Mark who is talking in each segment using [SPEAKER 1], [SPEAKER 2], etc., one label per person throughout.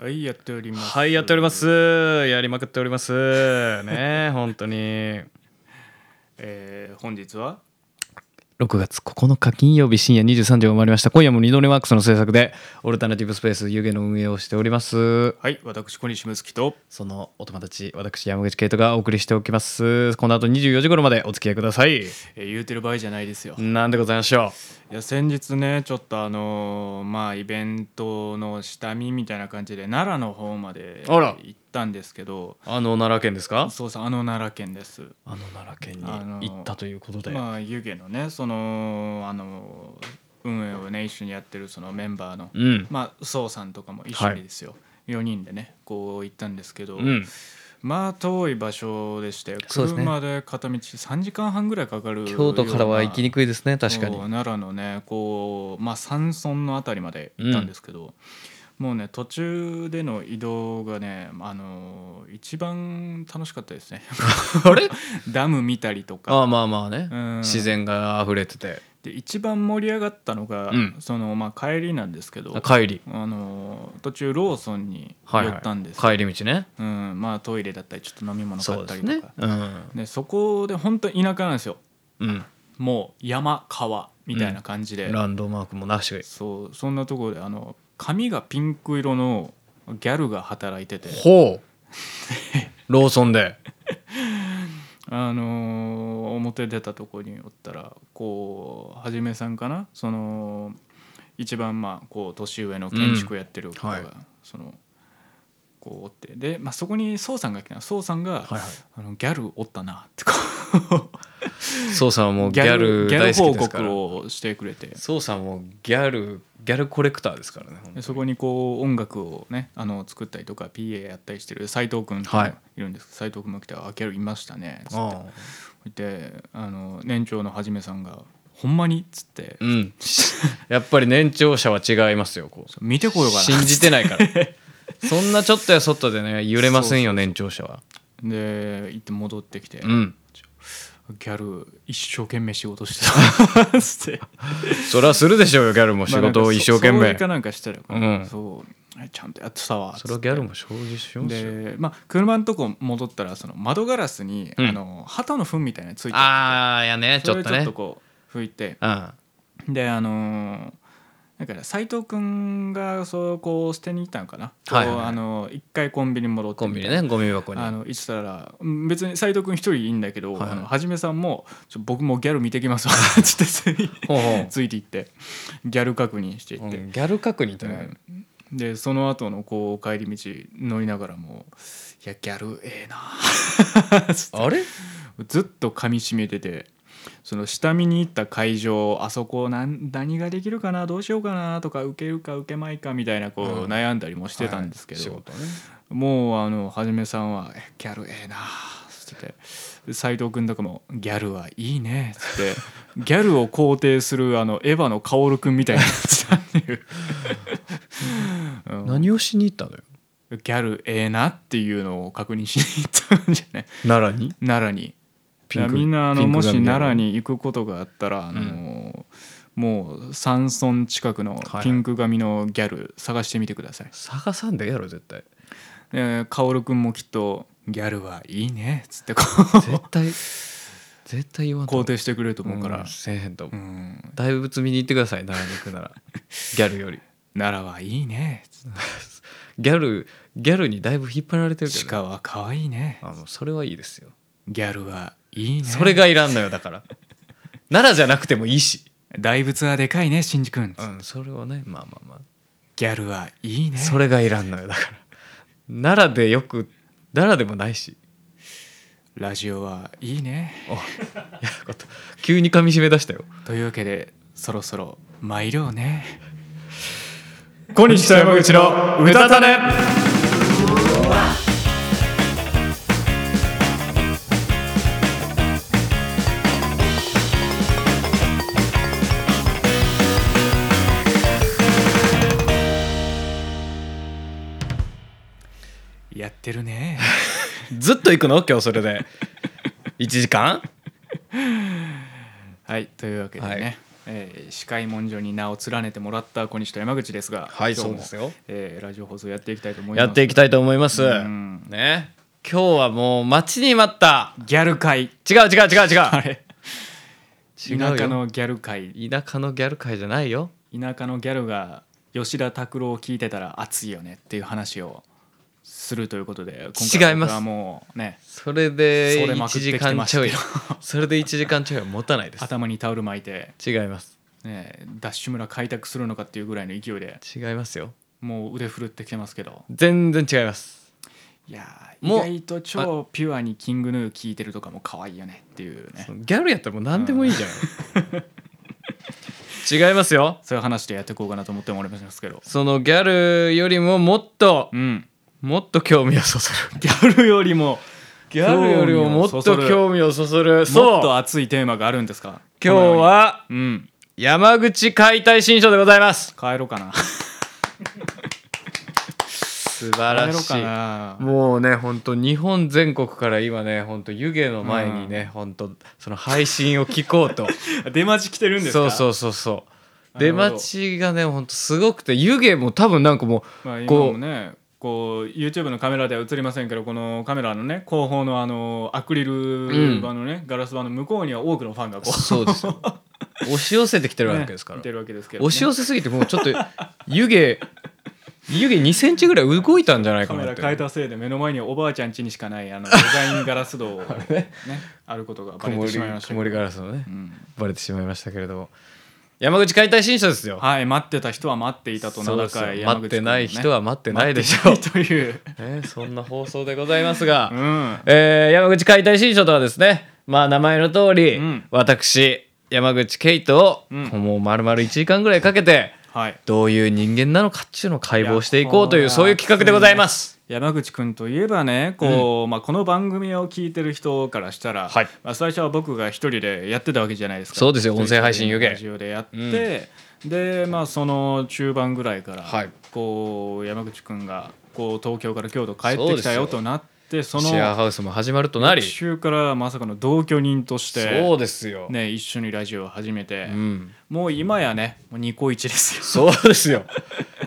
[SPEAKER 1] はいやっております
[SPEAKER 2] はいやっておりますやりまくっておりますね 本当に
[SPEAKER 1] えー本日は
[SPEAKER 2] 6月9日金曜日深夜23時を回りました今夜も二度寝ワークスの制作でオルタナティブスペース湯気の運営をしております
[SPEAKER 1] はい私小西睦月と
[SPEAKER 2] そのお友達私山口圭人がお送りしておきますこの後24時頃までお付き合いください
[SPEAKER 1] えー言うてる場合じゃないですよ、い
[SPEAKER 2] なんでございましょ
[SPEAKER 1] や先日ねちょっとあのーまあイベントの下見みたいな感じで奈良の方まで
[SPEAKER 2] あら
[SPEAKER 1] 行ったんですけど
[SPEAKER 2] うあの奈良県ですか
[SPEAKER 1] そうそうあの奈良県です
[SPEAKER 2] あの奈良県
[SPEAKER 1] あの
[SPEAKER 2] に行ったということで、
[SPEAKER 1] まあ湯気のねそのあのー運営をね一緒にやってるそのメンバーの、
[SPEAKER 2] うん、
[SPEAKER 1] まあ宋さんとかも一緒にですよ、4人でねこう行ったんですけど、
[SPEAKER 2] うん、
[SPEAKER 1] まあ遠い場所でしたよ
[SPEAKER 2] そうですね
[SPEAKER 1] 車で片道3時間半ぐらいかかる
[SPEAKER 2] 京都からは行きに
[SPEAKER 1] く
[SPEAKER 2] くいですね確かに
[SPEAKER 1] 奈良のねこう、まあ、山村のあたりまで行ったんですけど、もうね途中での移動がねあの一番楽しかったです ね
[SPEAKER 2] あれ
[SPEAKER 1] ダム見たりとか
[SPEAKER 2] ああまあまあね
[SPEAKER 1] うん
[SPEAKER 2] 自然が溢れてて
[SPEAKER 1] で一番盛り上がったのが、
[SPEAKER 2] うん
[SPEAKER 1] そのまあ帰りなんですけど
[SPEAKER 2] あ帰り
[SPEAKER 1] あの途中ローソンに寄
[SPEAKER 2] はい、
[SPEAKER 1] ったんですよ、
[SPEAKER 2] はい、帰り道ね
[SPEAKER 1] うん、まあトイレだったりちょっと飲み物買
[SPEAKER 2] そう
[SPEAKER 1] っ
[SPEAKER 2] で
[SPEAKER 1] たり
[SPEAKER 2] す
[SPEAKER 1] とか
[SPEAKER 2] ねうん、
[SPEAKER 1] でそこで本当に田舎なんですよ
[SPEAKER 2] うん、
[SPEAKER 1] もう山川みたいな感じで、
[SPEAKER 2] ランドマークもなし
[SPEAKER 1] そうそんなところであの髪がピンク色のギャルが働いてて
[SPEAKER 2] ほうローソンで
[SPEAKER 1] あのー表出たところにおったらこうはじめさんかなその一番まあこう年上の建築をやってる方が、
[SPEAKER 2] うんはい
[SPEAKER 1] そのこうおってで、まあ、そこに宋さんが来た宋さんが、
[SPEAKER 2] はいは
[SPEAKER 1] あのギャルおったなってこ
[SPEAKER 2] いそうさんはも
[SPEAKER 1] う
[SPEAKER 2] うギャル
[SPEAKER 1] ギャル
[SPEAKER 2] 大好
[SPEAKER 1] 報
[SPEAKER 2] きですから
[SPEAKER 1] 告をしてくれて
[SPEAKER 2] そうさんもギャルギャルコレクターですからね
[SPEAKER 1] でそこにこう音楽をねあの作ったりとか PA やったりしてる斉藤君
[SPEAKER 2] はい
[SPEAKER 1] いるんですけど、斉藤君も来て「あギャルいましたね」つっ
[SPEAKER 2] ああ
[SPEAKER 1] てであの年長のはじめさんが「ほんまに?」っつって
[SPEAKER 2] うんやっぱり年長者は違いますよ
[SPEAKER 1] 「
[SPEAKER 2] こう
[SPEAKER 1] 見てこようか
[SPEAKER 2] 信じてない からそんなちょっとやそっとでね揺れませんよ年長者は
[SPEAKER 1] な」で行って戻ってきて「
[SPEAKER 2] うん
[SPEAKER 1] ギャル一生懸命仕事して た」つって
[SPEAKER 2] それはするでしょうよギャルも仕事を一生懸
[SPEAKER 1] まあなんかそ
[SPEAKER 2] 命
[SPEAKER 1] そうかなんかしてるから、
[SPEAKER 2] うん
[SPEAKER 1] そうちゃんとやってたわ
[SPEAKER 2] それはギャルも生じしますよ
[SPEAKER 1] でまあ、車のとこ戻ったらその窓ガラスに、
[SPEAKER 2] うん
[SPEAKER 1] あの鳩の糞みたいなのついてあ
[SPEAKER 2] ああやね
[SPEAKER 1] って
[SPEAKER 2] ち
[SPEAKER 1] そ
[SPEAKER 2] ょ
[SPEAKER 1] れ
[SPEAKER 2] っ
[SPEAKER 1] を
[SPEAKER 2] と
[SPEAKER 1] ちょっ
[SPEAKER 2] ね
[SPEAKER 1] とこう拭いて、
[SPEAKER 2] うん
[SPEAKER 1] であのーだから斉藤君がそうこう捨てに行ったのかな、
[SPEAKER 2] はいはい
[SPEAKER 1] こうあのー一回コンビニ戻って
[SPEAKER 2] コンビニねゴミ箱に
[SPEAKER 1] あの行ってたらうん別に斉藤君一人いいんだけど、
[SPEAKER 2] はいはい
[SPEAKER 1] あのはじめさんも「ちょ僕もギャル見てきます わ」っつってつい
[SPEAKER 2] ほうほう
[SPEAKER 1] ついて行ってギャル確認していって、
[SPEAKER 2] うんギャル確認ってね
[SPEAKER 1] うんでその後のこう帰り道乗りながらも「いやギャルええな」つって
[SPEAKER 2] あれ
[SPEAKER 1] ずっと噛みしめててその下見に行った会場あそこ何何ができるかなどうしようかなとか受けるか受けまいかみたいなこう、
[SPEAKER 2] うん
[SPEAKER 1] 悩んだりもしてたんですけ
[SPEAKER 2] はい仕
[SPEAKER 1] ど、
[SPEAKER 2] 事ね
[SPEAKER 1] もうあのはじめさんはえ「ギャルええな」つっててで斉藤君とかも「ギャルはいいね」つって ギャルを肯定するあのエヴァの薫君みたいになってたって いう、うん
[SPEAKER 2] 何をしに行ったのよ
[SPEAKER 1] ギャルええなっていうのを確認しに行ったんじゃない
[SPEAKER 2] 奈良に
[SPEAKER 1] 奈良に。
[SPEAKER 2] ピンク
[SPEAKER 1] みんなあの
[SPEAKER 2] ピンク
[SPEAKER 1] もし
[SPEAKER 2] 髪の
[SPEAKER 1] 奈良に行くことがあったら、あのもう山村近くの
[SPEAKER 2] はい
[SPEAKER 1] ピンク髪のギャル探してみてください。
[SPEAKER 2] 探さんでええやろ絶 対
[SPEAKER 1] えーカオルくんもきっとギャルはいいねっつってこう
[SPEAKER 2] 絶対絶対言わんと
[SPEAKER 1] 肯
[SPEAKER 2] 思う
[SPEAKER 1] 定してくれると思うから
[SPEAKER 2] ん、せえへんと
[SPEAKER 1] う、
[SPEAKER 2] 思うん大仏見に行ってください奈良に行くならギャルより
[SPEAKER 1] 奈良はいいねっつっ
[SPEAKER 2] ギャルギャルにだいぶ引っ張られ
[SPEAKER 1] て
[SPEAKER 2] てるけどね
[SPEAKER 1] 鹿は可愛いね
[SPEAKER 2] あもうそれはいいですよ
[SPEAKER 1] ギャルはいいね
[SPEAKER 2] それがいらんのよだから奈良じゃなくてもいいし
[SPEAKER 1] 大仏はでかいね新次くん、
[SPEAKER 2] うんそれはねまあまあまあ
[SPEAKER 1] ギャルはいいね
[SPEAKER 2] それがいらんのよだから奈良でよく奈良でもないし
[SPEAKER 1] ラジオはいいね
[SPEAKER 2] おいやこと急に噛み締め出したよ
[SPEAKER 1] というわけでそろそろ参ろうね。
[SPEAKER 2] 小西と山口のうたたね
[SPEAKER 1] やってるね
[SPEAKER 2] ずっと行くの今日それで1時間
[SPEAKER 1] はいというわけでね、
[SPEAKER 2] はい
[SPEAKER 1] えー、司会文書に名を連ねてもらった小西と山口ですが、
[SPEAKER 2] はい
[SPEAKER 1] 今日も
[SPEAKER 2] そうですよ
[SPEAKER 1] えーラジオ放送やっていきたいと思います
[SPEAKER 2] やっていきたいと思います
[SPEAKER 1] うん
[SPEAKER 2] ね今日はもう待ちに待った
[SPEAKER 1] ギャル界
[SPEAKER 2] 違う違う違う違
[SPEAKER 1] あ
[SPEAKER 2] う
[SPEAKER 1] れ
[SPEAKER 2] 違うよ
[SPEAKER 1] 田舎のギャル界
[SPEAKER 2] 田舎のギャル界じゃないよ
[SPEAKER 1] 田舎のギャルが吉田拓郎を聞いてたら熱いよねっていう話をするということで
[SPEAKER 2] 違います
[SPEAKER 1] 僕はもうね
[SPEAKER 2] それで
[SPEAKER 1] それま
[SPEAKER 2] 1
[SPEAKER 1] くってき
[SPEAKER 2] 時
[SPEAKER 1] て
[SPEAKER 2] 間
[SPEAKER 1] ま
[SPEAKER 2] ち
[SPEAKER 1] す
[SPEAKER 2] ょ
[SPEAKER 1] け
[SPEAKER 2] い
[SPEAKER 1] ど
[SPEAKER 2] それで1時間ちょいは持たないです
[SPEAKER 1] 頭にタオル巻いて、
[SPEAKER 2] 違います
[SPEAKER 1] ね、ダッシュ村開拓するのかっていうぐらいの勢いで
[SPEAKER 2] 違いますよ
[SPEAKER 1] もう腕振るってきてますけど
[SPEAKER 2] 全然違います
[SPEAKER 1] いやー
[SPEAKER 2] もう
[SPEAKER 1] 意外と超ピュアにキングヌー聞いてるとかも可愛いよねっていうね
[SPEAKER 2] ギャルやったらもう何でもいいじゃん違いますよ
[SPEAKER 1] そういう話でやっていこうかなと思ってもおりますけど
[SPEAKER 2] そのギャルよりももっと
[SPEAKER 1] うん
[SPEAKER 2] もっと興味をそそる
[SPEAKER 1] ギャルよりも
[SPEAKER 2] ギャルよりももっと興味をそそる
[SPEAKER 1] もっ
[SPEAKER 2] そう
[SPEAKER 1] と熱いテーマがあるんですか
[SPEAKER 2] 今日は
[SPEAKER 1] うん
[SPEAKER 2] 山口解体新書でございます
[SPEAKER 1] 帰ろうかな
[SPEAKER 2] 素晴
[SPEAKER 1] 帰
[SPEAKER 2] ら
[SPEAKER 1] ろう
[SPEAKER 2] し
[SPEAKER 1] か
[SPEAKER 2] い
[SPEAKER 1] な
[SPEAKER 2] もうね本当日本全国から今ね本当湯気の前にね、本当その配信を聞こう と
[SPEAKER 1] 出待ち来てるんです
[SPEAKER 2] そ
[SPEAKER 1] か
[SPEAKER 2] うそうそうそう
[SPEAKER 1] なる
[SPEAKER 2] 出
[SPEAKER 1] ほど
[SPEAKER 2] 待ちがね本当すごくて湯気も多分なんかも
[SPEAKER 1] まあ、今
[SPEAKER 2] こう
[SPEAKER 1] もねこう YouTube のカメラでは映りませんけどこのカメラのね後方のあのアクリル板のね、ガラス板の向こうには多くのファンが
[SPEAKER 2] う
[SPEAKER 1] こう
[SPEAKER 2] そうですよ押し寄せてきてるわけですから、
[SPEAKER 1] ね見てるわけですけど、ね、
[SPEAKER 2] 押し寄せすぎてもうちょっと湯気湯気2センチぐらい動いたんじゃない
[SPEAKER 1] カ
[SPEAKER 2] か
[SPEAKER 1] メ
[SPEAKER 2] な
[SPEAKER 1] ラ
[SPEAKER 2] って
[SPEAKER 1] 変えたせいで目の前にはおばあちゃん家にしかない あのデザインガラス戸をねあることがバレ
[SPEAKER 2] 曇
[SPEAKER 1] て
[SPEAKER 2] り
[SPEAKER 1] しまいましたけど
[SPEAKER 2] 曇りガラスのね、
[SPEAKER 1] うん
[SPEAKER 2] バレてしまいましたけれども山口解体新書ですよ
[SPEAKER 1] はい待ってた人は待っていたと名
[SPEAKER 2] そう
[SPEAKER 1] 高い
[SPEAKER 2] そう
[SPEAKER 1] 山
[SPEAKER 2] 待
[SPEAKER 1] 口
[SPEAKER 2] ってない人は待ってないでしょ
[SPEAKER 1] 待ってないという、
[SPEAKER 2] う、ね、そんな放送でございますが、
[SPEAKER 1] うん、
[SPEAKER 2] えー山口解体新書とはですねまあ名前の通り、
[SPEAKER 1] うん
[SPEAKER 2] 私山口ケイトを、
[SPEAKER 1] うん
[SPEAKER 2] もう丸々1時間ぐらいかけて
[SPEAKER 1] はい
[SPEAKER 2] どういう人間なのかっていうのを解剖していこうと
[SPEAKER 1] い
[SPEAKER 2] いう
[SPEAKER 1] や
[SPEAKER 2] そういう企画でございます。
[SPEAKER 1] 山口君といえばねこう、まあ、この番組を聞いてる人からしたら、
[SPEAKER 2] はい
[SPEAKER 1] まあ、最初は僕が一人でやってたわけじゃないですか
[SPEAKER 2] そうですよ
[SPEAKER 1] 一人
[SPEAKER 2] 音声配信湯気
[SPEAKER 1] ラジオでやって、で、まあ、その中盤ぐらいから、
[SPEAKER 2] はい
[SPEAKER 1] こう山口君がこう東京から京都帰っ
[SPEAKER 2] そう
[SPEAKER 1] て
[SPEAKER 2] で
[SPEAKER 1] き
[SPEAKER 2] す
[SPEAKER 1] た
[SPEAKER 2] よ
[SPEAKER 1] よとなってそ
[SPEAKER 2] シェア
[SPEAKER 1] の
[SPEAKER 2] ハウスも始まるとなり
[SPEAKER 1] 翌週からまさかの同居人とし
[SPEAKER 2] そう
[SPEAKER 1] て、
[SPEAKER 2] ですよ、
[SPEAKER 1] ね、一緒にラジオを始めて、
[SPEAKER 2] うん、
[SPEAKER 1] もう今やねもうニコイチですよ。
[SPEAKER 2] そうですよ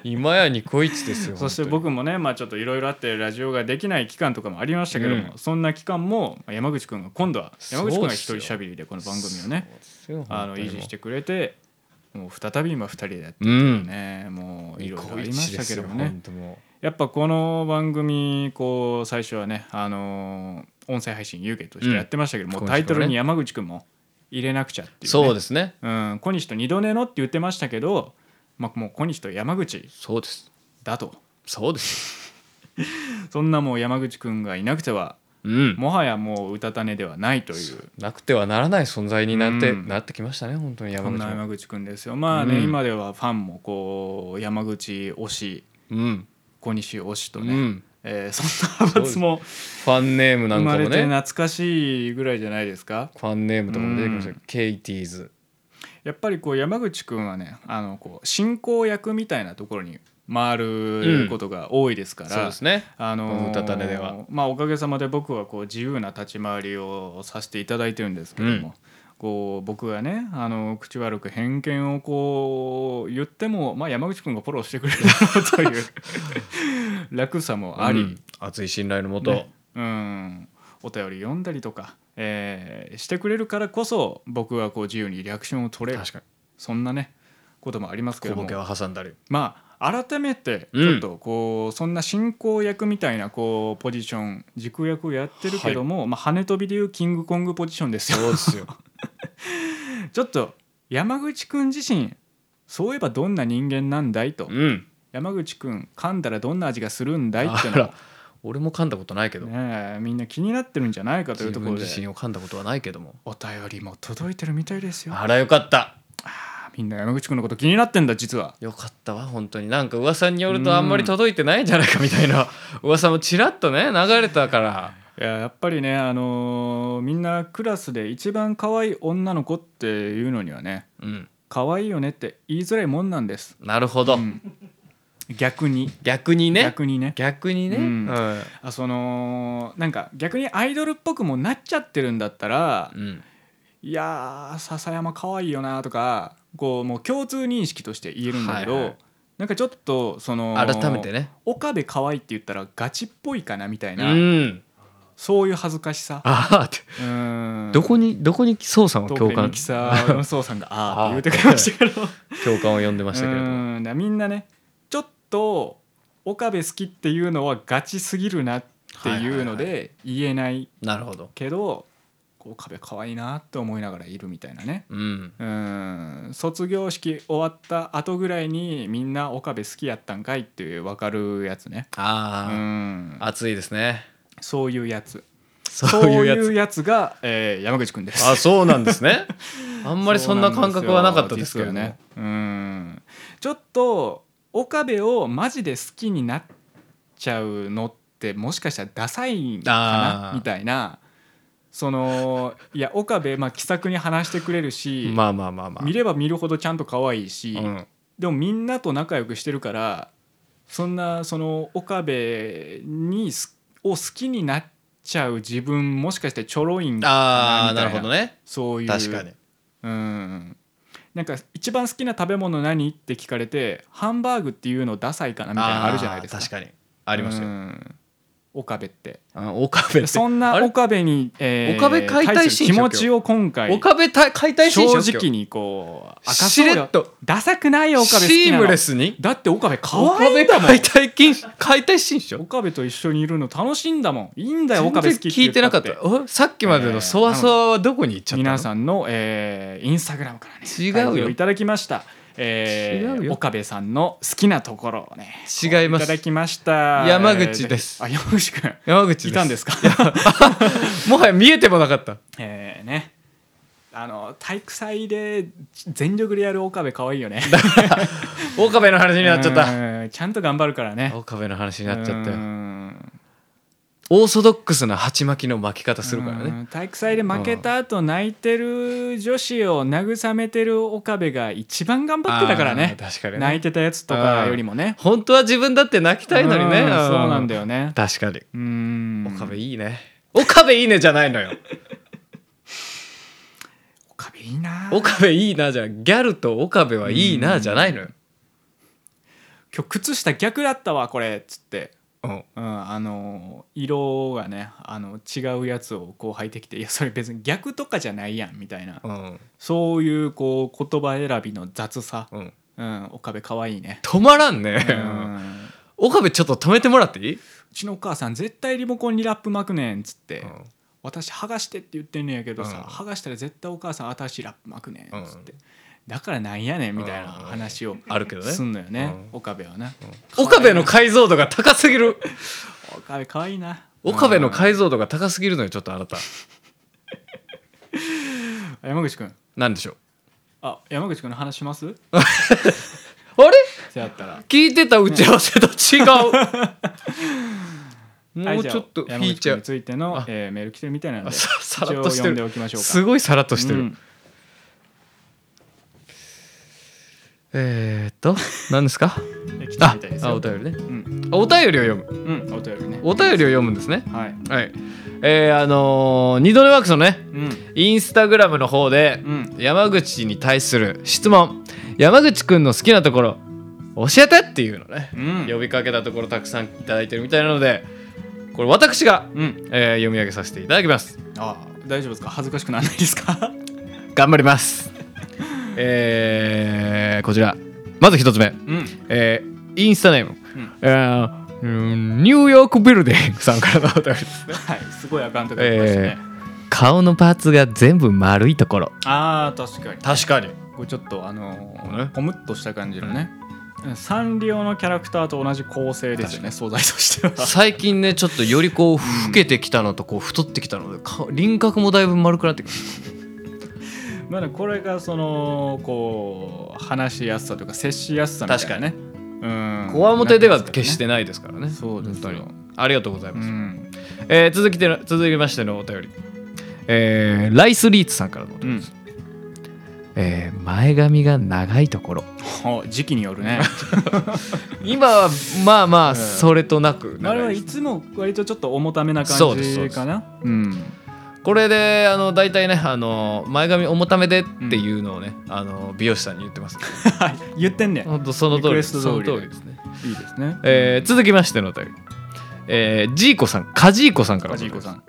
[SPEAKER 2] 今やニコイチですよ
[SPEAKER 1] そして
[SPEAKER 2] 本
[SPEAKER 1] 僕もね、まあ、ちょっといろいろあってラジオができない期間とかもありましたけども、
[SPEAKER 2] うん
[SPEAKER 1] そんな期間もまあ山口君が今度は山口君が一人
[SPEAKER 2] そうっすよ
[SPEAKER 1] しゃべりでこの
[SPEAKER 2] 当
[SPEAKER 1] 番
[SPEAKER 2] に
[SPEAKER 1] 組をね
[SPEAKER 2] そうですよ
[SPEAKER 1] あの維持してくれてもう再び今2人でやって
[SPEAKER 2] う
[SPEAKER 1] る
[SPEAKER 2] ん
[SPEAKER 1] ね、もうい
[SPEAKER 2] ニ
[SPEAKER 1] ろいろあ
[SPEAKER 2] コ
[SPEAKER 1] り
[SPEAKER 2] イ
[SPEAKER 1] ま
[SPEAKER 2] チ
[SPEAKER 1] し
[SPEAKER 2] で
[SPEAKER 1] た
[SPEAKER 2] す
[SPEAKER 1] け
[SPEAKER 2] よ
[SPEAKER 1] どもね
[SPEAKER 2] 本当も
[SPEAKER 1] やっぱこの番組こう最初はね、あのー音声配信湯気としてやってましたけど、も
[SPEAKER 2] 小
[SPEAKER 1] う
[SPEAKER 2] 西君はね
[SPEAKER 1] タイトルに山口君も入れなくちゃっていうう、ね、
[SPEAKER 2] そうですね
[SPEAKER 1] うん、小西と二度寝のって言ってましたけど、まあ、もう小西と山口
[SPEAKER 2] そうです
[SPEAKER 1] だと。
[SPEAKER 2] そうです
[SPEAKER 1] そんなもう山口くんがいなくては
[SPEAKER 2] うん
[SPEAKER 1] もはやもううたた寝ではないという
[SPEAKER 2] なくてはならない存在になって、
[SPEAKER 1] うん
[SPEAKER 2] なってきましたね本当に
[SPEAKER 1] そ
[SPEAKER 2] 山
[SPEAKER 1] ん
[SPEAKER 2] 口
[SPEAKER 1] な
[SPEAKER 2] も
[SPEAKER 1] 山口くんですよまあね、
[SPEAKER 2] うん
[SPEAKER 1] 今ではファンもこう山口推し
[SPEAKER 2] うん、
[SPEAKER 1] 小西推しと
[SPEAKER 2] う
[SPEAKER 1] ね、
[SPEAKER 2] ん、
[SPEAKER 1] えーそんな派閥も
[SPEAKER 2] ファンネームな
[SPEAKER 1] 生
[SPEAKER 2] んか
[SPEAKER 1] ま
[SPEAKER 2] も
[SPEAKER 1] れて
[SPEAKER 2] ね
[SPEAKER 1] 懐かしいぐらいじゃないですか
[SPEAKER 2] ファンネームとかも出てきました、
[SPEAKER 1] うん
[SPEAKER 2] ケイティーズ
[SPEAKER 1] やっぱりこう山口くんはねあのこう進行役みたいなところに回ることが多いですから、
[SPEAKER 2] そうですね
[SPEAKER 1] あのー
[SPEAKER 2] うたた寝では
[SPEAKER 1] まあ、おかげさまで僕はこう自由な立ち回りをさせていただいてるんですけども、
[SPEAKER 2] うん
[SPEAKER 1] こう僕がねあの口悪く偏見をこう言っても、まあ、山口君がフォローしてくれるだろうという 楽さもあり、
[SPEAKER 2] うん熱い信頼のもと、
[SPEAKER 1] ねうん、お便り読んだりとか、えーしてくれるからこそ僕はこう自由にリアクションを取れる
[SPEAKER 2] 確かに
[SPEAKER 1] そんなねこともありますけど
[SPEAKER 2] 小ボ
[SPEAKER 1] も
[SPEAKER 2] ケ。は挟んだり
[SPEAKER 1] まあ改めて
[SPEAKER 2] うん
[SPEAKER 1] ちょっとこう、そんな進行役みたいなこうポジション軸役をやってるけども、まあ、羽飛びでいうキングコングポジションですよ
[SPEAKER 2] そうですよ
[SPEAKER 1] ちょっと山口くん自身そういえばどんな人間なんだいと、
[SPEAKER 2] うん
[SPEAKER 1] 山口くん噛んだらどんな味がするんだいっ
[SPEAKER 2] あ
[SPEAKER 1] ていうの
[SPEAKER 2] ら俺も噛んだことないけど、
[SPEAKER 1] をねえみんな気になってるんじゃないかとい
[SPEAKER 2] 自
[SPEAKER 1] うとこ
[SPEAKER 2] 分
[SPEAKER 1] ろで
[SPEAKER 2] 自身を噛んだことはないけども
[SPEAKER 1] お便りも届いてるみたいですよ
[SPEAKER 2] あらよかった
[SPEAKER 1] あみんな山口くんのこと気になってんだ実は
[SPEAKER 2] よかったわ本当になんか噂によるとあんまり届いてないんじゃないかみたいな噂もちらっとね流れたから
[SPEAKER 1] いややっぱりね、あのーみんなクラスで一番可愛い女の子っていうのにはね
[SPEAKER 2] うん
[SPEAKER 1] 可愛いよねって言いづらいもんなんです、
[SPEAKER 2] なるほど、
[SPEAKER 1] うん逆に、
[SPEAKER 2] 逆にね
[SPEAKER 1] 逆にね
[SPEAKER 2] 逆にね、
[SPEAKER 1] うん
[SPEAKER 2] うん
[SPEAKER 1] あそのなんか逆にアイドルっぽくもなっちゃってるんだったら、
[SPEAKER 2] うん
[SPEAKER 1] いやー笹山可愛いよなとかこうもう共通認識として言えるんだけど、
[SPEAKER 2] はいはい
[SPEAKER 1] なんかちょっとその
[SPEAKER 2] 改めてね
[SPEAKER 1] 岡部可愛いって言ったらガチっぽいかなみたいうな、
[SPEAKER 2] ん
[SPEAKER 1] そういう恥ずかしさ
[SPEAKER 2] ああって
[SPEAKER 1] うん
[SPEAKER 2] どこにどこに宋さんは
[SPEAKER 1] 遠
[SPEAKER 2] 共
[SPEAKER 1] くでミ
[SPEAKER 2] 感
[SPEAKER 1] キサーの総さんが「ああ」って言うてくれましたけど
[SPEAKER 2] 共感を呼んでましたけれども
[SPEAKER 1] うんだからみんなねちょっと岡部好きっていうのはガチすぎるなっていうの
[SPEAKER 2] はい
[SPEAKER 1] で言えない
[SPEAKER 2] なるほど
[SPEAKER 1] けどこう岡部可愛いなって思いながらいるみたいなね
[SPEAKER 2] うん
[SPEAKER 1] うん卒業式終わった後ぐらいにみんな岡部好きやったんかいっていう分かるやつねう
[SPEAKER 2] ああ、
[SPEAKER 1] ん
[SPEAKER 2] 熱いですね
[SPEAKER 1] そういうやつ
[SPEAKER 2] そういうやつ
[SPEAKER 1] そういうやつが、えー山口くんです
[SPEAKER 2] あそうなんですねあんまりそんな感覚はなかったですけど
[SPEAKER 1] そうなん
[SPEAKER 2] ね
[SPEAKER 1] ですよ実はねうんちょっと岡部をマジで好きになっちゃうのってもしかしたらダサいか
[SPEAKER 2] あ
[SPEAKER 1] な
[SPEAKER 2] ー
[SPEAKER 1] みたいなそのいや岡部、まあ、気さくに話してくれるし、
[SPEAKER 2] まあまあまあまあ
[SPEAKER 1] 見れば見るほどちゃんと可愛いし、
[SPEAKER 2] うん
[SPEAKER 1] でもみんなと仲良くしてるからそんなその岡部にすを好きになっちゃう自分もしかしてちょろいんか
[SPEAKER 2] あ
[SPEAKER 1] な
[SPEAKER 2] あ
[SPEAKER 1] みた
[SPEAKER 2] ないるほどね
[SPEAKER 1] そういう
[SPEAKER 2] 確かに
[SPEAKER 1] うんなんか一番好きな食べ物何って聞かれてハンバーグっていうのダサいかなみたいなのあるじゃないですか
[SPEAKER 2] ー確かにあります
[SPEAKER 1] う
[SPEAKER 2] よ
[SPEAKER 1] ん岡部って
[SPEAKER 2] あ岡部って
[SPEAKER 1] そん
[SPEAKER 2] あ
[SPEAKER 1] な
[SPEAKER 2] れ
[SPEAKER 1] 岡部に、えー
[SPEAKER 2] 岡部解体
[SPEAKER 1] 対する
[SPEAKER 2] 新書
[SPEAKER 1] 気持ちを今回
[SPEAKER 2] 岡部た解体新書
[SPEAKER 1] 正
[SPEAKER 2] っすよ
[SPEAKER 1] 直にこう明かそ
[SPEAKER 2] し
[SPEAKER 1] う
[SPEAKER 2] れっ
[SPEAKER 1] よ
[SPEAKER 2] と
[SPEAKER 1] ダサくないよ岡部好き
[SPEAKER 2] シ
[SPEAKER 1] な
[SPEAKER 2] ー
[SPEAKER 1] の
[SPEAKER 2] ムレスに
[SPEAKER 1] だって岡部可
[SPEAKER 2] 岡
[SPEAKER 1] 愛い
[SPEAKER 2] 部
[SPEAKER 1] んだもん
[SPEAKER 2] 解体金解体新書
[SPEAKER 1] 岡部と一緒にいるの楽しいんだもんいいんだよ
[SPEAKER 2] 全
[SPEAKER 1] 岡部
[SPEAKER 2] 然
[SPEAKER 1] 好きって
[SPEAKER 2] 聞
[SPEAKER 1] 言
[SPEAKER 2] いてなか
[SPEAKER 1] っ
[SPEAKER 2] ったた
[SPEAKER 1] て
[SPEAKER 2] おさっきまでのそわそわはどこに行っちゃったの
[SPEAKER 1] 皆さんの、えーインスタグラムからね
[SPEAKER 2] 違うよ
[SPEAKER 1] 回答いただきました、えー
[SPEAKER 2] 違うよ
[SPEAKER 1] 岡部さんの好きなところをね
[SPEAKER 2] 違います
[SPEAKER 1] ただきました
[SPEAKER 2] 山口です
[SPEAKER 1] えーぜひあ山口くん
[SPEAKER 2] 山口です
[SPEAKER 1] いたんですか、
[SPEAKER 2] もはや見えてもなかった
[SPEAKER 1] えーねあの体育祭で全力でやる岡部可愛いよね
[SPEAKER 2] 岡部の話になっちゃった
[SPEAKER 1] うんちゃんと頑張るからね
[SPEAKER 2] 岡部の話になっちゃった
[SPEAKER 1] う
[SPEAKER 2] よ
[SPEAKER 1] ん
[SPEAKER 2] オーソドックスな鉢巻きの巻き方するから
[SPEAKER 1] う
[SPEAKER 2] ね
[SPEAKER 1] ん体育祭で負けた後泣いてる女子を慰めてる岡部が一番頑張ってたからね
[SPEAKER 2] あー確かに
[SPEAKER 1] 泣い
[SPEAKER 2] ね
[SPEAKER 1] てたやつとかよりもね
[SPEAKER 2] 本当は自分だって泣きたいのにね
[SPEAKER 1] うんそうなんだ
[SPEAKER 2] よ
[SPEAKER 1] よね
[SPEAKER 2] 確かに
[SPEAKER 1] うん
[SPEAKER 2] 岡部いいね岡部いいねじゃないのよ
[SPEAKER 1] 岡部いいな
[SPEAKER 2] 岡部いいなじゃんギャルと岡部はいいなじゃないのよ
[SPEAKER 1] 今日靴下逆だったわこれっつって、
[SPEAKER 2] うん
[SPEAKER 1] うん、あの色がねあの違うやつをこう履いてきていやそれ別に逆とかじゃないやんみたいな
[SPEAKER 2] うん
[SPEAKER 1] そういうこう言葉選びの雑さ、
[SPEAKER 2] うん
[SPEAKER 1] うん、岡部可愛いね
[SPEAKER 2] 止まらんね
[SPEAKER 1] う ん
[SPEAKER 2] 岡部ちょっと止めてもらっていい、
[SPEAKER 1] うちのお母さん絶対リモコンにラップ巻くねんっつって、
[SPEAKER 2] うん
[SPEAKER 1] 私剥がしてって言ってんねんやけど
[SPEAKER 2] うん
[SPEAKER 1] さ、剥がしたら絶対お母さん新しいラップ巻くねんっつって、
[SPEAKER 2] う
[SPEAKER 1] だからなんやねんみたいな話を
[SPEAKER 2] あるけどね
[SPEAKER 1] すんのよね、岡部はな、
[SPEAKER 2] 岡部の解像度が高すぎる
[SPEAKER 1] 岡部可愛いな
[SPEAKER 2] 岡部の
[SPEAKER 1] 会
[SPEAKER 2] 解像度が高すぎるのよちょっとあなた
[SPEAKER 1] 山口くん
[SPEAKER 2] なんでしょう
[SPEAKER 1] あ山口くんの話します
[SPEAKER 2] あれ
[SPEAKER 1] せやったら
[SPEAKER 2] 聞いてた打ち合わせと違 う、
[SPEAKER 1] は
[SPEAKER 2] も
[SPEAKER 1] いうじゃあ
[SPEAKER 2] ちょっとフ
[SPEAKER 1] 山
[SPEAKER 2] ィー
[SPEAKER 1] 口
[SPEAKER 2] チ
[SPEAKER 1] 君
[SPEAKER 2] ャ
[SPEAKER 1] に
[SPEAKER 2] ー
[SPEAKER 1] ついての
[SPEAKER 2] あ、
[SPEAKER 1] えーメール来てるみたいなの
[SPEAKER 2] あ
[SPEAKER 1] で
[SPEAKER 2] ささ
[SPEAKER 1] 一
[SPEAKER 2] らっ
[SPEAKER 1] 応
[SPEAKER 2] として
[SPEAKER 1] 読んで
[SPEAKER 2] る
[SPEAKER 1] おきましょうか
[SPEAKER 2] すごいさらっとしてる、
[SPEAKER 1] うん
[SPEAKER 2] えー、っと何で すか
[SPEAKER 1] え来てる
[SPEAKER 2] あ
[SPEAKER 1] みたいです
[SPEAKER 2] あ
[SPEAKER 1] よ
[SPEAKER 2] お便りね
[SPEAKER 1] うん
[SPEAKER 2] あお便りを読む
[SPEAKER 1] うんお便りね
[SPEAKER 2] お便りを読むんですね
[SPEAKER 1] はい
[SPEAKER 2] はいえー、あのー二度寝ワークスのね
[SPEAKER 1] うん
[SPEAKER 2] インスタグラムの方で
[SPEAKER 1] うん
[SPEAKER 2] 山口に対する質問山口くんの好きなところ教えてっていうのね
[SPEAKER 1] う、ん
[SPEAKER 2] 呼びかけたところたくさんいただいてるみたいなのでこれ私が、
[SPEAKER 1] うん
[SPEAKER 2] えー読み上げさせていただきます
[SPEAKER 1] あ大丈夫ですか恥ずかしくならないですか
[SPEAKER 2] 頑張り ますえーこちらまず一つ目、
[SPEAKER 1] うん
[SPEAKER 2] えーインスタネーム、
[SPEAKER 1] うん
[SPEAKER 2] えーうんニューヨークビルディングさんからのお便りです
[SPEAKER 1] はいすごいアカウントが来ましたね
[SPEAKER 2] え顔のパーツが全部丸いところ
[SPEAKER 1] あー確かに
[SPEAKER 2] 確かに
[SPEAKER 1] これちょっとあの
[SPEAKER 2] ね
[SPEAKER 1] ーポムっとした感じのねサンリオのキャラクターと同じ構成ですよね素材としては
[SPEAKER 2] 最近ねちょっとよりこう老けてきたのとこう太ってきたのでか輪郭もだいぶ丸くなってきた
[SPEAKER 1] まだこれがそのこう話しやすさというか接しやすさみたいなねうん
[SPEAKER 2] こわもてでは決してないですからね
[SPEAKER 1] そうですよ
[SPEAKER 2] 本当にありがとうございます、
[SPEAKER 1] うん
[SPEAKER 2] えー続きての続きましてのお便り、えーライスリーツさんからのお
[SPEAKER 1] う
[SPEAKER 2] 便り、
[SPEAKER 1] ん
[SPEAKER 2] えー前髪が長いところ
[SPEAKER 1] ほう時期によるね
[SPEAKER 2] 今はまあま
[SPEAKER 1] う
[SPEAKER 2] あ
[SPEAKER 1] ん
[SPEAKER 2] それとなく
[SPEAKER 1] あれ
[SPEAKER 2] 長
[SPEAKER 1] はい
[SPEAKER 2] です
[SPEAKER 1] つも割とちょっと重ためな
[SPEAKER 2] そう
[SPEAKER 1] 感
[SPEAKER 2] ですそう
[SPEAKER 1] じ
[SPEAKER 2] です
[SPEAKER 1] かなうん
[SPEAKER 2] これであの大体ねあの前髪重ためでっていうのをね、あの美容師さんに言っ てますけど
[SPEAKER 1] 言ってんね
[SPEAKER 2] 本当その通りです
[SPEAKER 1] リクエス
[SPEAKER 2] そ
[SPEAKER 1] ト
[SPEAKER 2] の
[SPEAKER 1] 通りで
[SPEAKER 2] 通りですね、
[SPEAKER 1] いいですね
[SPEAKER 2] えー続きましてのお便り、えー、ジーコさんカジーコさんから
[SPEAKER 1] カジーコさん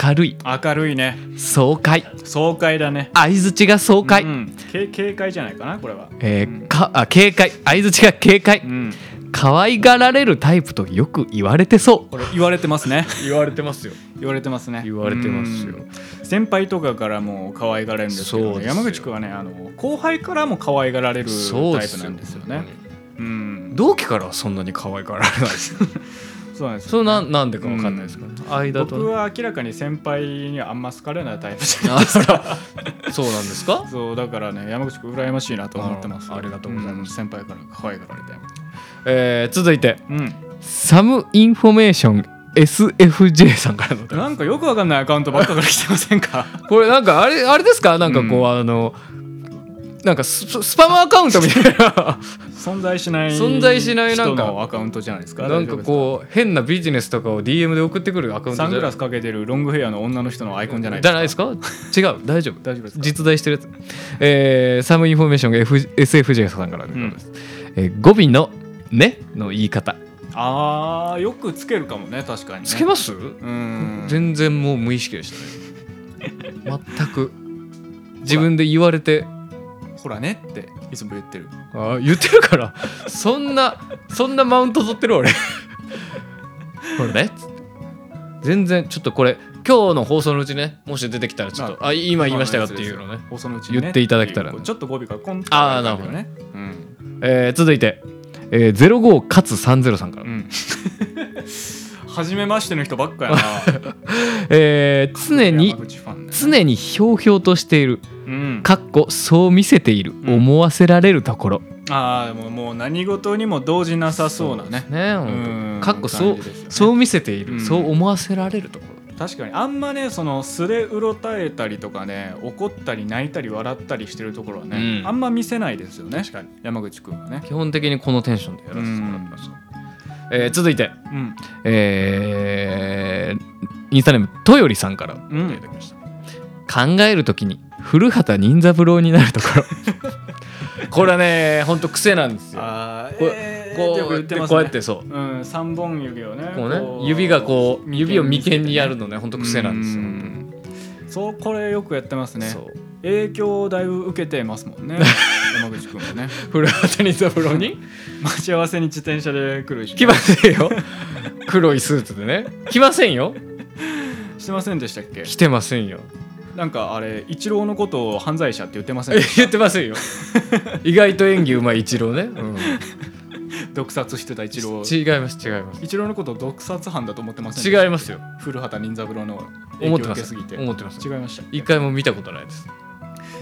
[SPEAKER 2] 明るい
[SPEAKER 1] 明るいね
[SPEAKER 2] 爽快
[SPEAKER 1] 爽快だね
[SPEAKER 2] 相づちが爽快、
[SPEAKER 1] うん、け警戒じゃないかなこれは
[SPEAKER 2] えーかあ警戒相づちが警戒、
[SPEAKER 1] うん
[SPEAKER 2] 可愛がられるタイプとよく言われてそう
[SPEAKER 1] これ言われてますね
[SPEAKER 2] 言われてますよ
[SPEAKER 1] 言われてますね
[SPEAKER 2] 言われてますよ
[SPEAKER 1] うん先輩とかからも可愛がられるんですけどね、
[SPEAKER 2] そうですよ
[SPEAKER 1] 山口君はねあの後輩からも可愛がられる
[SPEAKER 2] そう
[SPEAKER 1] タ
[SPEAKER 2] で
[SPEAKER 1] イプ
[SPEAKER 2] す
[SPEAKER 1] な
[SPEAKER 2] よ
[SPEAKER 1] んですよねうん
[SPEAKER 2] 同期からはそんなに可愛がられないですよ
[SPEAKER 1] そうなんですよ
[SPEAKER 2] それななんでかわかんないですから、間と
[SPEAKER 1] 僕
[SPEAKER 2] ね
[SPEAKER 1] は明らかに先輩にはあんま好かれないタイプじゃない
[SPEAKER 2] あ らそうなんですか
[SPEAKER 1] そうだからね山口君羨ましいなと思ってます
[SPEAKER 2] あありがとうございます
[SPEAKER 1] ん先輩から可愛がられて
[SPEAKER 2] えー続いて
[SPEAKER 1] うん
[SPEAKER 2] サムインフォメーション SFJ さんからのお便り
[SPEAKER 1] なんかよくわかんないアカウントばっかから来てませんか
[SPEAKER 2] これなんかあれあれですかなんかこう、
[SPEAKER 1] うん
[SPEAKER 2] あのなんかスススパムアカウントみ たいな
[SPEAKER 1] 存在しない
[SPEAKER 2] 存在しないなんか
[SPEAKER 1] 人のアカウントじゃないですか
[SPEAKER 2] なんかこう変なビジネスとかを DM で送ってくるアカウントじゃ
[SPEAKER 1] サングラスかけてるロングヘアの女の人のアイコンじゃない
[SPEAKER 2] じ
[SPEAKER 1] です
[SPEAKER 2] ゃ
[SPEAKER 1] か
[SPEAKER 2] ないですか違う大丈夫
[SPEAKER 1] 大丈夫ですか
[SPEAKER 2] 実在してるやつ、えーサムインフォメーションが、F、SFJ さんからのことです、えー語尾の「ね」の言い方
[SPEAKER 1] あーよくつけるかもね確かにね
[SPEAKER 2] つけます、
[SPEAKER 1] うん
[SPEAKER 2] 全然もう無意識でしたね全 く自分で言われて
[SPEAKER 1] ほらねっていつも言ってる
[SPEAKER 2] あー言ってるからそんなそんなマウント取ってる俺これねっつって全然ちょっとこれ今日の放送のうちねもし出てきたらちょっとあ今言いましたよっていうのね
[SPEAKER 1] 放送のうちにね
[SPEAKER 2] 言っていただけたらね
[SPEAKER 1] っていうちょっと語尾がコンと
[SPEAKER 2] あーなるほど
[SPEAKER 1] ねうん
[SPEAKER 2] えー続いて、えー、05かつ30さんから、
[SPEAKER 1] うん。初めましての人ばっかやな。
[SPEAKER 2] えー 常に
[SPEAKER 1] 山口ファンね
[SPEAKER 2] 常にひょうひょうとしている
[SPEAKER 1] うん。
[SPEAKER 2] かっこそう見せている、
[SPEAKER 1] ん
[SPEAKER 2] 思わせられるところ
[SPEAKER 1] ああ、でももう何事にも動じなさそうなね。
[SPEAKER 2] ね
[SPEAKER 1] う
[SPEAKER 2] 本
[SPEAKER 1] ん
[SPEAKER 2] 当かっこそう、
[SPEAKER 1] 感じですよね
[SPEAKER 2] そう見せている、
[SPEAKER 1] うん
[SPEAKER 2] そう思わせられるところ
[SPEAKER 1] 確かにあんまねそのすれうろたえたりとかね怒ったり泣いたり笑ったりしてるところはね、
[SPEAKER 2] うん
[SPEAKER 1] あんま見せないですよね確かに山口くんはね、
[SPEAKER 2] 基本的にこのテンションでやらせてもらいました、えー続いて、
[SPEAKER 1] うん、
[SPEAKER 2] えーインスタネームとよりさんからい
[SPEAKER 1] ん
[SPEAKER 2] ただきました、考えるときに古畑任三郎になるところ これはね本当癖なんですよ
[SPEAKER 1] あ
[SPEAKER 2] こうこう
[SPEAKER 1] よく言ってますね
[SPEAKER 2] こうやってそう
[SPEAKER 1] うん、三本指をね
[SPEAKER 2] こうね指がこう指を眉間にやる
[SPEAKER 1] の
[SPEAKER 2] のね本当癖なんですよ本
[SPEAKER 1] そうこれよくやってます
[SPEAKER 2] 当
[SPEAKER 1] ね
[SPEAKER 2] にそう
[SPEAKER 1] 影響をだいぶ受けてますもん ね山口くんはね
[SPEAKER 2] 古畑任三郎に
[SPEAKER 1] 待ち合わせに自転車で来るし、
[SPEAKER 2] 来ませんよ黒いスーツでね来ませんよ
[SPEAKER 1] してませんでしたっけ
[SPEAKER 2] 来てませんよ
[SPEAKER 1] なんかあれ一郎のことを犯罪者って言ってません
[SPEAKER 2] え
[SPEAKER 1] でし
[SPEAKER 2] 言ってませんよ意外と演技うまい一郎ね、うん、
[SPEAKER 1] た毒殺してた一郎
[SPEAKER 2] 違います違います
[SPEAKER 1] 一郎のことを毒殺犯だと思ってませんでした
[SPEAKER 2] 違いますよ
[SPEAKER 1] 古畑任三郎の影響
[SPEAKER 2] 思
[SPEAKER 1] を
[SPEAKER 2] って
[SPEAKER 1] 受
[SPEAKER 2] ま
[SPEAKER 1] け
[SPEAKER 2] す
[SPEAKER 1] すぎて
[SPEAKER 2] 思ってます
[SPEAKER 1] 違いましたっけ
[SPEAKER 2] 一回も見たことないです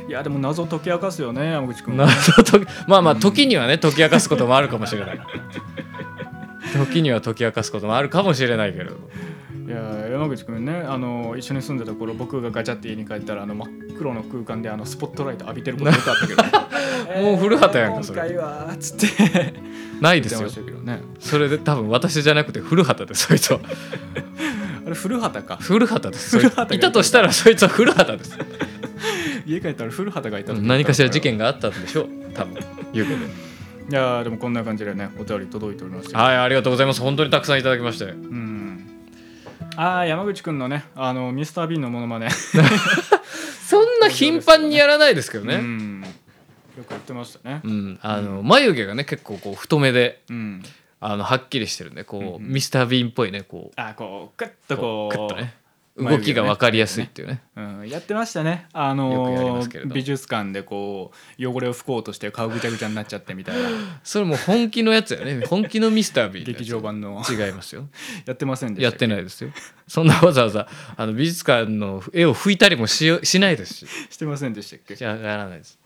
[SPEAKER 1] いやでも謎を解き明かすよね山口くんは
[SPEAKER 2] 謎解きまあまあ時にはね解き明かすこともあるかもしれない時には解き明かすこともあるかもしれないけれど
[SPEAKER 1] いや山口君ねあの一緒に住んでた頃僕がガチャって家に帰ったらあの真っ黒の空間であのスポットライト浴びてることよくあったけど、
[SPEAKER 2] もう古畑やんかそれ
[SPEAKER 1] 今回はっつって
[SPEAKER 2] な
[SPEAKER 1] 言っ
[SPEAKER 2] いで
[SPEAKER 1] て
[SPEAKER 2] す
[SPEAKER 1] ま
[SPEAKER 2] よ
[SPEAKER 1] したけどね
[SPEAKER 2] それで多分私じゃなくて古畑ですそいつは
[SPEAKER 1] あれ古畑か
[SPEAKER 2] 古畑ですそい
[SPEAKER 1] 古畑が
[SPEAKER 2] いたとしたらそいつは古畑です
[SPEAKER 1] 家帰ったら古畑がいた時
[SPEAKER 2] 何かしら事件があったんでしょう多分いうことで
[SPEAKER 1] いやーでもこんな感じでねお便り届いておりまして、
[SPEAKER 2] はいありがとうございます本当にたくさんいただきまして
[SPEAKER 1] うんあー山口君のねあのミスター・ビーンのモノマネ
[SPEAKER 2] そんな頻繁にやらないですけど
[SPEAKER 1] う
[SPEAKER 2] ね
[SPEAKER 1] んよくやってましたね
[SPEAKER 2] うん、あの眉毛がね結構こう太めで
[SPEAKER 1] うん
[SPEAKER 2] あのはっきりしてるんでこう、
[SPEAKER 1] うんうん
[SPEAKER 2] ミスター・ビーンっぽいねこう
[SPEAKER 1] あーこうクッと
[SPEAKER 2] こ
[SPEAKER 1] こ
[SPEAKER 2] う
[SPEAKER 1] う
[SPEAKER 2] クッとね
[SPEAKER 1] 眉毛
[SPEAKER 2] 動
[SPEAKER 1] ね
[SPEAKER 2] きが分かりやすいっていうね
[SPEAKER 1] うん、やってましたね、あ
[SPEAKER 2] よくやり
[SPEAKER 1] の
[SPEAKER 2] ますけれ
[SPEAKER 1] ー
[SPEAKER 2] ど
[SPEAKER 1] 美術館でこう汚れを拭こうとして顔ぐちゃぐちゃになっちゃってみた いな
[SPEAKER 2] それもう本気のやつやね本気のミスター・ビーンのやつ
[SPEAKER 1] 劇場版の
[SPEAKER 2] 違いますよ
[SPEAKER 1] やってませんでした
[SPEAKER 2] やって
[SPEAKER 1] な
[SPEAKER 2] ないですよそんなわざわざあの美術館の絵を拭いたりもしよしないですし
[SPEAKER 1] いしてませんでしたっけ
[SPEAKER 2] ややらないです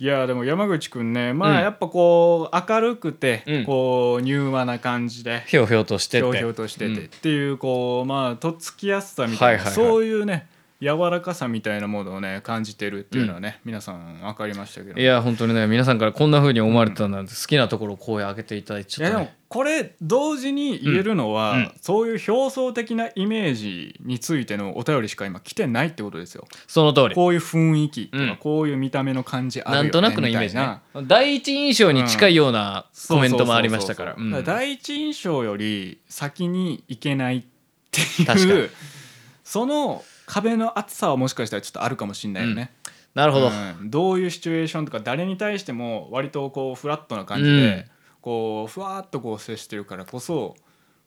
[SPEAKER 1] いやーでも山口くんねま
[SPEAKER 2] う
[SPEAKER 1] あ
[SPEAKER 2] ん
[SPEAKER 1] やっぱこう明るくて、
[SPEAKER 2] うん
[SPEAKER 1] こう柔和な感じで
[SPEAKER 2] ひょうひょうとして
[SPEAKER 1] ひ
[SPEAKER 2] て
[SPEAKER 1] ょうひょうとしてて、
[SPEAKER 2] うん
[SPEAKER 1] っていうこうまあとっつきやすさみたいな、
[SPEAKER 2] はいはいはい
[SPEAKER 1] そういうね柔らかさみたいなものをね感じてるっていうのはね、皆さん分かりましたけど
[SPEAKER 2] いや本当にね皆さんからこんな風に思われてたんだって好きなところを声上げていただいて
[SPEAKER 1] い
[SPEAKER 2] ちょ
[SPEAKER 1] や
[SPEAKER 2] っ
[SPEAKER 1] で
[SPEAKER 2] と、
[SPEAKER 1] も
[SPEAKER 2] ね、
[SPEAKER 1] これ同時に言えるのは、
[SPEAKER 2] うんうん
[SPEAKER 1] そういう表層的なイメージについてのお便りしか今来てないってことですよ。
[SPEAKER 2] その通り
[SPEAKER 1] こういう雰囲気とか、
[SPEAKER 2] うん
[SPEAKER 1] こういう見た目の感じある
[SPEAKER 2] な
[SPEAKER 1] よ、ね、
[SPEAKER 2] んとなくのイメー
[SPEAKER 1] み
[SPEAKER 2] ジ
[SPEAKER 1] たいな
[SPEAKER 2] ね第一印象に近いようなコメントもありましたから
[SPEAKER 1] そうそうそうそう
[SPEAKER 2] うん
[SPEAKER 1] だから第一印象より先に行けないって
[SPEAKER 2] 確か
[SPEAKER 1] いうその壁の厚さはもしかしたらちょっとあるかもしれないよね、
[SPEAKER 2] なるほど、
[SPEAKER 1] うんどういうシチュエーションとか誰に対しても割とこうフラットな感じで、
[SPEAKER 2] うん
[SPEAKER 1] こうふわーっとこう接してるからこそ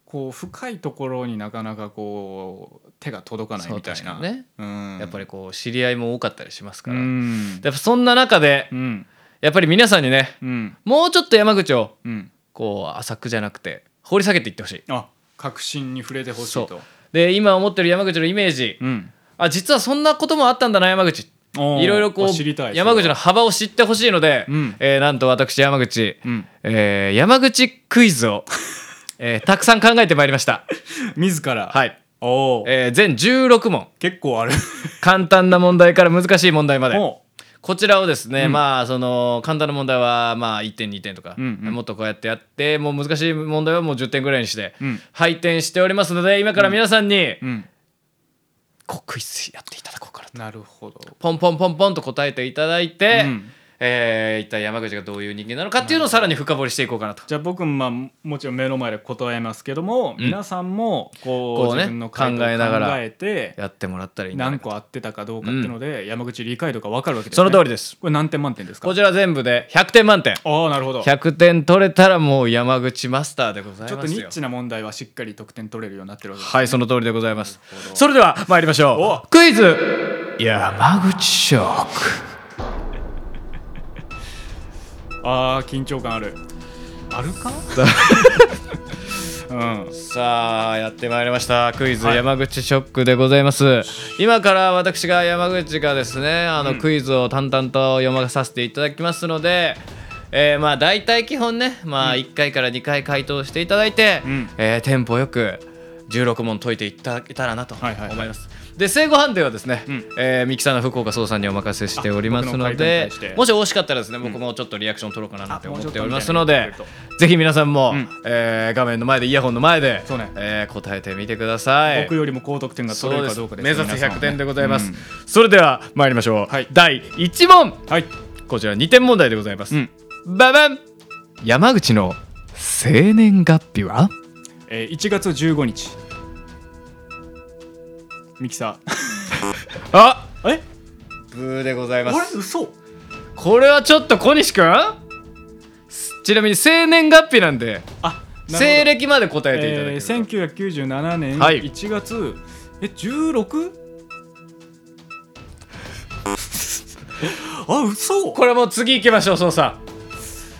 [SPEAKER 1] こう深いところになかなかこう手が届かない
[SPEAKER 2] そう
[SPEAKER 1] みたい
[SPEAKER 2] 確か
[SPEAKER 1] な、
[SPEAKER 2] にね
[SPEAKER 1] うん、
[SPEAKER 2] やっぱりこう知り合いも多かったりします
[SPEAKER 1] う
[SPEAKER 2] から、
[SPEAKER 1] ん
[SPEAKER 2] やっぱそんな中で
[SPEAKER 1] うん
[SPEAKER 2] やっぱり皆さんにね
[SPEAKER 1] うん
[SPEAKER 2] もうちょっと山口を
[SPEAKER 1] うん
[SPEAKER 2] こう浅くじゃなくて掘り下げていってほしい
[SPEAKER 1] あ確信に触れてほしい
[SPEAKER 2] そ
[SPEAKER 1] と。
[SPEAKER 2] で今思ってる山口のイメージ
[SPEAKER 1] うん
[SPEAKER 2] あ実はそんなこともあったんだな山口
[SPEAKER 1] おー
[SPEAKER 2] いろいろこ
[SPEAKER 1] あ知りた
[SPEAKER 2] う
[SPEAKER 1] い
[SPEAKER 2] 山口の幅を知ってほしいので、
[SPEAKER 1] うん
[SPEAKER 2] えーなんと私山口、
[SPEAKER 1] うん
[SPEAKER 2] えー山口クイズを、えーたくさん考えてまいりました、
[SPEAKER 1] 自ら
[SPEAKER 2] はい
[SPEAKER 1] おー
[SPEAKER 2] えー全16問
[SPEAKER 1] 結構ある
[SPEAKER 2] 簡単な問題から難しい問題まで
[SPEAKER 1] お
[SPEAKER 2] こちらをですね、
[SPEAKER 1] うん
[SPEAKER 2] まあその簡単な問題はまあ1点2点とか、
[SPEAKER 1] うんうん
[SPEAKER 2] もっとこうやってやってもう難しい問題はもう10点ぐらいにして、
[SPEAKER 1] うん
[SPEAKER 2] 配点しておりますので今から皆さんに、
[SPEAKER 1] うん
[SPEAKER 2] こうクイズやっていただこうかなと
[SPEAKER 1] なるほど
[SPEAKER 2] ポンポンポンポンと答えていただいて、
[SPEAKER 1] うん
[SPEAKER 2] えー一体山口がどういう人間なのかっていうのをさらに深掘りしていこうかなと。
[SPEAKER 1] じゃあ僕もまあもちろん目の前で答えますけども、
[SPEAKER 2] ん
[SPEAKER 1] 皆さんもこう
[SPEAKER 2] こうね
[SPEAKER 1] 自分の回答を
[SPEAKER 2] 考えながら
[SPEAKER 1] 考えて
[SPEAKER 2] やってもらったらいいんじゃない
[SPEAKER 1] 何
[SPEAKER 2] か
[SPEAKER 1] 個合ってたかどうかっていうので、山口理解度が分かるわけです、
[SPEAKER 2] そ
[SPEAKER 1] ね、
[SPEAKER 2] の通りです。
[SPEAKER 1] これ何点満点ですか
[SPEAKER 2] こちら全部で100点満点。
[SPEAKER 1] ああなるほどちょ
[SPEAKER 2] 100点取れたらもう山口マスターでございますよ。
[SPEAKER 1] っとニッチな問題はしっかり得点取れるようになってるわけです
[SPEAKER 2] はい、その通りでございます
[SPEAKER 1] なるほ。ど
[SPEAKER 2] それでは参りましょう。クイズ山口ショック。
[SPEAKER 1] ああ緊張感あるある かうん
[SPEAKER 2] さあ、やってまいりました。クイズ
[SPEAKER 1] はい
[SPEAKER 2] 山口ショックでございます。今から私が山口がですね、あのクイズを淡々と読まさせていただきますので、えーまあ大体基本ね、まあ1回から2回回答していただいて、
[SPEAKER 1] うん
[SPEAKER 2] えーテンポよく16問解いていただけたらなと思
[SPEAKER 1] はいいはいはい
[SPEAKER 2] ます。で正誤判定はですね、
[SPEAKER 1] うん
[SPEAKER 2] えーミキサーの福岡総さんにお任せしております
[SPEAKER 1] あ僕
[SPEAKER 2] の
[SPEAKER 1] の回答に
[SPEAKER 2] で
[SPEAKER 1] 対して
[SPEAKER 2] もし惜しかったらですね僕もちょっとリアクション取ろうかななんて
[SPEAKER 1] あ
[SPEAKER 2] 思
[SPEAKER 1] もうち
[SPEAKER 2] っ
[SPEAKER 1] ょってと
[SPEAKER 2] おり
[SPEAKER 1] みたいな
[SPEAKER 2] ますので
[SPEAKER 1] こと言って
[SPEAKER 2] ぜひ皆さんも、
[SPEAKER 1] うん
[SPEAKER 2] えー画面の前でイヤホンの前で、
[SPEAKER 1] そうね
[SPEAKER 2] えー答えてみてください。
[SPEAKER 1] 僕よりも高得点が取
[SPEAKER 2] そ
[SPEAKER 1] れ
[SPEAKER 2] う
[SPEAKER 1] る
[SPEAKER 2] で
[SPEAKER 1] か
[SPEAKER 2] す
[SPEAKER 1] どうかです
[SPEAKER 2] 目
[SPEAKER 1] ね
[SPEAKER 2] 指せ
[SPEAKER 1] 皆さんは
[SPEAKER 2] 100
[SPEAKER 1] ね
[SPEAKER 2] 点でございま
[SPEAKER 1] う
[SPEAKER 2] す、
[SPEAKER 1] ん
[SPEAKER 2] それでは参りましょう、
[SPEAKER 1] はい
[SPEAKER 2] 第1問
[SPEAKER 1] はい、
[SPEAKER 2] こちら2点問題でございます、
[SPEAKER 1] うん
[SPEAKER 2] ババン山口の生年月日は
[SPEAKER 1] えー、1月15日ミキサー
[SPEAKER 2] あ
[SPEAKER 1] え
[SPEAKER 2] ブーでござい
[SPEAKER 1] あ
[SPEAKER 2] ま
[SPEAKER 1] れ
[SPEAKER 2] す
[SPEAKER 1] 嘘
[SPEAKER 2] これはちょっと小西くんすちなみに生年月日なんで
[SPEAKER 1] あなるほど
[SPEAKER 2] 西暦まで答えていただけ
[SPEAKER 1] え
[SPEAKER 2] ると、
[SPEAKER 1] ー、1997年
[SPEAKER 2] はい
[SPEAKER 1] 1月、え 16? あ嘘
[SPEAKER 2] これもう次行きましょうそうさん、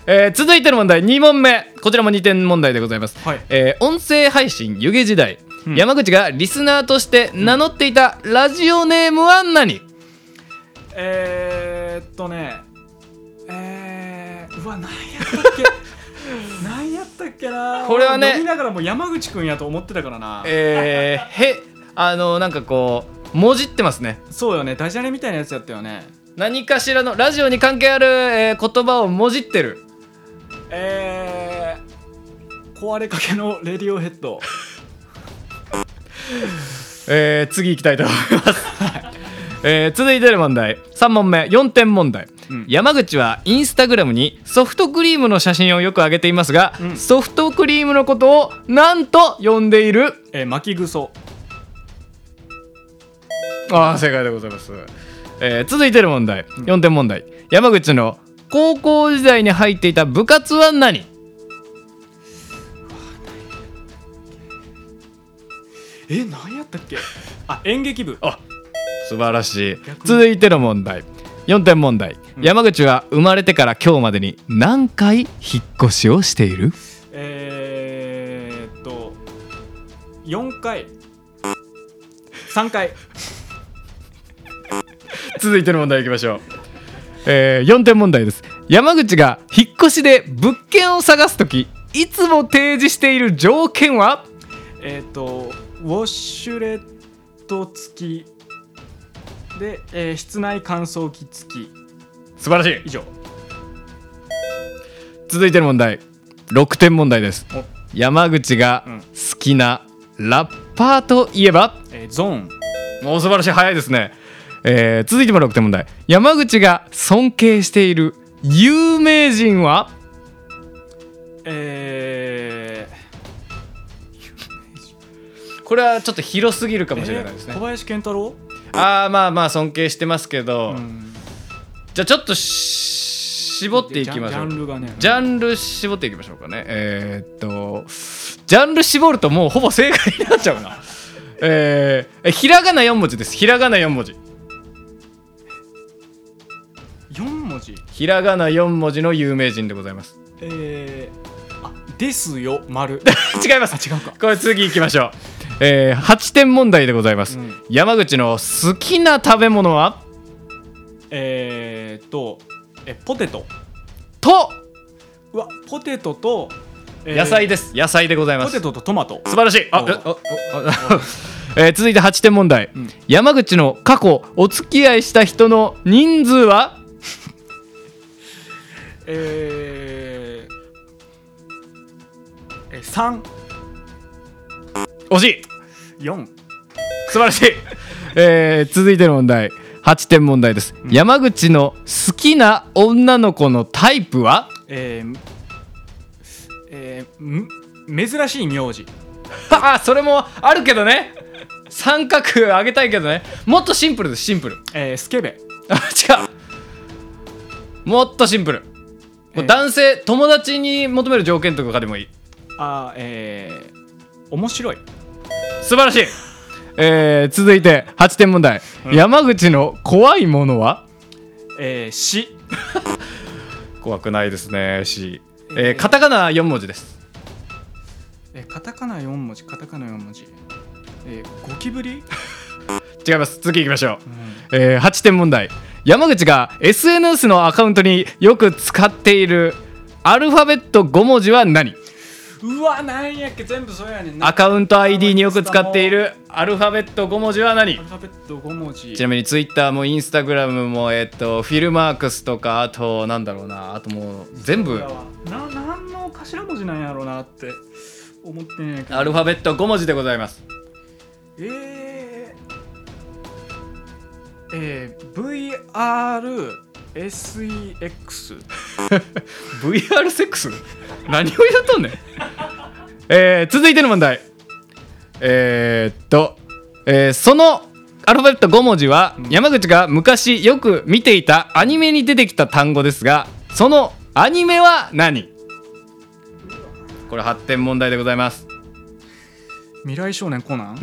[SPEAKER 2] えー続いての問題2問目こちらも2点問題でございます、
[SPEAKER 1] はい
[SPEAKER 2] えー音声配信湯気時代、
[SPEAKER 1] うん
[SPEAKER 2] 山口がリスナーとして名乗っていたラジオネームは何、
[SPEAKER 1] えー、っとねえー、うわ何やったっ け何やったっけな
[SPEAKER 2] これはね
[SPEAKER 1] 俺飲みながらもう山口くんやと思ってたからな、
[SPEAKER 2] えーへあのなんかこうもじってますね
[SPEAKER 1] そうよねダジャレみたいなやつやったよね
[SPEAKER 2] 何かしらのラジオに関係ある、えー言葉をもじってる
[SPEAKER 1] えー、壊れかけのレディオヘッド。
[SPEAKER 2] えー次行きたいと思います、 えー続いての問題3問目4点問題、
[SPEAKER 1] うん
[SPEAKER 2] 山口はインスタグラムにソフトクリームの写真をよく上げていますが、
[SPEAKER 1] うん
[SPEAKER 2] ソフトクリームのことをなんと呼んでいる
[SPEAKER 1] えー、巻きぐそ。
[SPEAKER 2] ああ正解でございます、えー続いての問題4点問題、山口の高校時代に入っていた部活は何
[SPEAKER 1] えー、何やったっけあ、演劇部。
[SPEAKER 2] あ素晴らしい
[SPEAKER 1] 逆に
[SPEAKER 2] 続いての問題4点問題、
[SPEAKER 1] うん
[SPEAKER 2] 山口は生まれてから今日までに何回引っ越しをしている
[SPEAKER 1] えー、っと、4回。3回。
[SPEAKER 2] 続いての問題いきましょう、え4点問題です山口が引っ越しで物件を探す時いつも提示している条件は
[SPEAKER 1] えー、っと、ウォッシュレット付きで、えー室内乾燥機付き
[SPEAKER 2] 素晴らしい
[SPEAKER 1] 以上
[SPEAKER 2] 続いての問題6点問題です
[SPEAKER 1] お
[SPEAKER 2] 山口が
[SPEAKER 1] うん
[SPEAKER 2] 好きなラッパーといえば、
[SPEAKER 1] えーゾーン
[SPEAKER 2] お素晴らしい早いですね、えー続いても6点問題山口が尊敬している有名人は
[SPEAKER 1] え
[SPEAKER 2] これはちょっと広すぎるか
[SPEAKER 1] ー
[SPEAKER 2] もしれないです
[SPEAKER 1] えー
[SPEAKER 2] ね
[SPEAKER 1] 小、林健太郎、
[SPEAKER 2] ああまあまあ尊敬してますけ
[SPEAKER 1] う
[SPEAKER 2] ど、
[SPEAKER 1] ん
[SPEAKER 2] じゃあちょっとし絞っていきましょ
[SPEAKER 1] ジャンジャン
[SPEAKER 2] う
[SPEAKER 1] ルがね
[SPEAKER 2] ジャンル絞っていきましょうかねえーっとジャンル絞るともうほぼ正解になっちゃうな えーえひらがな4文字ですひらがな4文字
[SPEAKER 1] 4文字
[SPEAKER 2] ひらがな4文字の有名人でございます
[SPEAKER 1] えー、あですよ 丸
[SPEAKER 2] 違いま
[SPEAKER 1] あ
[SPEAKER 2] す
[SPEAKER 1] 違うか
[SPEAKER 2] これ次行きましょう、えー、8点問題でございます、
[SPEAKER 1] うん
[SPEAKER 2] 山口の好きな食べ物は
[SPEAKER 1] えー、っとえポテト
[SPEAKER 2] と
[SPEAKER 1] うわポテトと、えー
[SPEAKER 2] 野菜です、野菜でございま
[SPEAKER 1] ポ
[SPEAKER 2] す
[SPEAKER 1] テトとトマト
[SPEAKER 2] 素晴らしいあ
[SPEAKER 1] お
[SPEAKER 2] えおおおえー続いて8点問題、
[SPEAKER 1] うん
[SPEAKER 2] 山口の過去お付き合いした人の人数は
[SPEAKER 1] えー、えー、
[SPEAKER 2] 惜しい
[SPEAKER 1] 34
[SPEAKER 2] 素晴らしい、えー続いての問題8点問題です、山口の好きな女の子のタイプは
[SPEAKER 1] えー、えー、ん珍しい名字
[SPEAKER 2] ああそれもあるけどね三角あげたいけどねもっとシンプルですシンプル
[SPEAKER 1] えー、スケベ
[SPEAKER 2] あ違うもっとシンプル、
[SPEAKER 1] えー
[SPEAKER 2] 男性友達に求める条件とかでもいい
[SPEAKER 1] あーえー、面白い
[SPEAKER 2] 素晴らしい、えー続いて8点問題、山口の怖いものは
[SPEAKER 1] えー、し
[SPEAKER 2] 怖くないですねし、
[SPEAKER 1] えー
[SPEAKER 2] カタカナ4文字です
[SPEAKER 1] えーカタカナ4文字カタカナ4文字えー、ゴキブリ、
[SPEAKER 2] 違います続きいきましょ
[SPEAKER 1] う
[SPEAKER 2] う、
[SPEAKER 1] ん
[SPEAKER 2] えー8点問題山口が SNS のアカウントによく使っているアルファベット5文字は何
[SPEAKER 1] うわなんやっけ全部そうやねんな
[SPEAKER 2] アカウント ID によく使っているアルファベット5文字は何
[SPEAKER 1] アルファベット5文字
[SPEAKER 2] ちなみにツイッターもインスタグラムもえっとフィルマークスとかあとなんだろうなあともう全部
[SPEAKER 1] な何の頭文字なんやろうなって思ってんやけど
[SPEAKER 2] アルファベット5文字でございます
[SPEAKER 1] えー、えー、VRSEX
[SPEAKER 2] VR セックス 何を言うとんねん、えー続いての問題えーっと、えーそのアルファベット5文字は
[SPEAKER 1] ん
[SPEAKER 2] 山口が昔よく見ていたアニメに出てきた単語ですがそのアニメは何これ8点問題でございます
[SPEAKER 1] 未来少年コナン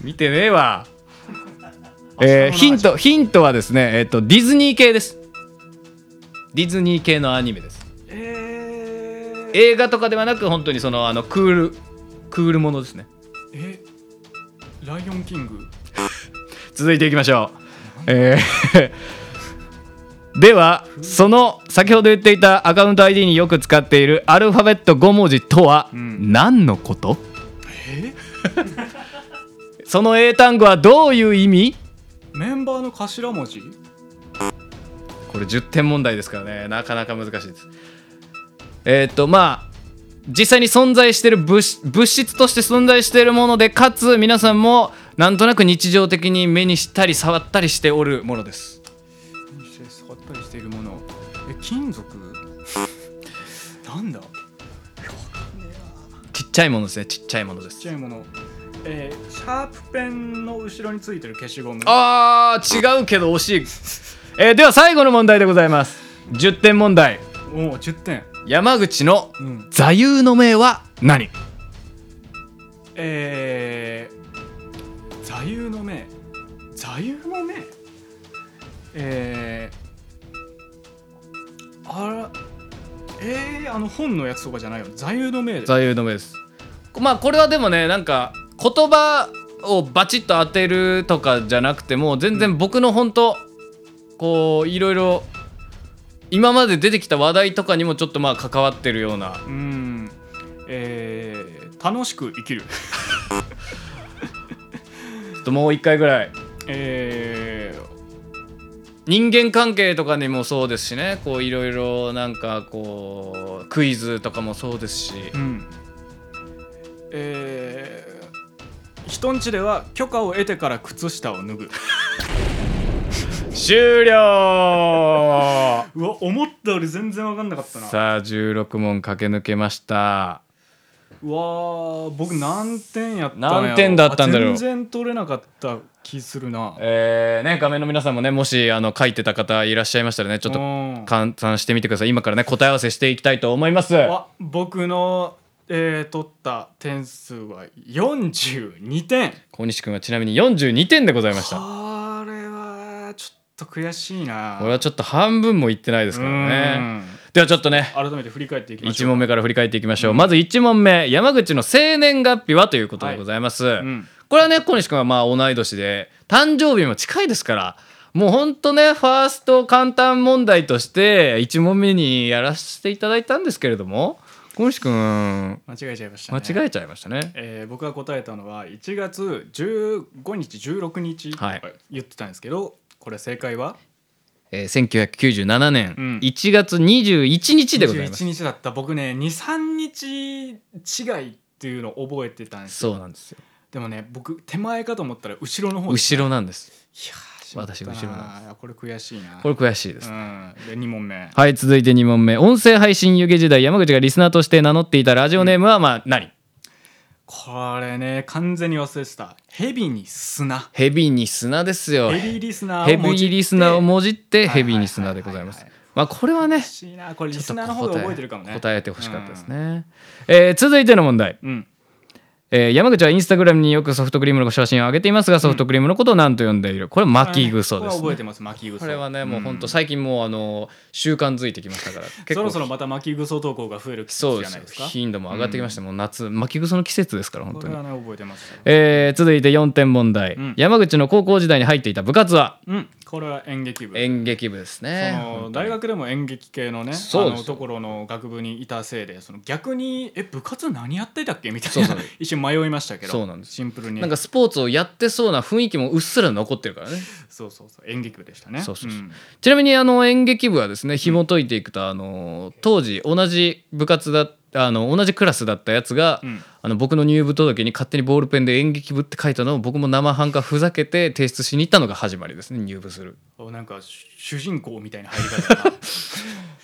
[SPEAKER 2] 見てねえ わ、えーヒントヒントはですね、えーっとディズニー系ですディズニー系のアニメです
[SPEAKER 1] えー、
[SPEAKER 2] 映画とかではなく本当にそのあのクールクールものですね
[SPEAKER 1] えライオンキング
[SPEAKER 2] 続いていきましょう、えー ではその先ほど言っていたアカウント ID によく使っているアルファベット5文字とは
[SPEAKER 1] ん
[SPEAKER 2] 何のこと、
[SPEAKER 1] え
[SPEAKER 2] その英単語はどういう意味
[SPEAKER 1] メンバーの頭文字
[SPEAKER 2] これ10点問題ですからねなかなか難しいですえーっとまあ実際に存在している物質物質として存在しているものでかつ皆さんもなんとなく日常的に目にしたり触ったりしておるものです
[SPEAKER 1] 触ったりしているものえ金属なんだ
[SPEAKER 2] ちっちゃいものですねちっちゃいもので
[SPEAKER 1] ちっ
[SPEAKER 2] す
[SPEAKER 1] ちゃいもの、えーシャープペンの後ろについてる消しゴム
[SPEAKER 2] あー違うけど惜しい、えーでは最後の問題でございます10点問題
[SPEAKER 1] おお10点、
[SPEAKER 2] 山口の
[SPEAKER 1] うん、
[SPEAKER 2] 座右の銘は何
[SPEAKER 1] えー、座右の銘座右の銘えー、あらえー、あの本のやつとかじゃないよ座右の銘で
[SPEAKER 2] 座右の銘ですまあこれはでもねなんか言葉をバチッと当てるとかじゃなくてもう全然僕の本当こういろいろ今まで出てきた話題とかにもちょっとまあ関わってるような
[SPEAKER 1] うんえー、楽しく生きる
[SPEAKER 2] ちょっともう一回ぐらい
[SPEAKER 1] えー
[SPEAKER 2] 人間関係とかにもそうですしねこういろいろなんかこうクイズとかもそうですし
[SPEAKER 1] うんえー人んちでは許可を得てから靴下を脱ぐ
[SPEAKER 2] 終了
[SPEAKER 1] うわ思ったより全然分かんなかったな
[SPEAKER 2] さあ16問駆け抜けました
[SPEAKER 1] うわー僕何点やったんやろ
[SPEAKER 2] 何点だったんだろう
[SPEAKER 1] あ全然取れなかった気するな
[SPEAKER 2] えーね画面の皆さんもねもしあの書いてた方いらっしゃいましたらねちょっ
[SPEAKER 1] う
[SPEAKER 2] と
[SPEAKER 1] ん
[SPEAKER 2] 簡単してみてください今からね答え合わせしていきたいと思います
[SPEAKER 1] あ僕の、えー取った点数は42点
[SPEAKER 2] 小西君はちなみに42点でございました
[SPEAKER 1] これはちょっと悔しいな
[SPEAKER 2] これはちょっと半分もいってないですからねではちょっとね
[SPEAKER 1] うん改めて振り返っていきましょ
[SPEAKER 2] 1
[SPEAKER 1] う
[SPEAKER 2] 問目から振り返っていきましょう、まず1問目山口の生年月日はということでございます、
[SPEAKER 1] うん
[SPEAKER 2] これはね小西君はまあ同い年で誕生日も近いですからもうほんとねファースト簡単問題として1問目にやらせていただいたんですけれども小西君間
[SPEAKER 1] 間違えちゃいました、ね、
[SPEAKER 2] 違えちゃいましたね
[SPEAKER 1] えー僕が答えたのは1月15日16日と
[SPEAKER 2] はい
[SPEAKER 1] か言ってたんですけど、これ正解は
[SPEAKER 2] えー1997
[SPEAKER 1] う
[SPEAKER 2] 年
[SPEAKER 1] ん
[SPEAKER 2] 1月21日でございます、
[SPEAKER 1] 21日だった僕ね23日違いっていうのを覚えてたんですよ
[SPEAKER 2] そうなんですよ
[SPEAKER 1] でもね僕手前かと思ったら後ろの方
[SPEAKER 2] 後ろなんです
[SPEAKER 1] いやーしまった
[SPEAKER 2] 私後ろなん
[SPEAKER 1] なこれ悔しいな
[SPEAKER 2] これ悔しいです
[SPEAKER 1] うん、で2問目
[SPEAKER 2] はい続いて2問目音声配信湯気時代山口がリスナーとして名乗っていたラジオネームはまあ何、
[SPEAKER 1] これね完全に忘れてたヘビに砂
[SPEAKER 2] ヘビーに砂ですよ
[SPEAKER 1] ヘビーリスナー
[SPEAKER 2] ヘ
[SPEAKER 1] を
[SPEAKER 2] ビ
[SPEAKER 1] もじっ
[SPEAKER 2] ー
[SPEAKER 1] て
[SPEAKER 2] リスナーをもじって
[SPEAKER 1] い
[SPEAKER 2] ヘビーに砂でございます
[SPEAKER 1] はいはい
[SPEAKER 2] まあこれはね
[SPEAKER 1] 悔しいなこれリ
[SPEAKER 2] ち
[SPEAKER 1] ス
[SPEAKER 2] ょっ
[SPEAKER 1] ナー
[SPEAKER 2] と
[SPEAKER 1] の方が覚え
[SPEAKER 2] 答
[SPEAKER 1] てるかもね
[SPEAKER 2] え答えてほしかったですね、えー続いての問題、
[SPEAKER 1] うん、うん
[SPEAKER 2] えー山口はインスタグラムによくソフトクリームの写真を上げていますがソフトクリームのことを何と呼んでいるこれ巻きぐそで
[SPEAKER 1] これ
[SPEAKER 2] す、
[SPEAKER 1] は覚え
[SPEAKER 2] ね
[SPEAKER 1] てます巻きぐそ
[SPEAKER 2] これはねもう本当
[SPEAKER 1] ん
[SPEAKER 2] 最近もうあの習慣づいてきまし たから結構
[SPEAKER 1] そろそろまた巻きぐそ投稿が増える季
[SPEAKER 2] そう
[SPEAKER 1] 節
[SPEAKER 2] で
[SPEAKER 1] じゃ
[SPEAKER 2] す
[SPEAKER 1] ない
[SPEAKER 2] よ
[SPEAKER 1] ですか
[SPEAKER 2] 頻度も上がってきました、もう夏巻きぐその季節ですから本
[SPEAKER 1] こ
[SPEAKER 2] 当
[SPEAKER 1] れ
[SPEAKER 2] に
[SPEAKER 1] はね覚えてます
[SPEAKER 2] えー続いて4点問題、
[SPEAKER 1] うん
[SPEAKER 2] 山口の高校時代に入っていた部活は
[SPEAKER 1] うんこれは演劇部
[SPEAKER 2] 演劇部ですね
[SPEAKER 1] その大学でも演劇系のねあ
[SPEAKER 2] そうです
[SPEAKER 1] のところの学部にいたせいでその逆にえ部活何やってたっけみた
[SPEAKER 2] そう
[SPEAKER 1] い
[SPEAKER 2] そ
[SPEAKER 1] な
[SPEAKER 2] う
[SPEAKER 1] 一瞬迷いましたけど
[SPEAKER 2] そうなんです
[SPEAKER 1] シンプルに
[SPEAKER 2] なんかスポーツをやってそうな雰囲気もうっすら残ってるからね
[SPEAKER 1] そうそうそう演劇部でしたね
[SPEAKER 2] そうそうそうんちなみにあの演劇部はですね紐解いていくとあの当時同じ部活だあの同じクラスだったやつが、
[SPEAKER 1] うん
[SPEAKER 2] あの僕の入部届に勝手にボールペンで演劇部って書いたのを僕も生半可ふざけて提出しに行ったのが始まりですね入部する
[SPEAKER 1] おなんか主主人公みたいな入り方 が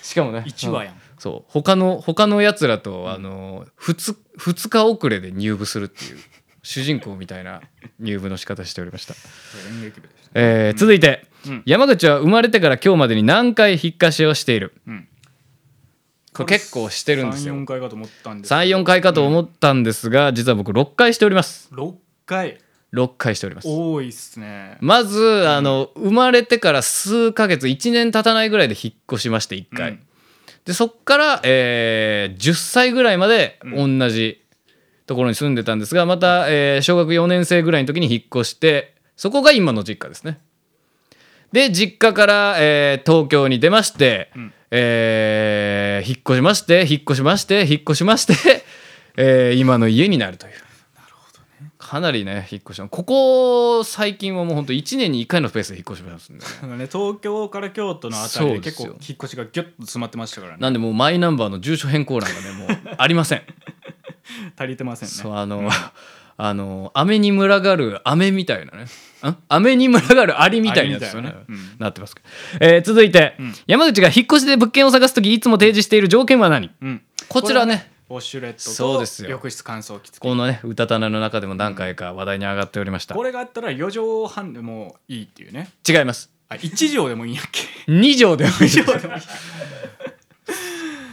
[SPEAKER 2] しかもね
[SPEAKER 1] 一話やん
[SPEAKER 2] そう他の他のやつらとあの 2, 2日遅れで入部するっていう主人公みたいな入部の仕方しておりました、
[SPEAKER 1] 演劇部ですね
[SPEAKER 2] えー続いて、
[SPEAKER 1] うん
[SPEAKER 2] 山口は生まれてから今日までに何回引っ越しをしている
[SPEAKER 1] うん
[SPEAKER 2] これ結構してるんですよ
[SPEAKER 1] 34回かと思ったんですけど
[SPEAKER 2] 34回かと思ったんですが実は僕6回しております
[SPEAKER 1] 6回
[SPEAKER 2] 6回しております
[SPEAKER 1] 多いっすね
[SPEAKER 2] まずあの生まれてから数ヶ月1年経たないぐらいで引っ越しまして1回、
[SPEAKER 1] うん
[SPEAKER 2] でそっから、えー10歳ぐらいまで同じところに住んでたんですがまた、えー小学4年生ぐらいの時に引っ越してそこが今の実家ですねで実家から、えー東京に出まして、
[SPEAKER 1] うん
[SPEAKER 2] えー引っ越しまして引っ越しまして引っ越しまして、 えー今の家になるというかなりね引っ越しまここ最近はもうほんと1年に1回のペースで引っ越しますんでね
[SPEAKER 1] なんかね、東京から京都のあたり
[SPEAKER 2] そう
[SPEAKER 1] で
[SPEAKER 2] です
[SPEAKER 1] 結構
[SPEAKER 2] よ
[SPEAKER 1] 引っ越しがギュッと詰まってましたからね
[SPEAKER 2] なんでもうマイナンバーの住所変更欄がねもうありませ ん
[SPEAKER 1] 足りてませんね
[SPEAKER 2] そうあの、あの飴に群がる飴みたいなねん飴に群がるアリみたいなやつですよね
[SPEAKER 1] アリみたいなねうん
[SPEAKER 2] なってますけど、えー続いて、
[SPEAKER 1] うん
[SPEAKER 2] 山口が引っ越しで物件を探す時いつも提示している条件は何
[SPEAKER 1] うん、
[SPEAKER 2] こちら
[SPEAKER 1] こ
[SPEAKER 2] ね
[SPEAKER 1] れはウォッシュレット
[SPEAKER 2] そうですよ
[SPEAKER 1] と浴室乾燥機付き
[SPEAKER 2] このねうたたなの中でも何回か話題に上がっておりました
[SPEAKER 1] これがあったら4畳半でもいいっていうね
[SPEAKER 2] 違います
[SPEAKER 1] あ1畳でもいいんやっけ
[SPEAKER 2] 2畳でもいい
[SPEAKER 1] 一畳でもいい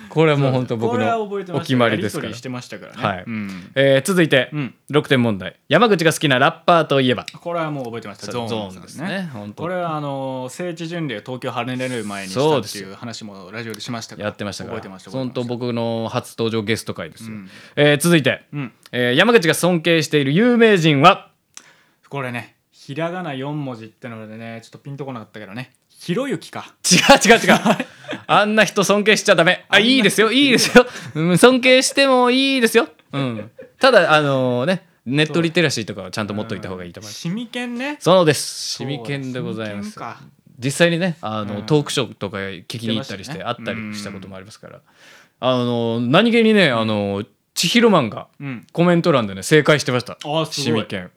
[SPEAKER 2] これはもう本当
[SPEAKER 1] こ
[SPEAKER 2] 僕
[SPEAKER 1] れは
[SPEAKER 2] の
[SPEAKER 1] 覚えて
[SPEAKER 2] お
[SPEAKER 1] ました
[SPEAKER 2] 決まりですか
[SPEAKER 1] や
[SPEAKER 2] ら
[SPEAKER 1] り取りし、てましたからね
[SPEAKER 2] はい
[SPEAKER 1] うん
[SPEAKER 2] えー続いて、
[SPEAKER 1] うん
[SPEAKER 2] 6点問題山口が好きなラッパーといえば
[SPEAKER 1] これはもう覚えてましたゾーン
[SPEAKER 2] ゾ
[SPEAKER 1] さん
[SPEAKER 2] ですね本当
[SPEAKER 1] これはあの聖地巡礼を東京離れる前にし
[SPEAKER 2] そ
[SPEAKER 1] た
[SPEAKER 2] う
[SPEAKER 1] っ
[SPEAKER 2] で
[SPEAKER 1] て
[SPEAKER 2] す
[SPEAKER 1] いう話もラジオでしましたから
[SPEAKER 2] やってましたから
[SPEAKER 1] 覚えてました覚え
[SPEAKER 2] 本
[SPEAKER 1] て
[SPEAKER 2] 当
[SPEAKER 1] ました
[SPEAKER 2] 僕の初登場ゲスト会です
[SPEAKER 1] う
[SPEAKER 2] よ、
[SPEAKER 1] ん
[SPEAKER 2] えー続いて、
[SPEAKER 1] うん
[SPEAKER 2] えー山口が尊敬している有名人は
[SPEAKER 1] これねひらがな4文字ってのでねちょっとピンとこなかったけどねひろゆきか
[SPEAKER 2] 違う違う違うあんな人尊敬しちゃダメあ
[SPEAKER 1] あんない
[SPEAKER 2] いですよいいですよ、うん、尊敬してもいいですよ、うん、ただあのねネットリテラシーとかはちゃんと持っといた方がいいと思います。
[SPEAKER 1] シミケンね
[SPEAKER 2] そうです。シミケンでござい
[SPEAKER 1] シ
[SPEAKER 2] ま
[SPEAKER 1] ミ
[SPEAKER 2] す
[SPEAKER 1] ケン。か
[SPEAKER 2] 実際にね、あの、
[SPEAKER 1] うん
[SPEAKER 2] トークショーとか聞きに行ったりして、
[SPEAKER 1] 言
[SPEAKER 2] あ
[SPEAKER 1] っ
[SPEAKER 2] っ
[SPEAKER 1] ま
[SPEAKER 2] て
[SPEAKER 1] した
[SPEAKER 2] た
[SPEAKER 1] ね
[SPEAKER 2] りしたこともありますから。あの、何気にね、あの、千尋マンが
[SPEAKER 1] うん
[SPEAKER 2] コメント欄でね、正解してました。
[SPEAKER 1] あす
[SPEAKER 2] シ
[SPEAKER 1] ご
[SPEAKER 2] ミ
[SPEAKER 1] い
[SPEAKER 2] ケン。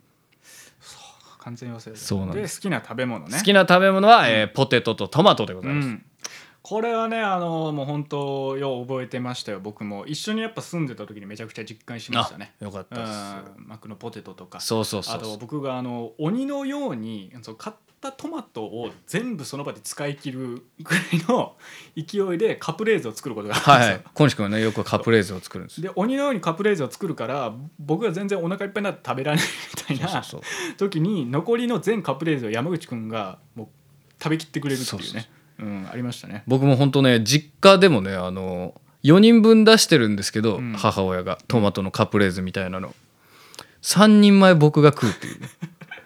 [SPEAKER 1] 完全に忘れてた
[SPEAKER 2] そうなんで
[SPEAKER 1] で好きな食べ物ね
[SPEAKER 2] 好きな食べ物は、えーポテトとトマトでございうます。
[SPEAKER 1] ん、これはねあのもう本当よう覚えてましたよ僕も一緒にやっぱ住んでた時にめちゃくちゃ実感しましたね
[SPEAKER 2] あよかっ
[SPEAKER 1] う
[SPEAKER 2] たで
[SPEAKER 1] んマックのポテトとか
[SPEAKER 2] す。そうそうそ
[SPEAKER 1] あ
[SPEAKER 2] うそ
[SPEAKER 1] と
[SPEAKER 2] う。
[SPEAKER 1] 僕があの鬼のようにそう買ったトマトを全部その場で使い切るぐらいの 勢いでカプレーゼを作ることがあったんで
[SPEAKER 2] はい
[SPEAKER 1] す
[SPEAKER 2] は
[SPEAKER 1] よ、
[SPEAKER 2] い。小西君はね、よくカプレーゼを作るんですよ。
[SPEAKER 1] で鬼のようにカプレーゼを作るから僕が全然お腹いっぱいになって食べられないみたい
[SPEAKER 2] そう
[SPEAKER 1] な
[SPEAKER 2] そうそう。
[SPEAKER 1] 時に残りの全カプレーゼを山口くんがもう食べきってくれるっていうね
[SPEAKER 2] そうそうそ
[SPEAKER 1] うん、ありましたね
[SPEAKER 2] 僕も本当ね実家でもねあの4人分出してるんですけど、
[SPEAKER 1] うん
[SPEAKER 2] 母親がトマトのカプレーゼみたいなの3人前僕が食うっていうね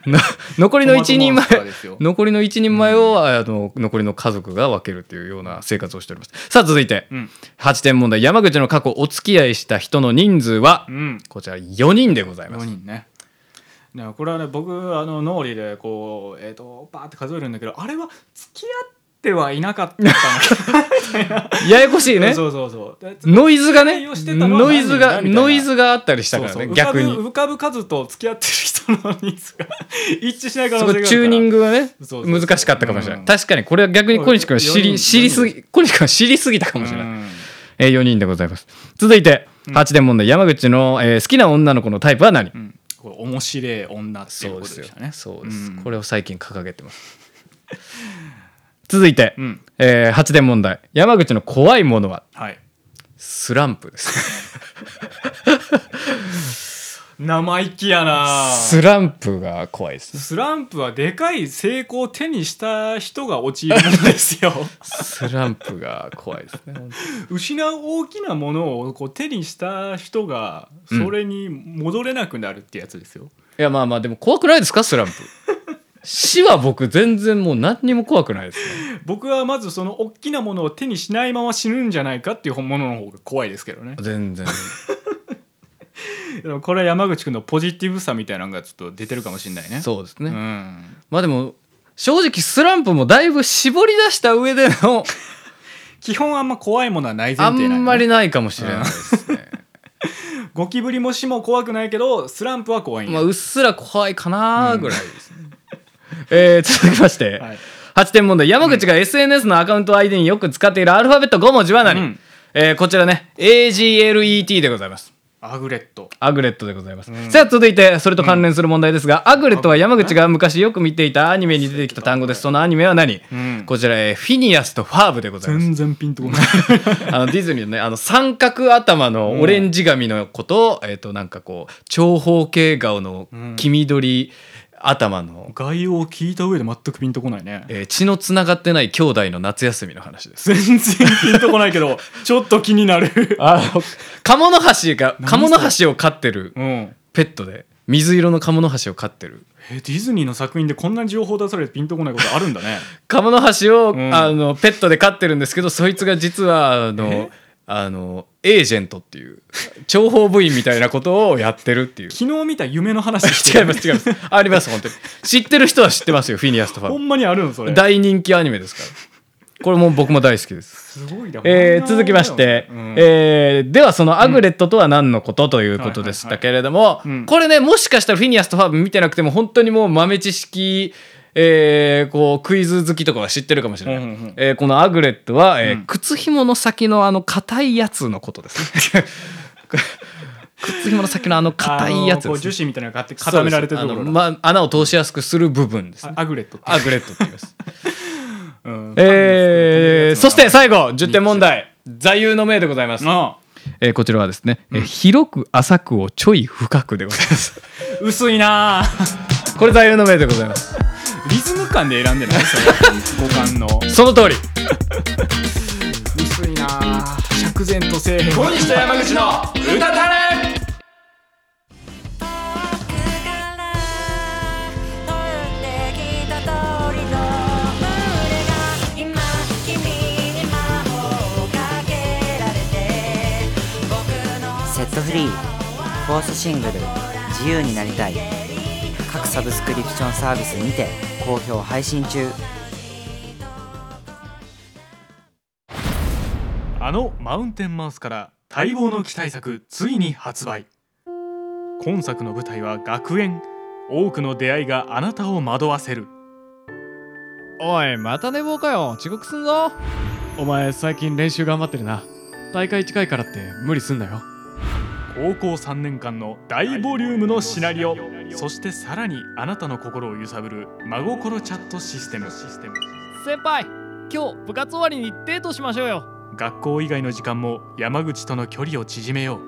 [SPEAKER 2] な残りの1人前
[SPEAKER 1] トマトモンスターですよ
[SPEAKER 2] 残りの1人前を、あの残りの家族が分けるっていうような生活をしておりますさあ続いて
[SPEAKER 1] うん
[SPEAKER 2] 8点問題山口の過去お付き合いした人の人数は
[SPEAKER 1] うん
[SPEAKER 2] こちら4人でございま
[SPEAKER 1] 4
[SPEAKER 2] す
[SPEAKER 1] 人ねだからこれはね僕あの脳裏でこうえっ、とバーって数えるんだけどあれは付き合ってはいなかったんだ
[SPEAKER 2] ややこしい
[SPEAKER 1] けど
[SPEAKER 2] ね
[SPEAKER 1] そうそうそうで
[SPEAKER 2] ノイズがね
[SPEAKER 1] 付き合いをしてたのは
[SPEAKER 2] ノイズ
[SPEAKER 1] 何人
[SPEAKER 2] が
[SPEAKER 1] だみたいな
[SPEAKER 2] ノイズがあったりしたから
[SPEAKER 1] そう
[SPEAKER 2] ね
[SPEAKER 1] そう
[SPEAKER 2] 逆に
[SPEAKER 1] 浮かぶ浮かぶ数と付き合ってる人の人数が 一致しない可能性があ
[SPEAKER 2] そこ
[SPEAKER 1] るから
[SPEAKER 2] チューニングがね
[SPEAKER 1] そうそうそう
[SPEAKER 2] 難しかったかもしれない、
[SPEAKER 1] うん
[SPEAKER 2] 確かにこれは逆に小西君は
[SPEAKER 1] そう
[SPEAKER 2] 知
[SPEAKER 1] 四
[SPEAKER 2] り
[SPEAKER 1] 人
[SPEAKER 2] 知りすぎ小西君は知りすぎたかもしれない、
[SPEAKER 1] うん
[SPEAKER 2] えー、4人でございます続いて8点問題、山口の、えー好きな女の子のタイプは何、
[SPEAKER 1] うんこれ面白い女っていう
[SPEAKER 2] そう
[SPEAKER 1] こ
[SPEAKER 2] で
[SPEAKER 1] と
[SPEAKER 2] す
[SPEAKER 1] で
[SPEAKER 2] よ
[SPEAKER 1] したね
[SPEAKER 2] そうです、
[SPEAKER 1] ん
[SPEAKER 2] これを最近掲げてます 続いて、
[SPEAKER 1] うん
[SPEAKER 2] えー、8点問題山口の怖いものは
[SPEAKER 1] はい
[SPEAKER 2] スランプです
[SPEAKER 1] 生意気やな
[SPEAKER 2] スランプが怖いですね
[SPEAKER 1] スランプはでかい成功を手にした人が陥るん ですよ
[SPEAKER 2] スランプが怖いですね本当に
[SPEAKER 1] 失う大きなものをこう手にした人がそれに戻れなくなるってやつですよ、
[SPEAKER 2] いやまあまあでも怖くないですかスランプ死は僕全然もう何にも怖くないですね
[SPEAKER 1] 僕はまずその大きなものを手にしないまま死ぬんじゃないかっていうものの方が怖いですけどね
[SPEAKER 2] 全然
[SPEAKER 1] でもこれは山口君のポジティブさみたいなのがちょっと出てるかもしれないね
[SPEAKER 2] そうですね、
[SPEAKER 1] うん
[SPEAKER 2] まあでも正直スランプもだいぶ絞り出した上での
[SPEAKER 1] 基本あんま怖いものは ない前
[SPEAKER 2] あ
[SPEAKER 1] 提なん
[SPEAKER 2] んまりないかもしれないですね、
[SPEAKER 1] ゴキブリも死も怖くないけどスランプは怖いんや
[SPEAKER 2] まあうっすら怖いかなぐらいですね、えー続きまして、
[SPEAKER 1] はい
[SPEAKER 2] 8点問題山口が SNS のアカウント ID によく使っているアルファベット5文字は何、
[SPEAKER 1] うん
[SPEAKER 2] えーこちらね AGLET でございます
[SPEAKER 1] アグレット
[SPEAKER 2] アグレットでございます、
[SPEAKER 1] ん
[SPEAKER 2] さあ続いてそれと関連する問題ですが、アグレットは山口が昔よく見ていたアニメに出てきた単語ですそのアニメは何、
[SPEAKER 1] ん
[SPEAKER 2] こちら、えーフィニアスとファーブでございます
[SPEAKER 1] 全然ピンとこない
[SPEAKER 2] あのディズニーのねあの三角頭のオレンジ髪の子と、えっ、となんかこう長方形顔の黄緑頭の、
[SPEAKER 1] 概要を聞いた上で全くピンとこないね
[SPEAKER 2] えー血のつながってない兄弟の夏休みの話です。
[SPEAKER 1] 全然ピンとこないけ どちょっと気になる
[SPEAKER 2] あの鴨の橋が鴨の橋を飼ってる
[SPEAKER 1] うんえ
[SPEAKER 2] ペットで水色の鴨の橋を飼ってる
[SPEAKER 1] ディズニーの作品でこんな情報出されてピンとこないことあるんだ ね
[SPEAKER 2] 鴨の橋を、
[SPEAKER 1] ん
[SPEAKER 2] あのペットで飼ってるんですけどそいつが実はあのあのエージェントっていう諜報部員みたいなことをやってる っていう
[SPEAKER 1] 昨日見た夢の話して
[SPEAKER 2] 違います違いますあります本当に知ってる人は知ってますよフィニアスとファ
[SPEAKER 1] ほ
[SPEAKER 2] ブ
[SPEAKER 1] んまにあるのそれ
[SPEAKER 2] 大人気アニメですからこれも僕も大好きで
[SPEAKER 1] す
[SPEAKER 2] す、
[SPEAKER 1] ごいな
[SPEAKER 2] えー続きまして、
[SPEAKER 1] うん
[SPEAKER 2] えーではそのアグレットとは何のことということでしたけれども、
[SPEAKER 1] いはいうん
[SPEAKER 2] これねもしかしたらフィニアスとファブ見てなくても本当にもう豆知識えーこうクイズ好きとかは知ってるかもしれない、
[SPEAKER 1] うんうんうん
[SPEAKER 2] えーこのアグレットは、えー
[SPEAKER 1] うん
[SPEAKER 2] 靴紐の先のあの硬いやつのことです ね靴紐の先のあの硬いやつ
[SPEAKER 1] あのこう
[SPEAKER 2] ですね
[SPEAKER 1] 樹脂みたいなのがあって固められてるとこ
[SPEAKER 2] そう
[SPEAKER 1] ろ
[SPEAKER 2] ですあの
[SPEAKER 1] だ
[SPEAKER 2] ま穴を通しやすくする部分ですね
[SPEAKER 1] あアグレットって
[SPEAKER 2] アグレットって言 います、
[SPEAKER 1] うん
[SPEAKER 2] えーそして最後10点問題座右の銘でございます、
[SPEAKER 1] あ
[SPEAKER 2] えーこちらはですね、えー広く浅くをちょい深くでござい ます
[SPEAKER 1] 薄いなあ
[SPEAKER 2] これ座右の銘でございます
[SPEAKER 1] リズム感で選ん でないそれ五感の
[SPEAKER 2] その通り
[SPEAKER 1] 薄いなあ釈然とせえへん小西と山口の歌たれ
[SPEAKER 3] 「僕から飛んできた通りの胸が今君に魔法をかけられて」「僕の
[SPEAKER 4] セットフリーフォースシングル自由になりたい各サブスクリプションサービスにて好評配信中
[SPEAKER 1] あのマウンテンマウスから待望の期待作ついに発売今作の舞台は学園多くの出会いがあなたを惑わせる
[SPEAKER 5] おいまた寝坊かよ遅刻すんぞお前最近練習頑張ってるな大会近いからって無理すんなよ
[SPEAKER 1] 高校3年間の大ボリュームのシナリオそしてさらにあなたの心を揺さぶる真心チャットシステム
[SPEAKER 5] 先輩今日部活終わりにデートしましょうよ
[SPEAKER 1] 学校以外の時間も山口との距離を縮めよ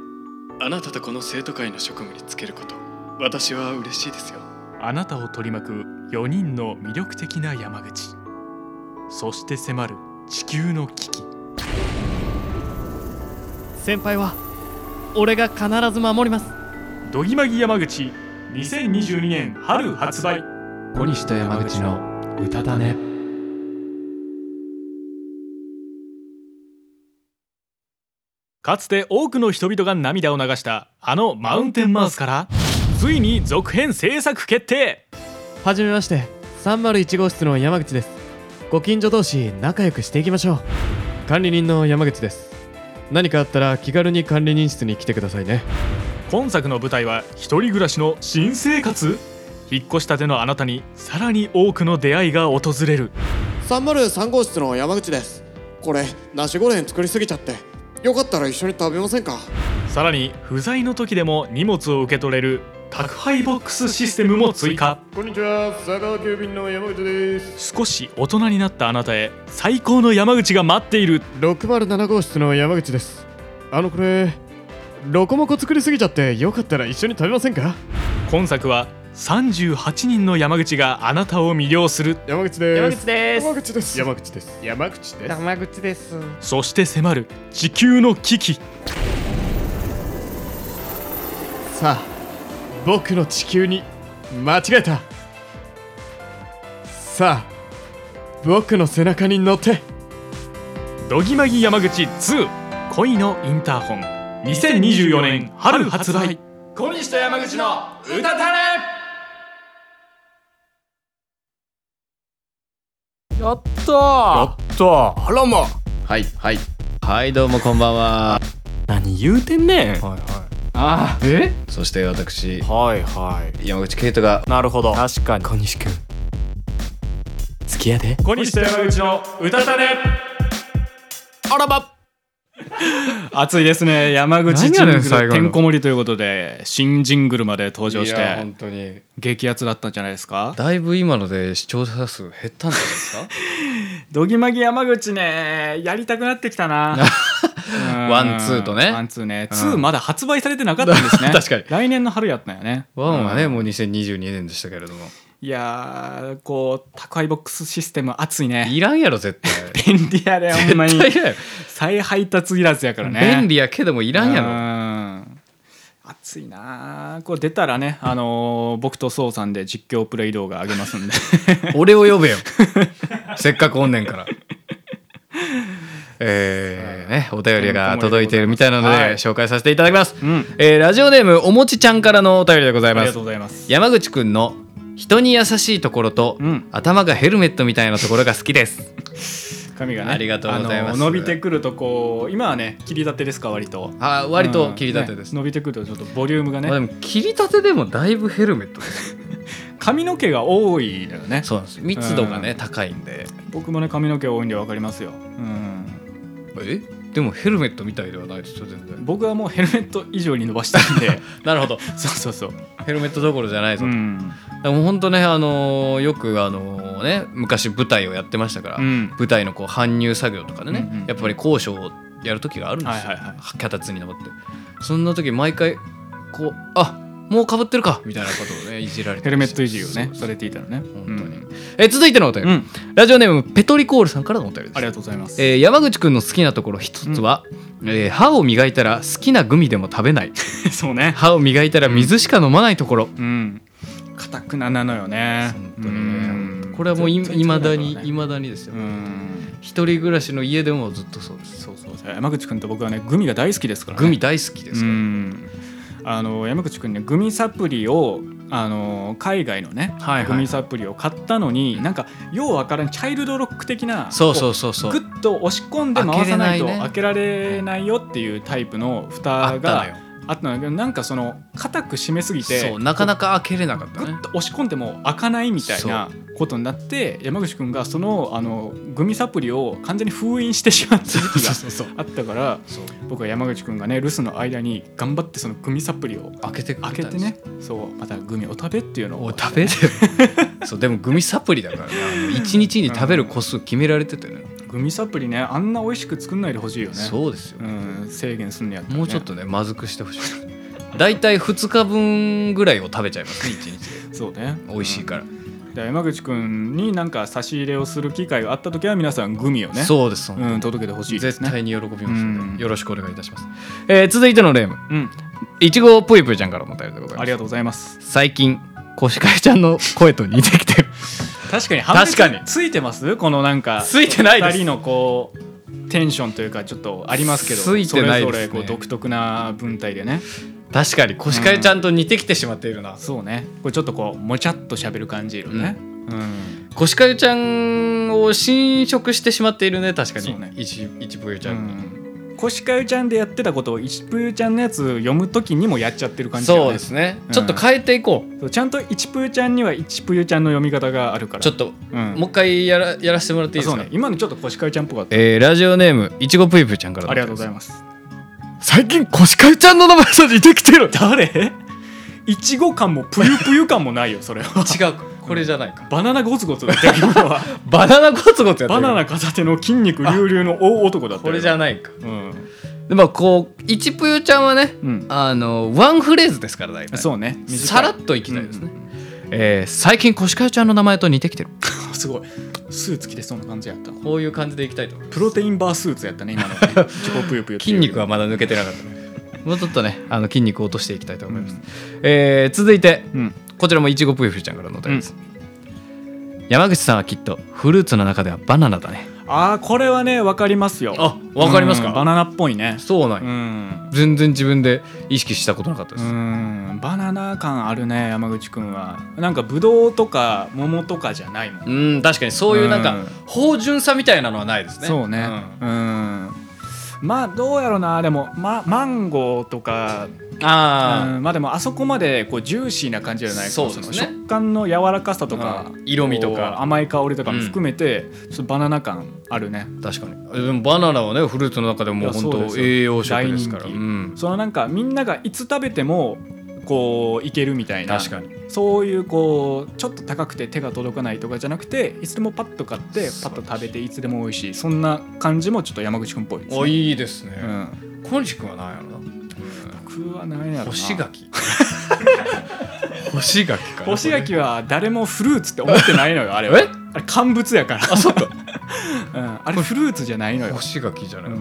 [SPEAKER 1] う
[SPEAKER 6] あなたとこの生徒会の職務につけること私は嬉しいですよ
[SPEAKER 1] あなたを取り巻く4人の魅力的な山口そして迫る地球の危機
[SPEAKER 5] 先輩は俺が必ず守ります
[SPEAKER 1] どぎまぎ山口2022年春発売小西と山口の歌だねかつて多くの人々が涙を流したあのマウンテンマウスからついに続編制作決定
[SPEAKER 5] はじめまして301号室の山口ですご近所同士仲良くしていきましょう管理人の山口です何かあったら気軽に管理人室に来てくださいね
[SPEAKER 1] 今作の舞台は一人暮らしの新生活引っ越したてのあなたにさらに多くの出会いが訪れる
[SPEAKER 7] 303号室の山口ですこれナシゴレン作りすぎちゃってよかったら一緒に食べませんか
[SPEAKER 1] さらに不在の時でも荷物を受け取れる宅配ボックスシステムも追加
[SPEAKER 7] こんにちは佐川急便の山口です
[SPEAKER 1] 少し大人になったあなたへ最高の山口が待っている
[SPEAKER 5] 607号室の山口ですあのこれロコモコ作りすぎちゃってよかったら一緒に食べませんか
[SPEAKER 1] 今作は38人の山口があなたを魅了する
[SPEAKER 7] 山口です
[SPEAKER 5] です
[SPEAKER 7] 山口です
[SPEAKER 5] 山口です
[SPEAKER 7] 山口で
[SPEAKER 5] 山口です
[SPEAKER 1] そして迫る地球の危機
[SPEAKER 5] さあ僕の地球に間違えたさあ僕の背中に 乗って
[SPEAKER 1] ドギマギ山口2恋のインターホン2024年春発売小西と山口の歌たれ
[SPEAKER 2] やったー
[SPEAKER 6] あらま
[SPEAKER 2] はいはいはいどうもこんばんは
[SPEAKER 8] 何言うてんね
[SPEAKER 6] はい
[SPEAKER 8] ん
[SPEAKER 6] は
[SPEAKER 8] ああえ
[SPEAKER 2] そして私
[SPEAKER 6] いはいはい
[SPEAKER 2] 山口圭人が
[SPEAKER 6] なるほど確かに
[SPEAKER 8] 小西くん付き合って
[SPEAKER 1] 小西と山口の歌たれ
[SPEAKER 6] あらば
[SPEAKER 1] 暑いですね山口ジン
[SPEAKER 2] 何や
[SPEAKER 1] グ
[SPEAKER 2] ね
[SPEAKER 1] ル
[SPEAKER 2] ん最後の
[SPEAKER 1] てんこ盛りということで新ジングルまで登場し
[SPEAKER 2] いや
[SPEAKER 1] て
[SPEAKER 2] 本当に
[SPEAKER 1] 激アツだったんじゃないですか
[SPEAKER 2] だいぶ今ので視聴者数減ったんじゃないです か
[SPEAKER 1] ドギマギ山口ねやりたくなってきたなうん
[SPEAKER 2] ワンツーとね
[SPEAKER 1] ワンツーねツーまだ発売されてなかったんですね
[SPEAKER 2] 確かに
[SPEAKER 1] 来年の春やったんよね
[SPEAKER 2] ワンはね、
[SPEAKER 1] うん
[SPEAKER 2] もう2022年でしたけれど も
[SPEAKER 1] いやーこう宅配ボックスシステム熱いね
[SPEAKER 2] いらんやろ絶対
[SPEAKER 1] 便利やでほんまに
[SPEAKER 2] 絶対いらんや
[SPEAKER 1] 再配達いらずやから
[SPEAKER 2] ろ、
[SPEAKER 1] ね
[SPEAKER 2] 便利やけどもい
[SPEAKER 1] い
[SPEAKER 2] らんやろ
[SPEAKER 1] 暑いなあこれ出たらね、あのー僕とそうさんで実況プレイ動画上げます んで
[SPEAKER 2] 俺を 呼べよせっかくおんねんからえーね、お便りが届いているみたいなので
[SPEAKER 1] はい
[SPEAKER 2] 紹介させていただきます、
[SPEAKER 1] ん
[SPEAKER 2] えーラジオネームおもちちゃんからのお便りでござ
[SPEAKER 1] あ
[SPEAKER 2] い
[SPEAKER 1] り
[SPEAKER 2] ま
[SPEAKER 1] が
[SPEAKER 2] す
[SPEAKER 1] とうございます
[SPEAKER 2] 山口くんの人に優しいところと、
[SPEAKER 1] うん
[SPEAKER 2] 頭がヘルメットみたいなところが好きです。
[SPEAKER 1] 髪がね
[SPEAKER 2] ありがとうござい
[SPEAKER 1] あ
[SPEAKER 2] ます
[SPEAKER 1] のー伸びてくるとこう今はね切り立てですか割と
[SPEAKER 2] あ割と切り立てで
[SPEAKER 1] う
[SPEAKER 2] す。
[SPEAKER 1] んね伸びてくるとちょっとボリュームがね、
[SPEAKER 2] まあ、でも切り立てでもだいぶヘルメットです。
[SPEAKER 1] 髪の毛が多いのよね
[SPEAKER 2] そうなんです。密度がね、
[SPEAKER 1] うん
[SPEAKER 2] 高いんで。
[SPEAKER 1] 僕もね髪の毛多いんで分かりますよ、うん、
[SPEAKER 2] えでもヘルメットみたいではないですよ全然。
[SPEAKER 1] 僕はもうヘルメット以上に伸ばしたいん で
[SPEAKER 2] なるほど。
[SPEAKER 1] そうそうそう、
[SPEAKER 2] ヘルメットどころじゃないぞ
[SPEAKER 1] う
[SPEAKER 2] と。
[SPEAKER 1] ん
[SPEAKER 2] でも本当ねあのーよくあのーね昔舞台をやってましたから、
[SPEAKER 1] うん
[SPEAKER 2] 舞台のこう搬入作業とかでね、
[SPEAKER 1] うんうん
[SPEAKER 2] やっぱり交渉をやる時があるんですよ、
[SPEAKER 1] はいはいはい
[SPEAKER 2] 脚立に登ってそんな時毎回こうあもうかぶってるかみたいなこと をねいじられて
[SPEAKER 1] ヘルメットいじりを
[SPEAKER 2] そう
[SPEAKER 1] ね
[SPEAKER 2] そう
[SPEAKER 1] されていたらね本
[SPEAKER 2] 本当に、え続いてのお便
[SPEAKER 1] う
[SPEAKER 2] り、
[SPEAKER 1] ん、うん
[SPEAKER 2] ラジオネームペトリコールさんからのお便りです
[SPEAKER 1] ありがとうございます
[SPEAKER 2] えー山口くんの好きなところ一つは、えー歯を磨いたら好きなグミでも食べない
[SPEAKER 1] そうね
[SPEAKER 2] 歯を磨いたら水しか飲まないところ、
[SPEAKER 1] うん固くななのよね
[SPEAKER 2] 本当に
[SPEAKER 1] う
[SPEAKER 2] ね
[SPEAKER 1] ん
[SPEAKER 2] これはもうい
[SPEAKER 1] 絶対
[SPEAKER 2] まだ
[SPEAKER 1] そう
[SPEAKER 2] にい
[SPEAKER 1] よね
[SPEAKER 2] まだにですよ、
[SPEAKER 1] うん
[SPEAKER 2] 一人暮らしの家でもずっとそうです
[SPEAKER 1] そうそう山口君と僕はねグミが大好きですからね
[SPEAKER 2] グミ大好きです
[SPEAKER 1] う
[SPEAKER 2] から、
[SPEAKER 1] んあの山口くんねグミサプリをあの海外のね、
[SPEAKER 2] はいはい
[SPEAKER 1] グミサプリを買ったのになんかようわからんチャイルドロック的な
[SPEAKER 2] そうそ
[SPEAKER 1] こ
[SPEAKER 2] うそうそう
[SPEAKER 1] グッと押し込んで回さないと
[SPEAKER 2] 開けれないね
[SPEAKER 1] 開けられないよっていうタイプの
[SPEAKER 2] あ
[SPEAKER 1] 蓋
[SPEAKER 2] ったの
[SPEAKER 1] が
[SPEAKER 2] よ
[SPEAKER 1] あったんだけどなんかその硬く締めすぎて
[SPEAKER 2] そうなかなか開けれなかった
[SPEAKER 1] グ
[SPEAKER 2] ね
[SPEAKER 1] ッと押し込んでも開かないみたいなことになって山口くんがそのあのグミサプリを完全に封印してしまった時期が
[SPEAKER 2] そうそう
[SPEAKER 1] あったから
[SPEAKER 2] そう
[SPEAKER 1] 僕は山口くんがね留守の間に頑張ってそのグミサプリを
[SPEAKER 2] 開けてくれた
[SPEAKER 1] 開
[SPEAKER 2] ん
[SPEAKER 1] け
[SPEAKER 2] です
[SPEAKER 1] てねそうまたグミを食べっていうのを
[SPEAKER 2] お食べてるそうでもグミサプリだからねあの一日に食べる個数決められててね、
[SPEAKER 1] グミサプリねあんな美味しく作んないでほしいよね
[SPEAKER 2] そうですよ、
[SPEAKER 1] うん、制限すんのやったらね
[SPEAKER 2] もうちょっとねまずくしてほしい大体2日分ぐらいを食べちゃいますね一日で
[SPEAKER 1] そうね
[SPEAKER 2] 美味しいから、
[SPEAKER 1] うんで山口くんになんか差し入れをする機会があった時は皆さんグミをね
[SPEAKER 2] そうです、本当に
[SPEAKER 1] うん、届けてほしいです
[SPEAKER 2] 絶
[SPEAKER 1] ね
[SPEAKER 2] 対に喜びますので、
[SPEAKER 1] うん
[SPEAKER 2] よろしくお願いいたします、えー続いてのレーム
[SPEAKER 1] うん
[SPEAKER 2] いちごぷいぷいちゃんからのお便りでございます
[SPEAKER 1] ありがとうございます
[SPEAKER 2] 最近コシカイちゃんの声と似てき てる
[SPEAKER 1] 確かに
[SPEAKER 2] 確かに
[SPEAKER 1] ついてますこのなんか
[SPEAKER 2] ついてないです
[SPEAKER 1] 2人のこうテンションというかちょっとありますけど
[SPEAKER 2] ついてないですね
[SPEAKER 1] それぞれこう独特な文体でね
[SPEAKER 2] 確かにコシカイちゃんと似てきてしまっているな、
[SPEAKER 1] そうねこれちょっとこうもちゃっと喋る感じよね、うん
[SPEAKER 2] コシカイちゃんを侵食してしまっているね確かに
[SPEAKER 1] そうね
[SPEAKER 2] いちいちぷいち
[SPEAKER 1] う
[SPEAKER 2] ゃんに、
[SPEAKER 1] ん、コシカユちゃんでやってたことを一ぷゆちゃんのやつ読む時にもやっちゃってる感じだよ
[SPEAKER 2] そう
[SPEAKER 1] ね
[SPEAKER 2] ですね、
[SPEAKER 1] うん
[SPEAKER 2] ちょっと変えていこう
[SPEAKER 1] そうちゃんと一ぷゆちゃんには一ぷゆちゃんの読み方があるから
[SPEAKER 2] ちょっと
[SPEAKER 1] うん
[SPEAKER 2] もう一回やらやらせてもらっていいで
[SPEAKER 1] そ
[SPEAKER 2] す
[SPEAKER 1] う
[SPEAKER 2] か、
[SPEAKER 1] ね今のちょっとコシカユちゃんっぽかった、
[SPEAKER 2] えーラジオネームいちごぷいぷいちゃんから
[SPEAKER 1] あ
[SPEAKER 2] のお
[SPEAKER 1] りが
[SPEAKER 2] 便
[SPEAKER 1] とうございます
[SPEAKER 2] す最近コシカイちゃんの名前と似てきてる
[SPEAKER 1] 誰 いちご感もぷゆぷゆ感もないよそれは
[SPEAKER 2] 違うかこれじゃないか、
[SPEAKER 1] バナナゴツゴツだったよ今は
[SPEAKER 2] バナナゴツゴツやってる
[SPEAKER 1] バナナ片手の筋肉隆々の大男だったよ
[SPEAKER 2] これじゃないか
[SPEAKER 1] うん、
[SPEAKER 2] でまあこういちぷよちゃんはね
[SPEAKER 1] うん、
[SPEAKER 2] あのワンフレーズですから大体
[SPEAKER 1] そうね短い
[SPEAKER 2] さらっといきたいですね、えー最近コシカヨちゃんの名前と似てきてる
[SPEAKER 1] うんすごいスーツ着てそうな感じやった
[SPEAKER 2] こういう感じでいきたいと思います
[SPEAKER 1] プロテインバースーツやったね今 のはねチョコぷよぷよってい
[SPEAKER 2] 筋
[SPEAKER 1] う
[SPEAKER 2] 肉はまだ抜けてなかったね もうちょっとねあの筋肉を落としていきたいと思います、えー続いて
[SPEAKER 1] うん
[SPEAKER 2] こちらもいちごぷよふちゃんからのお便りです、山口さんはきっとフルーツの中ではバナナだね
[SPEAKER 1] あーこれはね分かりますよ
[SPEAKER 2] あわかりますか
[SPEAKER 1] うんバナナっぽいね
[SPEAKER 2] そうなん
[SPEAKER 1] う
[SPEAKER 2] や、
[SPEAKER 1] ん
[SPEAKER 2] 全然自分で意識したことなかったで
[SPEAKER 1] う
[SPEAKER 2] す、
[SPEAKER 1] んバナナ感あるね山口くんはなんかブドウとか桃とかじゃないもん
[SPEAKER 2] うん確かにそういうなんか、
[SPEAKER 1] うん
[SPEAKER 2] 芳醇さみたいなのはないですね
[SPEAKER 1] そうね
[SPEAKER 2] ん
[SPEAKER 1] うん、まあどうやろうなでも、ま、マンゴーとか、
[SPEAKER 2] あ
[SPEAKER 1] うんまあでもあそこまでこうジューシーな感じじゃない
[SPEAKER 2] そうですね
[SPEAKER 1] の食感の柔らかさとか、
[SPEAKER 2] うん色味とか
[SPEAKER 1] こう甘い香りとかも含めて、ちょっとバナナ感あるね
[SPEAKER 2] あ確かにでもバナナはねフルーツの中でももう
[SPEAKER 1] いやそうで
[SPEAKER 2] 本当
[SPEAKER 1] すよ
[SPEAKER 2] 栄養食ですから、
[SPEAKER 1] 大
[SPEAKER 2] う
[SPEAKER 1] 人気
[SPEAKER 2] ん、
[SPEAKER 1] そのなんかみんながいつ食べてもこういけるみたいな
[SPEAKER 2] 確かに
[SPEAKER 1] そういうこうちょっと高くて手が届かないとかじゃなくていつでもパッと買ってパッと食べていつでも美味しいそんな感じもちょっと山口くんっぽいです、ね、
[SPEAKER 2] おいいですね、
[SPEAKER 1] うん、
[SPEAKER 2] 小西君は何やろ
[SPEAKER 1] 僕は何やろ
[SPEAKER 2] な
[SPEAKER 1] な
[SPEAKER 2] 干し柿干し柿 かな
[SPEAKER 1] 干し柿は誰もフルーツって思ってないのよあれは
[SPEAKER 2] え
[SPEAKER 1] あれ乾物やからあそっか、 うん、あれフルーツじゃないのよ
[SPEAKER 2] 干、し柿じゃな
[SPEAKER 1] う
[SPEAKER 2] い、
[SPEAKER 1] ん、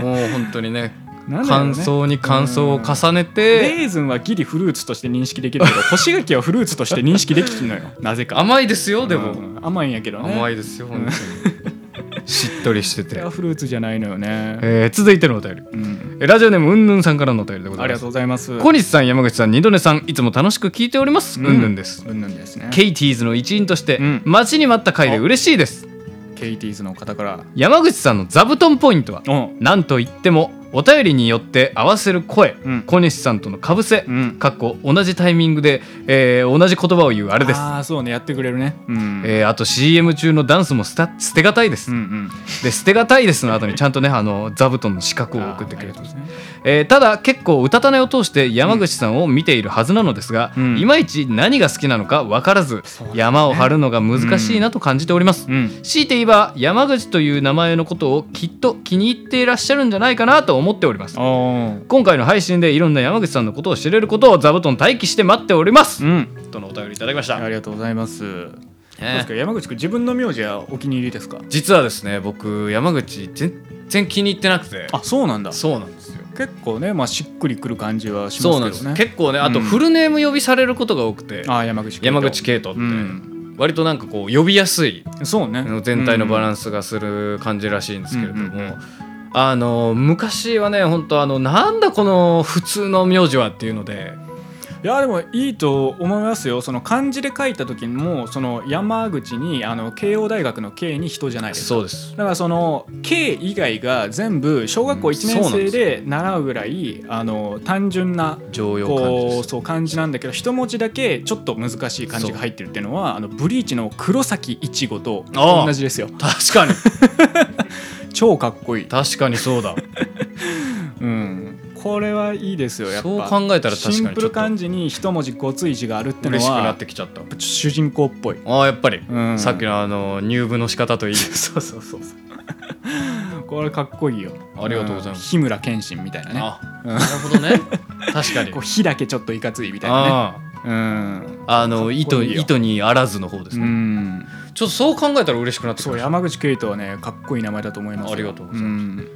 [SPEAKER 2] もう本当にね
[SPEAKER 1] なんだろう
[SPEAKER 2] 乾
[SPEAKER 1] ね
[SPEAKER 2] 燥に乾燥を重ねて
[SPEAKER 1] レーズンはギリフルーツとして認識できる けど干し柿はフルーツとして認識できてんのよなぜか
[SPEAKER 2] 甘いですよでも、
[SPEAKER 1] うん甘いんやけどね
[SPEAKER 2] 甘
[SPEAKER 1] い
[SPEAKER 2] いですよ本 当にしっとりしてて、
[SPEAKER 1] フルーツじゃないのよね、
[SPEAKER 2] えー続いてのお便り
[SPEAKER 1] うん、
[SPEAKER 2] えラジオネームうんぬんさんからのお便りでござ
[SPEAKER 1] あ
[SPEAKER 2] い
[SPEAKER 1] りが
[SPEAKER 2] ま
[SPEAKER 1] と
[SPEAKER 2] す
[SPEAKER 1] うございます
[SPEAKER 2] 小西さん山口さん二度寝さんいつも楽しく聞いております、
[SPEAKER 1] う
[SPEAKER 2] うんん、うんぬんです
[SPEAKER 1] うんうんですね
[SPEAKER 2] ケイティーズの一員として
[SPEAKER 1] うん
[SPEAKER 2] 待ちに待った回で嬉しいです、
[SPEAKER 1] ケイティーズの方から
[SPEAKER 2] 山口さんの座布団ポイントは
[SPEAKER 1] うん
[SPEAKER 2] なんといってもお便りによって合わせる声、
[SPEAKER 1] うん
[SPEAKER 2] 小西さんとのかぶせ、
[SPEAKER 1] うん
[SPEAKER 2] かっこ同じタイミングで、えー同じ言葉を言うあ
[SPEAKER 1] あ
[SPEAKER 2] れです
[SPEAKER 1] ああそうねやってくれるねうん、
[SPEAKER 2] えーあと CM 中のダンスもスタ捨てがたいです、
[SPEAKER 1] うんうん
[SPEAKER 2] で捨てがたいですの後にちゃんとねあの座布団の資格を送ってくれ
[SPEAKER 1] あーありがとうご
[SPEAKER 2] てます
[SPEAKER 1] ざいま
[SPEAKER 2] えーただ結構「うたた寝」を通して山口さんを見ているはずなのですが、
[SPEAKER 1] うん
[SPEAKER 2] いまいち何が好きなのか分から
[SPEAKER 1] そう
[SPEAKER 2] ず、
[SPEAKER 1] ですね
[SPEAKER 2] 山を張るのが難しいなと感じております、
[SPEAKER 1] すうん
[SPEAKER 2] 強いて言えば山口という名前のことをきっと気に入っていらっしゃるんじゃないかなと思っております
[SPEAKER 1] お
[SPEAKER 2] 今回の配信でいろんな山口さんのことを知れることを座布団待機して待っております、
[SPEAKER 1] うん
[SPEAKER 2] とのお便りいただきました、
[SPEAKER 1] ありがとうございます。どう
[SPEAKER 2] え
[SPEAKER 1] ですか山口君自分の名字はお気に入りですか
[SPEAKER 2] 実はですね僕山口全然気に入ってなくて
[SPEAKER 1] あそうなんだ
[SPEAKER 2] そうなんですよ
[SPEAKER 1] 結構ね、まあ、しっくりくる感じはし
[SPEAKER 2] そうな
[SPEAKER 1] ま
[SPEAKER 2] んですす
[SPEAKER 1] けどね
[SPEAKER 2] 結構ねあと
[SPEAKER 1] うん
[SPEAKER 2] フルネーム呼びされることが多くて、
[SPEAKER 1] あ山口
[SPEAKER 2] 山口
[SPEAKER 1] 系
[SPEAKER 2] 系統って、
[SPEAKER 1] うん
[SPEAKER 2] 割となんかこう呼びやすい
[SPEAKER 1] そうね
[SPEAKER 2] 全体のバラ
[SPEAKER 1] ン
[SPEAKER 2] ンスがする感じらしいんですけれども、
[SPEAKER 1] うんうんうん
[SPEAKER 2] あの昔はね本当あのなんだこの普通の名字はっていうので
[SPEAKER 1] いやでもいいと思いますよその漢字で書いた時もその山口にあの慶応大学の K に人じゃないですか
[SPEAKER 2] そうです
[SPEAKER 1] だからその K 以外が全部小学校1
[SPEAKER 2] そう
[SPEAKER 1] 年
[SPEAKER 2] なんで
[SPEAKER 1] 生
[SPEAKER 2] す
[SPEAKER 1] で習うぐらいあの単純な
[SPEAKER 2] 常用漢字
[SPEAKER 1] こ
[SPEAKER 2] で
[SPEAKER 1] う
[SPEAKER 2] す
[SPEAKER 1] そう漢字なんだけど一文字だけちょっと難しい漢字が入ってるっていうのはあのブリーチの黒崎一護と
[SPEAKER 2] ああ
[SPEAKER 1] 同じですよ
[SPEAKER 2] 確かに
[SPEAKER 1] 超かっこいい、
[SPEAKER 2] 確かにそ うだ
[SPEAKER 1] うん、これはいいですよやっぱ
[SPEAKER 2] そう考えたら確かに
[SPEAKER 1] シ
[SPEAKER 2] ちょっ
[SPEAKER 1] ン
[SPEAKER 2] と
[SPEAKER 1] プル漢字に一文字ごつい字があるっての
[SPEAKER 2] 嬉しくな
[SPEAKER 1] は
[SPEAKER 2] ってきちゃった
[SPEAKER 1] 主人公っぽい、
[SPEAKER 2] ああやっぱり、
[SPEAKER 1] うん、
[SPEAKER 2] さっきのあの入部の仕方とい い
[SPEAKER 1] そうそうそうそう。これかっこいいよ。
[SPEAKER 2] ありがとうございま
[SPEAKER 1] ん
[SPEAKER 2] す、
[SPEAKER 1] 日村謙信みたいなね。
[SPEAKER 2] あなるほどね確かに
[SPEAKER 1] こう火だけちょっといかついみたいなね。
[SPEAKER 2] あ
[SPEAKER 1] うん。
[SPEAKER 2] ああの糸
[SPEAKER 1] いいよ
[SPEAKER 2] 糸にあらずの方です
[SPEAKER 1] う
[SPEAKER 2] ね、
[SPEAKER 1] ん。
[SPEAKER 2] ちょっとそう考えたら嬉しくなってき
[SPEAKER 1] そう
[SPEAKER 2] ました
[SPEAKER 1] 山口圭人はねかっこいい名前だと思いますよ。
[SPEAKER 2] ありがとうございます
[SPEAKER 1] ん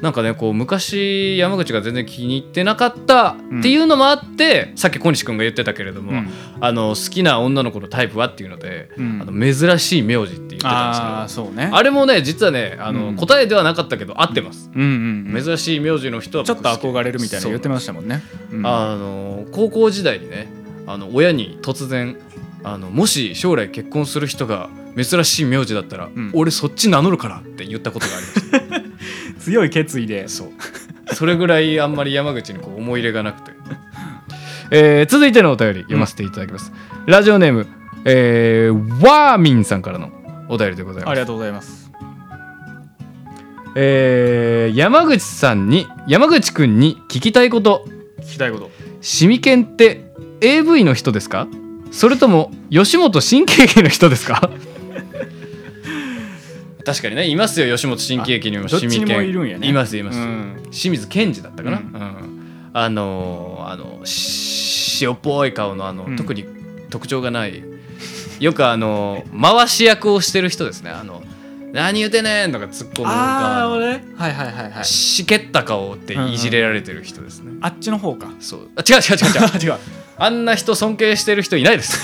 [SPEAKER 2] なんかねこう昔山口が全然気に入ってなかったっていうのもあって、さっき小西君が言ってたけれども、
[SPEAKER 1] うん
[SPEAKER 2] あの好きな女の子のタイプはっていうので、
[SPEAKER 1] うん
[SPEAKER 2] あの珍しい名字って言ってたんですけど
[SPEAKER 1] ああそうね。
[SPEAKER 2] あれもね実はねあの、
[SPEAKER 1] うん
[SPEAKER 2] 答えではなかったけど合ってます、
[SPEAKER 1] うんうんうん。
[SPEAKER 2] 珍しい名字の人は
[SPEAKER 1] ちょっ
[SPEAKER 2] 僕
[SPEAKER 1] と
[SPEAKER 2] 好き
[SPEAKER 1] 憧れるみたいなの言ってま
[SPEAKER 2] そ
[SPEAKER 1] したもんね。
[SPEAKER 2] うあの高校時代にねあの親に突然あのもし将来結婚する人が珍しい名字だったら、
[SPEAKER 1] ん
[SPEAKER 2] 俺そっち名乗るからって言ったことがありました
[SPEAKER 1] うん強い決意で。
[SPEAKER 2] そうそれぐらいあんまり山口にこう思い入れがなくて、えー続いてのお便り読ませていただきます、ラジオネーム、えーワーミンさんからのお便りでございます
[SPEAKER 1] ありがとうございます。
[SPEAKER 2] えー山口さんに山口くんに聞きたいこと
[SPEAKER 1] 聞きたいこと。
[SPEAKER 2] シミケンって AV の人ですかそれとも吉本新喜劇の人ですか確かにねいますよ吉本新喜劇にも
[SPEAKER 1] あどっ
[SPEAKER 2] シ
[SPEAKER 1] ち
[SPEAKER 2] ミケン
[SPEAKER 1] にもいるんやね
[SPEAKER 2] いますいます、
[SPEAKER 1] うん。
[SPEAKER 2] 清水健二だったかな、
[SPEAKER 1] う
[SPEAKER 2] うん
[SPEAKER 1] ん
[SPEAKER 2] あのーあのし塩っぽい顔のあの、
[SPEAKER 1] うん
[SPEAKER 2] 特に特徴がないよくあのー回し役をしてる人ですねあの何言うてんねんとか突っ込む
[SPEAKER 1] あ
[SPEAKER 2] 側
[SPEAKER 1] あ
[SPEAKER 2] の
[SPEAKER 1] 俺。はいはいはいはい。
[SPEAKER 2] しけった顔っていじれられてる人ですね。
[SPEAKER 1] あっちの方か。
[SPEAKER 2] そうあ違う 違う違う違う違う。あんな人尊敬してる人いないです。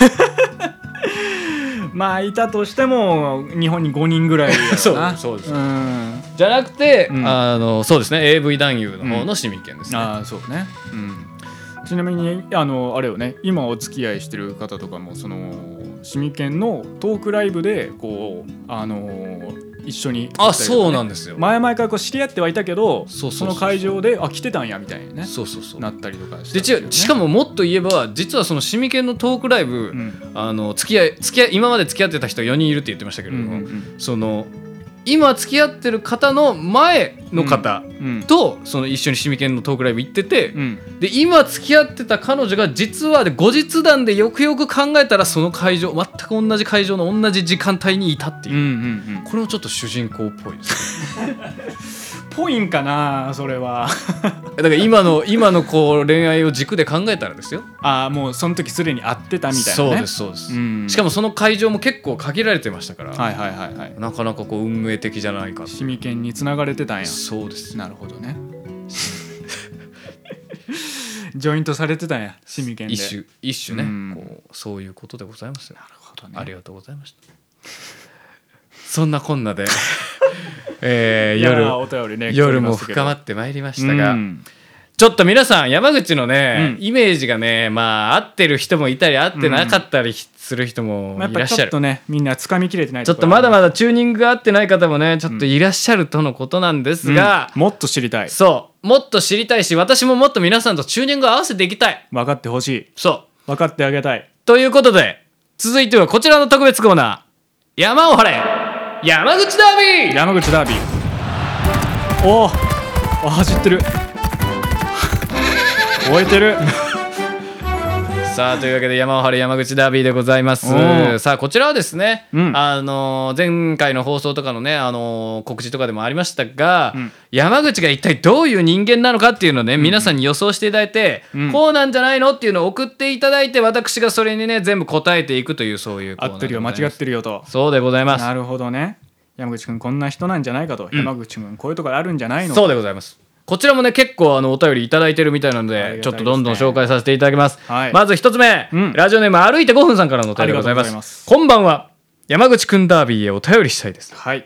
[SPEAKER 1] まあいたとしても日本に5人ぐらいやろな
[SPEAKER 2] そう そうです
[SPEAKER 1] うん
[SPEAKER 2] じゃなくて、
[SPEAKER 1] うん
[SPEAKER 2] あのそうですね AV 男優の方の市民権ですね。
[SPEAKER 1] ああそうね、うん、ちなみにあのあれよね今お付き合いしてる方とかもそのシミケンのトークライブでこうあのー一緒に
[SPEAKER 2] あそうなん
[SPEAKER 1] で
[SPEAKER 2] ですよ。
[SPEAKER 1] 前々からこう知り合ってはいたけど
[SPEAKER 2] そうそう
[SPEAKER 1] そ
[SPEAKER 2] そう
[SPEAKER 1] の会場であ来てたんやみたいなね
[SPEAKER 2] そうそうそう。
[SPEAKER 1] なったりとかして、
[SPEAKER 2] でちしか
[SPEAKER 1] も、
[SPEAKER 2] ももっと言えば実はその市民権のトークライブ、
[SPEAKER 1] うん
[SPEAKER 2] あの付き合い付き合い今まで付き合ってた人4人いるって言ってましたけ
[SPEAKER 1] う
[SPEAKER 2] れども、
[SPEAKER 1] ん
[SPEAKER 2] その今付き合ってる方の前の方
[SPEAKER 1] うんうん
[SPEAKER 2] と、その一緒に市民権のトークライブ行ってて、
[SPEAKER 1] うん
[SPEAKER 2] で今付き合ってた彼女が実はで後日談でよくよく考えたらその会場全く同じ会場の同じ時間帯にいたって
[SPEAKER 1] うんう
[SPEAKER 2] い
[SPEAKER 1] ん
[SPEAKER 2] う、
[SPEAKER 1] うん
[SPEAKER 2] これもちょっと主人公っぽいですね
[SPEAKER 1] ぽいんかなそれは
[SPEAKER 2] だから今の今のこう恋愛を軸で考えたらですよ
[SPEAKER 1] ああもうその時すでに会ってたみたいなね
[SPEAKER 2] そうですそうです、
[SPEAKER 1] うん
[SPEAKER 2] しかもその会場も結構限られてましたから、
[SPEAKER 1] はいはいはいはい
[SPEAKER 2] なかなかこう運命的じゃないかって
[SPEAKER 1] シミケンに繋がれてたんや
[SPEAKER 2] そうです
[SPEAKER 1] なるほどね。 ジョイントされてたんや、シミケンで。
[SPEAKER 2] 一種一種ね、
[SPEAKER 1] うん
[SPEAKER 2] こうそういうことでございますよ
[SPEAKER 1] なるほどね。
[SPEAKER 2] ありがとうございましたそんなこん なで、えー
[SPEAKER 1] いや
[SPEAKER 2] 夜
[SPEAKER 1] ーお便りね、
[SPEAKER 2] 夜も深ま
[SPEAKER 1] っ
[SPEAKER 2] ってまいりま
[SPEAKER 1] て
[SPEAKER 2] したが、ちょっと皆さん山口のね、
[SPEAKER 1] うん
[SPEAKER 2] イメージがねまあ合ってる人もいたり合ってなかったりする人も
[SPEAKER 1] やっ
[SPEAKER 2] い
[SPEAKER 1] ぱ
[SPEAKER 2] らっし
[SPEAKER 1] ち
[SPEAKER 2] ゃ
[SPEAKER 1] ょっ
[SPEAKER 2] る、
[SPEAKER 1] とね、みんな掴みきれてない
[SPEAKER 2] ちょっとまだま
[SPEAKER 1] だ
[SPEAKER 2] だチューニングが合ってない方もねちょっといらっしゃるとのことなんですが、
[SPEAKER 1] もっと知りたい。
[SPEAKER 2] そうもっと知りたいし私ももっと皆さんとチューニングを合わせていきたい
[SPEAKER 1] 分かってほしい。
[SPEAKER 2] そう
[SPEAKER 1] 分かってあげたい。
[SPEAKER 2] ということで続いてはこちらの特別コーナー山を晴れ山口ダービー
[SPEAKER 1] 山口ダービー。おお、あ走ってる。 終えてる。
[SPEAKER 2] さあというわけで山を張る山口ダービーでございます
[SPEAKER 1] うん
[SPEAKER 2] さあこちらはですね、
[SPEAKER 1] うん
[SPEAKER 2] あのー前回の放送とかのね、あのー告知とかでもありましたが、
[SPEAKER 1] ん
[SPEAKER 2] 山口が一体どういう人間なのかっていうのをね、皆さんに予想していただいて、
[SPEAKER 1] うん
[SPEAKER 2] こうなんじゃないのっていうのを送っていただいて私がそれにね全部答えていくというそういうコーナー
[SPEAKER 1] 合ってるよ、間違って
[SPEAKER 2] る
[SPEAKER 1] るよと。
[SPEAKER 2] そうでございます
[SPEAKER 1] なるほどね。山口くんこんな人なんじゃないかと。山口くんこういうところあるんじゃないの
[SPEAKER 2] そうでございます。こちらもね結構あのお便りいただいてるみたいなの
[SPEAKER 1] あり
[SPEAKER 2] で
[SPEAKER 1] が
[SPEAKER 2] ちょ
[SPEAKER 1] たいですね
[SPEAKER 2] っとどんどん紹介させていただきます、
[SPEAKER 1] はい
[SPEAKER 2] まず一つ目、
[SPEAKER 1] うん
[SPEAKER 2] ラジオネーム歩いて5分さんからのお便りでございま
[SPEAKER 1] あ
[SPEAKER 2] す
[SPEAKER 1] りがとうございます
[SPEAKER 2] こんばんは山口くんダービーへお便りしたいです
[SPEAKER 1] はい。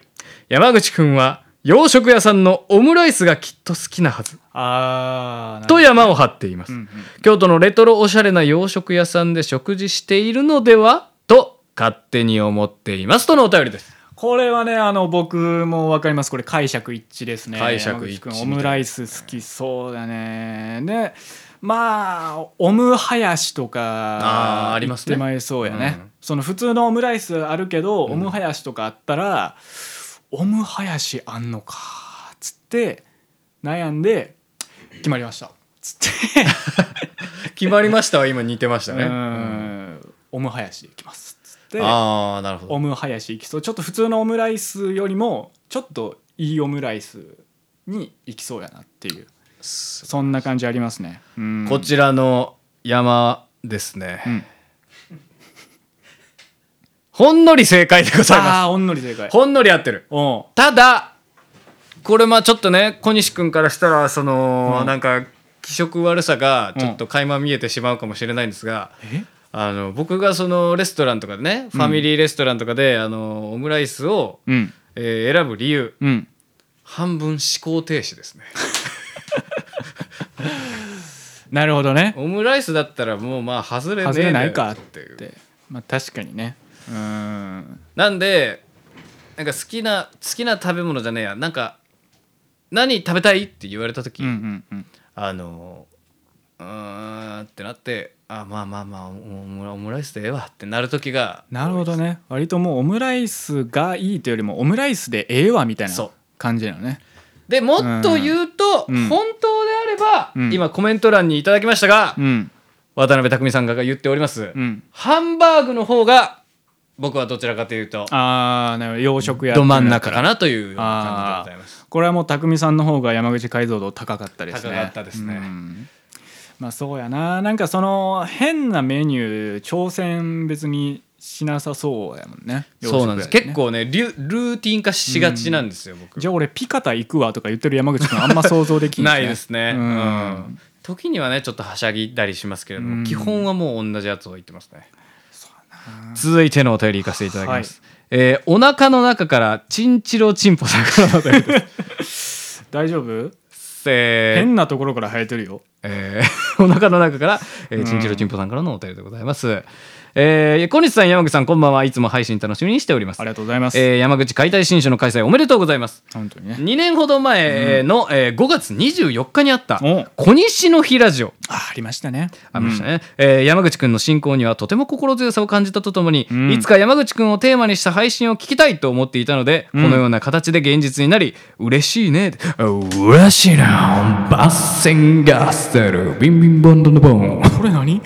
[SPEAKER 2] 山口くんは洋食屋さんのオムライスがきっと好きなはず
[SPEAKER 1] ああ
[SPEAKER 2] と山を張っています、
[SPEAKER 1] うんうん
[SPEAKER 2] 京都のレトロおしゃれな洋食屋さんで食事しているのではと勝手に思っていますとのお便りです
[SPEAKER 1] これはねあの僕も分かりますこれ解釈一致ですね
[SPEAKER 2] 解釈一致
[SPEAKER 1] 山口君オムライス好きそうだねでまあオムハヤシと
[SPEAKER 2] あ
[SPEAKER 1] か
[SPEAKER 2] ーありますね
[SPEAKER 1] 言ってまいそうやね、
[SPEAKER 2] うん
[SPEAKER 1] その普通のオムライスあるけど、オムハヤシとかあったらオムハヤシあんのかっつって悩んで決まりましたつって
[SPEAKER 2] 決まりましたは今似てま したね、
[SPEAKER 1] う
[SPEAKER 2] うん
[SPEAKER 1] んオムハヤシ行きますつって
[SPEAKER 2] ああなるほど
[SPEAKER 1] オムハヤシ行きそうちょっと普通のオムライスよりもちょっといいオムライスに行きそうやなっていうそんな感じありますねうん
[SPEAKER 2] こちらの山ですね、
[SPEAKER 1] うん
[SPEAKER 2] ほんのり正解でございま
[SPEAKER 1] ああほんのり正解
[SPEAKER 2] すほんのり合ってる
[SPEAKER 1] おう
[SPEAKER 2] ただこれまあちょっとね小西君からしたらその、
[SPEAKER 1] うん
[SPEAKER 2] なんか気色悪さがちょっと垣間見えてしまうかもしれないんですが、
[SPEAKER 1] え
[SPEAKER 2] あの僕がそのレストランとかでね、ファミリーレストランとかであのオムライスを、
[SPEAKER 1] うん
[SPEAKER 2] えー選ぶ理由
[SPEAKER 1] うん
[SPEAKER 2] 半分思考停止ですね
[SPEAKER 1] なるほどね
[SPEAKER 2] オムライスだったらもうまあ外れねえ
[SPEAKER 1] 外れない
[SPEAKER 2] だ
[SPEAKER 1] か
[SPEAKER 2] よ
[SPEAKER 1] っ
[SPEAKER 2] っていう
[SPEAKER 1] てまあ確かにねうん
[SPEAKER 2] なんでなんか好きな好きな食べ物じゃねえやなんか何食べたいって言われた時、
[SPEAKER 1] うんうんうん
[SPEAKER 2] あのうーんってなってあまあまあまあオムオムライスでええわってなる時が
[SPEAKER 1] なるほど
[SPEAKER 2] ね
[SPEAKER 1] ね割ともうオムライスがいいというよりもオムライスでええわみたいな
[SPEAKER 2] そう
[SPEAKER 1] 感じなのね
[SPEAKER 2] でもっと言うと、
[SPEAKER 1] うん
[SPEAKER 2] 本当であれば、
[SPEAKER 1] うん
[SPEAKER 2] 今コメント欄にいただきましたが、
[SPEAKER 1] うん
[SPEAKER 2] 渡辺匠さんが言っております、
[SPEAKER 1] うん
[SPEAKER 2] ハンバーグの方が僕はどちらかというと
[SPEAKER 1] ああなるほど洋食屋
[SPEAKER 2] ど真ん中かなという感
[SPEAKER 1] あ
[SPEAKER 2] じでございます
[SPEAKER 1] あこれはもう匠さんの方が山口解像度高かったですね
[SPEAKER 2] 高かったですね
[SPEAKER 1] うんまあそうやななんかその変なメニュー挑戦別にしなさそうやもんね
[SPEAKER 2] そうなんです、
[SPEAKER 1] 洋食屋
[SPEAKER 2] 結
[SPEAKER 1] ね
[SPEAKER 2] 構ねリュルーティン化しがちなんですよ、僕
[SPEAKER 1] じゃあ俺ピカタ行くわとか言ってる山口君あんま想像できんし
[SPEAKER 2] ないですね、
[SPEAKER 1] う
[SPEAKER 2] うん
[SPEAKER 1] ん、
[SPEAKER 2] 時にはねちょっとはしゃぎだりしますけれども、
[SPEAKER 1] うん
[SPEAKER 2] 基本はもう同じやつを言ってますね続いてのお便りいかせていただきます、えーお腹の中からチンチロチンポさんからのお便りで
[SPEAKER 1] 大丈夫
[SPEAKER 2] すえー
[SPEAKER 1] 変なところから生えてるよ
[SPEAKER 2] えーお腹の中から、えー、チンチロチンポさんからのお便りでございます、えー小西さん山口さんこんばんはいつも配信楽しみにしております
[SPEAKER 1] ありがとうございます、
[SPEAKER 2] えー山口解体新書の開催おめでとうございます
[SPEAKER 1] 本当にね
[SPEAKER 2] 2年ほど前の、えー5月24日にあった
[SPEAKER 1] お
[SPEAKER 2] 小西の日ラジオ
[SPEAKER 1] あありましたね
[SPEAKER 2] ありましたね、えー山口くんの進行にはとても心強さを感じたとともに、
[SPEAKER 1] ん
[SPEAKER 2] いつか山口くんをテーマにした配信を聞きたいと思っていたので、このような形で現実になり嬉しいねあ嬉しいなバッセンガッセルビンビンボンドンドボン
[SPEAKER 1] これ何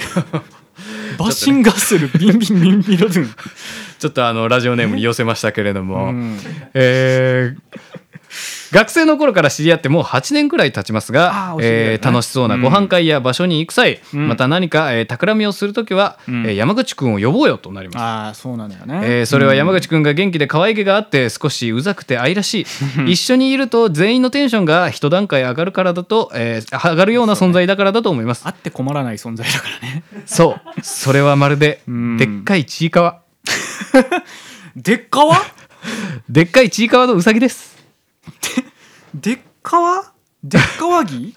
[SPEAKER 1] バッシンガッセルビンビンビンビンロドゥ ン
[SPEAKER 2] ちょっとあのラジオネームに寄せましたけれども、
[SPEAKER 1] ん
[SPEAKER 2] えー学生の頃から知り合ってもう8年くらい経ちます
[SPEAKER 1] あ
[SPEAKER 2] が
[SPEAKER 1] ー、お知り合いだね
[SPEAKER 2] えー楽しそうなご飯会や場所に行く際、また何か、えー企みをするときは、えー山口くんを呼ぼうよとなります。
[SPEAKER 1] ああそうなんだよね、
[SPEAKER 2] えーそれは山口くんが元気で可愛げがあって少しうざくて愛らしい 一緒にいると全員のテンションが一段階上がるからだと、えー上がるような存在だからだと思います
[SPEAKER 1] あって困らない存在だからね
[SPEAKER 2] そうそれはまるで
[SPEAKER 1] ん
[SPEAKER 2] でっかいちいかわ
[SPEAKER 1] でっかわ
[SPEAKER 2] でっかいちいかわのうさぎです
[SPEAKER 1] でっかわでっかわ ぎ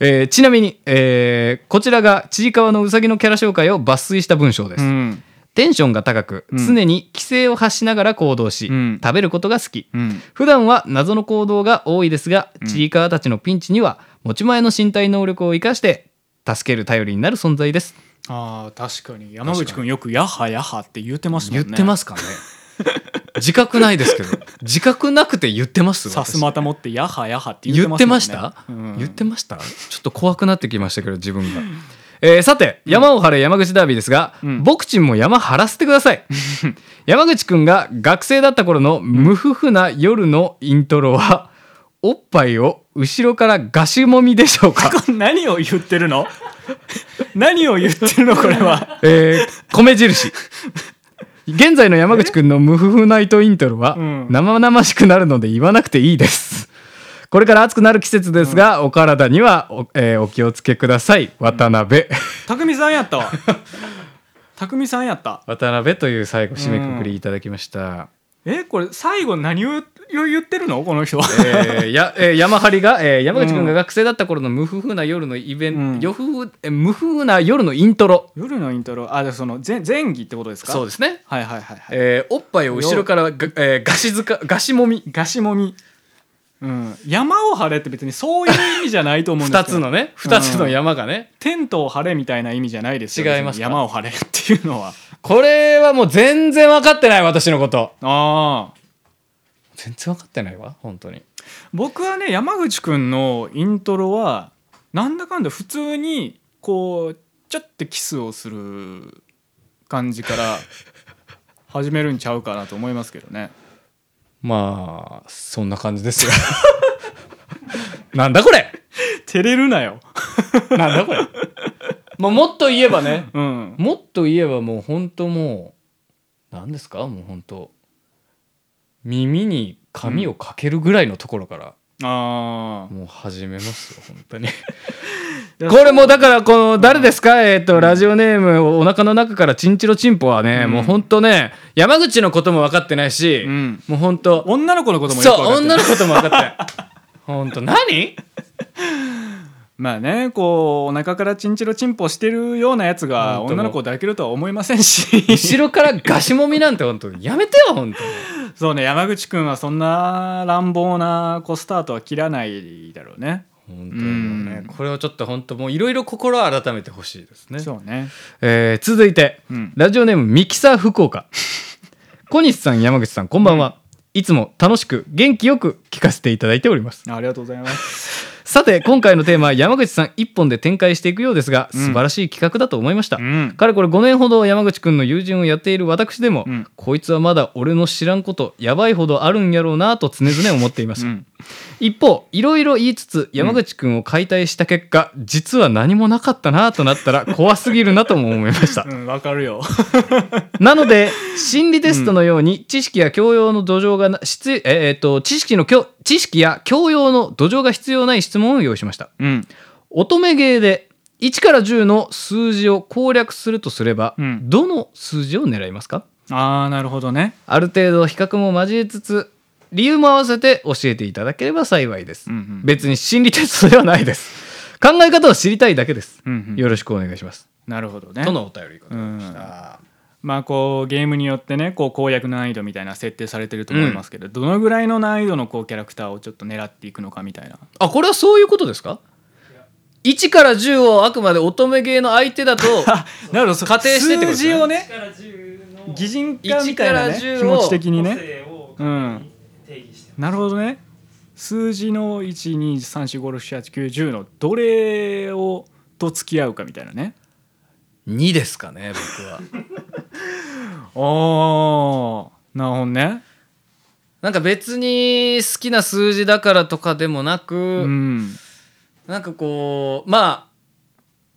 [SPEAKER 2] えーちなみに、えーこちらがちいかわのうさぎのキャラ紹介を抜粋した文章です、
[SPEAKER 1] ん
[SPEAKER 2] テンションが高く、常に規制を発しながら行動し、
[SPEAKER 1] うん
[SPEAKER 2] 食べることが好き、
[SPEAKER 1] うん
[SPEAKER 2] 普段は謎の行動が多いですが、ちいかわたちのピンチには持ち前の身体能力を生かして助ける頼りになる存在です、
[SPEAKER 1] あー確かに山口くんよく「やはやは」って言ってますもんね
[SPEAKER 2] すかね自覚ないですけど自覚なくて言ってます
[SPEAKER 1] さす
[SPEAKER 2] 私
[SPEAKER 1] また持って「やはやは」って言
[SPEAKER 2] 言
[SPEAKER 1] っ
[SPEAKER 2] ってて
[SPEAKER 1] ま
[SPEAKER 2] ますし
[SPEAKER 1] もんね
[SPEAKER 2] た、
[SPEAKER 1] うん
[SPEAKER 2] 言ってましたちょっと怖くなってきましたけど自分が、えーさて山を張れ山口ダービーですが、
[SPEAKER 1] ん
[SPEAKER 2] 僕ちんも山張らせてくだ さい山口くんが学生だった頃の無夫婦な夜のイントロはおっぱいを後ろからガシもみでしょうか、
[SPEAKER 1] 何を言ってる の何を言ってるのこれは
[SPEAKER 2] えー米印現在の山口くんの無夫婦ナイトイントロは
[SPEAKER 1] ん
[SPEAKER 2] 生々しくなるので言わなくていいですこれから暑くなる季節ですが、お体にはお,、えーお気をつけください渡辺、
[SPEAKER 1] 匠さんやった わ匠さんやった
[SPEAKER 2] 渡辺という最後締めくくりいただきました、
[SPEAKER 1] えこれ最後何を言ってるのこの人は。
[SPEAKER 2] えーやえー山張りが、えー山口君が学生だった頃の無夫婦な夜のイベント、
[SPEAKER 1] うん
[SPEAKER 2] よふふえー無夫婦な夜のイントロ
[SPEAKER 1] 夜のイントロ、あ、でその前前儀ってことですか
[SPEAKER 2] そうですね、
[SPEAKER 1] はいはいはいはい。
[SPEAKER 2] えーおっぱいを後ろからが、えー、ガシづかガシもみ
[SPEAKER 1] ガシもみ。うん、山を張れって別にそういう意味じゃないと思うんで
[SPEAKER 2] 2
[SPEAKER 1] すけど
[SPEAKER 2] つのね2つの山がね、
[SPEAKER 1] テントを張れみたいな意味じゃないですよ
[SPEAKER 2] 違いますか
[SPEAKER 1] 別に山を張れっていうのは
[SPEAKER 2] これはもう全然分かってない私のこと
[SPEAKER 1] ああ
[SPEAKER 2] 全然分かってないわ本当に
[SPEAKER 1] 僕はね山口くんのイントロはなんだかんだ普通にこうちょっとキスをする感じから 始めるんちゃうかなと思いますけどね
[SPEAKER 2] まあそんな感じですよ なんだこれ
[SPEAKER 1] 照れるなよ
[SPEAKER 2] なんだこれ、まあ、もっと言えばね
[SPEAKER 1] うん
[SPEAKER 2] もっと言えばもう本当もう何ですかもう本当耳に髪をかけるぐらいのところから、
[SPEAKER 1] あ
[SPEAKER 2] もう始めますよ本当 にこれもうだからこの誰ですか、えっ、とラジオネームお腹の中からチンチロチンポはね、
[SPEAKER 1] うん
[SPEAKER 2] もう本当ね山口のことも分かってないし、
[SPEAKER 1] あうん
[SPEAKER 2] もう本当
[SPEAKER 1] 女の子のこともよく
[SPEAKER 2] そう
[SPEAKER 1] 分かって
[SPEAKER 2] 女
[SPEAKER 1] る
[SPEAKER 2] のことも分かってない 本当何
[SPEAKER 1] まあねこうお腹からチンチロチンポしてるようなやつが
[SPEAKER 2] 本当
[SPEAKER 1] 女の子だけるとは思いませんし
[SPEAKER 2] 後ろからガシもみなんて本当やめてよ本当に
[SPEAKER 1] そうね山口くんはそんな乱暴なこうスタートは切らないだろうね。
[SPEAKER 2] 本当にも
[SPEAKER 1] う
[SPEAKER 2] うね
[SPEAKER 1] ん
[SPEAKER 2] これをちょっと本当もういろいろ心を改めてほしいですね、
[SPEAKER 1] そうね。
[SPEAKER 2] えー続いて、
[SPEAKER 1] うん
[SPEAKER 2] ラジオネームミキサー 福岡小西さん山口さんこんばんは、いつも楽しく元気よく聞かせていただいております
[SPEAKER 1] ありがとうございます。
[SPEAKER 2] さて今回のテー マは山口さん一本で展開していくようですが
[SPEAKER 1] うん
[SPEAKER 2] 素晴らしい企画だと思いました、
[SPEAKER 1] うん。
[SPEAKER 2] かれこれ5年ほど山口くんの友人をやっている私でも、
[SPEAKER 1] うん
[SPEAKER 2] こいつはまだ俺の知らんことやばいほどあるんやろうなと常々思っています、
[SPEAKER 1] うん
[SPEAKER 2] 一方いろいろ言いつつ山口くんを解体した結果、実は何もなかったなとなったら怖すぎるなとも思いました
[SPEAKER 1] うん、わかるよ。
[SPEAKER 2] なので心理テストのように知識や教養の土壌がな必えーえーと知識の教知識や教養の土壌が必要ない質問を用意しました
[SPEAKER 1] うん。
[SPEAKER 2] 乙女芸で1から10の数字を攻略するとすれば、
[SPEAKER 1] うん
[SPEAKER 2] どの数字を狙いますか
[SPEAKER 1] ああ、なるほどね。
[SPEAKER 2] ある程度比較も交えつつ理由も合わせて教えていただければ幸いです、
[SPEAKER 1] うんうん
[SPEAKER 2] 別に心理テストではないです考え方を知りたいだけです、
[SPEAKER 1] うんうん
[SPEAKER 2] よろしくお願いします、
[SPEAKER 1] なるほどね。
[SPEAKER 2] とのお便り
[SPEAKER 1] う
[SPEAKER 2] が
[SPEAKER 1] ん。まあこうゲームによってねこう攻略難易度みたいな設定されてると思いますけど、どのぐらいの難易度のこうキャラクターをちょっと狙っていくのかみたいな。
[SPEAKER 2] あこれはそういうことですか1から10をあくまで乙女芸の相 手だと
[SPEAKER 1] なるほど。仮
[SPEAKER 2] 定してってこと
[SPEAKER 1] 数
[SPEAKER 2] ですね
[SPEAKER 1] 字をね。擬人化みたいなね
[SPEAKER 2] 1から10を
[SPEAKER 1] 気持ち的にね。うん。なるほどね。数字の1 2 3 4 5 6 7 8 9 10のどれをと付き合うかみたいなね。
[SPEAKER 2] 2ですかね僕は
[SPEAKER 1] ああ、なるほどね。
[SPEAKER 2] なんか別に好きな数字だからとかでもなく、
[SPEAKER 1] うん。
[SPEAKER 2] なんかこうま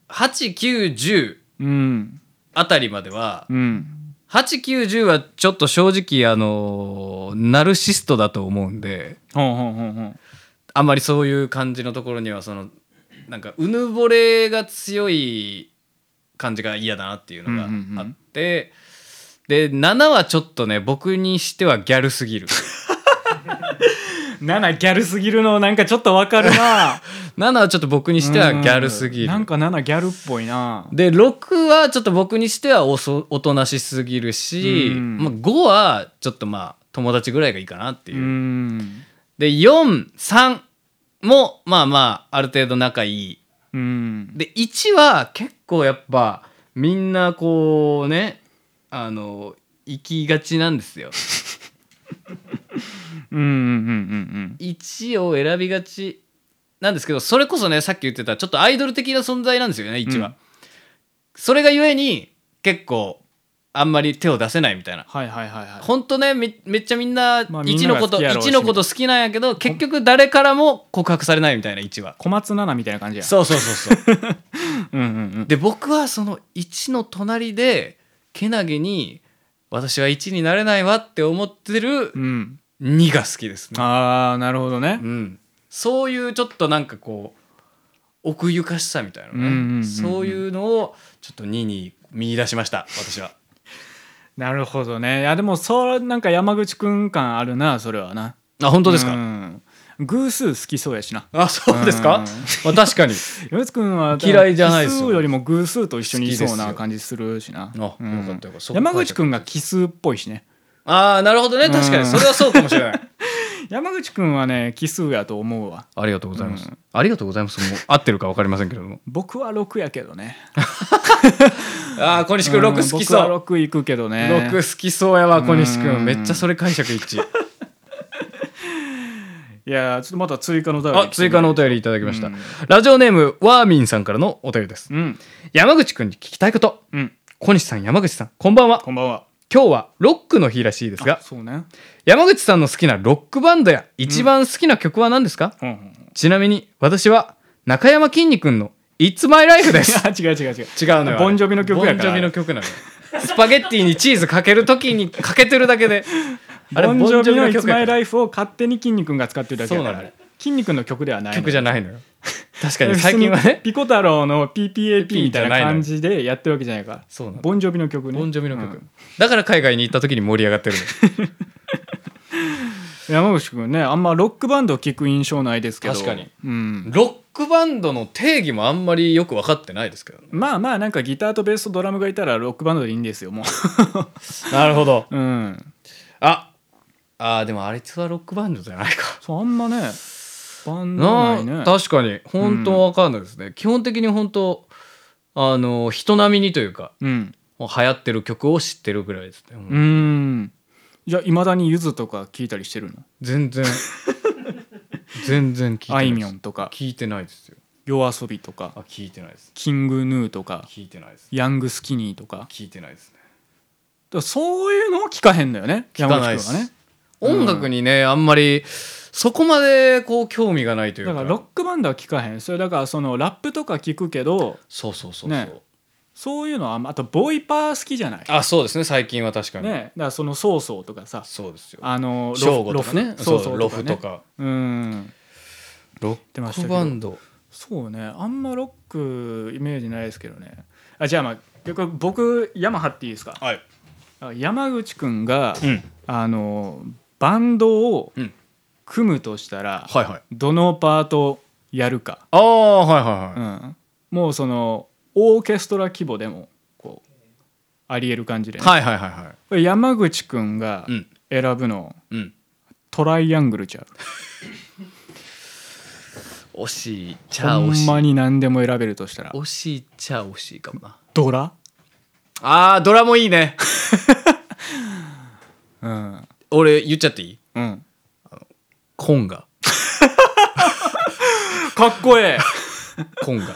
[SPEAKER 2] あ8910
[SPEAKER 1] うん。
[SPEAKER 2] あたりまでは
[SPEAKER 1] うん。
[SPEAKER 2] 8910はちょっと正直あのナルシストだと思うんで
[SPEAKER 1] ほんほんほんほん。
[SPEAKER 2] あんまりそういう感じのところにはそのなんかうぬぼれが強い感じが嫌だなっていうのがあって、
[SPEAKER 1] うんうんうん
[SPEAKER 2] で7はちょっとね僕にしてはギャルすぎる
[SPEAKER 1] 7ギャルすぎるのなんかちょっとわかる な。
[SPEAKER 2] 7はちょっと僕にしてはギャルすぎ
[SPEAKER 1] うん
[SPEAKER 2] る
[SPEAKER 1] なんか7ギャルっぽいな。
[SPEAKER 2] で6はちょっと僕にしてはおそおとなしすぎるし、
[SPEAKER 1] うん
[SPEAKER 2] まあ、5はちょっとまあ友達ぐらいがいいかなっていうう、
[SPEAKER 1] ん。
[SPEAKER 2] で43もまあまあある程度仲いい
[SPEAKER 1] うん。
[SPEAKER 2] で1は結構やっぱみんなこうねあの行きがちなんですよ
[SPEAKER 1] うんうんうん
[SPEAKER 2] 1を選びがちなんですけどそれこそねさっき言ってたちょっとアイドル的な存在なんですよね1は、
[SPEAKER 1] うん
[SPEAKER 2] それがゆえに結構あんまり手を出せないみたいな
[SPEAKER 1] はいはいはいはい。
[SPEAKER 2] ほんとねめめっちゃみんな
[SPEAKER 1] まあみん
[SPEAKER 2] 1
[SPEAKER 1] な
[SPEAKER 2] の
[SPEAKER 1] が
[SPEAKER 2] こ
[SPEAKER 1] 好
[SPEAKER 2] と、
[SPEAKER 1] きやろうし
[SPEAKER 2] 1のこと好きなんやけど結局誰からも告白されないみたいな1は
[SPEAKER 1] 小松菜奈みたいな感じや。
[SPEAKER 2] そうそうそうそう
[SPEAKER 1] うんうんうん。
[SPEAKER 2] で僕はその1の隣でけなげに私は1になれないわって思ってる
[SPEAKER 1] うん。
[SPEAKER 2] 2が好きですね、
[SPEAKER 1] ああ、なるほどね
[SPEAKER 2] う。ん、そういうちょっとなんかこう奥ゆかしさみたいなね、
[SPEAKER 1] うんうんうんうん
[SPEAKER 2] そういうのをちょっと2に見出しました私は
[SPEAKER 1] なるほどね。いやでもそうなんか山口くん感あるなそれはな。
[SPEAKER 2] あ本当ですか、
[SPEAKER 1] うん偶数好きそうやしな
[SPEAKER 2] あそうです
[SPEAKER 1] うん
[SPEAKER 2] か、まあ、確かに
[SPEAKER 1] 米津君は
[SPEAKER 2] 嫌いじゃないですよ
[SPEAKER 1] 奇数よりも偶数と一緒にいそ
[SPEAKER 2] 好
[SPEAKER 1] う
[SPEAKER 2] きです
[SPEAKER 1] な
[SPEAKER 2] よ
[SPEAKER 1] 感じするしな
[SPEAKER 2] あよかった
[SPEAKER 1] うん
[SPEAKER 2] よかったそこ
[SPEAKER 1] 山口君が奇数っぽいしね
[SPEAKER 2] ああなるほどね確か
[SPEAKER 1] うん
[SPEAKER 2] にそれはそうかもしれない
[SPEAKER 1] 山口君はね奇数やと思うわ
[SPEAKER 2] ありがとうございます、
[SPEAKER 1] うん
[SPEAKER 2] ありがとうございますもう合ってるか分かりませんけれども
[SPEAKER 1] 僕は6やけどね
[SPEAKER 2] ああ小西君
[SPEAKER 1] うん
[SPEAKER 2] 6好きそ
[SPEAKER 1] 僕は
[SPEAKER 2] う
[SPEAKER 1] 6行くけどね
[SPEAKER 2] 6好きそうやわ小西
[SPEAKER 1] うん
[SPEAKER 2] 君めっちゃそれ解釈一致
[SPEAKER 1] いやーちょっとまた追加のお便り
[SPEAKER 2] あ追加のお便りいただきました、
[SPEAKER 1] うん
[SPEAKER 2] ラジオネームワーミンさんからのお便りです
[SPEAKER 1] うん
[SPEAKER 2] 山口君に聞きたいこと
[SPEAKER 1] うん
[SPEAKER 2] 小西さん山口さんこんばんは
[SPEAKER 1] こんばんは
[SPEAKER 2] 今日はロックの日らしいです
[SPEAKER 1] あ
[SPEAKER 2] が
[SPEAKER 1] そうね
[SPEAKER 2] 山口さんの好きなロックバンドや一番好きな曲は何ですか、
[SPEAKER 1] うんうんうん
[SPEAKER 2] ちなみに私は中山きんに君の「It's My Life」です
[SPEAKER 1] 違う違う違う
[SPEAKER 2] 違うのよ
[SPEAKER 1] ボンジョビの曲やから
[SPEAKER 2] ボンジョビの曲なのよスパゲッティにチーズかけるときにかけてるだけであれ
[SPEAKER 1] ボンジョビの「
[SPEAKER 2] ボンジョビの
[SPEAKER 1] It's
[SPEAKER 2] 曲や
[SPEAKER 1] My
[SPEAKER 2] から
[SPEAKER 1] Life」を勝手に筋肉が使ってるだけやか
[SPEAKER 2] そうなの
[SPEAKER 1] ら
[SPEAKER 2] よ
[SPEAKER 1] 筋肉の曲ではないの
[SPEAKER 2] 曲じゃないのよ確 かに最近は
[SPEAKER 1] 別に
[SPEAKER 2] ね
[SPEAKER 1] ピコ太郎の PPAP み
[SPEAKER 2] み
[SPEAKER 1] た
[SPEAKER 2] た
[SPEAKER 1] い
[SPEAKER 2] い
[SPEAKER 1] な
[SPEAKER 2] な
[SPEAKER 1] 感
[SPEAKER 2] 感
[SPEAKER 1] じでやってるわけじゃないから
[SPEAKER 2] そうなの
[SPEAKER 1] ボンジョビの曲ね
[SPEAKER 2] ボンジョビの曲、
[SPEAKER 1] うん
[SPEAKER 2] だから海外に行った時に盛り上がってるのよ
[SPEAKER 1] 山口君ねあんまロックバンドを聞く印象ないですけど
[SPEAKER 2] 確かに
[SPEAKER 1] うん、
[SPEAKER 2] ロックバンドの定義もあんまりよく分かってないですけどね
[SPEAKER 1] まあまあなんかギターとベースとドラムがいたらロックバンドでいいんですよも
[SPEAKER 2] なるほど
[SPEAKER 1] ううん
[SPEAKER 2] ああーでもあれはロックバンドじゃないか
[SPEAKER 1] そうあんまねバンド
[SPEAKER 2] な
[SPEAKER 1] ないね
[SPEAKER 2] 確かに本当わかんないですね、基本的に本当あの人並みにというか
[SPEAKER 1] うん
[SPEAKER 2] 流行ってる曲を知ってるぐらいですね、
[SPEAKER 1] うんじゃあいまだにゆずとか聞いたりしてるの
[SPEAKER 2] 全 然全然聞いて
[SPEAKER 1] あ
[SPEAKER 2] ない
[SPEAKER 1] い
[SPEAKER 2] で
[SPEAKER 1] み
[SPEAKER 2] す
[SPEAKER 1] ょんとか
[SPEAKER 2] 聞いてないですよ
[SPEAKER 1] 夜遊びとか
[SPEAKER 2] あ聞いてないです
[SPEAKER 1] キングヌーとか
[SPEAKER 2] 聞いてないです
[SPEAKER 1] ヤングスキニーとかだか
[SPEAKER 2] 聞いてないですね
[SPEAKER 1] らそういうのを聞かへんのよね
[SPEAKER 2] 聞かな
[SPEAKER 1] 山
[SPEAKER 2] いで
[SPEAKER 1] 口
[SPEAKER 2] す
[SPEAKER 1] 君はねうん
[SPEAKER 2] 音楽にねあんまりそこまでこう興味がないという
[SPEAKER 1] だ
[SPEAKER 2] か
[SPEAKER 1] からロックバンドは聞かへんそれだからそのラップとか聞くけど
[SPEAKER 2] そうそうそうそう、
[SPEAKER 1] ねそういうのはあんまあとボイパー好きじゃない
[SPEAKER 2] あそうですね最近は確かに、
[SPEAKER 1] ねだからそのソーソーとかさ
[SPEAKER 2] そうですよ
[SPEAKER 1] あの
[SPEAKER 2] ショーゴとかね
[SPEAKER 1] そう
[SPEAKER 2] そう
[SPEAKER 1] そう
[SPEAKER 2] ロフとか
[SPEAKER 1] うん
[SPEAKER 2] ロ
[SPEAKER 1] てま
[SPEAKER 2] ッ
[SPEAKER 1] した
[SPEAKER 2] ク
[SPEAKER 1] けど
[SPEAKER 2] バンド
[SPEAKER 1] そうねあんまロックイメージないですけどねあじゃあまあ結局僕山張っていいですか
[SPEAKER 2] はい
[SPEAKER 1] 山口くんが、
[SPEAKER 2] うん
[SPEAKER 1] あのバンドを
[SPEAKER 2] うん
[SPEAKER 1] 組むとしたら、
[SPEAKER 2] はいはい
[SPEAKER 1] どのパートやるか、
[SPEAKER 2] ああはいはいはい、
[SPEAKER 1] うん、もうそのオーケストラ規模でもこうありえる感じでね、
[SPEAKER 2] はいはいはいはい
[SPEAKER 1] これ山口くんが
[SPEAKER 2] うん
[SPEAKER 1] 選ぶの、
[SPEAKER 2] うん
[SPEAKER 1] トライアングルちゃう
[SPEAKER 2] 惜しいちゃ
[SPEAKER 1] ほ
[SPEAKER 2] 惜し
[SPEAKER 1] ん
[SPEAKER 2] い
[SPEAKER 1] まに何でも選べるとしたら
[SPEAKER 2] 惜しいちゃ惜しいかもな
[SPEAKER 1] ドラ、
[SPEAKER 2] あードラもいいね
[SPEAKER 1] うん
[SPEAKER 2] 俺言っちゃっていい
[SPEAKER 1] うん、
[SPEAKER 2] コンガ
[SPEAKER 1] かっこ ええ
[SPEAKER 2] コンガ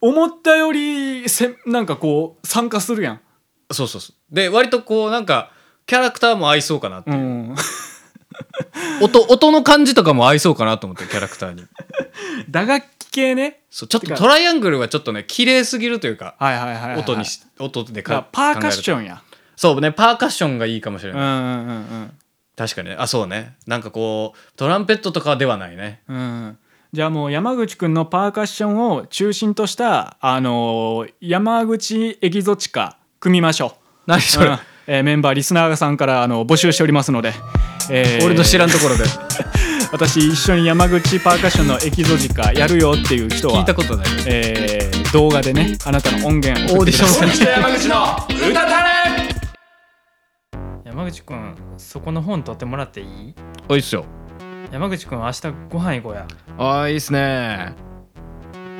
[SPEAKER 1] 思ったよりせなんかこう参加するやん、
[SPEAKER 2] そうそうそうで割とこうなんかキャラクターも合いそうかなって
[SPEAKER 1] う、
[SPEAKER 2] いうん音音の感じとかも合いそうかなと思ってキャラクターに
[SPEAKER 1] 打楽器系ね
[SPEAKER 2] そうちょっとトライアングルはちょっとね綺麗すぎるというか
[SPEAKER 1] はいはいはい、はい、
[SPEAKER 2] 音にし音で
[SPEAKER 1] だから
[SPEAKER 2] か
[SPEAKER 1] パーカッシ
[SPEAKER 2] ン
[SPEAKER 1] ョンや
[SPEAKER 2] そうねパーカッションがいいかもしれ
[SPEAKER 1] うん
[SPEAKER 2] ない、
[SPEAKER 1] うんうん
[SPEAKER 2] 確かにねあそうねなんかこうトランペットとかではないね
[SPEAKER 1] うんうんじゃあもう山口くんのパーカッションを中心としたあのー山口エキゾチカ組みましょ
[SPEAKER 2] 何
[SPEAKER 1] う
[SPEAKER 2] それ、
[SPEAKER 1] うんえーメンバーリスナーさんからあの募集しておりますので、えー
[SPEAKER 2] 俺の知らん ところで
[SPEAKER 1] 私一緒に山口パーカッションのエキゾチカやるよっていう人は
[SPEAKER 2] 聞いたことない
[SPEAKER 1] えー動画でねあなたの音源を
[SPEAKER 2] オーディ ション
[SPEAKER 1] 送ってください
[SPEAKER 2] 山口の歌たれ
[SPEAKER 9] 山口くんそこの本取ってもらっていい
[SPEAKER 2] おいっすよ
[SPEAKER 9] 山口くん明日ご飯行こうや
[SPEAKER 2] あいいっすね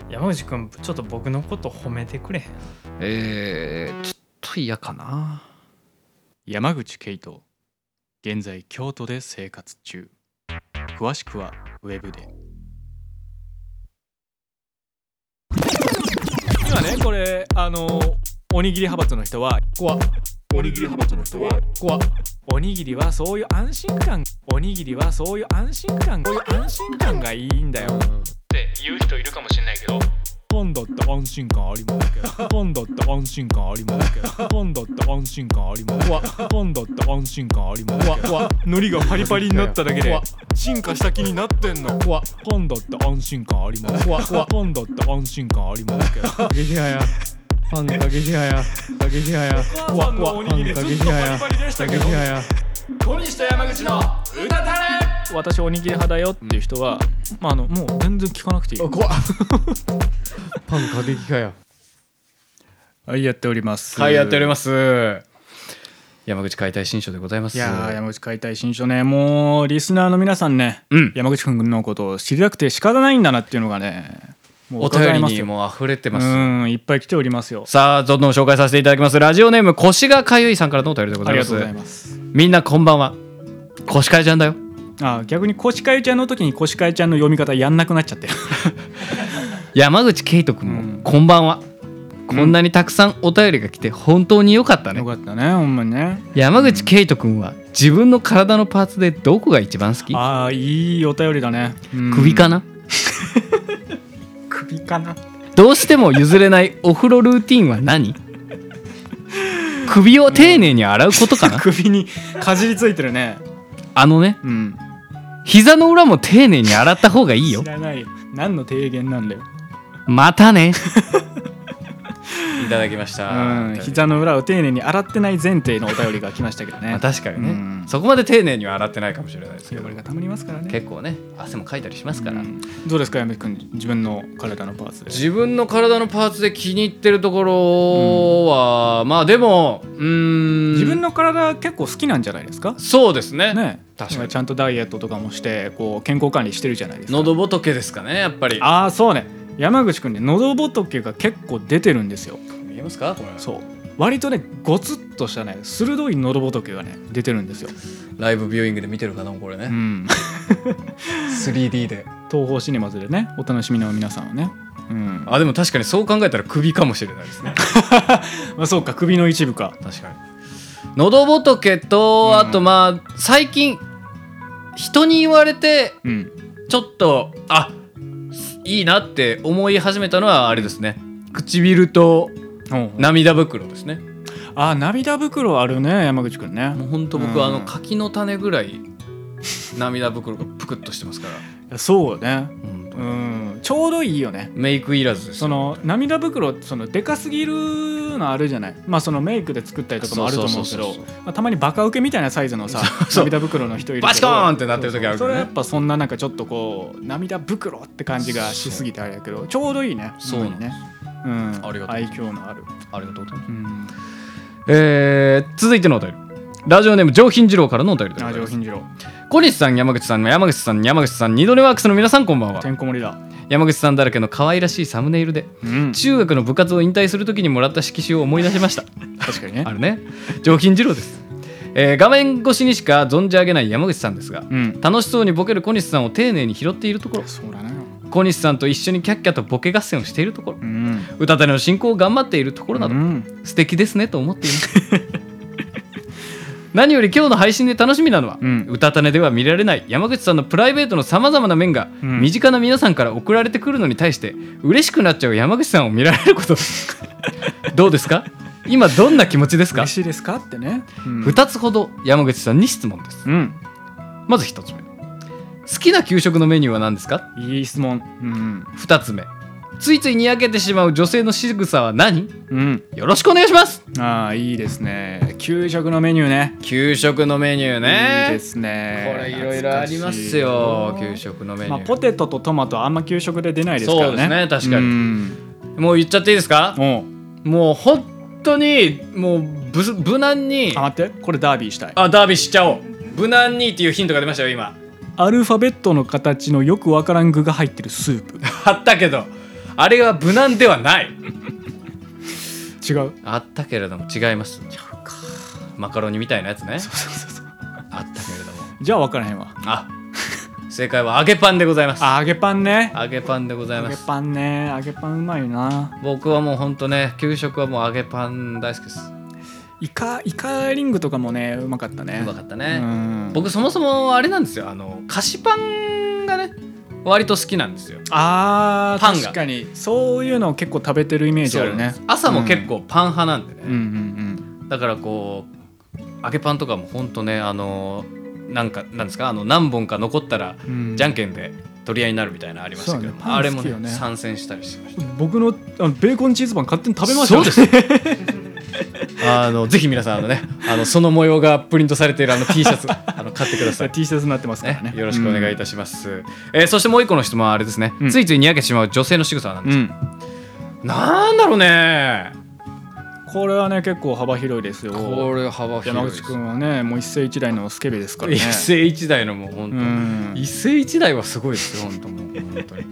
[SPEAKER 9] 山口くんちょっと僕のこと褒めてくれへん
[SPEAKER 2] えー、ちょっと嫌かな
[SPEAKER 1] 山口ケイト現在京都で生活中詳しくはウェブで今ねこれあのおにぎり派閥の人は怖おにぎり派閥の人は怖おにぎりはそういう安心感おにぎりはそういう安心感こういう安心感がいいんだよって言う人いるかもしれないけどパンダって安心感ありますけどパンダって安心感ありますけどパンダって安心感ありますわパンダって安心感ありますけどわ海苔がパリパリになっただけで進化した気になってんのわパンダって安心感ありますわわパンダって安心感ありますけど
[SPEAKER 5] 過激派やパン過激派や過激派や
[SPEAKER 1] 母さんのおにぎりずっとパリパリでしたけど
[SPEAKER 5] 過激派や
[SPEAKER 1] 小西と山口の歌たれ私おにぎり派だよっていう人は、まあ、あのもう全然聞かなくていい
[SPEAKER 5] 怖っパン過激かよ
[SPEAKER 1] はいやっております
[SPEAKER 2] はいやっておりますす山口解体新書でございます
[SPEAKER 1] いやー山口解体新書ねもうリスナーの皆さんね、
[SPEAKER 2] うん
[SPEAKER 1] 山口くんのことを知りたくて仕方ないんだなっていうのがねも
[SPEAKER 2] お
[SPEAKER 1] 伺え
[SPEAKER 2] 便り
[SPEAKER 1] ます
[SPEAKER 2] に
[SPEAKER 1] よ
[SPEAKER 2] もう溢れてます、
[SPEAKER 1] うんいっぱい来ておりますよ
[SPEAKER 2] さあどんどん紹介させていただきますラジオネーム腰がかゆいさんからのお便りでご
[SPEAKER 1] あ
[SPEAKER 2] ざい
[SPEAKER 1] り
[SPEAKER 2] ま
[SPEAKER 1] が
[SPEAKER 2] す
[SPEAKER 1] とうございます
[SPEAKER 2] みんなこんばんは腰かゆちゃんだよ
[SPEAKER 1] あ逆にコシカエちゃんの時にコシカエちゃんの読み方やんなくなっち ゃってる
[SPEAKER 2] 山口圭人君も、
[SPEAKER 1] うん
[SPEAKER 2] こんばんはこんなにたくさんお便りが来て本当に良かったね、
[SPEAKER 1] よかったねほんまにね
[SPEAKER 2] 山口圭人君は自分の体のパーツでどこが一番好き
[SPEAKER 1] ああいいお便りだね、うん
[SPEAKER 2] 首かな
[SPEAKER 1] 首かな
[SPEAKER 2] どうしても譲れ ないお風呂ルーティンは何首を丁寧に洗うことかな、
[SPEAKER 1] 首にかじりついてるね
[SPEAKER 2] あのね
[SPEAKER 1] うん
[SPEAKER 2] 膝の裏も丁寧に洗った方がいいよ
[SPEAKER 1] 知らないよ何の提言なんだよ、
[SPEAKER 2] またね いただきまし
[SPEAKER 1] うん、膝の裏を丁寧に洗ってない前提のお便りが来ましたけどね
[SPEAKER 2] まあ、確かにね、
[SPEAKER 1] うん
[SPEAKER 2] そこまで丁寧には洗ってないかもしれないですけど
[SPEAKER 1] 汚れがたまりますからね
[SPEAKER 2] 結構ね汗もかいたりしますから、
[SPEAKER 1] うんどうですか山口君自分の体のパーツで
[SPEAKER 2] 自分の体のパーツで気に入ってるところは、まあでもうーん
[SPEAKER 1] 自分の体結構好きなんじゃないですか
[SPEAKER 2] そうですね
[SPEAKER 1] ね
[SPEAKER 2] 確かに
[SPEAKER 1] ちゃんとダイエットとかもしてこう健康管理してるじゃないですか
[SPEAKER 2] 喉仏ですかねやっぱり
[SPEAKER 1] ああそうね山口君ね喉仏が結構出てるんですよ
[SPEAKER 2] 見えますかこれ
[SPEAKER 1] そう割とねゴツッとしたね鋭い喉仏がね出てるんですよ、
[SPEAKER 2] ライブビューイングで見てるかなこれね、
[SPEAKER 1] うん
[SPEAKER 2] 3D で
[SPEAKER 1] 東宝シネマズでねお楽しみの皆さんはねうん
[SPEAKER 2] あでも確かにそう考えたら首かもしれないですね
[SPEAKER 1] まあそうか首の一部か
[SPEAKER 2] 確かに喉仏と、
[SPEAKER 1] うん
[SPEAKER 2] あとまあ最近人に言われて
[SPEAKER 1] うん
[SPEAKER 2] ちょっとあいいなって思い始めたのはあれですね唇と涙袋ですね
[SPEAKER 1] ああ涙袋あるね山口君ね
[SPEAKER 2] もうほんと
[SPEAKER 1] う
[SPEAKER 2] 僕
[SPEAKER 1] ん
[SPEAKER 2] あの柿の種ぐらい涙袋がぷくっとしてますから
[SPEAKER 1] いやそうね
[SPEAKER 2] 本当
[SPEAKER 1] う
[SPEAKER 2] に
[SPEAKER 1] んちょうどいいよね
[SPEAKER 2] メイクいらずです
[SPEAKER 1] その涙袋ってそのでかすぎるのあるじゃないまあそのメイクで作ったりとかもあると思うけ
[SPEAKER 2] そう
[SPEAKER 1] ど
[SPEAKER 2] そうそう
[SPEAKER 1] まあたまにバカウケみたいなサイズのさ
[SPEAKER 2] そう
[SPEAKER 1] 涙袋の人いるけど
[SPEAKER 2] バチコーンってなってる時あるけ
[SPEAKER 1] そうそうそ
[SPEAKER 2] ど
[SPEAKER 1] れはや
[SPEAKER 2] ね
[SPEAKER 1] っぱそんななんかちょっとこう涙袋って感じがしすぎてあれやけどちょうどいいね
[SPEAKER 2] そうなん
[SPEAKER 1] 本当
[SPEAKER 2] です
[SPEAKER 1] にね、うん、
[SPEAKER 2] ありがとう
[SPEAKER 1] 愛嬌のある、
[SPEAKER 2] ありがとうございます
[SPEAKER 1] うん、
[SPEAKER 2] えー続いてのお便りラジオネーム上品次郎からのお便りでご
[SPEAKER 1] あ
[SPEAKER 2] ざ
[SPEAKER 1] 上
[SPEAKER 2] います
[SPEAKER 1] 品次郎
[SPEAKER 2] 小西さん山口さん山口さん山口さん二度寝ワークスの皆さんこんばんは
[SPEAKER 1] てんこ盛りだ、
[SPEAKER 2] 山口さんだらけの可愛らしいサムネイルで
[SPEAKER 1] うん、
[SPEAKER 2] 中学の部活を引退するときにもらった色紙を思い出しました
[SPEAKER 1] 確かにね
[SPEAKER 2] あるね上品次郎です、えー画面越しにしか存じ上げない山口さんですが
[SPEAKER 1] うん
[SPEAKER 2] 楽しそうにボケる小西さんを丁寧に拾っているところ
[SPEAKER 1] そうだな
[SPEAKER 2] 小西さんと一緒にキャッキャとボケ合戦をしているところ
[SPEAKER 1] うん
[SPEAKER 2] 歌手の進行を頑張っているところなど、
[SPEAKER 1] うん
[SPEAKER 2] 素敵ですねと思っています 何より今日の配信で楽しみなのは、
[SPEAKER 1] うん
[SPEAKER 2] 歌種では見られない山口さんのプライベートのさまざまな面が、
[SPEAKER 1] うん
[SPEAKER 2] 身近な皆さんから送られてくるのに対して嬉しくなっちゃう山口さんを見られることです どうですか今どんな気持ちですか
[SPEAKER 1] 嬉しいですかってね、うん
[SPEAKER 2] 2つほど山口さんに質問です
[SPEAKER 1] うん、
[SPEAKER 2] まず1つ目好きな給食のメニューは何ですか
[SPEAKER 1] いい質問
[SPEAKER 2] 2つ目ついついにやけてしまう女性の仕草は何
[SPEAKER 1] うん、うん
[SPEAKER 2] よろしくお願いします
[SPEAKER 1] ああいいですね給食のメニューね
[SPEAKER 2] 給食のメニュー
[SPEAKER 1] いい
[SPEAKER 2] ね
[SPEAKER 1] ですね
[SPEAKER 2] これいろいろありますよ給食のメニ
[SPEAKER 1] まあ、
[SPEAKER 2] ュ
[SPEAKER 1] ポ
[SPEAKER 2] ー、
[SPEAKER 1] テトとトマトあんま給食で出ないですからね
[SPEAKER 2] そうですね確かに
[SPEAKER 1] うん
[SPEAKER 2] もう言っちゃっていいですか
[SPEAKER 1] おう
[SPEAKER 2] もう本当にもうぶす無難に
[SPEAKER 1] あ待ってこれダービーしたい
[SPEAKER 2] あダービーしちゃおう無難にっていうヒントが出ましたよ今
[SPEAKER 1] アルファベットの形のよくわからん具が入ってるスープ
[SPEAKER 2] あったけどあれは無難ではない
[SPEAKER 1] 違う
[SPEAKER 2] あったけれども違いますマカロニみたいなやつねあったけれども
[SPEAKER 1] じゃあわからへんわ
[SPEAKER 2] あ正解は揚げパンでございます
[SPEAKER 1] あ揚げパンね
[SPEAKER 2] 揚げパンでござい
[SPEAKER 1] 揚
[SPEAKER 2] ま
[SPEAKER 1] げ
[SPEAKER 2] す
[SPEAKER 1] パンね揚げパンうまいよな
[SPEAKER 2] 僕はもうほんとね給食はもう揚げパン大好きです
[SPEAKER 1] イカイカリングとかもねうまかったね
[SPEAKER 2] うまかった
[SPEAKER 1] た
[SPEAKER 2] ね、
[SPEAKER 1] うん、
[SPEAKER 2] 僕そもそもあれなんですよあの菓子パンがね割と好きなんですよ
[SPEAKER 1] あー
[SPEAKER 2] パンが
[SPEAKER 1] 確かにそういうのを結構食べてるイメージあるね
[SPEAKER 2] 朝も結構パン派なんで
[SPEAKER 1] うんう
[SPEAKER 2] ね、
[SPEAKER 1] ん
[SPEAKER 2] だからこう揚げパンとかもほんとねあのなんかなんですかあの何本か残ったら
[SPEAKER 1] うんうん
[SPEAKER 2] じゃんけんで取り合いになるみたいなのありましたけど、
[SPEAKER 1] そうだねパン
[SPEAKER 2] あれも
[SPEAKER 1] 好きよね
[SPEAKER 2] ね参戦したりしてました
[SPEAKER 1] 僕のあのベーコンチーズパン勝手に食べました
[SPEAKER 2] そうです
[SPEAKER 1] ね
[SPEAKER 2] あのぜひ皆さんあのねあのその模様がプリントされているあの T シャツあの買ってくださ い
[SPEAKER 1] T シャツになってますから
[SPEAKER 2] ね
[SPEAKER 1] ね、
[SPEAKER 2] よろしくお願いいたします、えーそしてもう一個の質問はあれですね、
[SPEAKER 1] うん
[SPEAKER 2] ついついにやけてしまう女性の仕草はなん
[SPEAKER 1] う
[SPEAKER 2] です、
[SPEAKER 1] ん、
[SPEAKER 2] なんだろうね
[SPEAKER 1] これはね結構幅広いですよ
[SPEAKER 2] これ幅広い
[SPEAKER 1] 山
[SPEAKER 2] です
[SPEAKER 1] 口君はねもう一世一代のスケベですからね
[SPEAKER 2] 一世一代のもう本当、
[SPEAKER 1] うん
[SPEAKER 2] 一世一代はすごいですよ本 当もう本当に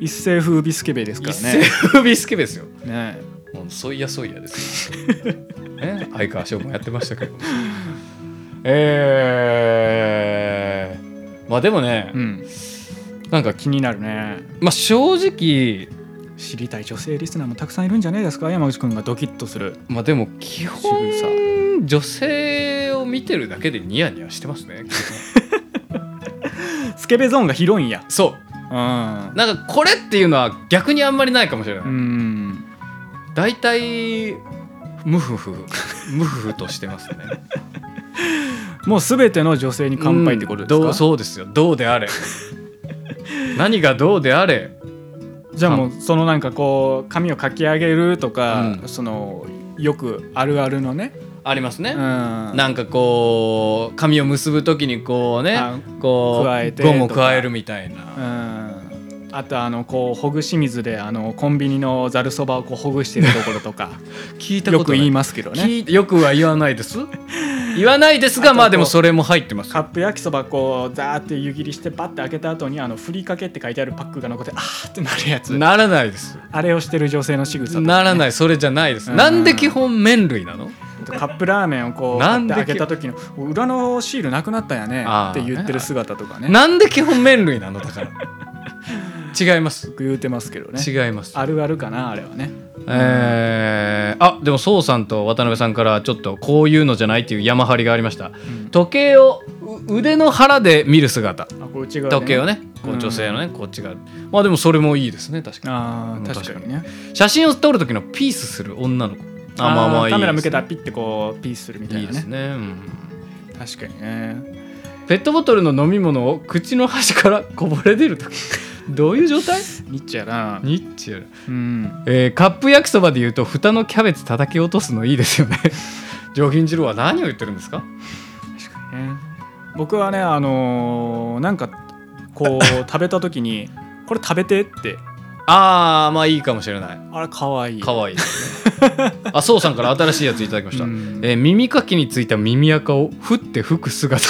[SPEAKER 1] 一世風靡スケベですか
[SPEAKER 2] 一
[SPEAKER 1] ら
[SPEAKER 2] 世
[SPEAKER 1] ね
[SPEAKER 2] 風靡スケベですよ
[SPEAKER 1] ね
[SPEAKER 2] もうそいやそいやです よ、ね、相川翔もやってましたけどえー、まあでもね、
[SPEAKER 1] うん
[SPEAKER 2] なんか
[SPEAKER 1] 気になるね
[SPEAKER 2] まあ正直
[SPEAKER 1] 知りたい女性リスナーもたくさんいるんじゃないですか山口君がドキッとする
[SPEAKER 2] まあでも基
[SPEAKER 1] 仕
[SPEAKER 2] 本
[SPEAKER 1] 草
[SPEAKER 2] 女性を見てるだけでニヤニヤしてます ね
[SPEAKER 1] スケベゾーンが広いんや
[SPEAKER 2] そううなんかこれっていうのは逆にあんまりないかもしれない、
[SPEAKER 1] んうん
[SPEAKER 2] 大体ムフフムフフとしてますね
[SPEAKER 1] もうすべての女性に乾杯ってことですか、
[SPEAKER 2] うんどうそうですよどうで あれ何がどうであれ
[SPEAKER 1] じゃあもうそのなんかこう髪をかき上げるとか、
[SPEAKER 2] うん
[SPEAKER 1] そのよくあるあるのね、
[SPEAKER 2] ありますね、
[SPEAKER 1] うん、な
[SPEAKER 2] なんかこう髪を結ぶ時にこうね
[SPEAKER 1] あ
[SPEAKER 2] こ
[SPEAKER 1] 加え
[SPEAKER 2] う
[SPEAKER 1] て
[SPEAKER 2] ゴムを
[SPEAKER 1] とか
[SPEAKER 2] 加えるみたいな、
[SPEAKER 1] うん、あとあのこうほぐし水であのコンビニのざるそばをこうほぐしてるところとか
[SPEAKER 2] 聞いた
[SPEAKER 1] よ
[SPEAKER 2] こと
[SPEAKER 1] く
[SPEAKER 2] ない
[SPEAKER 1] 言いますけどね
[SPEAKER 2] 聞いよくは言わないです 言わないですが
[SPEAKER 1] あとこう
[SPEAKER 2] まあでもそれも入ってます
[SPEAKER 1] カップ焼きそばこうザーって湯切りしてパッて開けた後にあのふりかけって書いてあるパックが残ってあーってなるやつ
[SPEAKER 2] ならないです
[SPEAKER 1] あれをしてる女性の仕草とかね
[SPEAKER 2] ならないそれじゃないです
[SPEAKER 1] うん
[SPEAKER 2] なんで基本麺類なの
[SPEAKER 1] カップラーメンをこう
[SPEAKER 2] な
[SPEAKER 1] パ
[SPEAKER 2] ん
[SPEAKER 1] ッて
[SPEAKER 2] で
[SPEAKER 1] 開けた時の裏のシールなくなったんやね
[SPEAKER 2] あー
[SPEAKER 1] って言ってる姿とかね
[SPEAKER 2] なんで基本麺類なのだ から違います
[SPEAKER 1] よく言うてますけどね
[SPEAKER 2] 違います
[SPEAKER 1] あるあるかなあれはね
[SPEAKER 2] えーあでも宋さんと渡辺さんからちょっとこういうのじゃないっていう山張りがありました、時計をう腕の腹で見る姿
[SPEAKER 1] あこう内側で
[SPEAKER 2] 時計をね
[SPEAKER 1] う
[SPEAKER 2] こうん女性のね、こっちがまあでもそれもいいですね確か
[SPEAKER 1] あー
[SPEAKER 2] うん
[SPEAKER 1] 確かにね
[SPEAKER 2] に写真を撮る時のピースする女の子あまあまあいいですね
[SPEAKER 1] カメラ向けたらピッてこうピースするみた
[SPEAKER 2] い
[SPEAKER 1] い
[SPEAKER 2] い
[SPEAKER 1] な
[SPEAKER 2] です
[SPEAKER 1] ね
[SPEAKER 2] ね、うん
[SPEAKER 1] 確かにね
[SPEAKER 2] ペットボトルの飲み物を口の端からこぼれ出る時 どういう状態
[SPEAKER 1] ニッチやな
[SPEAKER 2] ニッチやる
[SPEAKER 1] うん
[SPEAKER 2] えーカップ焼きそばで言うと蓋のキャベツ叩き落とすのいいですよね 上品次郎は何を言ってるんですか
[SPEAKER 1] ね僕はねあのーなんかこう食べた時に これ食べてって
[SPEAKER 2] ああまあいいかもしれない
[SPEAKER 1] あれかわいい
[SPEAKER 2] かわいいですねあそうさんから新しいやついただきました、
[SPEAKER 1] うん
[SPEAKER 2] えー耳かきについた耳垢をふって吹く姿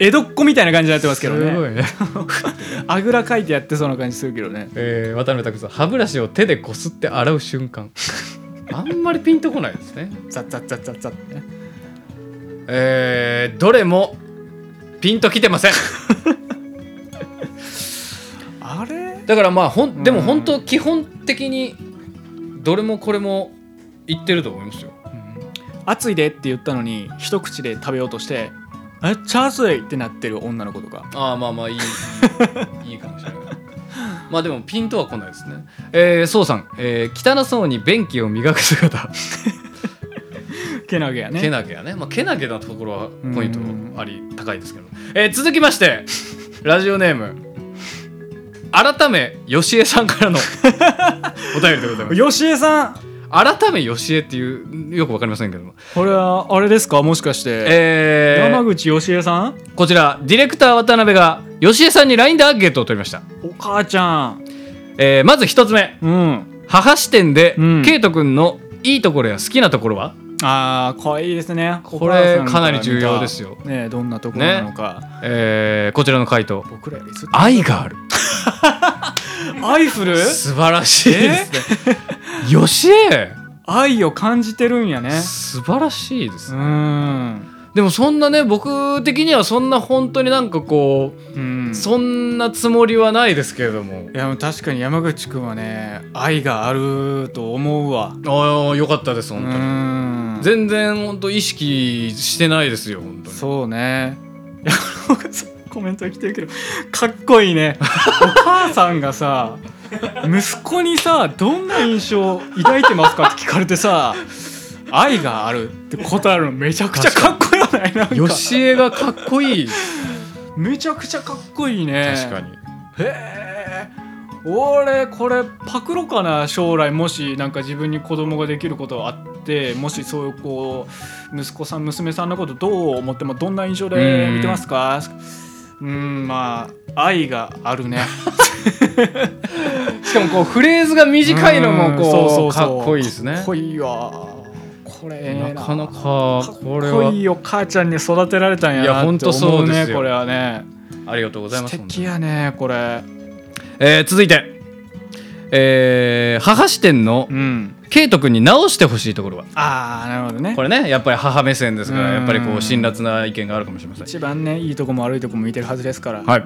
[SPEAKER 1] 江戸っ子みたいな感じになってますけど
[SPEAKER 2] すご
[SPEAKER 1] ね
[SPEAKER 2] いね、
[SPEAKER 1] あぐらかいてやってそうな感じするけどね
[SPEAKER 2] えー渡辺拓さん歯ブラシを手でこすって洗う 瞬間あんまりピンとこないですね
[SPEAKER 1] ザッザッザッザッザッってね
[SPEAKER 2] えーどれもピンときてません
[SPEAKER 1] あれ
[SPEAKER 2] だからまあほんでも
[SPEAKER 1] うん
[SPEAKER 2] 本当基本的にどれもこれも言ってると思いますよ
[SPEAKER 1] 熱いでって言ったのに一口で食べようとしてめっちゃ熱いってなってる女の子とか
[SPEAKER 2] ああまあまあいいいいかもしれないまあでもピンとは来ないですねえー、そうさん、えー、汚そうに便器を磨く姿
[SPEAKER 1] けなげやね
[SPEAKER 2] けなげやね、まあ、けなげなところはポイ
[SPEAKER 1] う
[SPEAKER 2] ン
[SPEAKER 1] ん
[SPEAKER 2] トあり高いですけど、えー続きましてラジオネーム改めよしえさん からのお便りでございます
[SPEAKER 1] よしえさん
[SPEAKER 2] 改めよしえっていうよくわかりませんけども、
[SPEAKER 1] これはあれですかもしかして、
[SPEAKER 2] えー
[SPEAKER 1] 山口よしえさん
[SPEAKER 2] こちらディレクター渡辺がよしえさんに LINE でアンケートを取りました、
[SPEAKER 1] お母ちゃん
[SPEAKER 2] えーまず一つ目
[SPEAKER 1] うん
[SPEAKER 2] 母視点で、
[SPEAKER 1] うん
[SPEAKER 2] ケイト君のいいところや好きなところは
[SPEAKER 1] ああこれいいですね
[SPEAKER 2] これかなり重要ですすよ、
[SPEAKER 1] ねえどんなところなのか、
[SPEAKER 2] えーこちらの回答
[SPEAKER 1] 僕らよりずっと
[SPEAKER 2] 愛がある
[SPEAKER 1] アイフル
[SPEAKER 2] 素晴らしいですね、 よしえ
[SPEAKER 1] 愛を感じてるんやね
[SPEAKER 2] 素晴らしいで
[SPEAKER 1] う
[SPEAKER 2] す、
[SPEAKER 1] ーん
[SPEAKER 2] でもそんなね僕的にはそんな本当になんかこう、
[SPEAKER 1] うん
[SPEAKER 2] そんなつもりはないですけれども
[SPEAKER 1] いやもう確かに山口くんはね愛があると思うわ
[SPEAKER 2] ああよかったです
[SPEAKER 1] う
[SPEAKER 2] 本当に、
[SPEAKER 1] ーん
[SPEAKER 2] 全然本当意識してないですよ本当に
[SPEAKER 1] そうねいや なんかさコメントが来てるけどかっこいいねお母さんがさ息子にさどんな印象を抱いてますかって聞かれてさ愛があるって答えるのめちゃくちゃかっこよないなんか
[SPEAKER 2] よしえがかっ こいい
[SPEAKER 1] めちゃくちゃかっこいいね
[SPEAKER 2] 確か
[SPEAKER 1] へ
[SPEAKER 2] に
[SPEAKER 1] え俺これパクろかな将来もしなんか自分に子供ができることがあってもしそういうこう息子さん娘さんのことどう思ってもどんな印象で見てますかうーんまあ愛があ るね
[SPEAKER 2] しかもこうフレーズが短いのも
[SPEAKER 1] う
[SPEAKER 2] こう
[SPEAKER 1] んそうそうそう
[SPEAKER 2] かっこいいです
[SPEAKER 1] か
[SPEAKER 2] ね
[SPEAKER 1] っこいいわこれええ
[SPEAKER 2] なかなかこれは
[SPEAKER 1] かっこいいよ母ちゃんに育てられたんや
[SPEAKER 2] いや
[SPEAKER 1] な
[SPEAKER 2] ほん
[SPEAKER 1] って
[SPEAKER 2] と
[SPEAKER 1] 思
[SPEAKER 2] そう
[SPEAKER 1] うね
[SPEAKER 2] ですよ
[SPEAKER 1] これはね
[SPEAKER 2] ありがとうございます
[SPEAKER 1] 素敵やねこれ
[SPEAKER 2] えー続いて、えー母視点の
[SPEAKER 1] うん
[SPEAKER 2] ケイト君に直してほしいところは
[SPEAKER 1] ああなるほどね
[SPEAKER 2] これねやっぱり母目線ですから
[SPEAKER 1] うん
[SPEAKER 2] やっぱりこう辛辣な意見があるかもしれません
[SPEAKER 1] 一番ねいいとこも悪いとこも見てるはずですから、
[SPEAKER 2] はい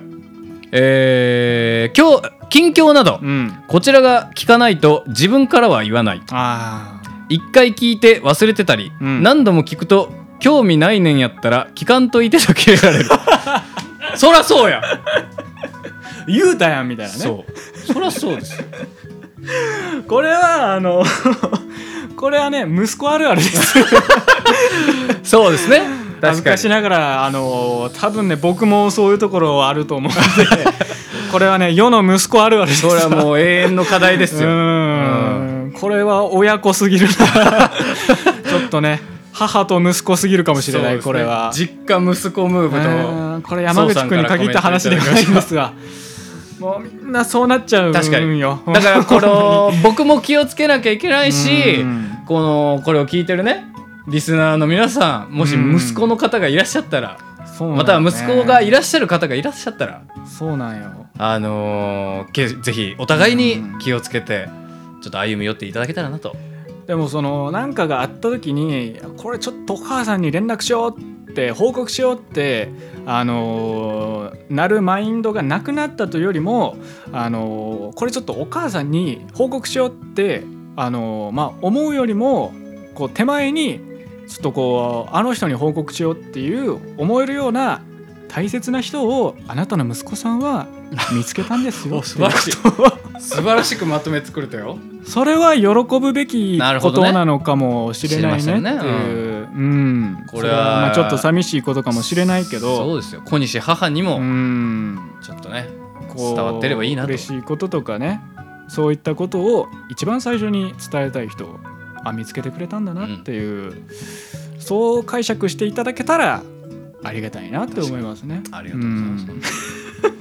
[SPEAKER 2] えー今日近況など、
[SPEAKER 1] うん
[SPEAKER 2] こちらが聞かないと自分からは言わない
[SPEAKER 1] あ
[SPEAKER 2] 一回聞いて忘れてたり、
[SPEAKER 1] うん
[SPEAKER 2] 何度も聞くと興味ないねんやったら聞かんといてと切 れられるそらそうや、
[SPEAKER 1] あ言うたやんみたいなね
[SPEAKER 2] そうそらそうです
[SPEAKER 1] これはあの これはね息子あるあるです
[SPEAKER 2] そうですね
[SPEAKER 1] 恥
[SPEAKER 2] 確
[SPEAKER 1] ず
[SPEAKER 2] か
[SPEAKER 1] か
[SPEAKER 2] に
[SPEAKER 1] しながらあの多分ね僕もそういうところはあると思うんで これはね世の息子あるあるです
[SPEAKER 2] それはもう永遠の課題で
[SPEAKER 1] う
[SPEAKER 2] すよ
[SPEAKER 1] ーんこれは親子すぎるな ちょっとね母と息子すぎるかもしれない、これは
[SPEAKER 2] そうですね実家息子ムー
[SPEAKER 1] う
[SPEAKER 2] ブ
[SPEAKER 1] ーんこれ山口君に限った話でございますがもうみんなそうなっちゃうんよ
[SPEAKER 2] 確かにとだからこの僕も気をつけなきゃいけないし
[SPEAKER 1] うん
[SPEAKER 2] このこれを聞いてるねリスナーの皆さんもし
[SPEAKER 1] うん
[SPEAKER 2] 息子の方がいらっしゃったら
[SPEAKER 1] そうなん
[SPEAKER 2] ま
[SPEAKER 1] よね
[SPEAKER 2] たは息子がいらっしゃる方がいらっしゃったら
[SPEAKER 1] そうなんよ
[SPEAKER 2] あのーけぜひお互いに気をつけてちょっと歩み寄っていただけたらなと
[SPEAKER 1] でもそのなんかがあった時にこれちょっとお母さんに連絡しようって報告しようってあのーなるマインドがなくなったというよりもあのーこれちょっとお母さんに報告しようってあのーまあ思うよりもこう手前にちょっとこうあの人に報告しようっていう思えるような大切な人をあなたの息子さんは見つけたんですよ っていうことを
[SPEAKER 2] 素晴らしくまとめてくれたよ
[SPEAKER 1] それは喜ぶべき
[SPEAKER 2] なるほ
[SPEAKER 1] こ
[SPEAKER 2] ど
[SPEAKER 1] と
[SPEAKER 2] ね
[SPEAKER 1] なのかもしれないねって
[SPEAKER 2] 知りませ
[SPEAKER 1] いう、うん、
[SPEAKER 2] これは
[SPEAKER 1] そまあちょっと寂しいことかもしれないけ
[SPEAKER 2] そ
[SPEAKER 1] ど、
[SPEAKER 2] うですよ小西母に
[SPEAKER 1] う
[SPEAKER 2] も
[SPEAKER 1] ん、
[SPEAKER 2] ちょっとね
[SPEAKER 1] こう
[SPEAKER 2] 伝わってればいいなと
[SPEAKER 1] 嬉しいこととかねそういったことを一番最初に伝えたい人をあ見つけてくれたんだなっていう、そう解釈していただけたらありがたいなって思いますね。
[SPEAKER 2] ありがとうございます、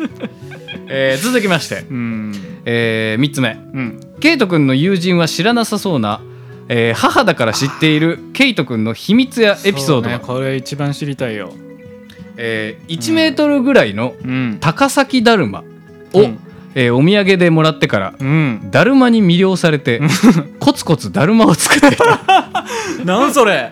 [SPEAKER 2] えー続きまして、
[SPEAKER 1] うん、
[SPEAKER 2] え3つ目
[SPEAKER 1] うん、
[SPEAKER 2] ケイト君の友人は知らなさそうな、えー母だから知っているケイト君の秘密やエピソ
[SPEAKER 1] そう
[SPEAKER 2] ード
[SPEAKER 1] ね
[SPEAKER 2] は、
[SPEAKER 1] これ一番知りたいよ。
[SPEAKER 2] えー1メートルぐらいの
[SPEAKER 1] うん、
[SPEAKER 2] 高崎だるまを、
[SPEAKER 1] うん
[SPEAKER 2] えーお土産でもらってから
[SPEAKER 1] うん、
[SPEAKER 2] だるまに魅了され てコツコツだるまを作っていた
[SPEAKER 1] なんそれ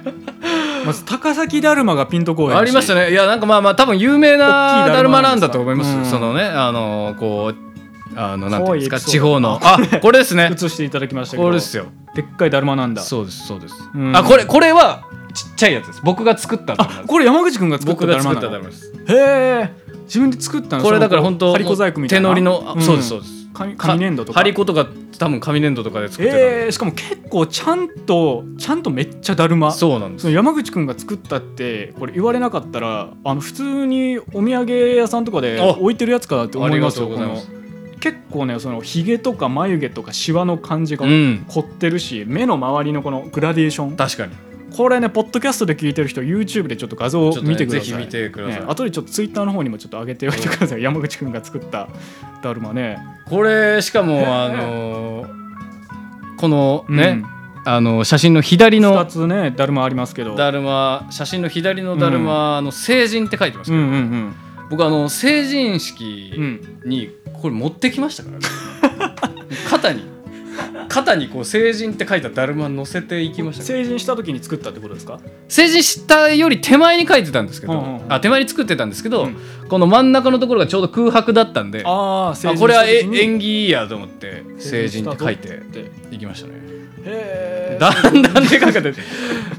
[SPEAKER 1] まず高崎だるまがピンとこうへん
[SPEAKER 2] ありました
[SPEAKER 1] ね
[SPEAKER 2] ねいやなんかまあまあ多分有名な
[SPEAKER 1] 大きい
[SPEAKER 2] だ
[SPEAKER 1] だ
[SPEAKER 2] る
[SPEAKER 1] る
[SPEAKER 2] ま
[SPEAKER 1] ま
[SPEAKER 2] な
[SPEAKER 1] なんん
[SPEAKER 2] だ
[SPEAKER 1] ですか
[SPEAKER 2] と思います、
[SPEAKER 1] うん
[SPEAKER 2] そのねあのこうあのなんていうんですか
[SPEAKER 1] 可愛いエピソード
[SPEAKER 2] 地方のあこれです ね
[SPEAKER 1] 映していただきましたけど
[SPEAKER 2] これですよ
[SPEAKER 1] でっかいだるまなんだ
[SPEAKER 2] そうですそうです、
[SPEAKER 1] うん
[SPEAKER 2] あこれこれはちっちゃいやつです僕が作っただるま
[SPEAKER 1] あ
[SPEAKER 2] です
[SPEAKER 1] これ山口くんが作った
[SPEAKER 2] 僕
[SPEAKER 1] だ
[SPEAKER 2] が
[SPEAKER 1] る
[SPEAKER 2] 作
[SPEAKER 1] ま
[SPEAKER 2] った
[SPEAKER 1] な
[SPEAKER 2] だる
[SPEAKER 1] の
[SPEAKER 2] まです
[SPEAKER 1] へえ自分で作ったの
[SPEAKER 2] これだから本当
[SPEAKER 1] ハリコ細工みたいな
[SPEAKER 2] 手乗りの、あ
[SPEAKER 1] ん
[SPEAKER 2] そうですそうです
[SPEAKER 1] 紙紙粘土とか
[SPEAKER 2] ハリコとか多分紙粘土とかで作ってたんで、
[SPEAKER 1] えーしかも結構ちゃんとちゃんとめっちゃだるま
[SPEAKER 2] そうなんです
[SPEAKER 1] その山口くんが作ったってこれ言われなかったらあの普通にお土産屋さんとかで
[SPEAKER 2] あ
[SPEAKER 1] 置いてるやつかなって
[SPEAKER 2] あ
[SPEAKER 1] 思
[SPEAKER 2] り
[SPEAKER 1] い
[SPEAKER 2] が
[SPEAKER 1] ます
[SPEAKER 2] と
[SPEAKER 1] よ
[SPEAKER 2] うございます
[SPEAKER 1] この結構ねそのひげとか眉毛とかシワの感じが
[SPEAKER 2] うん
[SPEAKER 1] 凝ってるし目の周りのこのグラデーション
[SPEAKER 2] 確かに
[SPEAKER 1] これねポッドキャストで聞いてる人 YouTube でちょっと画像を
[SPEAKER 2] ちょっとね
[SPEAKER 1] 見てください、
[SPEAKER 2] ぜひ見てください
[SPEAKER 1] ね後でちょっと Twitter の方にもちょっと上げておいてください山口くんが作っただるまね
[SPEAKER 2] これしかもあのこのね、あの写真の左
[SPEAKER 1] うん、2
[SPEAKER 2] の
[SPEAKER 1] つねだるまありますけど
[SPEAKER 2] だるま写真の左のだるまの成人って書いてます
[SPEAKER 1] う
[SPEAKER 2] け
[SPEAKER 1] んう
[SPEAKER 2] ど、
[SPEAKER 1] んうん
[SPEAKER 2] 僕あの成人
[SPEAKER 1] う
[SPEAKER 2] 式
[SPEAKER 1] ん
[SPEAKER 2] にこれ持ってきましたからね、 肩に肩にこう成人って書いただるま乗せていきましたから
[SPEAKER 1] 成人した時に作ったってことですか
[SPEAKER 2] 成人したより手前に書いてたんですけど、
[SPEAKER 1] うんうんうん
[SPEAKER 2] あ手前に作ってたんですけど、
[SPEAKER 1] うん
[SPEAKER 2] この真ん中のところがちょうど空白だったんであ
[SPEAKER 1] ああ成人
[SPEAKER 2] これはえ
[SPEAKER 1] した時に
[SPEAKER 2] 縁起いいやと思って成人って書いて
[SPEAKER 1] 成人した時って
[SPEAKER 2] いきましたね
[SPEAKER 1] へえ
[SPEAKER 2] だんだんでかくなって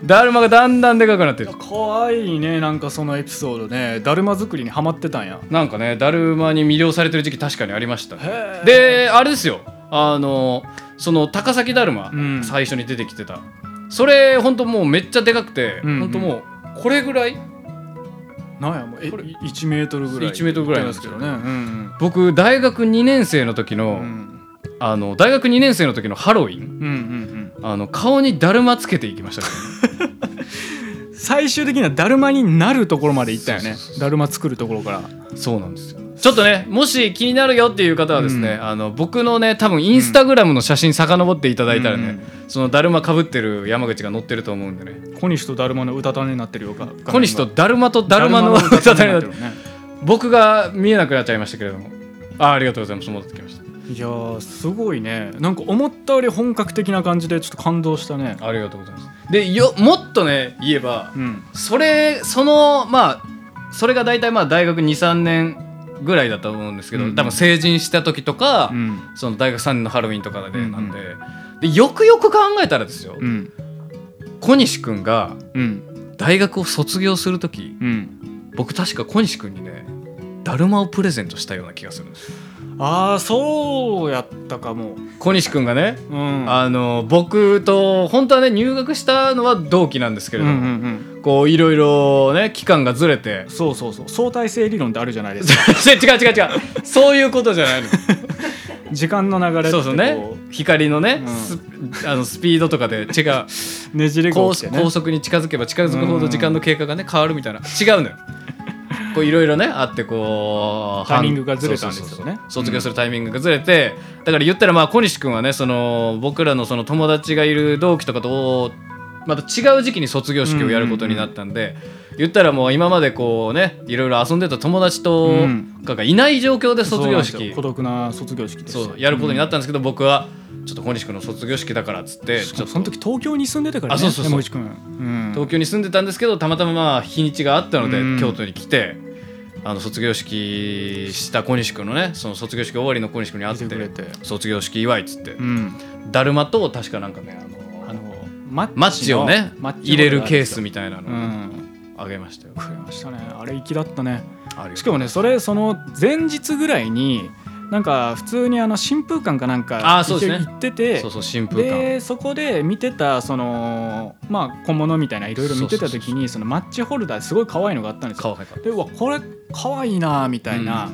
[SPEAKER 2] だるまがだんだんでかくなってる
[SPEAKER 1] かわいいねなんかそのエピソードねだるま作りにハマってたんや
[SPEAKER 2] なんかねだるまに魅了されてる時期確かにありましたね
[SPEAKER 1] へえ
[SPEAKER 2] であれですよあのその高崎だるま、
[SPEAKER 1] うん
[SPEAKER 2] 最初に出てきてたそれほんともうめっちゃでかくて、
[SPEAKER 1] うんうん
[SPEAKER 2] ほんともうこれぐらい
[SPEAKER 1] なんやもうえ
[SPEAKER 2] これ
[SPEAKER 1] 1メートルぐらい
[SPEAKER 2] 1メートルぐらいなん
[SPEAKER 1] です
[SPEAKER 2] ですけ
[SPEAKER 1] け
[SPEAKER 2] ど
[SPEAKER 1] ど
[SPEAKER 2] ね
[SPEAKER 1] ねうん
[SPEAKER 2] 僕大学2年生の時
[SPEAKER 1] う
[SPEAKER 2] の、
[SPEAKER 1] ん
[SPEAKER 2] あの大学2年生の時のハロウィン
[SPEAKER 1] うんうん
[SPEAKER 2] あの顔にだるまつけていきましたね
[SPEAKER 1] うん最終的にはだるまになるところまで行ったよねだるま作るところから
[SPEAKER 2] そうなんですよ。ちょっとね、もし気になるよっていう方はですね、
[SPEAKER 1] うん
[SPEAKER 2] あの僕のね、多分インスタグラムの写真遡っていただいたらね、そのだるまかぶってる山口が載ってると思うんでね、
[SPEAKER 1] 小西とだるまの歌種になってるよか
[SPEAKER 2] 小西
[SPEAKER 1] 画
[SPEAKER 2] と
[SPEAKER 1] 面
[SPEAKER 2] だるまと
[SPEAKER 1] が
[SPEAKER 2] だるまの 歌だ
[SPEAKER 1] にな
[SPEAKER 2] よ
[SPEAKER 1] ってるよね
[SPEAKER 2] 僕が見えなくなっちゃいましたけれども、あありがとうございます、戻ってきまし
[SPEAKER 1] いやーすごいねなんか思ったより本格的な感じでちょっと感動したね
[SPEAKER 2] た。ありがとうございます。で、よもっとね、言えば、
[SPEAKER 1] うん
[SPEAKER 2] それ、その、まあ、それが大体まあ大学2、3年ぐらいだと思うんですけど、
[SPEAKER 1] うん
[SPEAKER 2] 多分成人した時とか、
[SPEAKER 1] うん
[SPEAKER 2] その大学3年のハロウィンとかで
[SPEAKER 1] うんうん
[SPEAKER 2] なんで,、でよくよく考えたらですよ、
[SPEAKER 1] うん
[SPEAKER 2] 小西君が
[SPEAKER 1] うん
[SPEAKER 2] 大学を卒業する時
[SPEAKER 1] うん
[SPEAKER 2] 僕確か小西君にねだるまをプレゼントしたような気がするんです
[SPEAKER 1] ああそうやったかも
[SPEAKER 2] 小西君がね
[SPEAKER 1] うん
[SPEAKER 2] あの僕と本当はね入学したのは同期なんですけ
[SPEAKER 1] う
[SPEAKER 2] れ
[SPEAKER 1] んう
[SPEAKER 2] ど
[SPEAKER 1] んう
[SPEAKER 2] も、
[SPEAKER 1] ん
[SPEAKER 2] こういろいろね期間がずれて
[SPEAKER 1] そうそうそう相対性理論ってあるじゃないですか
[SPEAKER 2] 違う違う違うそういうことじゃないの
[SPEAKER 1] 時間の流れって
[SPEAKER 2] そうそうね
[SPEAKER 1] こ
[SPEAKER 2] 光のね、
[SPEAKER 1] うん
[SPEAKER 2] スあのスピードとかで違う
[SPEAKER 1] うねじれが
[SPEAKER 2] 高
[SPEAKER 1] 起きてね
[SPEAKER 2] 高速に近づけば近づくほど時間の経過がね変わるみたいな違うのよ こういろいろねあってこう
[SPEAKER 1] タイミングがずれたんですよね
[SPEAKER 2] そうそうそうそう卒業するタイミングがずれて、だから言ったらまあ小西君はねその僕らのその友達がいる同期とかとまた違う時期に卒業式をやることになったんで、言ったらもう今までこうねいろいろ遊んでた友達と
[SPEAKER 1] うん
[SPEAKER 2] かがいない状況で卒業
[SPEAKER 1] そうなんです
[SPEAKER 2] 式
[SPEAKER 1] よ孤独な卒業式でした
[SPEAKER 2] そうやることになったんですけど、僕はちょっと小西君の卒業式だからっつって
[SPEAKER 1] うんし
[SPEAKER 2] ち
[SPEAKER 1] か
[SPEAKER 2] ょ
[SPEAKER 1] も
[SPEAKER 2] っと
[SPEAKER 1] その時東京に住んでたからね
[SPEAKER 2] あそうそうそう
[SPEAKER 1] 山口君うん
[SPEAKER 2] 東京に住んでたんですけどたまたままあ日にちがあったので、
[SPEAKER 1] うん
[SPEAKER 2] 京都に来てあの卒業式した小西君のねその卒業式終わりの小西君に会っ
[SPEAKER 1] 来てくれ
[SPEAKER 2] て
[SPEAKER 1] て
[SPEAKER 2] 卒業式祝いっつって、
[SPEAKER 1] うん
[SPEAKER 2] だるまと確かなんかねあの
[SPEAKER 1] あのマッチの
[SPEAKER 2] マッチをね
[SPEAKER 1] マッチ
[SPEAKER 2] 入れるケース
[SPEAKER 1] み
[SPEAKER 2] みたいな
[SPEAKER 1] う
[SPEAKER 2] のを
[SPEAKER 1] ん
[SPEAKER 2] あげましたよ、
[SPEAKER 1] くれましたねあれ粋だったね
[SPEAKER 2] ありがとう
[SPEAKER 1] しかもねそれその前日ぐらいになんか普通にあの新風館かなんか
[SPEAKER 2] あーそうですね
[SPEAKER 1] 一緒に行ってて
[SPEAKER 2] そうそう新風館
[SPEAKER 1] でそこで見てたそのまあ小物みたいないろいろ見てた
[SPEAKER 2] そうそう
[SPEAKER 1] 時にそのマッチホルダーすごい可愛いのがあったんです
[SPEAKER 2] か
[SPEAKER 1] よ
[SPEAKER 2] わいかった
[SPEAKER 1] でうわこれ可愛いなみたいな、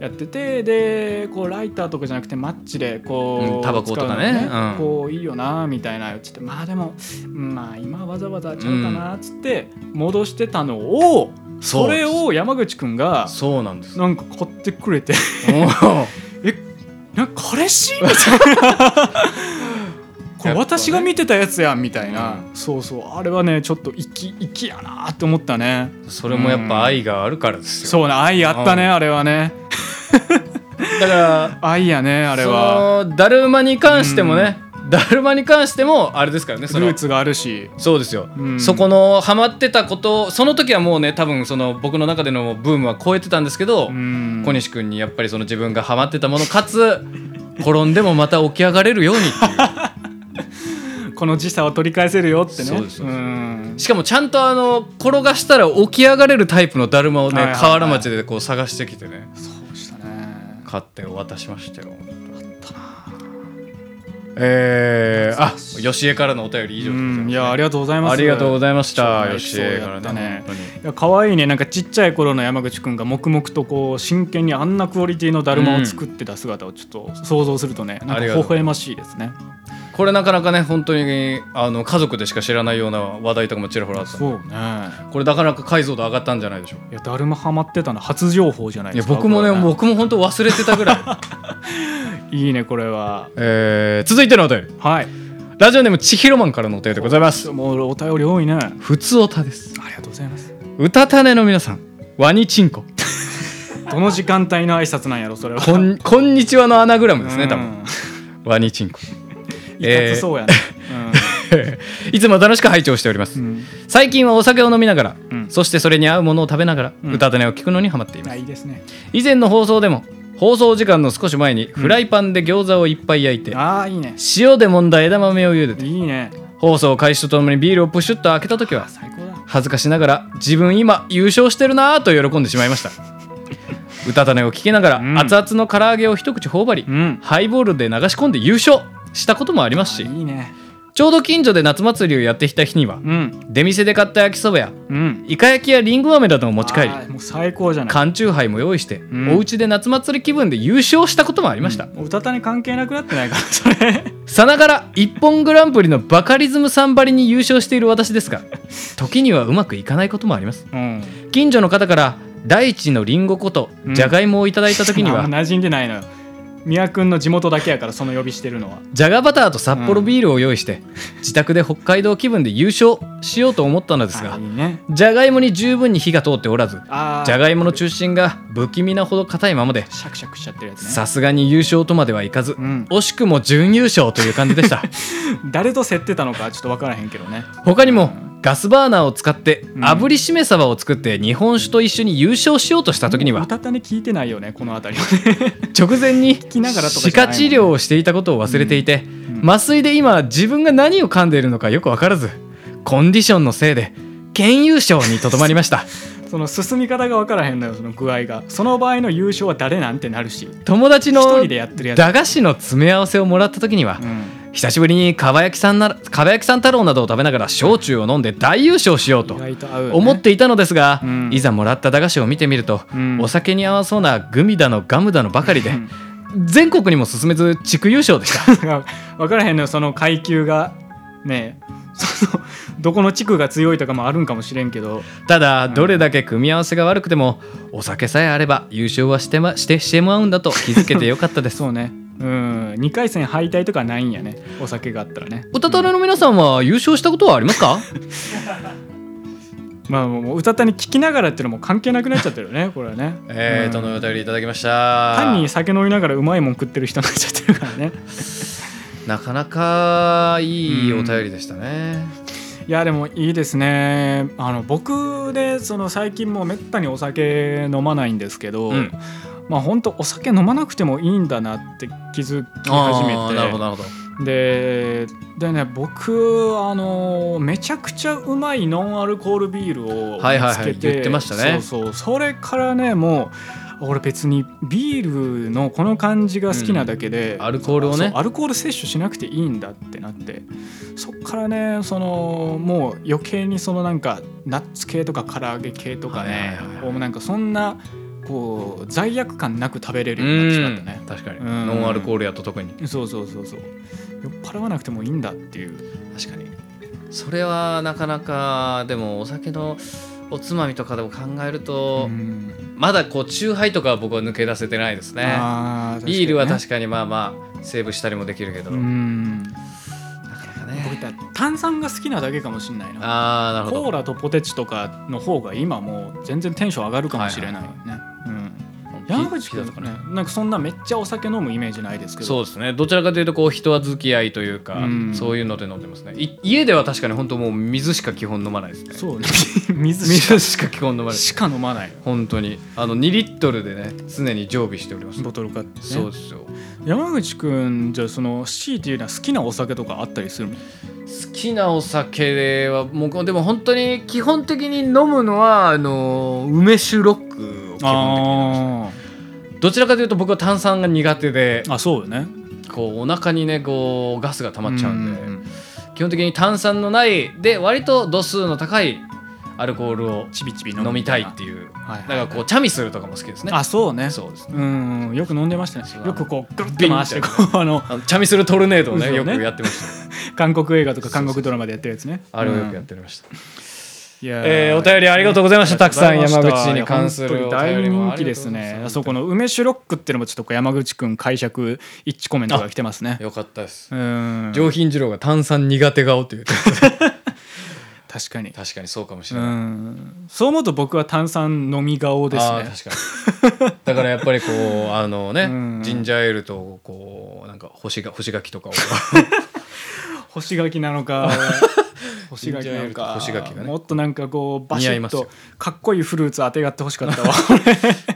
[SPEAKER 1] やっててでこうライターとかじゃなくてマッチでこう、
[SPEAKER 2] うんタバコとか
[SPEAKER 1] 使
[SPEAKER 2] ね
[SPEAKER 1] うの
[SPEAKER 2] うん
[SPEAKER 1] こういいよなみたいなっつってまあでもうんまあ今わざわざちゃうかなっつって戻してたのを、
[SPEAKER 2] そ
[SPEAKER 1] そうれを山口くんが
[SPEAKER 2] そうなんです
[SPEAKER 1] なんか買ってくれて
[SPEAKER 2] おう
[SPEAKER 1] なんか彼 氏みたいなこれ私が見てたやつやんみたいな、そうそうあれはねちょっと粋粋やなって思ったね
[SPEAKER 2] それもやっぱ愛があるからですよ、
[SPEAKER 1] そうな愛あったね
[SPEAKER 2] うん
[SPEAKER 1] あれはね
[SPEAKER 2] だから
[SPEAKER 1] 愛やねあ
[SPEAKER 2] あ
[SPEAKER 1] れは
[SPEAKER 2] だるまに関してもね、だるまに関してもあれですからねその
[SPEAKER 1] ルーツがあるし
[SPEAKER 2] そうですよ、
[SPEAKER 1] うん
[SPEAKER 2] そこのハマってたことその時はもうね多分その僕の中でのブームは超えてたんですけど、
[SPEAKER 1] うん
[SPEAKER 2] 小西君にやっぱりその自分がハマってたものかつ転んでもまた起き上がれるようにって
[SPEAKER 1] この時差を取り返せるよってね
[SPEAKER 2] そうですそうです
[SPEAKER 1] ん
[SPEAKER 2] いうしかもちゃんとあの転がしたら起き上がれるタイプのだるまをね、
[SPEAKER 1] はいはいはい
[SPEAKER 2] 河原町でこう探してきてね
[SPEAKER 1] そうでしたね
[SPEAKER 2] 買ってお渡ししましたよえー、あ吉江からのお便り以上
[SPEAKER 1] う
[SPEAKER 2] でございます、
[SPEAKER 1] んいやありがとうございます
[SPEAKER 2] ありがとうございまし
[SPEAKER 1] ちょ
[SPEAKER 2] た
[SPEAKER 1] うど
[SPEAKER 2] 吉江からね
[SPEAKER 1] エピソードやったねいや可愛いねなんかちっちゃい頃の山口くんが黙々とこう真剣にあんなクオリティのだるまを作ってた姿をちょっと想像するとね、なんか
[SPEAKER 2] あり
[SPEAKER 1] 微
[SPEAKER 2] がとうござい
[SPEAKER 1] 笑ましいですね
[SPEAKER 2] これなかなかね本当にあの家族でしか知らないような話題とかもちらほらあった
[SPEAKER 1] そうねいや
[SPEAKER 2] これなかなか解像度上がったんじゃないでしょうか
[SPEAKER 1] だるまハマってたの初情報じゃない
[SPEAKER 2] い
[SPEAKER 1] で
[SPEAKER 2] や
[SPEAKER 1] すか
[SPEAKER 2] 僕もね
[SPEAKER 1] これ
[SPEAKER 2] 僕も本当忘れてたぐらい、
[SPEAKER 1] いいねこれは
[SPEAKER 2] えー続いてのお便り
[SPEAKER 1] はい
[SPEAKER 2] ラジオネームちひろマンからのお便りでござい ます
[SPEAKER 1] もうお便り多いねあ
[SPEAKER 2] ふつおたです
[SPEAKER 1] りがとうございます
[SPEAKER 2] うたたねの皆さんワニチンコ
[SPEAKER 1] どの時間帯の挨拶なんやろそれは
[SPEAKER 2] こ んこんにちはのアナグラムです
[SPEAKER 1] う
[SPEAKER 2] ね
[SPEAKER 1] ん
[SPEAKER 2] 多分ワニチンコ
[SPEAKER 1] いかつそうやね、
[SPEAKER 2] いつも楽しく拝聴しておりま す、
[SPEAKER 1] うん、
[SPEAKER 2] 最近はお酒を飲みながら、
[SPEAKER 1] うん
[SPEAKER 2] そしてそれに合うものを食べながら、
[SPEAKER 1] うん
[SPEAKER 2] うたたねを聞くのにハマっています
[SPEAKER 1] あいいですね
[SPEAKER 2] 以前の放送でも放送時間の少し前にフライパンで餃子をいっぱい焼いて、
[SPEAKER 1] ああいいね
[SPEAKER 2] 塩で揉んだ枝豆を茹でて
[SPEAKER 1] いいね
[SPEAKER 2] 放送開始とともにビールをプシュッと開けた時は
[SPEAKER 1] 最高だ
[SPEAKER 2] 恥ずかしながら自分今優勝してるなぁと喜んでしまいました うたたねを聞きながら、
[SPEAKER 1] うん
[SPEAKER 2] 熱々の唐揚げを一口頬張り、
[SPEAKER 1] うん
[SPEAKER 2] ハイボールで流し込んで優勝したこともありますし
[SPEAKER 1] いいね
[SPEAKER 2] ちょうど近所で夏祭りをやってきた日には
[SPEAKER 1] うん
[SPEAKER 2] 出店で買った焼きそばや
[SPEAKER 1] うん
[SPEAKER 2] イカ焼きやりんご飴などを持ち帰り
[SPEAKER 1] あーもう最高じゃない
[SPEAKER 2] 缶チューハイも用意して、
[SPEAKER 1] ん
[SPEAKER 2] お家で夏祭り気分で優勝したこともありました、
[SPEAKER 1] おたたに関係なくなってないから それ
[SPEAKER 2] さながら一本グランプリのバカリズムさんばりに優勝している私 ですが時にはうまくいかないこともあります
[SPEAKER 1] うん
[SPEAKER 2] 近所の方から大地のリンゴ粉と
[SPEAKER 1] うん
[SPEAKER 2] じゃがいもをいただいた時に
[SPEAKER 1] あ
[SPEAKER 2] は
[SPEAKER 1] んま馴染んでないのよ宮君の地元だけやからその呼びしてるのは
[SPEAKER 2] じゃがバターと札幌ビールを用意して自宅で北海道気分で優勝しようと思ったのです
[SPEAKER 1] あ
[SPEAKER 2] が
[SPEAKER 1] いいね
[SPEAKER 2] じゃがいもに十分に火が通っておらず
[SPEAKER 1] あ
[SPEAKER 2] じゃ
[SPEAKER 1] が
[SPEAKER 2] がいもの中心が不気味なほど硬いままで
[SPEAKER 1] シャクシャクしちゃってるやつね
[SPEAKER 2] さすがに優勝とまではいかず、
[SPEAKER 1] うん
[SPEAKER 2] 惜しくも準優勝という感じでした
[SPEAKER 1] 誰と競ってたのかちょっと分からへんけどね
[SPEAKER 2] 他にもガスバーナーを使って
[SPEAKER 1] うん
[SPEAKER 2] 炙りしめ鯖を作って日本酒と一緒に優勝しようとした時に
[SPEAKER 1] お
[SPEAKER 2] は
[SPEAKER 1] たたに聞いてないよねこの辺りはね
[SPEAKER 2] 直前に
[SPEAKER 1] きながらとかじ
[SPEAKER 2] 歯
[SPEAKER 1] ゃない
[SPEAKER 2] 科
[SPEAKER 1] もんね
[SPEAKER 2] 治療をしていたことを忘れていて
[SPEAKER 1] うん
[SPEAKER 2] 麻酔で今自分が何を噛んでいるのかよく分からずコンディションのせいで県優勝にとどまり ました
[SPEAKER 1] その進み方が分からへんのよその具合がその場合の優勝は誰なんてなるし
[SPEAKER 2] 友達
[SPEAKER 1] 一
[SPEAKER 2] の
[SPEAKER 1] 人でやってるやつ
[SPEAKER 2] 駄菓子の詰め合わせをもらった時には
[SPEAKER 1] うん
[SPEAKER 2] 久しぶりにかば焼きさんならかば焼きさん太郎などを食べながら焼酎を飲んで大優勝しようと
[SPEAKER 1] 意外と合うよね
[SPEAKER 2] 思っていたのですが、
[SPEAKER 1] うん
[SPEAKER 2] いざもらった駄菓子を見てみると、
[SPEAKER 1] うん
[SPEAKER 2] お酒に合わそうなグミだのガムだのばかりで、
[SPEAKER 1] うん
[SPEAKER 2] 全国にも進めず地区優勝でした
[SPEAKER 1] 分からへんのよその階級がね えそのどこの地区が強いとかもあるんかもしれんけど
[SPEAKER 2] ただどれだけ組み合わせが悪くてもお酒さえあれば優勝はして,、ま、してしてもらうんだと気づけてよかったで す
[SPEAKER 1] そうねうん2回戦敗退とかないんやねお酒があったらね
[SPEAKER 2] おたたれの皆さんは優勝したことはありますか
[SPEAKER 1] まあもう歌ったに聞きながらっていうのも関係なくなっちゃってるよねこれはね
[SPEAKER 2] えーと
[SPEAKER 1] うん
[SPEAKER 2] のお便りいただきました
[SPEAKER 1] 単に酒飲みながらうまいもん食ってる人になっちゃってるからね
[SPEAKER 2] なかなかいいお便りでしたね、
[SPEAKER 1] いやでもいいですねあの僕でその最近もうめったにお酒飲まないんですけど、
[SPEAKER 2] うん
[SPEAKER 1] まあ本当お酒飲まなくてもいいんだなって気づき始め
[SPEAKER 2] あー
[SPEAKER 1] て
[SPEAKER 2] なるほどなるほど
[SPEAKER 1] ででね僕あのめちゃくちゃうまいノンアルコールビールを見つけて、
[SPEAKER 2] はいはいはい言ってましたね
[SPEAKER 1] そうそうそれからねもう俺別にビールのこの感じが好きなだけで、
[SPEAKER 2] うんアルコールをね
[SPEAKER 1] そうアルコール摂取しなくていいんだってなってそっからねそのもう余計にそのなんかナッツ系とか唐揚げ系とかね、
[SPEAKER 2] はいはいはい
[SPEAKER 1] もうなんかそんなこう罪悪感なく食べれ
[SPEAKER 2] う
[SPEAKER 1] るようになってしまったね
[SPEAKER 2] ん。確かに
[SPEAKER 1] うん
[SPEAKER 2] ノンアルコールやと特に
[SPEAKER 1] そうそうそうそう酔っ払わなくてもいいんだっていう
[SPEAKER 2] 確かにそれはなかなかでもお酒のおつまみとかでも考えると、
[SPEAKER 1] うん
[SPEAKER 2] まだこうチューハイとかは僕は抜け出せてないですね
[SPEAKER 1] あ
[SPEAKER 2] ビールは
[SPEAKER 1] か
[SPEAKER 2] 確かにまあまあセーブしたりもできるけど、
[SPEAKER 1] にねうん
[SPEAKER 2] なかなか
[SPEAKER 1] 僕
[SPEAKER 2] ね
[SPEAKER 1] だ炭酸が好きなだけかもしれないな
[SPEAKER 2] ああなる
[SPEAKER 1] コ
[SPEAKER 2] ほ
[SPEAKER 1] ー
[SPEAKER 2] ど
[SPEAKER 1] ラとポテチとかの方が今もう全然テンション上がるかもしれないよね、うん山口
[SPEAKER 2] ピ
[SPEAKER 1] 君
[SPEAKER 2] ピザとかね
[SPEAKER 1] ねなんかそんなめっちゃお酒飲むイメージないですけど
[SPEAKER 2] そうですねどちらかというとこう人付き合いというか、
[SPEAKER 1] うん
[SPEAKER 2] そういうので飲んでますねい家では確かに本当もう水しか基本飲まないですね
[SPEAKER 1] そうね 水しか
[SPEAKER 2] 水しか基本飲まない
[SPEAKER 1] しか飲まない
[SPEAKER 2] 本当にあの2リットルでね常に常備しております
[SPEAKER 1] ボトル買って、ね、
[SPEAKER 2] そうですよ好
[SPEAKER 1] 山口君じゃあその C っていうのは好きなお酒とかあったりするの
[SPEAKER 2] きなお酒はもうでも本当に基本的に飲むのはあの梅酒ロックを基本的に飲みま
[SPEAKER 1] あ
[SPEAKER 2] すねどちらかというと僕は炭酸が苦手で
[SPEAKER 1] ーあそうよね
[SPEAKER 2] こうお腹にねこうガスが溜まっちゃうんで、
[SPEAKER 1] うん
[SPEAKER 2] 基本的に炭酸のないで割と度数の高いアルコールを
[SPEAKER 1] ちびちび飲む
[SPEAKER 2] 飲みたいってい
[SPEAKER 1] は
[SPEAKER 2] う
[SPEAKER 1] い
[SPEAKER 2] だ
[SPEAKER 1] はい
[SPEAKER 2] からこうチャミするとかも好きですね
[SPEAKER 1] あそうね
[SPEAKER 2] そうですね
[SPEAKER 1] うんよく飲んでましたね
[SPEAKER 2] そう
[SPEAKER 1] よくこうグッ
[SPEAKER 2] ビン
[SPEAKER 1] と回して
[SPEAKER 2] み
[SPEAKER 1] こ
[SPEAKER 2] たいう
[SPEAKER 1] あの
[SPEAKER 2] あのチャミするトルネードをね
[SPEAKER 1] そうね
[SPEAKER 2] よくやってました
[SPEAKER 1] 韓国映画とか韓国ドラマでやってるやつね
[SPEAKER 2] あれをよくやっておりました、
[SPEAKER 1] いやー
[SPEAKER 2] えーお便りありがとうございました
[SPEAKER 1] ありがとうございました
[SPEAKER 2] たくさん山口に関する
[SPEAKER 1] いや本当に大人気です
[SPEAKER 2] お便りもありがとうござい
[SPEAKER 1] ね
[SPEAKER 2] ます
[SPEAKER 1] あそこの梅酒ロックっていうのもちょっとこう山口くん解釈一致コメントが来てますね
[SPEAKER 2] よかったです
[SPEAKER 1] うん
[SPEAKER 2] 上品二郎が炭酸苦手顔と いう
[SPEAKER 1] 確かに
[SPEAKER 2] 確かにそうかもし
[SPEAKER 1] う
[SPEAKER 2] れない、
[SPEAKER 1] んそう思うと僕は炭酸飲み顔です
[SPEAKER 2] ああ
[SPEAKER 1] ね
[SPEAKER 2] ー確かにだからやっぱりこうあのね、
[SPEAKER 1] うん
[SPEAKER 2] ジンジャーエールとこうなんか干しが干し柿とかを
[SPEAKER 1] 干し柿なのか干し柿なのか
[SPEAKER 2] 干し柿がね
[SPEAKER 1] もっとなんかこうバシ
[SPEAKER 2] 似合いま
[SPEAKER 1] ッ
[SPEAKER 2] すよ
[SPEAKER 1] とかっこいいフルーツ当てがってほしかったわ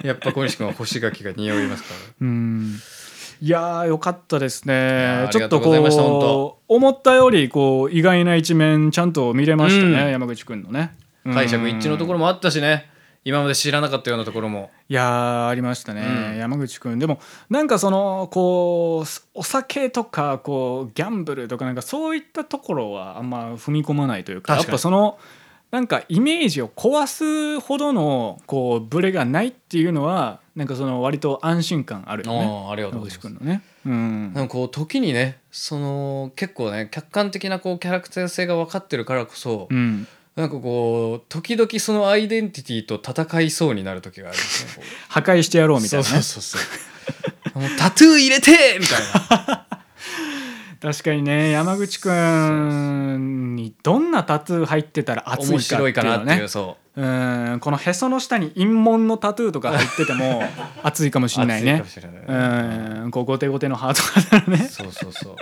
[SPEAKER 2] やっぱ小西君は干し柿が匂いますから
[SPEAKER 1] うんいやーよかったです
[SPEAKER 2] や
[SPEAKER 1] ね
[SPEAKER 2] ー
[SPEAKER 1] ちょっと
[SPEAKER 2] ありがとうございました本当
[SPEAKER 1] こう思ったよりこう意外な一面ちゃんと見れましたね、
[SPEAKER 2] うん
[SPEAKER 1] 山口くんのね
[SPEAKER 2] 解釈一致のところもあったしね今まで知らなかったようなところも
[SPEAKER 1] いやーありましたね、
[SPEAKER 2] うん
[SPEAKER 1] 山口くんでもなんかそのこうお酒とかこうギャンブルとかなんかそういったところはあんま踏み込まないというか
[SPEAKER 2] 確かに
[SPEAKER 1] やっぱそのなんかイメージを壊すほどのこうブレがないっていうのはなんかその割と安心感あるよね
[SPEAKER 2] ああありがと
[SPEAKER 1] 山
[SPEAKER 2] うござい
[SPEAKER 1] 口
[SPEAKER 2] ま
[SPEAKER 1] くん
[SPEAKER 2] す
[SPEAKER 1] のね。うん
[SPEAKER 2] なんかこう時にねその結構ね客観的なこうキャラクター性が分かってるからこそ、
[SPEAKER 1] うん、
[SPEAKER 2] なんかこう時々そのアイデンティティと戦いそうになる時があるんですねこう
[SPEAKER 1] 破壊してや ろうみたいな、ね、
[SPEAKER 2] そうそうそうそうもうタトゥー入れてみたいな
[SPEAKER 1] 確かにね山口くんにどんなタトゥー入ってたら 熱いかっ
[SPEAKER 2] 面
[SPEAKER 1] ていう
[SPEAKER 2] 白いかな
[SPEAKER 1] の
[SPEAKER 2] っていう
[SPEAKER 1] ね
[SPEAKER 2] そう
[SPEAKER 1] ーんこのへその下に陰紋のタトゥーとか入ってて も熱いかもし
[SPEAKER 2] う
[SPEAKER 1] れないね
[SPEAKER 2] 熱いかもしれ
[SPEAKER 1] う
[SPEAKER 2] ない
[SPEAKER 1] ーんこうゴテゴテのハート型のね
[SPEAKER 2] そうそう そう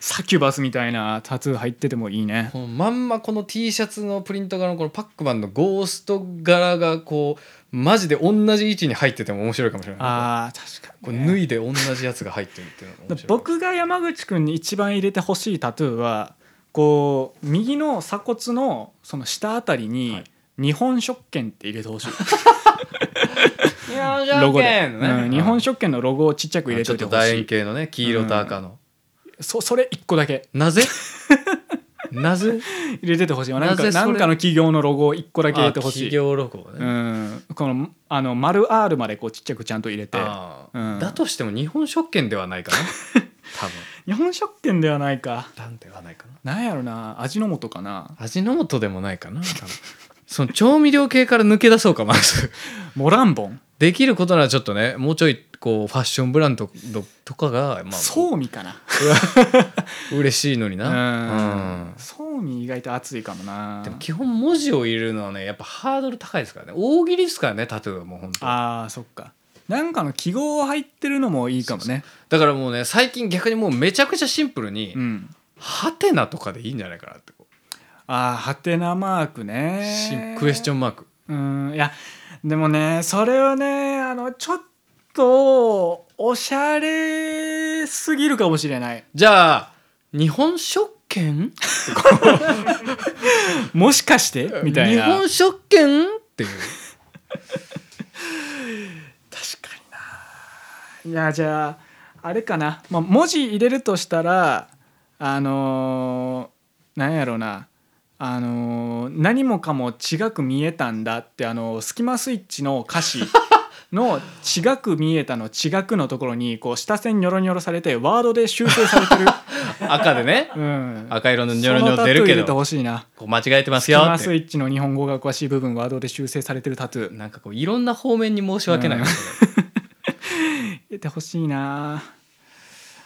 [SPEAKER 1] サキュバスみたいなタトゥー入っててもいいね
[SPEAKER 2] このまんまこの T シャツのプリント柄のこのパックマンのゴースト柄がこうマジで同じ位置に入ってても面白いかもしれない
[SPEAKER 1] あー確
[SPEAKER 2] こ
[SPEAKER 1] か
[SPEAKER 2] う
[SPEAKER 1] に、
[SPEAKER 2] 脱
[SPEAKER 1] ね、
[SPEAKER 2] いで同じやつが入ってるっていうのが面白い
[SPEAKER 1] 僕が山口くんに一番入れてほしいタトゥーはこう右の鎖骨のその下あたりに日本食券って入れてほしい
[SPEAKER 2] 日本
[SPEAKER 1] ロ
[SPEAKER 2] 食
[SPEAKER 1] ゴで、
[SPEAKER 2] 券のね、
[SPEAKER 1] うん、日本食券のロゴをちっちゃく入
[SPEAKER 2] あ
[SPEAKER 1] れ
[SPEAKER 2] ち
[SPEAKER 1] と
[SPEAKER 2] ょっ
[SPEAKER 1] いて
[SPEAKER 2] と
[SPEAKER 1] ほ
[SPEAKER 2] 楕
[SPEAKER 1] し
[SPEAKER 2] 円
[SPEAKER 1] い
[SPEAKER 2] 形のね黄色と赤の、
[SPEAKER 1] そそれ一個だけ
[SPEAKER 2] な ぜなぜ
[SPEAKER 1] 入れててほしいなん
[SPEAKER 2] なぜ
[SPEAKER 1] か
[SPEAKER 2] それ
[SPEAKER 1] なんかの企業のロゴを一個だけ入れてほし
[SPEAKER 2] 企
[SPEAKER 1] い、
[SPEAKER 2] 業ロゴ
[SPEAKER 1] う
[SPEAKER 2] ね、
[SPEAKER 1] ん、このあの丸 R までこうちっちゃくちゃんと入れて
[SPEAKER 2] あー
[SPEAKER 1] うん
[SPEAKER 2] だとしても日本食券ではないかな 多分
[SPEAKER 1] 日本食券ではないか
[SPEAKER 2] なんではないかな
[SPEAKER 1] なんやろな味の素かな
[SPEAKER 2] 味の素でもないかな多分その調味料系から抜け出そうかまず
[SPEAKER 1] モランボン
[SPEAKER 2] できることならちょっとねもうちょいこうファッションブランドとかがまあ
[SPEAKER 1] そうみかな
[SPEAKER 2] う嬉しいのにな
[SPEAKER 1] うんそうみ意外と熱いかもな
[SPEAKER 2] うんでも基本文字を入れるのはねやっぱハードル高いですからね大喜利ですからねタトゥーはもう本当
[SPEAKER 1] あーそっかなんかの記号入ってるのもいいかもね
[SPEAKER 2] だからもうね最近逆にもうめちゃくちゃシンプルに
[SPEAKER 1] うん
[SPEAKER 2] 「ハテナ」とかでいいんじゃないかなってこう
[SPEAKER 1] あーハテナマークね
[SPEAKER 2] シンクエスチョンマーク
[SPEAKER 1] うんいやでもねそれはねあのちょっとおしゃれすぎるかもしれない
[SPEAKER 2] じゃあ日本食券
[SPEAKER 1] もしかしてみたいな
[SPEAKER 2] 日本食券っていう
[SPEAKER 1] いやじゃああれかな、まあ、文字入れるとしたらあのーなんやろなあのー何もかも違く見えたんだってあのースキマスイッチの歌 詞の違く見えたの違くのところにこう下線ニョロニョロされてワードで修正され てる、
[SPEAKER 2] 赤でね
[SPEAKER 1] うん、
[SPEAKER 2] 赤色のニ
[SPEAKER 1] そ
[SPEAKER 2] ョ
[SPEAKER 1] の
[SPEAKER 2] ロニョ
[SPEAKER 1] タ
[SPEAKER 2] ロ
[SPEAKER 1] トゥ
[SPEAKER 2] 出
[SPEAKER 1] ー
[SPEAKER 2] るけ
[SPEAKER 1] 入れて
[SPEAKER 2] ど
[SPEAKER 1] ほしいな
[SPEAKER 2] こう間違えてます
[SPEAKER 1] スキ
[SPEAKER 2] よ
[SPEAKER 1] マ
[SPEAKER 2] っ
[SPEAKER 1] ス
[SPEAKER 2] て
[SPEAKER 1] イッチの日本語が詳しい部分ワードで修正されてるタトゥー
[SPEAKER 2] なんかこういろんな方面に申し訳ない、
[SPEAKER 1] うん
[SPEAKER 2] それ
[SPEAKER 1] 入れてほしいな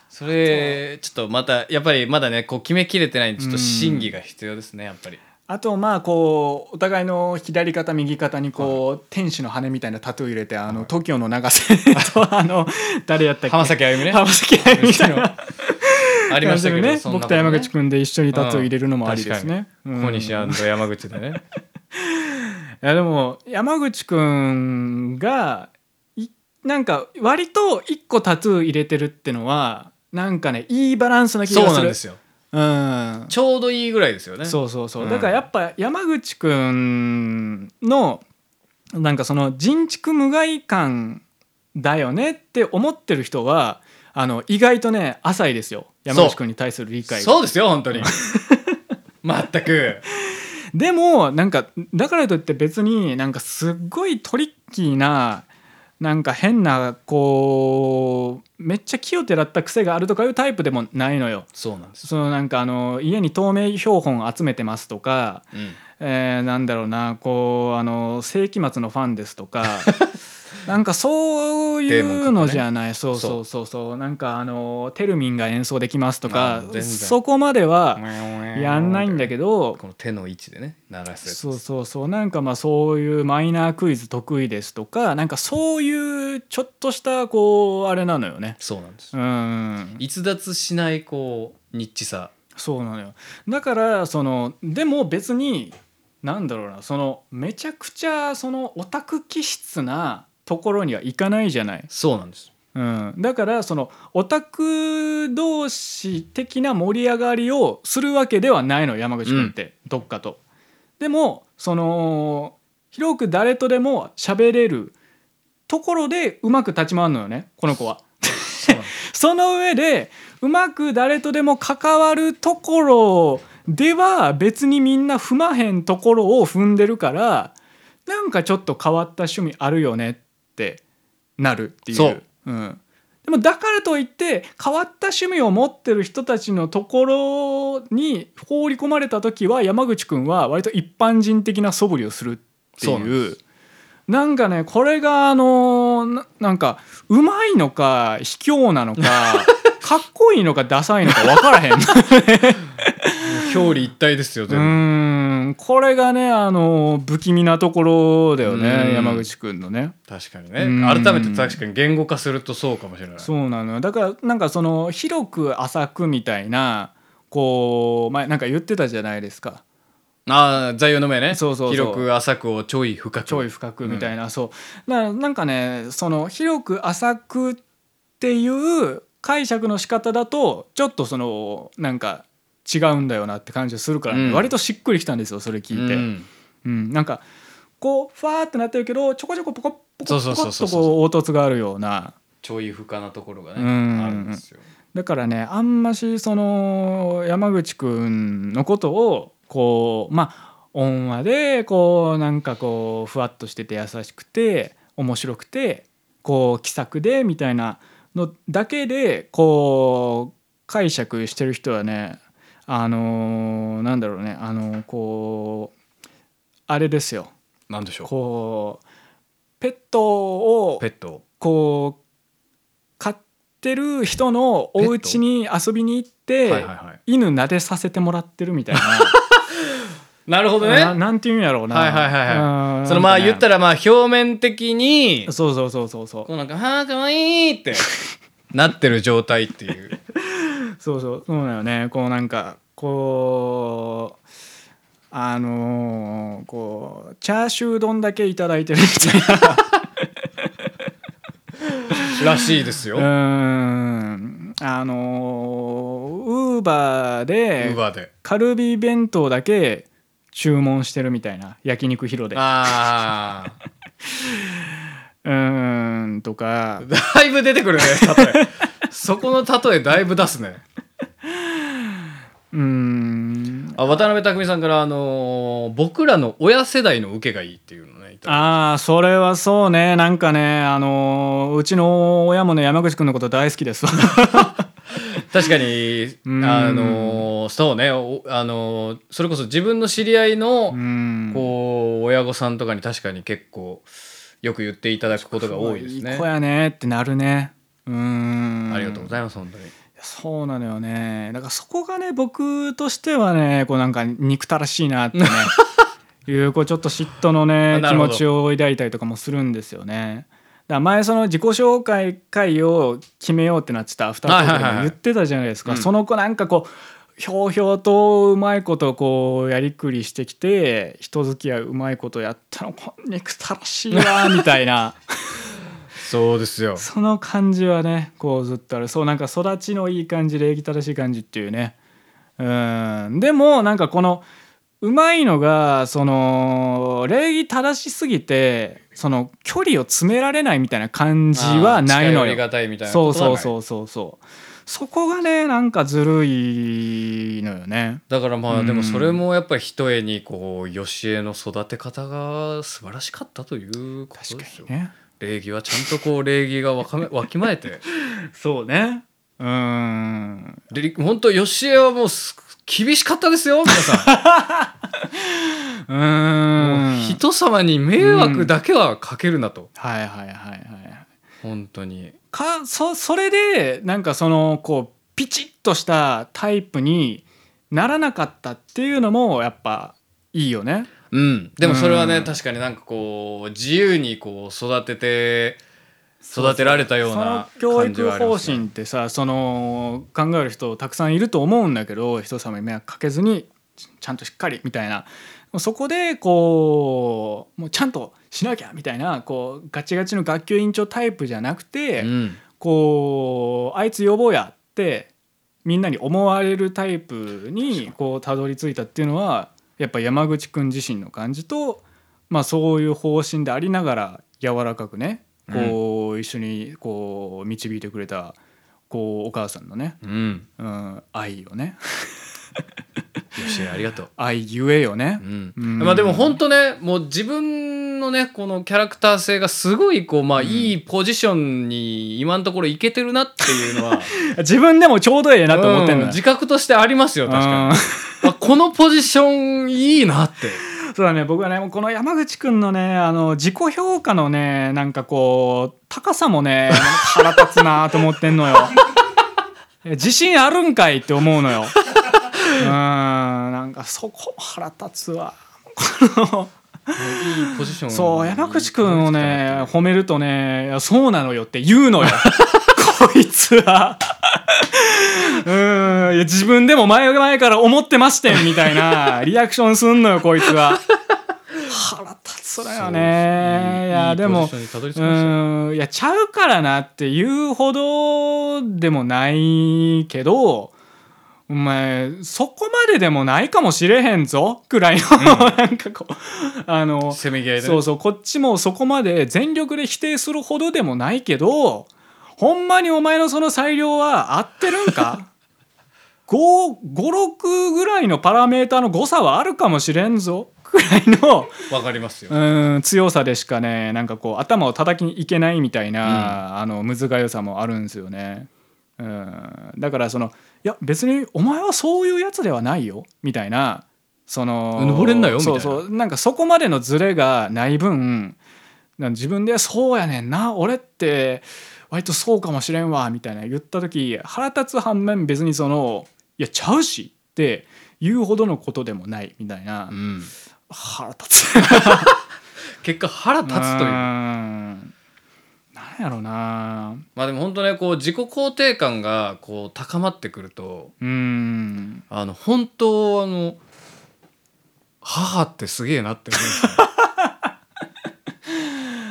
[SPEAKER 2] それちょっとまたやっぱりまだねこう決めきれてないんでちょっと審議が必要ですねやっぱり
[SPEAKER 1] あとまあこうお互いの左肩右肩にこう、天使の羽みたいなタトゥー入れてあの TOKIO、の長瀬とあの誰やったっけ
[SPEAKER 2] 浜崎あゆみね
[SPEAKER 1] 浜崎あゆみみたいな
[SPEAKER 2] ありましたけど、
[SPEAKER 1] 感じ
[SPEAKER 2] そ
[SPEAKER 1] でね
[SPEAKER 2] んな
[SPEAKER 1] 僕
[SPEAKER 2] ことね
[SPEAKER 1] 山口くんで一緒にタトゥー入れるのもありですね、うん
[SPEAKER 2] 小西山口でね
[SPEAKER 1] いやでも山口くんがいなんか割と一個タトゥー入れてるってのはなんかねいいバランスな気がす
[SPEAKER 2] そ
[SPEAKER 1] る
[SPEAKER 2] うなんですよ
[SPEAKER 1] うん
[SPEAKER 2] ちょうどいいぐらいですよね
[SPEAKER 1] そうそうそう、
[SPEAKER 2] うん
[SPEAKER 1] だからやっぱ山口くんのなんかその人畜無害感だよねって思ってる人はあの意外とね浅いですよ山口くんに対する理解が
[SPEAKER 2] そうですよ本当に全く
[SPEAKER 1] でもなんかだからといって別になんかすっごいトリッキーななんか変なこうめっちゃ気をてらった癖があるとかいうタイプでもないのよ
[SPEAKER 2] そうなんですよ、
[SPEAKER 1] そのなんかあの家に透明標本集めてますとか
[SPEAKER 2] うん
[SPEAKER 1] えーなんだろうなこうあの世紀末のファンですと かなんかそういうのじゃない、そうそうそうそうなんかあのテルミンが演奏できますと
[SPEAKER 2] あ
[SPEAKER 1] か
[SPEAKER 2] ー全然
[SPEAKER 1] そこまでは やんないんだけど
[SPEAKER 2] この手の位置でね鳴らすやつ
[SPEAKER 1] そうそうそうなんかまあそういうマイナークイズ得意ですとかなんかそういうちょっとしたこうあれなのよね。
[SPEAKER 2] そうなんです
[SPEAKER 1] うん、
[SPEAKER 2] 逸脱しないこうニッチさ
[SPEAKER 1] そうなのよだからそのでも別になんだろうなそのめちゃくちゃそのオタク気質なところには行かないじゃない、
[SPEAKER 2] そうなんです
[SPEAKER 1] うん、だからそのオタク同士的な盛り上がりをするわけではないの山口君って、どっかと。でもその広く誰とでも喋れるところでうまく立ち回るのよねこの子は。その上でうまく誰とでも関わるところでは別にみんな踏まへんところを踏んでるからなんかちょっと変わった趣味あるよねってなるっていう。
[SPEAKER 2] そう
[SPEAKER 1] うんでもだからといって変わった趣味を持ってる人たちのところに放り込まれた時は山口くんは割と一般人的な素振りをするって
[SPEAKER 2] そうなん
[SPEAKER 1] いうなんかねこれがあのななんかうまいのか卑怯な のかかっこいいのかダサいのか分からへんう
[SPEAKER 2] 表裏一体ですよ全部、
[SPEAKER 1] ーんこれがねあの不気味なところだよ
[SPEAKER 2] う
[SPEAKER 1] ね
[SPEAKER 2] ん
[SPEAKER 1] 山口くんのね。
[SPEAKER 2] 確かに
[SPEAKER 1] うん
[SPEAKER 2] ね改めて確かに言語化するとそうかもしれない
[SPEAKER 1] そうなのよだからなんかその広く浅くみたいなこう前なんか言ってたじゃないですか
[SPEAKER 2] ああ座右の銘ね
[SPEAKER 1] そうそうそう
[SPEAKER 2] 広く浅くをちょい深く
[SPEAKER 1] ちょい深くみたいな、そうななんかねその広く浅くっていう解釈の仕方だとちょっとそのなんか違うんだよなって感じがするからね、
[SPEAKER 2] うん
[SPEAKER 1] 割としっくりきたんですよそれ聞いて、
[SPEAKER 2] う
[SPEAKER 1] うん
[SPEAKER 2] ん
[SPEAKER 1] なんかこうファーってなってるけどちょこちょこポコッポコ
[SPEAKER 2] そう
[SPEAKER 1] ッポ
[SPEAKER 2] そう
[SPEAKER 1] コ
[SPEAKER 2] そ
[SPEAKER 1] ッ
[SPEAKER 2] うそう
[SPEAKER 1] とこう凹凸があるような
[SPEAKER 2] ちょい深なところがね
[SPEAKER 1] うん
[SPEAKER 2] あるんですよ
[SPEAKER 1] だからねあんましその山口くんのことをこうまあ温和でこうなんかこうふわっとしてて優しくて面白くてこう気さくでみたいなのだけでこう解釈してる人はねあのーなんだろうねあのーこうあれですよ
[SPEAKER 2] なんでしょう
[SPEAKER 1] こうペットを
[SPEAKER 2] ペット
[SPEAKER 1] こう飼ってる人のお家に遊びに行って、
[SPEAKER 2] はいはいはい
[SPEAKER 1] 犬撫でさせてもらってるみたい
[SPEAKER 2] なるほど
[SPEAKER 1] なな
[SPEAKER 2] ね
[SPEAKER 1] なんていうんやろうな
[SPEAKER 2] はいはいはい
[SPEAKER 1] は
[SPEAKER 2] そのまあ言った
[SPEAKER 1] ら
[SPEAKER 2] らまあ表面的に
[SPEAKER 1] そうそうそうそうそう
[SPEAKER 2] こうなんか「はあかわいい」ってなってる状態っていう
[SPEAKER 1] そうそうそうだよねこうなんかこうあのーこうチャーシュー丼だけいただいてるみたいな
[SPEAKER 2] らしいですよ
[SPEAKER 1] うーんあのウーバーで
[SPEAKER 2] Uber で
[SPEAKER 1] カルビ弁当だけ注文してるみたいな焼肉ヒロでう
[SPEAKER 2] ああ
[SPEAKER 1] ーんとか
[SPEAKER 2] だいぶ出てくるね 例えそこの例えだいぶ出すね
[SPEAKER 1] うーん
[SPEAKER 2] あ渡辺匠さんから、あのー僕らの親世代の受けがいいっていうのねいただい
[SPEAKER 1] ああそれはそうねなんかねあのーうちの親もね山口くんのこと大好き ですわ
[SPEAKER 2] て確かに、
[SPEAKER 1] うん
[SPEAKER 2] あのーそうね、おあのーそれこそ自分の知り合いの、
[SPEAKER 1] うーん
[SPEAKER 2] こう親御さんとかに確かに結構よく言っていただくことが多いです
[SPEAKER 1] い
[SPEAKER 2] ね
[SPEAKER 1] い子。やねってなるねうーん
[SPEAKER 2] ありがとうご
[SPEAKER 1] い
[SPEAKER 2] ざいます本当に。
[SPEAKER 1] ますそうなのよねだからそこがね僕としてはねこうなんか憎たらしいな ってねいうこうちょっと嫉妬のね
[SPEAKER 2] あな
[SPEAKER 1] 気
[SPEAKER 2] るほ
[SPEAKER 1] 持
[SPEAKER 2] ど
[SPEAKER 1] ちを抱いたりとかもするんですよねだから前その自己紹介会を決めようってなってたアフタートークでも言ってたじゃないですか、
[SPEAKER 2] はいはいはいうん
[SPEAKER 1] その子なんかこうひょうひょうとうまいことこうやりくりしてきて人付き合いうまいことやったのこんにくたらしいわみたいな
[SPEAKER 2] そうですよ。
[SPEAKER 1] その感じはねこうずっとあるそうなんか育ちのいい感じ礼儀正しい感じっていうねうんでもなんかこのうまいのがその礼儀正しすぎてその距離を詰められないみたいな感じはないの
[SPEAKER 2] あー近寄り
[SPEAKER 1] よ
[SPEAKER 2] がたいみたいな
[SPEAKER 1] そ
[SPEAKER 2] こ
[SPEAKER 1] う
[SPEAKER 2] とは
[SPEAKER 1] そ
[SPEAKER 2] な
[SPEAKER 1] う
[SPEAKER 2] い。
[SPEAKER 1] そうそうそうそこがねなんかずるいのよね
[SPEAKER 2] だからまあ
[SPEAKER 1] うん
[SPEAKER 2] でもそれもやっぱりひとえにこう吉江の育て方が素晴らしかったということ
[SPEAKER 1] 確
[SPEAKER 2] で
[SPEAKER 1] か
[SPEAKER 2] すよ
[SPEAKER 1] に。ね
[SPEAKER 2] 礼儀はちゃんとこう礼儀がわかめわきまえて
[SPEAKER 1] そうねうん
[SPEAKER 2] で本当吉江はもうす厳しかったですよ皆さ
[SPEAKER 1] うんん
[SPEAKER 2] もう人様に迷惑だけはかけるなと、
[SPEAKER 1] はいはいはいはい
[SPEAKER 2] 本当に
[SPEAKER 1] かそそれでなんかそのこうピチッとしたタイプにならなかったっていうのもやっぱいいよね。
[SPEAKER 2] うんでもそれはね、
[SPEAKER 1] うん
[SPEAKER 2] 確かになんかこう自由にこう育てて育てられたよう
[SPEAKER 1] その
[SPEAKER 2] な
[SPEAKER 1] 教
[SPEAKER 2] 感じ
[SPEAKER 1] 育
[SPEAKER 2] はありま
[SPEAKER 1] 方
[SPEAKER 2] すね
[SPEAKER 1] 針ってさその考える人たくさんいると思うんだけど人様に迷惑かけずにちちゃんとしっかりみたいなそこでこうもうちゃんとしなきゃみたいなこうガチガチの学級委員長タイプじゃなくて、
[SPEAKER 2] うん
[SPEAKER 1] こうあいつ呼ぼうやってみんなに思われるタイプにこうたどり着いたっていうのはやっぱ山口くん自身の感じと、まあ、そういう方針でありながら柔らかくねこう一緒にこう導いてくれたこうお母さんのね、
[SPEAKER 2] うん
[SPEAKER 1] うん、愛をね
[SPEAKER 2] よしありがとう
[SPEAKER 1] 愛ゆえよね
[SPEAKER 2] う、ん
[SPEAKER 1] うん
[SPEAKER 2] まあでも本当ねもう自分のねこのキャラクター性がすごいこうまあいいポジションに今のところいけてるなっていうのは
[SPEAKER 1] 自分でもちょうどええなと思ってん
[SPEAKER 2] う
[SPEAKER 1] の
[SPEAKER 2] 自覚としてありますよ確か
[SPEAKER 1] うん
[SPEAKER 2] にあこのポジションいいなって
[SPEAKER 1] そうだね僕はねもうこの山口くんのねあの自己評価のねなんかこう高さもね腹立つなと思ってんのよ いや自信あるんかいって思うのようーんなんかそこも腹立つわ
[SPEAKER 2] いいポジション
[SPEAKER 1] そう山口くんをね
[SPEAKER 2] いいポジションだなって
[SPEAKER 1] 褒めるとねいやそうなのよって言う のよこいつはうーんいや自分でも前々から思ってましてんみたいなリアクションすんのよこいつは腹立つだよねい
[SPEAKER 2] い
[SPEAKER 1] や
[SPEAKER 2] い
[SPEAKER 1] でも
[SPEAKER 2] ポジションにたどり着
[SPEAKER 1] う
[SPEAKER 2] きましたよ
[SPEAKER 1] ーんいやちゃうからなって言うほどでもないけどお前そこまででもないかもしれへんぞくらいの、 なんかこうあの
[SPEAKER 2] せめぎ合いでね
[SPEAKER 1] そうそうこっちもそこまで全力で否定するほどでもないけどほんまにお前のその裁量は合ってるんか ?56 ぐらいのパラメーターの誤差はあるかもしれんぞくらいの
[SPEAKER 2] わかりますよ
[SPEAKER 1] うん強さでしかねなんかこう頭を叩きにいけないみたいな、あのむずがよさもあるんですよね。うんだからそのいや別にお前はそういうやつではないよみたいなその
[SPEAKER 2] 登れんなよみたいな
[SPEAKER 1] そうそうなんかそこまでのズレがない分なんか自分で「そうやねんな俺って割とそうかもしれんわ」みたいな言った時腹立つ反面別にその「いやちゃうし」って言うほどのことでもないみたいな、
[SPEAKER 2] うん
[SPEAKER 1] 腹立つ。
[SPEAKER 2] 結果腹立つという
[SPEAKER 1] ー
[SPEAKER 2] ま
[SPEAKER 1] んなんやろうな
[SPEAKER 2] あでも本当ねこう自己肯定感がこう高まってくると
[SPEAKER 1] うーん
[SPEAKER 2] あの本当あの母ってすげえなって思うんですよ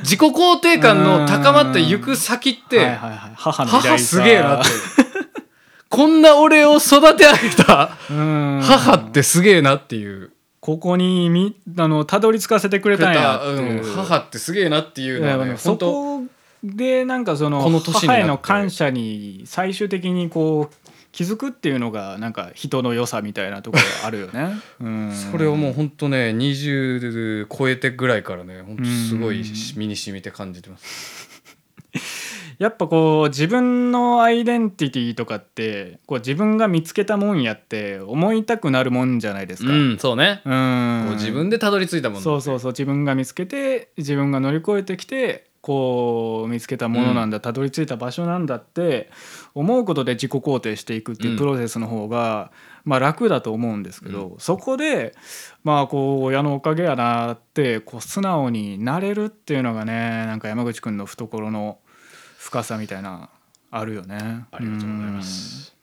[SPEAKER 2] 自己肯定感の高まってゆく先って、
[SPEAKER 1] はいはいはい、母の偉大さ
[SPEAKER 2] 母すげえなって こんな俺を育て上げた
[SPEAKER 1] うーん
[SPEAKER 2] 母ってすげえなっていう
[SPEAKER 1] ここにみあのたどり着かせてくれたんやって
[SPEAKER 2] う
[SPEAKER 1] い
[SPEAKER 2] ん
[SPEAKER 1] う、
[SPEAKER 2] 母ってすげえなっていうの
[SPEAKER 1] いや
[SPEAKER 2] はね
[SPEAKER 1] でもそ
[SPEAKER 2] 本当
[SPEAKER 1] こでなんかその
[SPEAKER 2] この年にな
[SPEAKER 1] 母
[SPEAKER 2] って
[SPEAKER 1] への感謝に最終的にこう気づくっていうのがなんか人の良さみたいなところあるよ ね。うん
[SPEAKER 2] それをもう本当ね20超えてぐらいからね本当すごいし身に染みて感じてます
[SPEAKER 1] やっぱこう自分のアイデンティティとかってこう自分が見つけたもんやって思いたくなるもんじゃないですか。
[SPEAKER 2] うんそうね
[SPEAKER 1] うん
[SPEAKER 2] こう自分でたどり着いたもの
[SPEAKER 1] そうそうそう自分が見つけて自分が乗り越えてきてこう見つけたものなんだたどり着いた場所なんだって思うことで自己肯定していくっていううんプロセスの方が、まあ、楽だと思うんですけど、そこでまあこう親のおかげやなってこう素直になれるっていうのがねなんか山口くんの懐の深さみたいなあるよね。
[SPEAKER 2] ありがとうございます。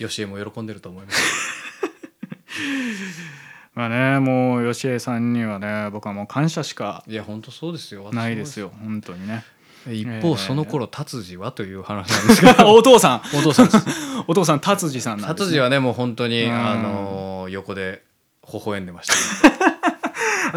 [SPEAKER 2] よしえも喜んでると思います。
[SPEAKER 1] うん。まあねもう吉江さんにはね僕はもう感謝しか
[SPEAKER 2] いや、本当そうですよ。私も
[SPEAKER 1] ないです。よ本当にね。
[SPEAKER 2] 一
[SPEAKER 1] え
[SPEAKER 2] 方、
[SPEAKER 1] え
[SPEAKER 2] その頃、達治はという話なんですけ ど。
[SPEAKER 1] お父さん
[SPEAKER 2] お父さんです。
[SPEAKER 1] お父さん達治さんなんです、
[SPEAKER 2] 達
[SPEAKER 1] ね、
[SPEAKER 2] 治はね、もう本当に、
[SPEAKER 1] うん
[SPEAKER 2] あのー、横で微笑んで まし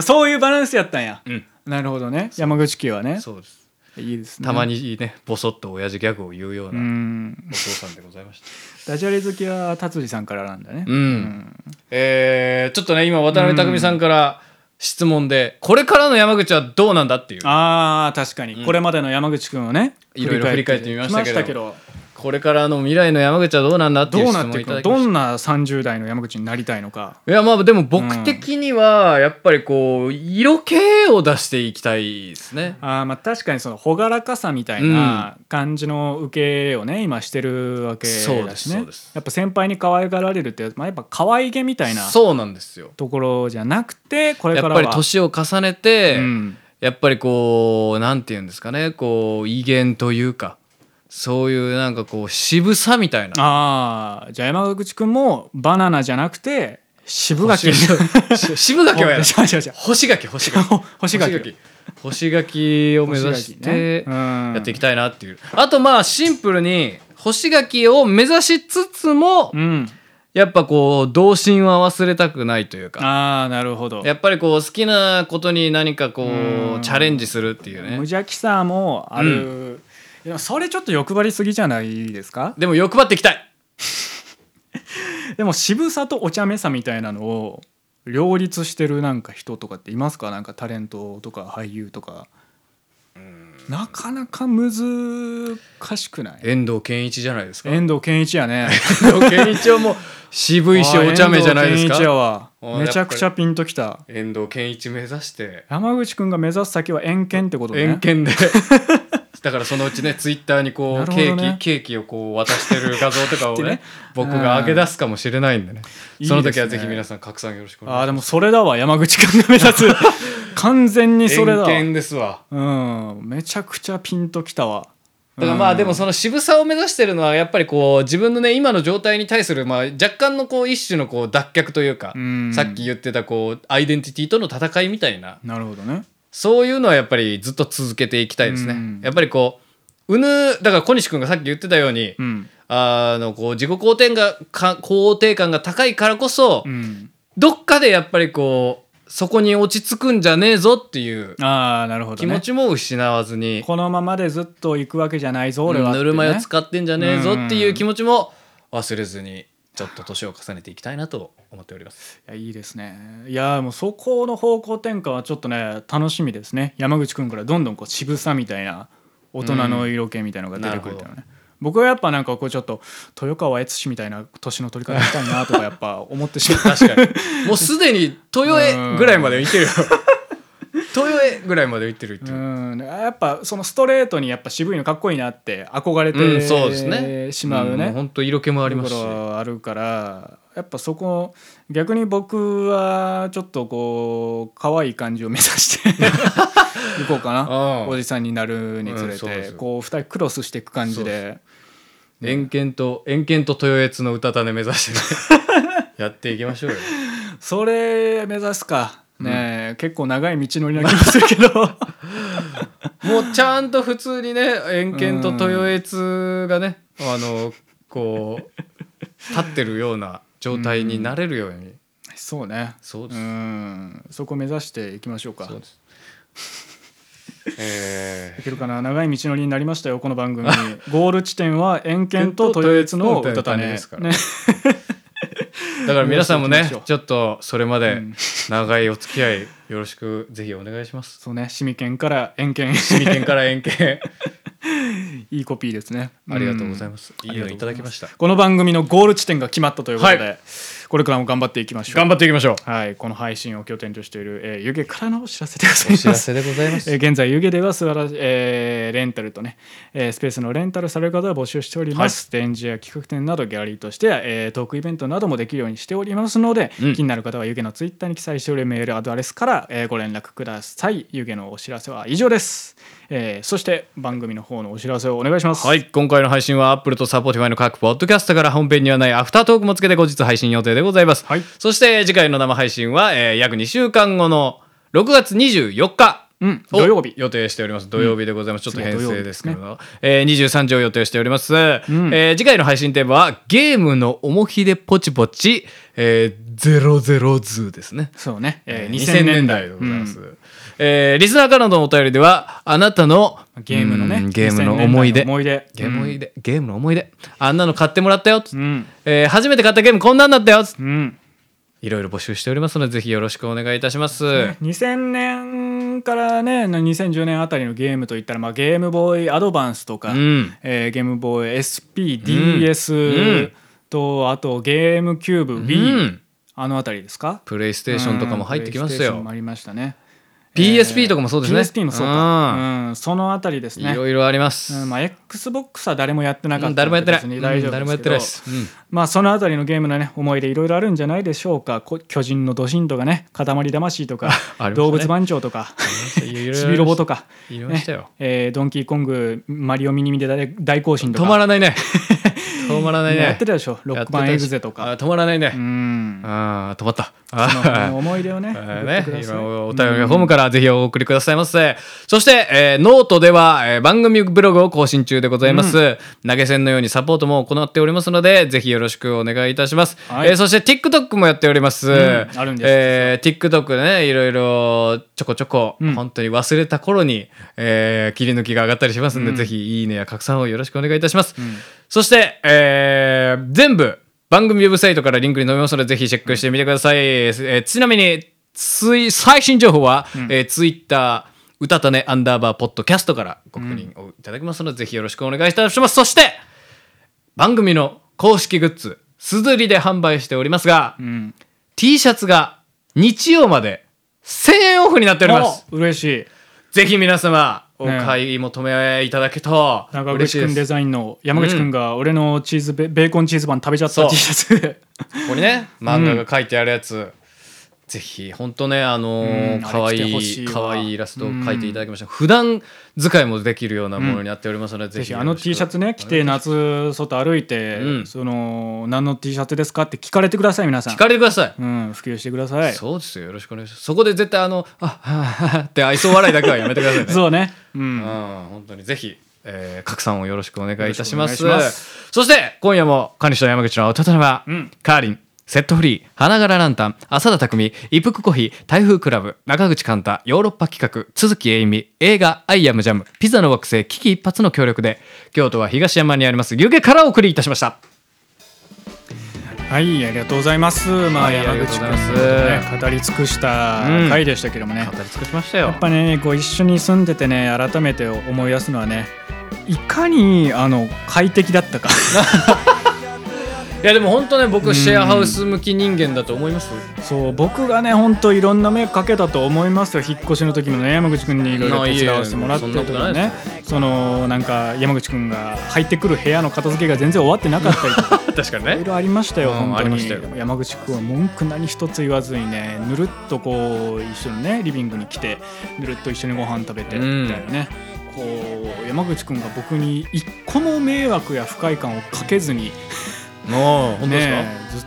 [SPEAKER 1] そういうバランスやったんや、
[SPEAKER 2] うん
[SPEAKER 1] なるほどね山口家は
[SPEAKER 2] た。
[SPEAKER 1] ね
[SPEAKER 2] そうです。
[SPEAKER 1] いいですね
[SPEAKER 2] たまにね、ぼそっと親父ギャグを言うよう
[SPEAKER 1] う
[SPEAKER 2] な。お
[SPEAKER 1] ん
[SPEAKER 2] 父さんでございました。
[SPEAKER 1] ダジャレ好きは達治さんからなんだね
[SPEAKER 2] うん。えーちょっとね、今渡辺匠さんから質問で、これからの山口はどうなんだっていう。
[SPEAKER 1] あー確かに、
[SPEAKER 2] うん
[SPEAKER 1] これまでの山口くんをね
[SPEAKER 2] いろいろ振り返ってみましたけど
[SPEAKER 1] き
[SPEAKER 2] これからの未来の山口はどうなんだっていう
[SPEAKER 1] どう
[SPEAKER 2] 質
[SPEAKER 1] な
[SPEAKER 2] 問
[SPEAKER 1] っ
[SPEAKER 2] を
[SPEAKER 1] て
[SPEAKER 2] い
[SPEAKER 1] いく
[SPEAKER 2] ただ
[SPEAKER 1] の
[SPEAKER 2] きま
[SPEAKER 1] ど
[SPEAKER 2] した
[SPEAKER 1] ん。な30代の山口になりたいのか
[SPEAKER 2] いやまあでも
[SPEAKER 1] う
[SPEAKER 2] 僕
[SPEAKER 1] ん
[SPEAKER 2] 的にはやっぱりこう色気を出していきたいですね。
[SPEAKER 1] あーまあ確かにその朗らかさみたいな感じの受けをね今してるわけ
[SPEAKER 2] そう
[SPEAKER 1] だ
[SPEAKER 2] です
[SPEAKER 1] し
[SPEAKER 2] そう
[SPEAKER 1] ね
[SPEAKER 2] です
[SPEAKER 1] やっぱ先輩に可愛がられるって、まあ、やっぱ可愛げみたいな
[SPEAKER 2] そうなんですよ。
[SPEAKER 1] ところじゃなくてこれ
[SPEAKER 2] や
[SPEAKER 1] から
[SPEAKER 2] っ
[SPEAKER 1] は
[SPEAKER 2] ぱり年を重ねて、
[SPEAKER 1] うん
[SPEAKER 2] やっぱりこうなんて言うんですかねこう威厳というかそういうなんかこう渋さみたいな
[SPEAKER 1] ああじゃあ山口くんもバナナじゃなくて渋
[SPEAKER 2] 干し
[SPEAKER 1] 柿
[SPEAKER 2] し 渋柿はやだ
[SPEAKER 1] 違う違う違う
[SPEAKER 2] 干し柿干し柿
[SPEAKER 1] ほ干し柿
[SPEAKER 2] 干し柿を目指し
[SPEAKER 1] 干
[SPEAKER 2] て
[SPEAKER 1] 柿ねうん
[SPEAKER 2] やっていきたいなっていうあとまあシンプルに干し柿を目指しつつも
[SPEAKER 1] うん
[SPEAKER 2] やっぱこう童心は忘れたくないというか
[SPEAKER 1] ああなるほど
[SPEAKER 2] やっぱりこう好きなことに何かこ
[SPEAKER 1] うん
[SPEAKER 2] うチャレンジするっていう
[SPEAKER 1] 無
[SPEAKER 2] ね
[SPEAKER 1] 邪気さもある、でもそれちょっと欲張りすぎじゃないですか
[SPEAKER 2] でも欲張っていきたい
[SPEAKER 1] でも渋さとお茶目さみたいなのを両立してるなんか人とかっていますかなんかタレントとか俳優とかなかなか難しくない
[SPEAKER 2] 遠藤健一じゃないですか遠
[SPEAKER 1] 遠藤健一やね
[SPEAKER 2] 藤健一はもう渋いしお茶目じゃないです
[SPEAKER 1] 遠藤健一や
[SPEAKER 2] か
[SPEAKER 1] わ
[SPEAKER 2] あー
[SPEAKER 1] めちゃくちゃピンときた
[SPEAKER 2] 遠藤健一目指して
[SPEAKER 1] 山口くんが目指す先は遠見ってことね
[SPEAKER 2] 遠見で だからそのうちねツイッターにこ
[SPEAKER 1] な
[SPEAKER 2] う、
[SPEAKER 1] るほ
[SPEAKER 2] ケ
[SPEAKER 1] ど
[SPEAKER 2] ー
[SPEAKER 1] ね
[SPEAKER 2] キケーキをこう渡してる画像とかを
[SPEAKER 1] って
[SPEAKER 2] ね
[SPEAKER 1] ね
[SPEAKER 2] 僕が上げ出すかもしれないんで
[SPEAKER 1] い
[SPEAKER 2] ね
[SPEAKER 1] いですね
[SPEAKER 2] その時はぜひ皆さん拡散よろしくお願いし
[SPEAKER 1] ああーで
[SPEAKER 2] ます
[SPEAKER 1] もそれだわ山口くんが目指 す完全にそれだわ
[SPEAKER 2] 偏見ですわ
[SPEAKER 1] うんめちゃくちゃピンときたわ
[SPEAKER 2] だからま
[SPEAKER 1] う
[SPEAKER 2] あ
[SPEAKER 1] ん
[SPEAKER 2] でもその渋さを目指してるのはやっぱりこう自分のね今の状態に対するまあ若干のこう一種のこう脱却というか
[SPEAKER 1] うん
[SPEAKER 2] さっき言ってたこうアイデンティティとの戦いみたいな
[SPEAKER 1] なるほどね
[SPEAKER 2] そういうのはやっぱりずっと続けていきたいです
[SPEAKER 1] う
[SPEAKER 2] ね
[SPEAKER 1] ん
[SPEAKER 2] やっぱりこううぬだから小西君がさっき言ってたように
[SPEAKER 1] うん
[SPEAKER 2] あのこう自己肯定がか肯定感が高いからこそ
[SPEAKER 1] うん
[SPEAKER 2] どっかでやっぱりこうそこに落ち着くんじゃねえぞっていう
[SPEAKER 1] ああなるほど、ね、
[SPEAKER 2] 気持ちも失わずに
[SPEAKER 1] このままでずっと行くわけじゃないぞ俺は
[SPEAKER 2] うん
[SPEAKER 1] って
[SPEAKER 2] ぬ
[SPEAKER 1] ね、
[SPEAKER 2] るま湯使ってんじゃねえぞっていううん気持ちも忘れずにちょっと年を重ねていきたいなと思っております
[SPEAKER 1] いやいいですねいやもうそこの方向転換はちょっとね楽しみですね山口くんからどんどんこう渋さみたいな大人の色気みたいなのが出てくるっていうのはね、僕はやっぱなんかこうちょっと豊川悦司みたいな年の取り方したいなとかやっぱ思ってしまう
[SPEAKER 2] 確かにもうすでに豊江ぐらいまで行ってるよ豊江ぐらいまで行ってるっていううん
[SPEAKER 1] やっぱそのストレートにやっぱ渋いのかっこいいなって憧れて、
[SPEAKER 2] うんそうですね
[SPEAKER 1] しまうね、
[SPEAKER 2] 本当色気もありますし
[SPEAKER 1] ところはあるからやっぱそこ逆に僕はちょっとこう可愛い感じを目指して 行こうかな
[SPEAKER 2] うん
[SPEAKER 1] おじさんになるにつれ
[SPEAKER 2] うんそうで
[SPEAKER 1] て
[SPEAKER 2] す
[SPEAKER 1] こう二人クロスしていく感じで
[SPEAKER 2] 遠見と遠見と豊越の歌種目指してねやっていきましょうよ
[SPEAKER 1] それ目指すかねえ結構長い道のりな気が するけど
[SPEAKER 2] もうちゃんと普通にね遠見と豊越がねあのこう立ってるような状態になれるように
[SPEAKER 1] そうね
[SPEAKER 2] そうです
[SPEAKER 1] うんそこ目指していきましょうか
[SPEAKER 2] そうですえ
[SPEAKER 1] いけるかな長い道のりになりましたよこの 番組ゴール地点は遠見と豊悦の歌種
[SPEAKER 2] で
[SPEAKER 1] ですす
[SPEAKER 2] か
[SPEAKER 1] からら
[SPEAKER 2] ーだから皆さんも
[SPEAKER 1] よろ
[SPEAKER 2] ね
[SPEAKER 1] しくお願いします
[SPEAKER 2] ちょっとそれま
[SPEAKER 1] う
[SPEAKER 2] で
[SPEAKER 1] ん
[SPEAKER 2] 長いお付き合いよろしくぜひお願いします
[SPEAKER 1] そうね、シミケンから遠見、
[SPEAKER 2] 未見から遠見
[SPEAKER 1] いいコピーですね。
[SPEAKER 2] ありがとうござい
[SPEAKER 1] ま
[SPEAKER 2] ますいいのいただきました
[SPEAKER 1] す。この番組のゴール地点が決まったということで、
[SPEAKER 2] はい
[SPEAKER 1] これからも頑張っていきましょう。
[SPEAKER 2] 頑張っていきましょう
[SPEAKER 1] はい、この配信を拠点としている、えー、湯気からのお知らせでござい
[SPEAKER 2] お
[SPEAKER 1] ま
[SPEAKER 2] 知ら
[SPEAKER 1] す。
[SPEAKER 2] せでございま
[SPEAKER 1] えー
[SPEAKER 2] す
[SPEAKER 1] 現在、湯気では素晴らしい、えーレンタルとね、えースペースのレンタルされる方は募集しております。展示や企画展などギャラリーとして、えートークイベントなどもできるようにしておりますので、
[SPEAKER 2] うん
[SPEAKER 1] 気になる方は湯気のツイッターに記載しておるメールアドレスから、えーご連絡ください。湯気のお知らせは以上です。えーそして番組の方のお知らせをお願いします。
[SPEAKER 2] はい、今回の配信は Apple と Spotify の各ポッドキャストから本編にはないアフタートークもつけて後日配信予定でございます。
[SPEAKER 1] はい
[SPEAKER 2] そして次回の生配信は、えー約2週間後の6月24日。
[SPEAKER 1] うん、
[SPEAKER 2] を
[SPEAKER 1] 土曜日。
[SPEAKER 2] 予定しております土曜日でございます、ちょっと編
[SPEAKER 1] 次は土曜
[SPEAKER 2] 成
[SPEAKER 1] 日
[SPEAKER 2] で
[SPEAKER 1] ですす
[SPEAKER 2] け
[SPEAKER 1] ね
[SPEAKER 2] れど、えー、23時を予定しております、
[SPEAKER 1] ん
[SPEAKER 2] えー次回の配信テーマはゲームの重きでポチポチ、えー、00ズーですね
[SPEAKER 1] そうね、えー
[SPEAKER 2] えー
[SPEAKER 1] 2000年代
[SPEAKER 2] でございます、えーリスナーからのお便りではあなたの
[SPEAKER 1] ゲームの
[SPEAKER 2] う
[SPEAKER 1] ね
[SPEAKER 2] ん、ゲームの思い
[SPEAKER 1] 2000年代
[SPEAKER 2] 出
[SPEAKER 1] の思い出。
[SPEAKER 2] ゲームの思い出、ゲームの思い出あんなの買ってもらったよ、つっ
[SPEAKER 1] う
[SPEAKER 2] て
[SPEAKER 1] ん、
[SPEAKER 2] えー初めて買ったゲームこんなんだったよつって
[SPEAKER 1] うん。
[SPEAKER 2] いろいろ募集しておりますのでぜひよろしくお願いいたします、
[SPEAKER 1] 2000年からね、2010年あたりのゲームといったら、まあ、ゲームボーイアドバンスとか、
[SPEAKER 2] うん
[SPEAKER 1] えーゲームボーイ SP、
[SPEAKER 2] うん
[SPEAKER 1] DS、
[SPEAKER 2] うん
[SPEAKER 1] と、あとゲームキューブ、
[SPEAKER 2] う
[SPEAKER 1] Wii、
[SPEAKER 2] ん
[SPEAKER 1] あのあたりですか。
[SPEAKER 2] プレイステーションとかも入ってきま
[SPEAKER 1] うんプレイ
[SPEAKER 2] したよ、
[SPEAKER 1] ステーションもありましたね。
[SPEAKER 2] PSP とかもそうですね
[SPEAKER 1] PSP もそうか。うん、そのあたりです
[SPEAKER 2] うんい
[SPEAKER 1] ね。
[SPEAKER 2] ろいろあります、
[SPEAKER 1] うんまあ、XBOX は誰もやってなかった
[SPEAKER 2] うんん
[SPEAKER 1] で
[SPEAKER 2] 誰もやってない、
[SPEAKER 1] 別に
[SPEAKER 2] う
[SPEAKER 1] 大
[SPEAKER 2] ん
[SPEAKER 1] 丈夫ですけど
[SPEAKER 2] 誰もやってないです、うん
[SPEAKER 1] まあそのあたりのゲームのね思い出いろいろあるんじゃないでしょうかこ巨人のドシンとかね塊魂とか、
[SPEAKER 2] ありましたね
[SPEAKER 1] 動物番長とか ちびロボとか、
[SPEAKER 2] いろいろありま
[SPEAKER 1] ね
[SPEAKER 2] したよ
[SPEAKER 1] えードンキーコングマリオミニミで大大行進と
[SPEAKER 2] 止ま
[SPEAKER 1] から
[SPEAKER 2] ないね止止ま らないね
[SPEAKER 1] やってたでしょロ
[SPEAKER 2] や
[SPEAKER 1] ッ
[SPEAKER 2] って
[SPEAKER 1] ク
[SPEAKER 2] た
[SPEAKER 1] マン
[SPEAKER 2] で
[SPEAKER 1] エ
[SPEAKER 2] し
[SPEAKER 1] グゼと
[SPEAKER 2] あ
[SPEAKER 1] か
[SPEAKER 2] 止まらないね、
[SPEAKER 1] う ん
[SPEAKER 2] ああ止まった
[SPEAKER 1] その辺の
[SPEAKER 2] あ
[SPEAKER 1] 思い出をね
[SPEAKER 2] あー
[SPEAKER 1] 送っ
[SPEAKER 2] ね
[SPEAKER 1] て、くだ
[SPEAKER 2] い
[SPEAKER 1] さい
[SPEAKER 2] ろいろお便りフォームからぜひお送りくださいませ。そして、えーノートでは、えー番組ブログを更新中でございます、投げ銭のようにサポートも行っておりますので、ぜひよろしくお願いいたします。
[SPEAKER 1] はい
[SPEAKER 2] えーそして、TikTok もやっております。
[SPEAKER 1] んあるんです
[SPEAKER 2] えー TikTok でね、いろいろちょこちょこ、
[SPEAKER 1] うん
[SPEAKER 2] 本当に忘れた頃に、えー切り抜きが上がったりしますので、ぜひ、いいねや拡散をよろしくお願いいたします。そして、えー全部、番組ウェブサイトからリンクに載りますので、ぜひチェックしてみてください。えーちなみに、つい最新情報は、えー、ツイッター、うたたねアンダーバーポッドキャストからご確認をいただきますので、ぜひよろしくお願いいたします。そして、番組の公式グッズ、すずりで販売しておりますが、T シャツが日曜まで1000円オフになっております。
[SPEAKER 1] お嬉しい
[SPEAKER 2] ぜひ皆様、お買い求めいただけと
[SPEAKER 1] 中
[SPEAKER 2] 嬉し
[SPEAKER 1] 口く
[SPEAKER 2] い
[SPEAKER 1] ん
[SPEAKER 2] で
[SPEAKER 1] デ
[SPEAKER 2] す。
[SPEAKER 1] ザインの山口くんが俺のチーズベベーコンチーズパン食べちゃっ
[SPEAKER 2] そ
[SPEAKER 1] た
[SPEAKER 2] う
[SPEAKER 1] T シャツで
[SPEAKER 2] ここにね、漫画が書いてあるやつ。ぜひ、ほんとね、あのー
[SPEAKER 1] うん
[SPEAKER 2] 可愛
[SPEAKER 1] あれ着てほ
[SPEAKER 2] い
[SPEAKER 1] しいわ
[SPEAKER 2] 可愛いイラストを描いていただきました。普段使いもできるようなものになっておりますので、
[SPEAKER 1] ぜ
[SPEAKER 2] ぜひ
[SPEAKER 1] ひ
[SPEAKER 2] よ
[SPEAKER 1] あ
[SPEAKER 2] ろし
[SPEAKER 1] の
[SPEAKER 2] く。
[SPEAKER 1] T シャツね着て夏外歩いて、
[SPEAKER 2] うん
[SPEAKER 1] その何の T シャツですかって聞かれてください皆さん
[SPEAKER 2] 聞かれてください。
[SPEAKER 1] うん普及してくださいそ
[SPEAKER 2] そうですよ、よろしくお願いします。そこで絶対、あの、あはあはあって愛想笑いだけはやめてください ね。
[SPEAKER 1] うねうん
[SPEAKER 2] うん、本当にぜひ、えー拡散をよろしくお願いいたします。
[SPEAKER 1] よろしくお願いします
[SPEAKER 2] そして、今夜も、管理と山口の歌とは、
[SPEAKER 1] ん
[SPEAKER 2] カーリン、セットフリー、花柄ランタン、浅田匠、一服コーヒー、台風クラブ、中口寛太、ヨーロッパ企画、鈴木栄美、映画、アイアムジャム、ピザの惑星、危機一髪の協力で、京都は東山にあります、湯気からお送りいたしました。
[SPEAKER 1] はいありがとうございますまあ
[SPEAKER 2] はい
[SPEAKER 1] 山口くん
[SPEAKER 2] ありがとうございま
[SPEAKER 1] ね語り尽くした
[SPEAKER 2] うん
[SPEAKER 1] 回でしたけどもね、
[SPEAKER 2] り尽くしましたよ
[SPEAKER 1] やっぱねこう一緒に住んでてね改めて思い出すのはねいかにあの快適だったか
[SPEAKER 2] いや、でも本当ね、僕、
[SPEAKER 1] ん
[SPEAKER 2] シェアハウス向き人間だと思います。
[SPEAKER 1] そう僕がねほんといろんな迷惑かけたと思いますよ引っ越しの時もね山口くんにいろいろ手伝わせてもらって
[SPEAKER 2] いやいや
[SPEAKER 1] と
[SPEAKER 2] そんなことな
[SPEAKER 1] か
[SPEAKER 2] い
[SPEAKER 1] ねそのなんか山口くんが入ってくる部屋の片付けが全然終わってなかったりとか
[SPEAKER 2] 確かに
[SPEAKER 1] いろい。ろありましたよ、
[SPEAKER 2] うん
[SPEAKER 1] 本
[SPEAKER 2] あ
[SPEAKER 1] 当
[SPEAKER 2] りま
[SPEAKER 1] に
[SPEAKER 2] したよ
[SPEAKER 1] 山口君は文句何一つ言わずにねぬるっとこう一緒にねリビングに来てぬるっと一緒にご飯食べて
[SPEAKER 2] うん
[SPEAKER 1] みたいなね、こう山口君が僕に一個も迷惑や不快感をかけずに、
[SPEAKER 2] もう、本当ですか、
[SPEAKER 1] ね、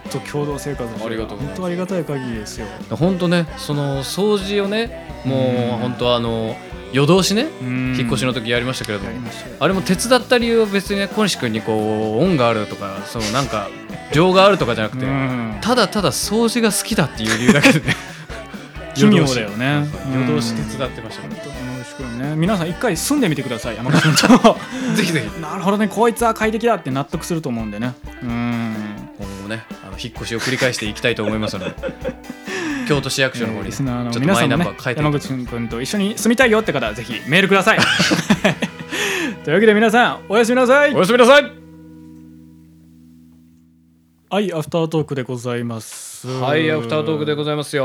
[SPEAKER 1] ずっと共同生活をして
[SPEAKER 2] ありがとうございます
[SPEAKER 1] 本当ありがたい限りですよ。
[SPEAKER 2] 本当ねその掃除をねもう本当あの夜通しね
[SPEAKER 1] 引
[SPEAKER 2] 引っ越しの時やりましたけれど
[SPEAKER 1] やり
[SPEAKER 2] も
[SPEAKER 1] ましたよ
[SPEAKER 2] あれも手伝った理由は別にね小西君にこう恩があるとかそのなんか情があるとかじゃなく
[SPEAKER 1] う
[SPEAKER 2] て
[SPEAKER 1] ん
[SPEAKER 2] ただただ掃除が好きだっていう理由だけでね
[SPEAKER 1] 奇妙だよね
[SPEAKER 2] 夜通し
[SPEAKER 1] うん
[SPEAKER 2] 手伝ってましたから
[SPEAKER 1] 山口君ね皆さん一回住んでみてください山口君 と
[SPEAKER 2] ぜひぜひ
[SPEAKER 1] なるほどねこいつは快適だって納得すると思うんでねうん
[SPEAKER 2] 今後もねあの引っ越しを繰り返していきたいと思い ますので京都市役所の方に
[SPEAKER 1] リ
[SPEAKER 2] ち
[SPEAKER 1] ス
[SPEAKER 2] ょ
[SPEAKER 1] ナー
[SPEAKER 2] っ
[SPEAKER 1] の
[SPEAKER 2] と
[SPEAKER 1] 皆
[SPEAKER 2] マ
[SPEAKER 1] さ
[SPEAKER 2] イ
[SPEAKER 1] ん
[SPEAKER 2] ナ
[SPEAKER 1] も
[SPEAKER 2] ン
[SPEAKER 1] ね
[SPEAKER 2] バー書いて
[SPEAKER 1] 山口君と一緒に住みたいよって方はぜひメールくださ いというわけで皆さんおやすみなさい
[SPEAKER 2] おやすみなさい
[SPEAKER 1] はいアフタートークでございます
[SPEAKER 2] はいアフタートークでご
[SPEAKER 1] ざい
[SPEAKER 2] ざいますよ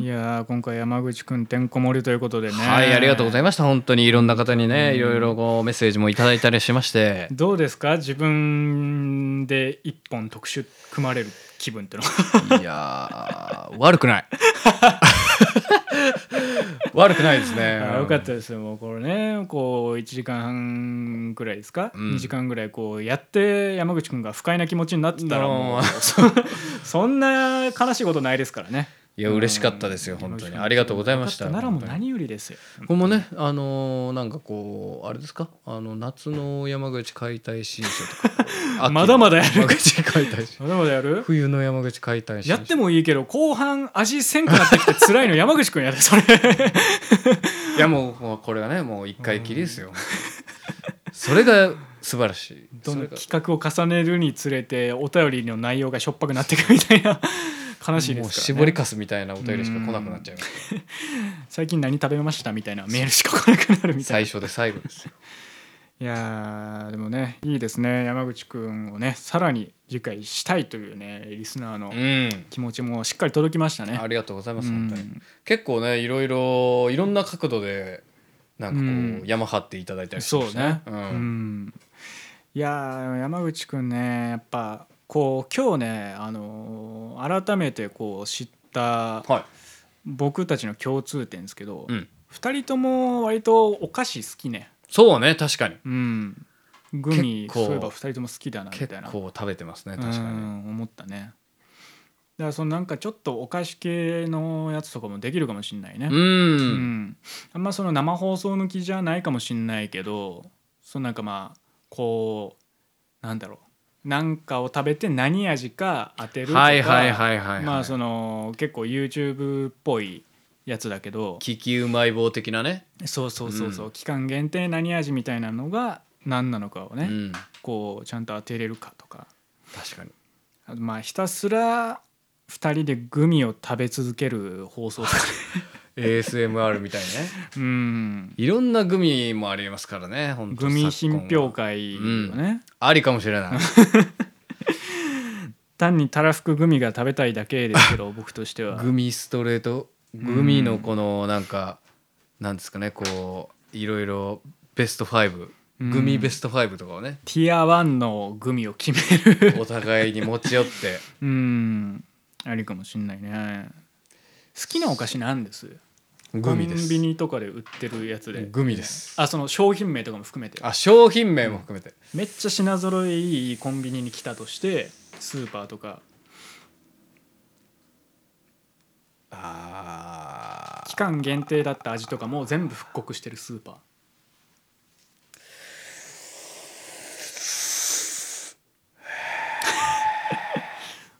[SPEAKER 1] いやー今回山口君てんこ盛りということでね
[SPEAKER 2] はい、ありがとうござ
[SPEAKER 1] いま
[SPEAKER 2] いました。本当にいろんな方にね、いろいろこうメッセージもいただいたりしまして。
[SPEAKER 1] どうですか自分で一本特集組まれる気分ってのは
[SPEAKER 2] いやー、悪く ない。悪くないですね。
[SPEAKER 1] あー よかったですよもうこれねこう1時間半くらいですか、
[SPEAKER 2] うん
[SPEAKER 1] 2時間ぐらいこうやって山口君が不快な気持ちになってたらも
[SPEAKER 2] う
[SPEAKER 1] うん そんな悲しいことないですからね
[SPEAKER 2] いや、嬉しかったですよ。本当にありがとうございました。
[SPEAKER 1] ならもう何よりですよ。
[SPEAKER 2] ここもね、あのーなんかこう、あれですか、あの夏の山口解体新書と か。秋の
[SPEAKER 1] まだまだやる
[SPEAKER 2] 山口解体新書
[SPEAKER 1] まだまだやる
[SPEAKER 2] 冬の山口解体新書
[SPEAKER 1] やってもいいけど後半味せんくなってきて辛いの山口くんやでそれ
[SPEAKER 2] いやもうもうこれがねもう一回きりですよ、それが素晴らしい
[SPEAKER 1] ど
[SPEAKER 2] それ
[SPEAKER 1] の
[SPEAKER 2] が
[SPEAKER 1] 企画を重ねるにつれてお便りの内容がしょっぱくなってくみたい な悲しいで
[SPEAKER 2] もう
[SPEAKER 1] すから、ね、
[SPEAKER 2] 絞りかすみたいなお便りしか来なくなっちゃいます
[SPEAKER 1] 最近何食べましたみたいなメールしか来なくな るみたいな
[SPEAKER 2] 最初で最後ですよ
[SPEAKER 1] いやーでもねいいですね山口くんをねさらに理解したいというねリスナーの
[SPEAKER 2] うん
[SPEAKER 1] 気持ちもしっかり届きましたね
[SPEAKER 2] ありがとうございます
[SPEAKER 1] うん
[SPEAKER 2] 本当に結構ねいろいろいろんな角度でなんかこう、
[SPEAKER 1] うん
[SPEAKER 2] 山張っていただいたりして
[SPEAKER 1] そ
[SPEAKER 2] ま
[SPEAKER 1] う
[SPEAKER 2] した
[SPEAKER 1] ね、
[SPEAKER 2] うん
[SPEAKER 1] うんいやー山口くんねやっぱこう今日ね、あのー改めてこう知った
[SPEAKER 2] は
[SPEAKER 1] 僕たちの共通点ですけど、
[SPEAKER 2] い、うん、
[SPEAKER 1] 2人とも割とお菓子好きね
[SPEAKER 2] そうね確かに
[SPEAKER 1] うんグミ
[SPEAKER 2] 結構
[SPEAKER 1] そういえば2人とも好きだなみ
[SPEAKER 2] 結
[SPEAKER 1] たいな
[SPEAKER 2] 構食べてますね確か
[SPEAKER 1] う
[SPEAKER 2] に
[SPEAKER 1] ん思ったねだからそのなんかちょっとお菓子系のやつとかもできるかもしんないね
[SPEAKER 2] うん、
[SPEAKER 1] うんあんまその生放送向きじゃないかもしんないけどそのなんかまあこうなんだろうなんかを食べて何味か当てるとか
[SPEAKER 2] はいはいはいはい、はい、
[SPEAKER 1] まあその結構 YouTube っぽいやつだけど
[SPEAKER 2] 利きうまい棒的なね、
[SPEAKER 1] そうそうそうそう、
[SPEAKER 2] うん
[SPEAKER 1] 期間限定何味みたいなのが何なのかをね、
[SPEAKER 2] うん
[SPEAKER 1] こうちゃんと当てれるかとか
[SPEAKER 2] 確かに
[SPEAKER 1] あとまあひたすら2人でグミを食べ続ける放送と か
[SPEAKER 2] ASMR みたいにね
[SPEAKER 1] うん
[SPEAKER 2] いろんなグミもありますからね本当
[SPEAKER 1] グミ品評会をね、
[SPEAKER 2] ありかもしれない
[SPEAKER 1] 単にたらふくグミが食べたいだけですけ ど僕としては
[SPEAKER 2] グミストレートグミのこのなんかなんですかねこういろいろベスト5
[SPEAKER 1] うん
[SPEAKER 2] グミベスト5とか をね
[SPEAKER 1] ティア1のグミを決める
[SPEAKER 2] お互いに持ち寄って
[SPEAKER 1] うんありかもしんないね好きなお菓子なんです
[SPEAKER 2] グミで
[SPEAKER 1] コン
[SPEAKER 2] す
[SPEAKER 1] ビニとかで売ってるやつで
[SPEAKER 2] グミです
[SPEAKER 1] あその商品名とかも含めて
[SPEAKER 2] あ商品名も含めて
[SPEAKER 1] めっちゃ品揃えいいコンビニに来たとしてスーパーとか
[SPEAKER 2] あ
[SPEAKER 1] 期間限定だった味とかも全部復刻してるスーパ ー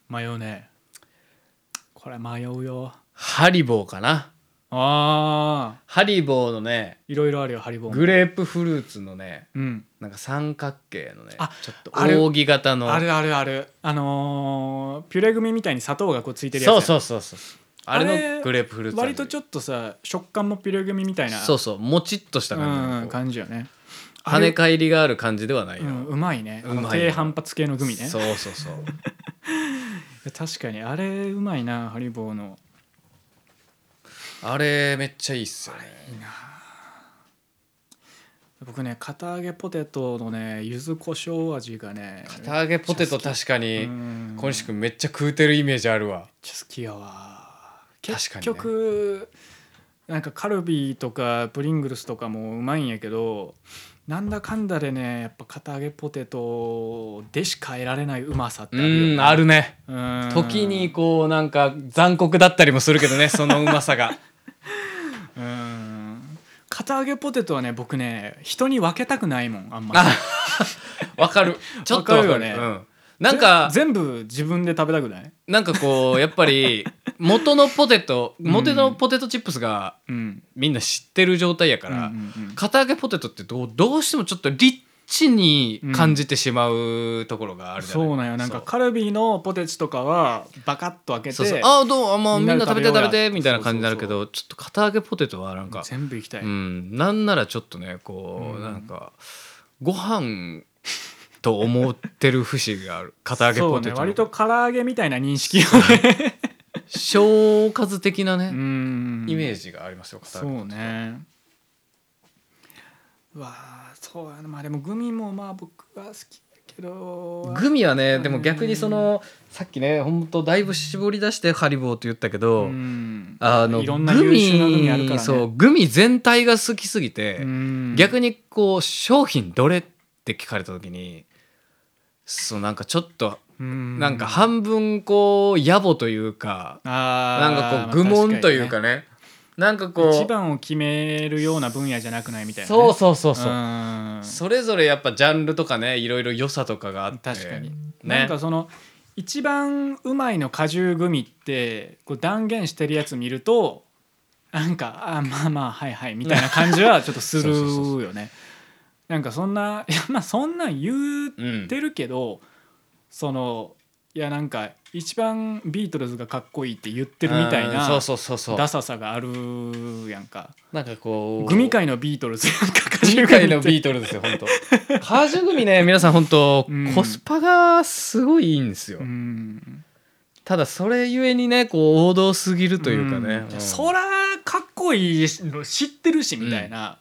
[SPEAKER 1] 迷うねこれ迷うよ
[SPEAKER 2] ハリボーかな
[SPEAKER 1] あ
[SPEAKER 2] ハリボーのね
[SPEAKER 1] ーいろいろあるよハリボー
[SPEAKER 2] グレープフルーツのね
[SPEAKER 1] うん
[SPEAKER 2] なんか三角形のね
[SPEAKER 1] あ
[SPEAKER 2] ちょっと
[SPEAKER 1] あれ
[SPEAKER 2] 扇形の
[SPEAKER 1] あるあるあるあのーピュレグミみたいに砂糖がこうついてるやつ
[SPEAKER 2] そう
[SPEAKER 1] う
[SPEAKER 2] そうそうそうあ
[SPEAKER 1] あ
[SPEAKER 2] れ
[SPEAKER 1] れ
[SPEAKER 2] のグレープフルーツ
[SPEAKER 1] 割とちょ
[SPEAKER 2] っ
[SPEAKER 1] っとさ食感もピュレグミみたいな
[SPEAKER 2] そうそうもちっとした
[SPEAKER 1] うん
[SPEAKER 2] 感じのこ
[SPEAKER 1] 感じよね
[SPEAKER 2] う跳ね返りがある感じではないうよ、
[SPEAKER 1] ん、うまいね
[SPEAKER 2] うまいよ
[SPEAKER 1] 低反発系のグミね
[SPEAKER 2] そうそうそう
[SPEAKER 1] 確かにあれうまいなハリボーの
[SPEAKER 2] あれめっちゃいいっすよね
[SPEAKER 1] 僕ね堅揚げポテトのね柚子胡椒味がね
[SPEAKER 2] 片揚げポテト確かに
[SPEAKER 1] うん
[SPEAKER 2] 小西君めっちゃ食うてるイメージあるわ
[SPEAKER 1] めっちゃ好きやわ
[SPEAKER 2] 確かにね
[SPEAKER 1] 結局なんかカルビーとかプリングルスとかもうまいんやけどなんだかんだでねやっぱ堅揚げポテトでしか得られないうまさって
[SPEAKER 2] う
[SPEAKER 1] あるよ
[SPEAKER 2] んあるね
[SPEAKER 1] うん
[SPEAKER 2] 時にこうなんか残酷だったりもするけどねそのうまさが
[SPEAKER 1] うん堅揚げポテトはね僕ね人に分けたくないもんあんまり
[SPEAKER 2] あ わかるちょっとわかる
[SPEAKER 1] わかるよね
[SPEAKER 2] うんなんか
[SPEAKER 1] ぜ全部自分で食べたくない
[SPEAKER 2] なんかこうやっぱ り元のポテト
[SPEAKER 1] ん
[SPEAKER 2] 元のポテトチップスが
[SPEAKER 1] うん
[SPEAKER 2] みんな知ってる状態やから、
[SPEAKER 1] うんうんうん
[SPEAKER 2] 片揚げポテトってどうどうしてもちょっとリッチに感じてしまうところがあるじゃない、
[SPEAKER 1] そうなんよなんか
[SPEAKER 2] そう
[SPEAKER 1] カルビーのポテチとかはバカッと開けて
[SPEAKER 2] そうそうああどうあもうみ
[SPEAKER 1] みん
[SPEAKER 2] ん
[SPEAKER 1] なで
[SPEAKER 2] な食べて
[SPEAKER 1] 食べ
[SPEAKER 2] 食
[SPEAKER 1] よう
[SPEAKER 2] べ
[SPEAKER 1] や
[SPEAKER 2] てみたいな感じになるけどちょっと片揚げポテトはなんか
[SPEAKER 1] 全部いきたい、
[SPEAKER 2] うんなんならちょっとねこう、
[SPEAKER 1] うん
[SPEAKER 2] なんかご飯と思ってる節がある片揚 げ
[SPEAKER 1] そ
[SPEAKER 2] ポ
[SPEAKER 1] う
[SPEAKER 2] テ
[SPEAKER 1] ね
[SPEAKER 2] トの、
[SPEAKER 1] 割と唐揚げみたいな認識を ね
[SPEAKER 2] 小おかず的なね、
[SPEAKER 1] うん
[SPEAKER 2] イメー
[SPEAKER 1] ジ
[SPEAKER 2] ジがありますよ片揚げポ
[SPEAKER 1] そ
[SPEAKER 2] テ
[SPEAKER 1] う
[SPEAKER 2] ト
[SPEAKER 1] ねうわあそうやなまあでもグミもまあ僕は好きだけど
[SPEAKER 2] グミはねでも逆にそのさっきね本当だいぶ絞り出してハリボーって言ったけど、
[SPEAKER 1] うん
[SPEAKER 2] あの
[SPEAKER 1] いろんな優秀なグミあるからね
[SPEAKER 2] そうグミ全体が好きすぎて、
[SPEAKER 1] うん
[SPEAKER 2] 逆にこう商品どれって聞かれた時にそうなんかちょっと
[SPEAKER 1] うん
[SPEAKER 2] なんか半分こう野暮というか、
[SPEAKER 1] あ
[SPEAKER 2] な
[SPEAKER 1] ー
[SPEAKER 2] んか
[SPEAKER 1] ま
[SPEAKER 2] こ
[SPEAKER 1] あ
[SPEAKER 2] う愚問というか
[SPEAKER 1] 確
[SPEAKER 2] ね,、なんか
[SPEAKER 1] にね
[SPEAKER 2] こ
[SPEAKER 1] 一番を決めるような分野じゃなくないみた
[SPEAKER 2] う
[SPEAKER 1] いなね、
[SPEAKER 2] そうそうそうそう、
[SPEAKER 1] ん
[SPEAKER 2] それぞれやっぱジャンルとかねいろいろ良さとかがあって
[SPEAKER 1] 確かに、
[SPEAKER 2] ね
[SPEAKER 1] なんかその一番うまいの果汁グミってこう断言してるやつ見るとなんかあまあまあはいはいみたいな感じはちょっとする
[SPEAKER 2] そうそうそう
[SPEAKER 1] よねなんかそんないやまあそんなん言
[SPEAKER 2] う
[SPEAKER 1] っ
[SPEAKER 2] ん
[SPEAKER 1] てるけど、そのいやなんか一番ビートルズがかっこいいって言ってるみたい
[SPEAKER 2] うん
[SPEAKER 1] な
[SPEAKER 2] そうそうそうそう
[SPEAKER 1] ダサさがあるやんか
[SPEAKER 2] なんかこう
[SPEAKER 1] グミ界のビートルズやんか果
[SPEAKER 2] グ
[SPEAKER 1] 汁グミっ
[SPEAKER 2] ミ
[SPEAKER 1] て
[SPEAKER 2] 界のビートルズですよ本 当カージュグミね皆さん本当、
[SPEAKER 1] うん
[SPEAKER 2] コスパがすごいいいんですよ、
[SPEAKER 1] うん
[SPEAKER 2] ただそれゆえにねこう王道すぎるというかね、
[SPEAKER 1] ん
[SPEAKER 2] うん
[SPEAKER 1] そらかっこいいの知ってるしみたいな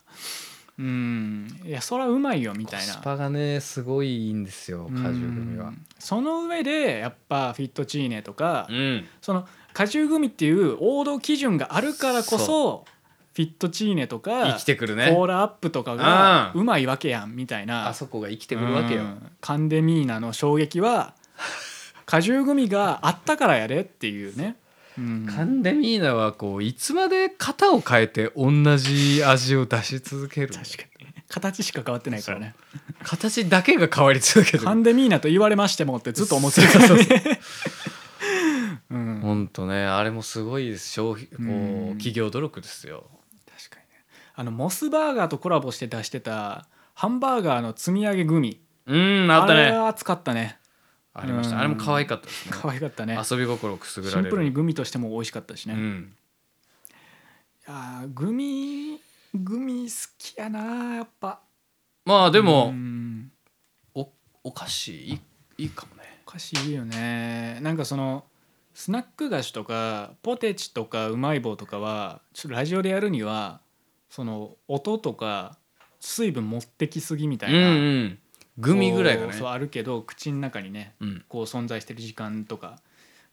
[SPEAKER 1] うん、いやそらうまいよみ
[SPEAKER 2] コ
[SPEAKER 1] たい
[SPEAKER 2] ス
[SPEAKER 1] な
[SPEAKER 2] パがねすごいいいんですよ
[SPEAKER 1] うん
[SPEAKER 2] カージュグミは
[SPEAKER 1] その上でやっぱフィットチーネとか、
[SPEAKER 2] うん
[SPEAKER 1] その果汁グミっていう王道基準があるからこそィットチーネとか
[SPEAKER 2] 生きてくるね
[SPEAKER 1] コーラアップとかが
[SPEAKER 2] うん
[SPEAKER 1] うまいわけやんみたいな
[SPEAKER 2] あそこが生きてくるわけよ
[SPEAKER 1] うんカンデミーナの衝撃 は果汁グミがあったからやでっていうね、うん
[SPEAKER 2] カンデミーナはこういつまで型を変えて同じ味を出し続ける
[SPEAKER 1] 確かに形しか変わってないからね
[SPEAKER 2] 形だけが変わり続けて
[SPEAKER 1] カ
[SPEAKER 2] る
[SPEAKER 1] ンデミーナと言われましてもってずっと思ってるからね うん
[SPEAKER 2] ほんとねあれもすごいです消費こ
[SPEAKER 1] うん
[SPEAKER 2] う企業努力ですよ
[SPEAKER 1] 確かにねあのモスバーガーとコラボして出してたハンバーガーの積み上げグミ
[SPEAKER 2] うんあった
[SPEAKER 1] あれ
[SPEAKER 2] ね
[SPEAKER 1] は熱かったね
[SPEAKER 2] ありまし
[SPEAKER 1] う
[SPEAKER 2] た
[SPEAKER 1] ん
[SPEAKER 2] あれも可愛かったですね
[SPEAKER 1] 可愛かったね
[SPEAKER 2] 遊び心をくすぐ
[SPEAKER 1] シ
[SPEAKER 2] ら
[SPEAKER 1] ン
[SPEAKER 2] れ
[SPEAKER 1] プルに
[SPEAKER 2] る
[SPEAKER 1] グミとしても美味しかったし
[SPEAKER 2] う
[SPEAKER 1] ね、い
[SPEAKER 2] ん
[SPEAKER 1] やーグミグミ好きやなやっぱ
[SPEAKER 2] まあで
[SPEAKER 1] う
[SPEAKER 2] も
[SPEAKER 1] ん
[SPEAKER 2] おお菓子いいいいかもね
[SPEAKER 1] お菓子いいよねなんかそのスナック菓子とかポテチとかうまい棒とかはちょっとラジオでやるにはその音とか水分持ってきすぎみたい
[SPEAKER 2] うん
[SPEAKER 1] な、
[SPEAKER 2] うんグミぐらいが
[SPEAKER 1] こ
[SPEAKER 2] ね
[SPEAKER 1] うそうあるけど口の中にね
[SPEAKER 2] うん
[SPEAKER 1] こう存在してる時間とか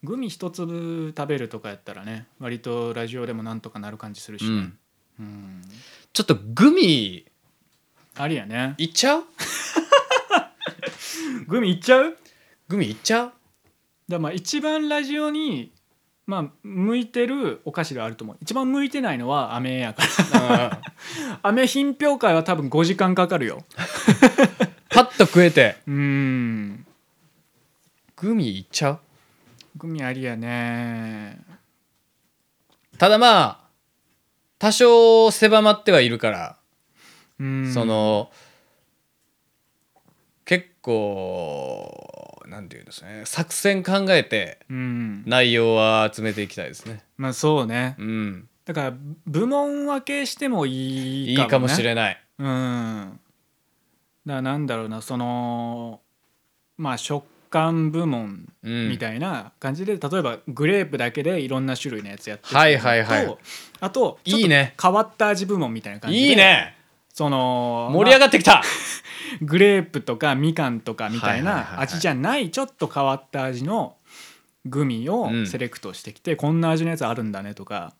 [SPEAKER 1] グミ一粒食べるとかやったらね割とラジオでもなんとかなる感じするし
[SPEAKER 2] う
[SPEAKER 1] ね、
[SPEAKER 2] ん
[SPEAKER 1] うん
[SPEAKER 2] ちょっとグミ
[SPEAKER 1] ありやね
[SPEAKER 2] いっちゃう
[SPEAKER 1] グミいっちゃう
[SPEAKER 2] グミいっちゃう
[SPEAKER 1] だからまあ一番ラジオにまあ向いてるお菓子があると思う一番向いてないのは飴やから
[SPEAKER 2] うん
[SPEAKER 1] 飴品評会は多分5時間かかるよ
[SPEAKER 2] パッと食えて
[SPEAKER 1] うん
[SPEAKER 2] グミいっちゃう
[SPEAKER 1] グミありやね
[SPEAKER 2] ただまあ多少狭まってはいるから、
[SPEAKER 1] うん
[SPEAKER 2] その結構なんていうんですかね作戦考えて
[SPEAKER 1] うん
[SPEAKER 2] 内容は集めていきたいですね
[SPEAKER 1] まあそうね
[SPEAKER 2] うん
[SPEAKER 1] だから部門分けしてもい
[SPEAKER 2] い
[SPEAKER 1] い
[SPEAKER 2] い
[SPEAKER 1] かも,、ね、
[SPEAKER 2] かもしれない
[SPEAKER 1] うんだからなんだろうなそのまあ食感部門
[SPEAKER 2] うん
[SPEAKER 1] みたいな感じで、例えばグレープだけでいろんな種類のやつやってる
[SPEAKER 2] はいはいはい
[SPEAKER 1] とあとちょっと
[SPEAKER 2] いいね
[SPEAKER 1] 変わった味部門みたいな感じで
[SPEAKER 2] いいね
[SPEAKER 1] その
[SPEAKER 2] 盛り上
[SPEAKER 1] ま
[SPEAKER 2] がってきた、
[SPEAKER 1] あグレープとかみかんとかみたい
[SPEAKER 2] はいはいは
[SPEAKER 1] な
[SPEAKER 2] いはい
[SPEAKER 1] 味じゃないちょっと変わった味のグミを
[SPEAKER 2] うん
[SPEAKER 1] セレクトしてきて、こんな味のやつあるんだねとか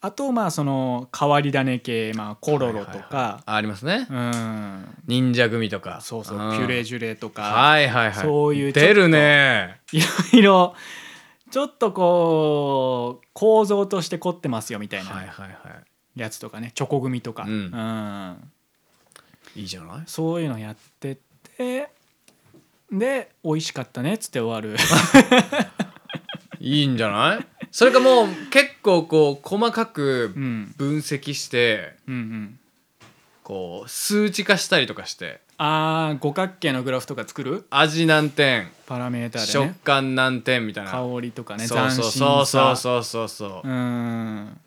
[SPEAKER 1] あとまあその変わり種系、まあ、コロロとか、
[SPEAKER 2] ありますね
[SPEAKER 1] うん
[SPEAKER 2] 忍者組とか
[SPEAKER 1] そうそうピ
[SPEAKER 2] ん
[SPEAKER 1] ュレジュレとか
[SPEAKER 2] はいはいはい
[SPEAKER 1] そういうちょっと
[SPEAKER 2] 出るね
[SPEAKER 1] いろいろちょっとこう構造として凝ってますよみたい
[SPEAKER 2] はい
[SPEAKER 1] な
[SPEAKER 2] はいは
[SPEAKER 1] やつとかねチョコ組とか、
[SPEAKER 2] うん
[SPEAKER 1] うん
[SPEAKER 2] いいいじゃない
[SPEAKER 1] そういうのやってってで美味しかったねっつって終わる
[SPEAKER 2] いいんじゃないそれかもう結構こう細かく
[SPEAKER 1] うん
[SPEAKER 2] 分析して
[SPEAKER 1] うんうん
[SPEAKER 2] こう数値化したりとかして
[SPEAKER 1] あー五角形のグラフとか作る
[SPEAKER 2] 味何点、
[SPEAKER 1] パラメーターで
[SPEAKER 2] 食
[SPEAKER 1] ね
[SPEAKER 2] 感何点みたいな
[SPEAKER 1] 香りとかね
[SPEAKER 2] そう
[SPEAKER 1] 斬
[SPEAKER 2] そう
[SPEAKER 1] 新
[SPEAKER 2] そうそう
[SPEAKER 1] さ
[SPEAKER 2] そうそうそう
[SPEAKER 1] ううん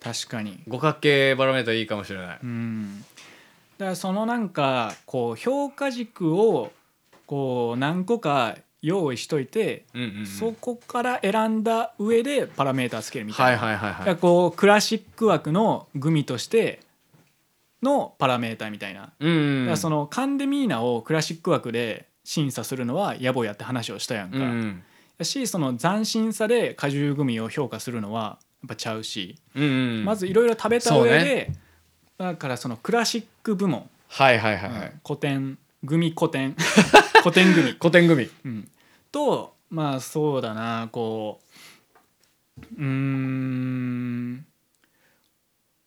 [SPEAKER 1] 確かに
[SPEAKER 2] 五角形バロメーターいいかもしれない、
[SPEAKER 1] うん、だからそのなんかこう評価軸をこう何個か用意しといて、
[SPEAKER 2] うんうんうん
[SPEAKER 1] そこから選んだ上でパラメータつけるみた
[SPEAKER 2] はいい
[SPEAKER 1] な、
[SPEAKER 2] はいはい
[SPEAKER 1] だ
[SPEAKER 2] は
[SPEAKER 1] か
[SPEAKER 2] い
[SPEAKER 1] らこうクラシック枠のグミとしてのパラメータみたいな、だか
[SPEAKER 2] うんうん
[SPEAKER 1] らそのカンデミーナをクラシック枠で審査するのは野暮やって話をしたやんか、
[SPEAKER 2] うんうん
[SPEAKER 1] だしその斬新さで果汁グミを評価するのはやっぱちゃうし、
[SPEAKER 2] うんうん
[SPEAKER 1] まずいろいろ食べた
[SPEAKER 2] そう
[SPEAKER 1] 上で
[SPEAKER 2] ね
[SPEAKER 1] だからそのクラシック部門、
[SPEAKER 2] はいはいはいはい、
[SPEAKER 1] 古典グミ古 典古典グミ、
[SPEAKER 2] 古典組
[SPEAKER 1] うん、とまあそうだなこううーん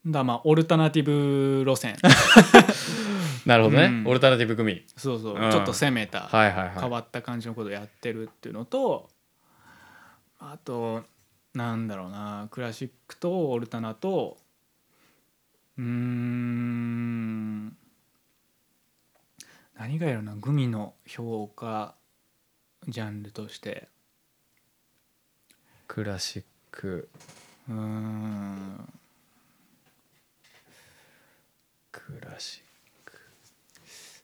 [SPEAKER 1] だまあオルタナティブ路 線
[SPEAKER 2] なるほどね、
[SPEAKER 1] うん
[SPEAKER 2] オルタナティブ組
[SPEAKER 1] そうそう、
[SPEAKER 2] うん
[SPEAKER 1] ちょっと攻めた、
[SPEAKER 2] はいはいはい
[SPEAKER 1] 変わった感じのことをやってるっていうのとあとなんだろうなクラシックとオルタナとうーん何がやるなグミの評価ジャンルとして
[SPEAKER 2] クラシック
[SPEAKER 1] うーん
[SPEAKER 2] クラシック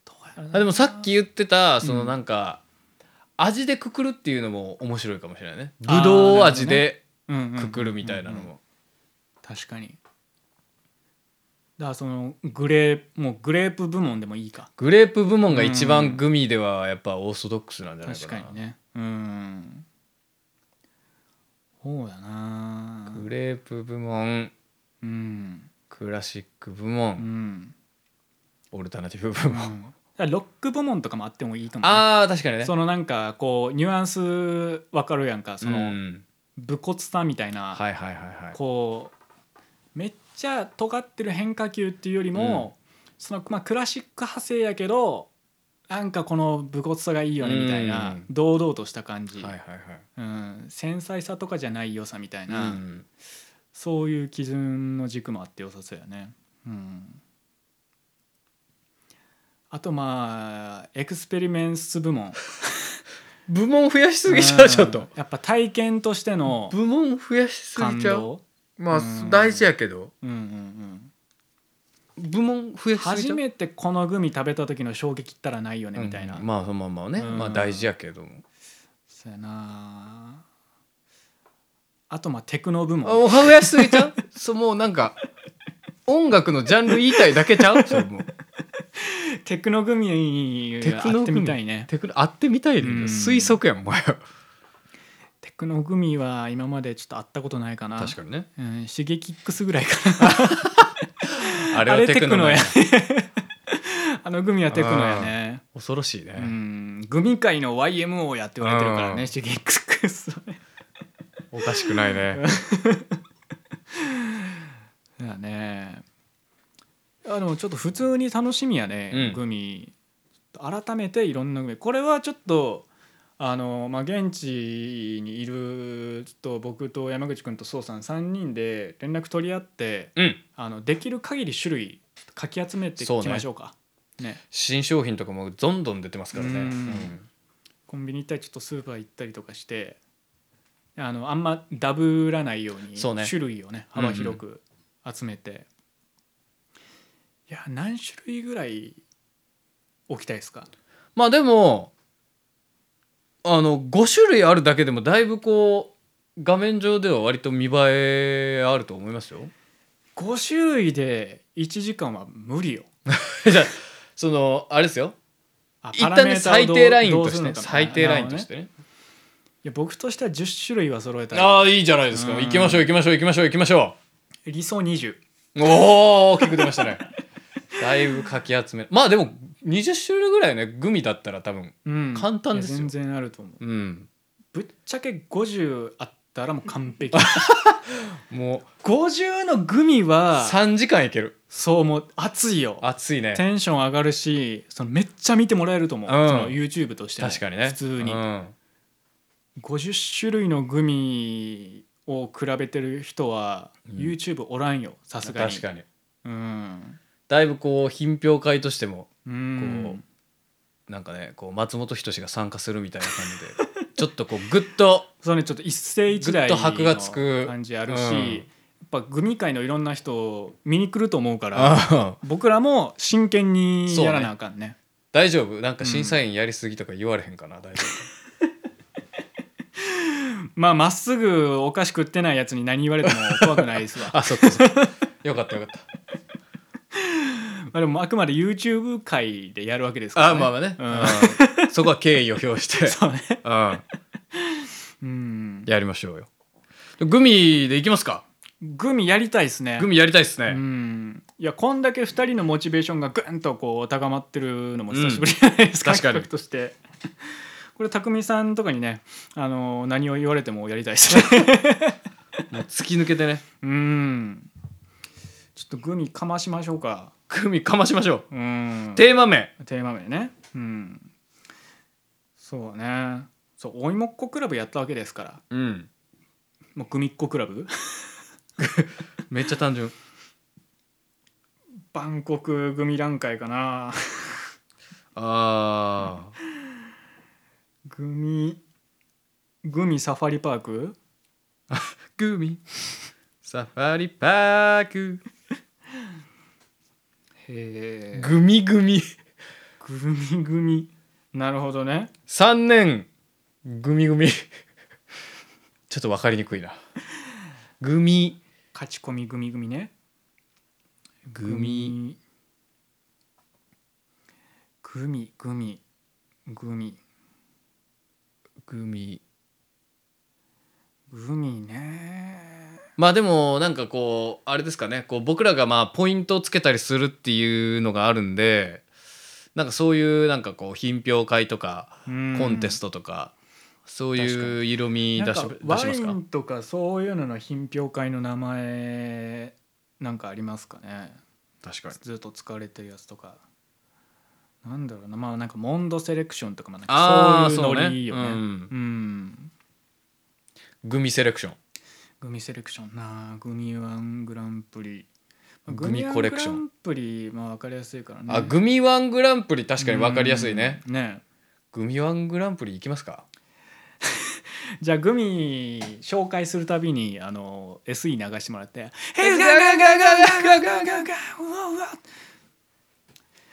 [SPEAKER 1] どうやろな
[SPEAKER 2] あでもさっき言ってたその
[SPEAKER 1] うん
[SPEAKER 2] なんか、味でくくるっていうのも面白いかもしれないね
[SPEAKER 1] あー
[SPEAKER 2] ぶどう味で
[SPEAKER 1] うんうんうんうん
[SPEAKER 2] くくるみたいなのも、
[SPEAKER 1] 確かにだからそのグレーもうグレープ部門でもいいか
[SPEAKER 2] グレープ部門が一
[SPEAKER 1] うん
[SPEAKER 2] 番グミではやっぱオーソドックスなんじゃないか
[SPEAKER 1] 確
[SPEAKER 2] な
[SPEAKER 1] かにねうんそうだな
[SPEAKER 2] グレープ部門
[SPEAKER 1] うん
[SPEAKER 2] クラシック部
[SPEAKER 1] う
[SPEAKER 2] 門、
[SPEAKER 1] ん
[SPEAKER 2] オルタナティブ部
[SPEAKER 1] うんだ
[SPEAKER 2] 門、
[SPEAKER 1] からロック部門とかもあってもいいかもね、
[SPEAKER 2] ああ確かにね
[SPEAKER 1] そのなんかこうニュアンスわかるやんかその、
[SPEAKER 2] うん
[SPEAKER 1] 武骨さみたいな、
[SPEAKER 2] はいはいはいはい
[SPEAKER 1] こうめっちゃ尖ってる変化球っていうよりも、そのまあクラシック派生やけどなんかこの武骨さがいいよねみたいな、
[SPEAKER 2] うん
[SPEAKER 1] 堂々とした感じ、
[SPEAKER 2] はいはいはい
[SPEAKER 1] うん、繊細さとかじゃない良さみたいな、
[SPEAKER 2] うん
[SPEAKER 1] そういう基準の軸もあって良さそうやね。うんあとまあエクスペリメンス部門
[SPEAKER 2] 部門増やしすぎ ちゃうちょっ
[SPEAKER 1] うん
[SPEAKER 2] と
[SPEAKER 1] やっぱ体験としての
[SPEAKER 2] 部門増やしす
[SPEAKER 1] 感
[SPEAKER 2] ぎちゃう
[SPEAKER 1] 動
[SPEAKER 2] まあ
[SPEAKER 1] うん
[SPEAKER 2] 大事やけど
[SPEAKER 1] うんうんうん
[SPEAKER 2] 部門増やしすぎち
[SPEAKER 1] 初
[SPEAKER 2] ゃう
[SPEAKER 1] めてこのグミ食べた時の衝撃ったらないよねみたいな、
[SPEAKER 2] うんまあまあまあね
[SPEAKER 1] うん
[SPEAKER 2] まあ大事やけども
[SPEAKER 1] そうやなあとまあテクノ部
[SPEAKER 2] あも
[SPEAKER 1] 門
[SPEAKER 2] う増やしすぎちゃうそうもうなんか音楽のジャンル言いたいだけちゃうそれもう
[SPEAKER 1] テクノグミ
[SPEAKER 2] テク
[SPEAKER 1] あ
[SPEAKER 2] ノ
[SPEAKER 1] って
[SPEAKER 2] グミ
[SPEAKER 1] みたいね
[SPEAKER 2] テクノ会ってみたいで
[SPEAKER 1] うん
[SPEAKER 2] 推測やんお前は
[SPEAKER 1] テクノグミは今までちょっと会ったことないかな
[SPEAKER 2] 確かにね
[SPEAKER 1] に、うん、シゲキックスぐらいかな
[SPEAKER 2] あれはテクノや
[SPEAKER 1] あれ あのグミはテクノやね
[SPEAKER 2] 恐ろしいうね
[SPEAKER 1] んグミ界の YMO やって言われてるから
[SPEAKER 2] う
[SPEAKER 1] ね
[SPEAKER 2] ん
[SPEAKER 1] シゲキックス
[SPEAKER 2] おかしくないね
[SPEAKER 1] だねあでもちょっと普通に楽しみやね、
[SPEAKER 2] うん
[SPEAKER 1] グミ改めていろんなグミこれはちょっとあの、まあ、現地にいるちょっと僕と山口君とそうさん3人で連絡取り合って
[SPEAKER 2] うん
[SPEAKER 1] あのできる限り種類かき集めてい
[SPEAKER 2] そうね
[SPEAKER 1] きましょうかね
[SPEAKER 2] 新商品とかもどんどん出てますからね
[SPEAKER 1] うん
[SPEAKER 2] うん
[SPEAKER 1] コンビニ行ったりちょっとスーパー行ったりとかしてあのあんまダブらないように
[SPEAKER 2] そうね
[SPEAKER 1] 種類をね幅広く集めて、いや何種類ぐらい置きたいですか
[SPEAKER 2] まあでもあの5種類あるだけでもだいぶこう画面上では割と見栄えあると思いますよ。
[SPEAKER 1] 5種類で1時間は無理よ
[SPEAKER 2] じゃあそのあれですよ
[SPEAKER 1] あ
[SPEAKER 2] 一
[SPEAKER 1] パラ
[SPEAKER 2] 旦
[SPEAKER 1] メ
[SPEAKER 2] ね
[SPEAKER 1] ーターを
[SPEAKER 2] 最
[SPEAKER 1] どう
[SPEAKER 2] 低ライン
[SPEAKER 1] ど
[SPEAKER 2] と
[SPEAKER 1] うす
[SPEAKER 2] し
[SPEAKER 1] るの
[SPEAKER 2] てね
[SPEAKER 1] か
[SPEAKER 2] 最低ライン
[SPEAKER 1] なるほど
[SPEAKER 2] とし
[SPEAKER 1] ね
[SPEAKER 2] てね。
[SPEAKER 1] いや僕としては10種類は揃えた
[SPEAKER 2] あ
[SPEAKER 1] ら
[SPEAKER 2] あいいじゃないですか
[SPEAKER 1] うん
[SPEAKER 2] 行きましょう行きましょう行きましょう行きましょ
[SPEAKER 1] 理想20
[SPEAKER 2] うおお大きく出ましたねだいぶかき集めまあでも20種類ぐらいねグミだったら多分
[SPEAKER 1] うん
[SPEAKER 2] 簡単ですよ
[SPEAKER 1] いや全然あると思う
[SPEAKER 2] うん
[SPEAKER 1] ぶっちゃけ50あったらもう完璧
[SPEAKER 2] もう
[SPEAKER 1] 50のグミは
[SPEAKER 2] 3時間いける
[SPEAKER 1] そうもう熱いよ
[SPEAKER 2] 熱いね
[SPEAKER 1] テンション上がるしそのめっちゃ見てもらえると思う、
[SPEAKER 2] うん
[SPEAKER 1] その YouTube としても
[SPEAKER 2] 確かにね
[SPEAKER 1] 普通に、
[SPEAKER 2] うん
[SPEAKER 1] 50種類のグミを比べてる人は、
[SPEAKER 2] うん
[SPEAKER 1] YouTube おらんよさすがに
[SPEAKER 2] 確かに
[SPEAKER 1] うん
[SPEAKER 2] だいぶこう品評会としても
[SPEAKER 1] うん
[SPEAKER 2] こなんかねこう松本人志が参加するみたいな感じで ちょっとこうグッと
[SPEAKER 1] そうねちょっと一世一代
[SPEAKER 2] ぐっと箔がつく
[SPEAKER 1] の感じあるし、
[SPEAKER 2] うん
[SPEAKER 1] やっぱグミ界のいろんな人を見に来ると思うから
[SPEAKER 2] ああ
[SPEAKER 1] 僕らも真剣に
[SPEAKER 2] そうね
[SPEAKER 1] やらなあかんね
[SPEAKER 2] 大丈夫なんか審査員やりすぎとか言われへんかな、大丈
[SPEAKER 1] まあまっすぐお菓子食ってないやつに何言われても怖くないですわ
[SPEAKER 2] 夫あそっかそっかよかったよかった
[SPEAKER 1] まあでもあくまで YouTube 界でやるわけですから、
[SPEAKER 2] あ
[SPEAKER 1] ね、
[SPEAKER 2] あまあまあね、
[SPEAKER 1] うん
[SPEAKER 2] うんそこは敬意を表 して
[SPEAKER 1] そうね。
[SPEAKER 2] うん、
[SPEAKER 1] うん。
[SPEAKER 2] やりましょうよグミでいきますか
[SPEAKER 1] グミやりたいですね。
[SPEAKER 2] グミやりたいっすね、
[SPEAKER 1] うん。いや、こんだけ2人のモチベーションがぐんとこう高まってるのも久しぶりじゃないですか、
[SPEAKER 2] うん確か
[SPEAKER 1] 企
[SPEAKER 2] に
[SPEAKER 1] 画として。これ、匠さんとかにね、あの何を言われてもやりたいです ね。
[SPEAKER 2] もう突き抜けてね
[SPEAKER 1] うん。ちょっとグミかましましょうか。
[SPEAKER 2] グミかましましょう
[SPEAKER 1] うん。
[SPEAKER 2] テーマ名
[SPEAKER 1] テーマ名ね。うん。そうね。そう、おいもっこクラブやったわけですから。
[SPEAKER 2] うん
[SPEAKER 1] もうグミっこクラブ
[SPEAKER 2] めっちゃ単純
[SPEAKER 1] バンコク組段階か な。
[SPEAKER 2] ああ
[SPEAKER 1] グミグミサファリパーク
[SPEAKER 2] グミサファリパーク
[SPEAKER 1] へ
[SPEAKER 2] グミグ ミ
[SPEAKER 1] グミグミなるほどね
[SPEAKER 2] 3年グミグ ミちょっと分かりにくいなグミ
[SPEAKER 1] 勝ち込みグミグミね
[SPEAKER 2] グミ
[SPEAKER 1] グミグミグミ
[SPEAKER 2] グミ
[SPEAKER 1] グミね
[SPEAKER 2] まあでもなんかこうあれですかねこう僕らがまあポイントをつけたりするっていうのがあるんでなんかそういうなんかこう品評会とか
[SPEAKER 1] コ
[SPEAKER 2] コンテ
[SPEAKER 1] ト
[SPEAKER 2] ストとかそういう色味
[SPEAKER 1] なん
[SPEAKER 2] 出し
[SPEAKER 1] か
[SPEAKER 2] 出しま
[SPEAKER 1] ワ
[SPEAKER 2] す
[SPEAKER 1] イ
[SPEAKER 2] か
[SPEAKER 1] ンとかそういうのの品評会の名前なんかありますかね
[SPEAKER 2] 確かに
[SPEAKER 1] ずっと使われてるやつとかなんだろうなまあなんかモンドセレクションとかもなん
[SPEAKER 2] あ
[SPEAKER 1] か
[SPEAKER 2] あ
[SPEAKER 1] そういう
[SPEAKER 2] そう
[SPEAKER 1] ノ
[SPEAKER 2] ね
[SPEAKER 1] リいいよね
[SPEAKER 2] う
[SPEAKER 1] うんん、
[SPEAKER 2] グミセレクション
[SPEAKER 1] グミセレクションなあグミワングランプリ
[SPEAKER 2] グミコレクション
[SPEAKER 1] グミワングランプリまあ分かりやすいからね
[SPEAKER 2] あグミワングランプリ確かに分かりやすいね
[SPEAKER 1] うんね
[SPEAKER 2] グミワングランプリ行きますか
[SPEAKER 1] じゃあグミ紹介するたびにあの SE 流してもら って「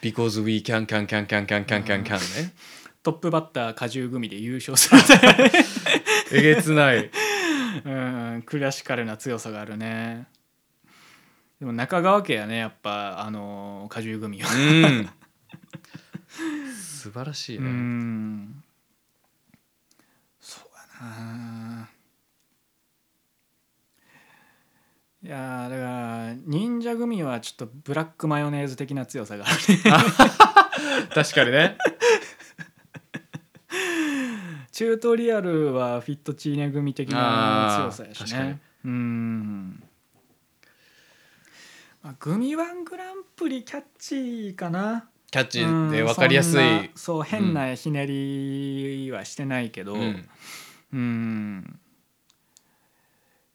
[SPEAKER 2] Because we can can can can can can can can ね
[SPEAKER 1] トップバッター果汁グミ」で優勝するみたいな
[SPEAKER 2] えげつない
[SPEAKER 1] うんクラシカルな強さがあるねでも中川家やねやっぱあの果汁組は
[SPEAKER 2] うん素晴らしいうね
[SPEAKER 1] んそうやないやーだから忍者組はちょっとブラックマヨネーズ的な強さがあるね
[SPEAKER 2] 確かにね
[SPEAKER 1] チュートリアルはフィットチーネ組的な強さやし
[SPEAKER 2] あー確かに
[SPEAKER 1] ねうん、まあ、グミワングランプリキャッチーかな
[SPEAKER 2] キャッチ
[SPEAKER 1] うん
[SPEAKER 2] ーで分かりやす
[SPEAKER 1] そ
[SPEAKER 2] い、
[SPEAKER 1] んなそう変なひねりはしてないけど、
[SPEAKER 2] うん
[SPEAKER 1] うん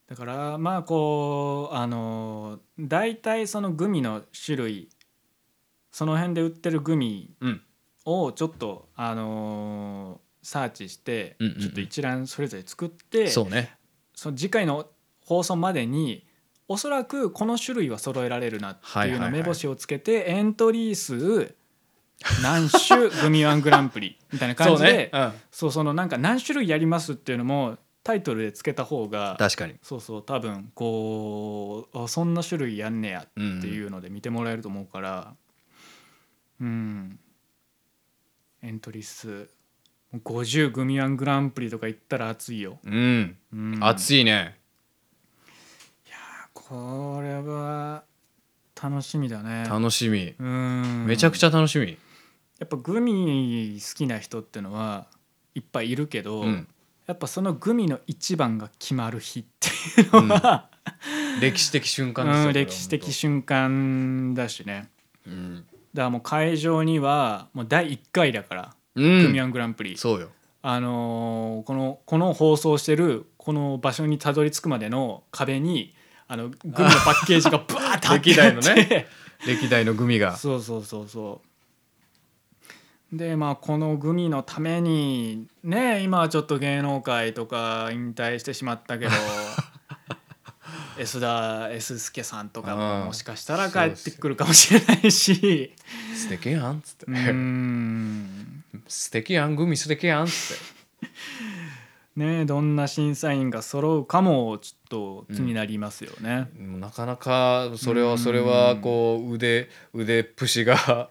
[SPEAKER 1] だからまあこうあの大体そのグミの種類その辺で売ってるグミ
[SPEAKER 2] うん
[SPEAKER 1] をちょっと、あのサーチして、
[SPEAKER 2] うんうんうん
[SPEAKER 1] ちょっと一覧それぞれ作って
[SPEAKER 2] そうね
[SPEAKER 1] その次回の放送までにおそらくこの種類は揃えられるなっていうの
[SPEAKER 2] はいはいは
[SPEAKER 1] を
[SPEAKER 2] い
[SPEAKER 1] 目星をつけて、エントリー数何種グミワングランプリみたいな感
[SPEAKER 2] そう
[SPEAKER 1] じでそう,、
[SPEAKER 2] ね、うん、
[SPEAKER 1] そのなんか何種類やりますっていうのもタイトルでつけた方が
[SPEAKER 2] 確かに、
[SPEAKER 1] そうそう多分こうあそんな種類やんねや
[SPEAKER 2] うん、
[SPEAKER 1] っていうので見てもらえると思うからうん、エントリー数50グミワングランプリとか言ったら熱いよ。
[SPEAKER 2] うん、
[SPEAKER 1] うん、
[SPEAKER 2] 熱いね
[SPEAKER 1] これは楽しみだね
[SPEAKER 2] 楽しみ
[SPEAKER 1] うーん
[SPEAKER 2] めちゃくち
[SPEAKER 1] ゃ
[SPEAKER 2] ゃ楽しみ、
[SPEAKER 1] やっぱグミ好きな人ってのはいっぱいいるけど、
[SPEAKER 2] うん
[SPEAKER 1] やっぱそのグミの一番が決まる日っていうのは、
[SPEAKER 2] 歴史的瞬
[SPEAKER 1] う
[SPEAKER 2] 間
[SPEAKER 1] ん
[SPEAKER 2] ですよこれは
[SPEAKER 1] 歴史的瞬間だしね
[SPEAKER 2] うん、
[SPEAKER 1] だからもう会場にはもう第1回だから、
[SPEAKER 2] うん
[SPEAKER 1] グミワングランプリ
[SPEAKER 2] そうよ
[SPEAKER 1] あのーこのこの放送してるこの場所にたどり着くまでの壁にあのグミのパッケージがバーッて貼ってあって
[SPEAKER 2] 歴代のね歴代のグミが
[SPEAKER 1] そうそうそうそうでまあこのグミのためにね今はちょっと芸能界とか引退してしまった けど S 田 S 助さんとか
[SPEAKER 2] うん
[SPEAKER 1] ももしかしたら帰ってくるかもしれない し
[SPEAKER 2] 素敵やんっつって
[SPEAKER 1] うーん
[SPEAKER 2] 素敵やんグミ素敵やんっつって
[SPEAKER 1] ねどんな審査員が揃うかもちょっと気になりますよね。
[SPEAKER 2] もうなかなかそれはそれはこう腕腕っぷしが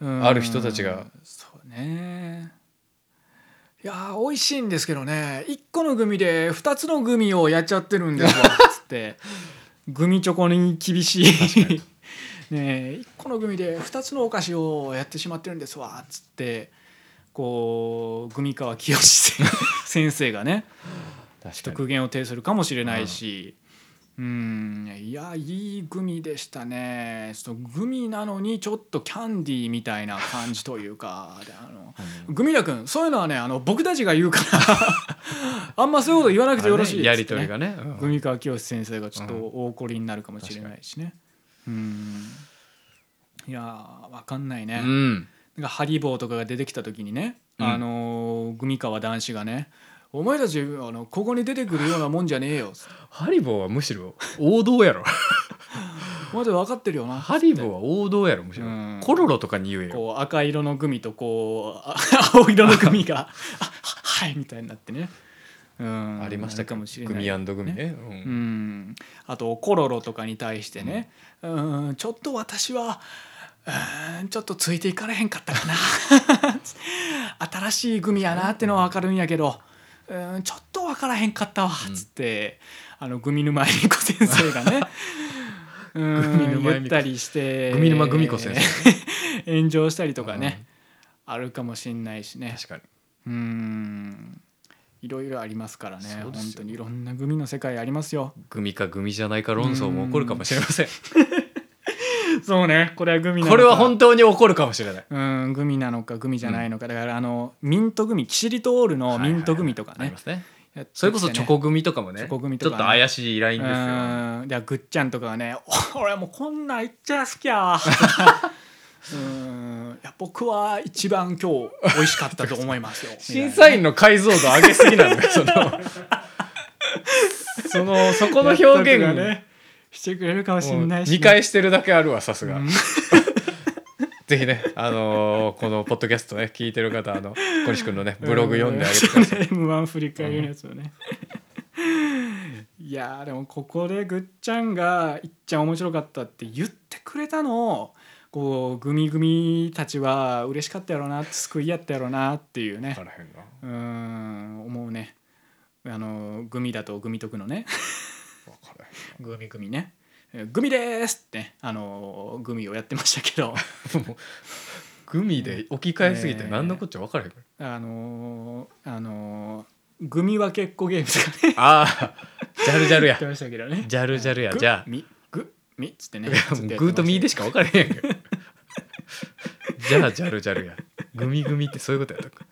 [SPEAKER 1] うん
[SPEAKER 2] ある人たちが
[SPEAKER 1] そうねいやー美味しいんですけどね1個のグミで2つのグミをやっちゃってるんですわつってグミチョコに厳しいねえ1個のグミで2つのお菓子をやってしまってるんですわつってこうグミ川清志先生がね
[SPEAKER 2] 確
[SPEAKER 1] ちょっと苦言を呈するかもしれないし、うん、いやいいグミでしたねちょっとグミなのにちょっとキャンディーみたいな感じというかであの、グミラ君そういうのはねあの僕たちが言うから あんまそういうこと言わなくてよろしい
[SPEAKER 2] やり取りが
[SPEAKER 1] ね
[SPEAKER 2] ね、
[SPEAKER 1] グミ川清先生がちょっと
[SPEAKER 2] うん
[SPEAKER 1] 大怒りになるかもしれないしね、うん、いやーわかんないね、
[SPEAKER 2] うん、
[SPEAKER 1] なんかハリボーとかが出てきた時にね、
[SPEAKER 2] うん
[SPEAKER 1] あのーグミ川男子がね「お前たちあのここに出てくるようなもんじゃねえよ」
[SPEAKER 2] ハリボーはむしろ王道やろ
[SPEAKER 1] まだ分かってるよな」
[SPEAKER 2] ハリボーは王道やろむしろ、
[SPEAKER 1] うん
[SPEAKER 2] コロロとかに言えよ
[SPEAKER 1] こう赤色のグミとこうあ青色のグミ が「あははい」みたいになってね、うん、
[SPEAKER 2] ありました
[SPEAKER 1] か
[SPEAKER 2] か
[SPEAKER 1] も
[SPEAKER 2] も
[SPEAKER 1] し
[SPEAKER 2] し
[SPEAKER 1] れ
[SPEAKER 2] れ
[SPEAKER 1] な
[SPEAKER 2] ないいグミアンドグミねう
[SPEAKER 1] うんん、あとコロロとかに対してね、うん、ちょっと私は、うん、ちょっとついてい かれへんかったかな新しいグミやなってのは分かるんやけど、うーんちょっと分からへんかったわ」っつって、あのグミ沼恵美子先生が ねう
[SPEAKER 2] グミ
[SPEAKER 1] ーん
[SPEAKER 2] 沼恵美子
[SPEAKER 1] 言ったりして
[SPEAKER 2] グミ沼グミ子先
[SPEAKER 1] 生 炎上したりとかね、あるかもしんないしね
[SPEAKER 2] 確かに
[SPEAKER 1] うーんいろいろありますからね
[SPEAKER 2] そう
[SPEAKER 1] 本
[SPEAKER 2] ですよ
[SPEAKER 1] 当にいろんなグミの世界ありますよ
[SPEAKER 2] グミかグミじゃないか論争も起こるかもしれません
[SPEAKER 1] そうねこれはグミなのか
[SPEAKER 2] これは本当に起こるかもしれない
[SPEAKER 1] うんグミなのかグミじゃないのか、だからあのミントグミキシリトールのミントグミとかね,
[SPEAKER 2] あ
[SPEAKER 1] や
[SPEAKER 2] り
[SPEAKER 1] って
[SPEAKER 2] ま
[SPEAKER 1] き
[SPEAKER 2] すね
[SPEAKER 1] てね、
[SPEAKER 2] それこそチョコグミとかもね
[SPEAKER 1] チョコグミ
[SPEAKER 2] ち
[SPEAKER 1] と
[SPEAKER 2] ょっ
[SPEAKER 1] か
[SPEAKER 2] と
[SPEAKER 1] ね
[SPEAKER 2] 怪しいラインですよ
[SPEAKER 1] うん、でぐっちゃんとかはね お「俺はもうこんなんいっちゃ好きや わ」うんいや僕は一番今日美味しかったと思い ますよ
[SPEAKER 2] 審査員の解像度上げすぎなん だよそのそのそこの表現
[SPEAKER 1] が
[SPEAKER 2] が
[SPEAKER 1] ねしてくれるかもしれないし、ね、
[SPEAKER 2] 見返してるだけあるわさすが ぜひねあのーこのポッドキャストね聞いてる方あの小西君のねブログ読んであげてください
[SPEAKER 1] m 1振り返りのやつを ね、いやーでもここでぐっちゃんが「いっちゃん面白かった」って言ってくれたのをこうグミグミたちは嬉しかったやろうな救いやったやろうなっていうね
[SPEAKER 2] わからへんな
[SPEAKER 1] うーん思うねあのグミだとグミ徳のね
[SPEAKER 2] わからへん
[SPEAKER 1] グミグミねえーグミでーすってねあのグミをやってましたけ ど
[SPEAKER 2] グミで置き換えすぎて何のこっちゃ分からへんから
[SPEAKER 1] あのーあのーグミ分けっこゲームとかね
[SPEAKER 2] ああジャルジャル
[SPEAKER 1] や
[SPEAKER 2] や
[SPEAKER 1] ってましたけどね
[SPEAKER 2] ジャルジャルや じゃあ
[SPEAKER 1] グミグミっつ ってね
[SPEAKER 2] いやもうグーとミーで
[SPEAKER 1] し
[SPEAKER 2] しか分からへんやんけ じゃあジャルジャルやグミグミってそういうことやったんか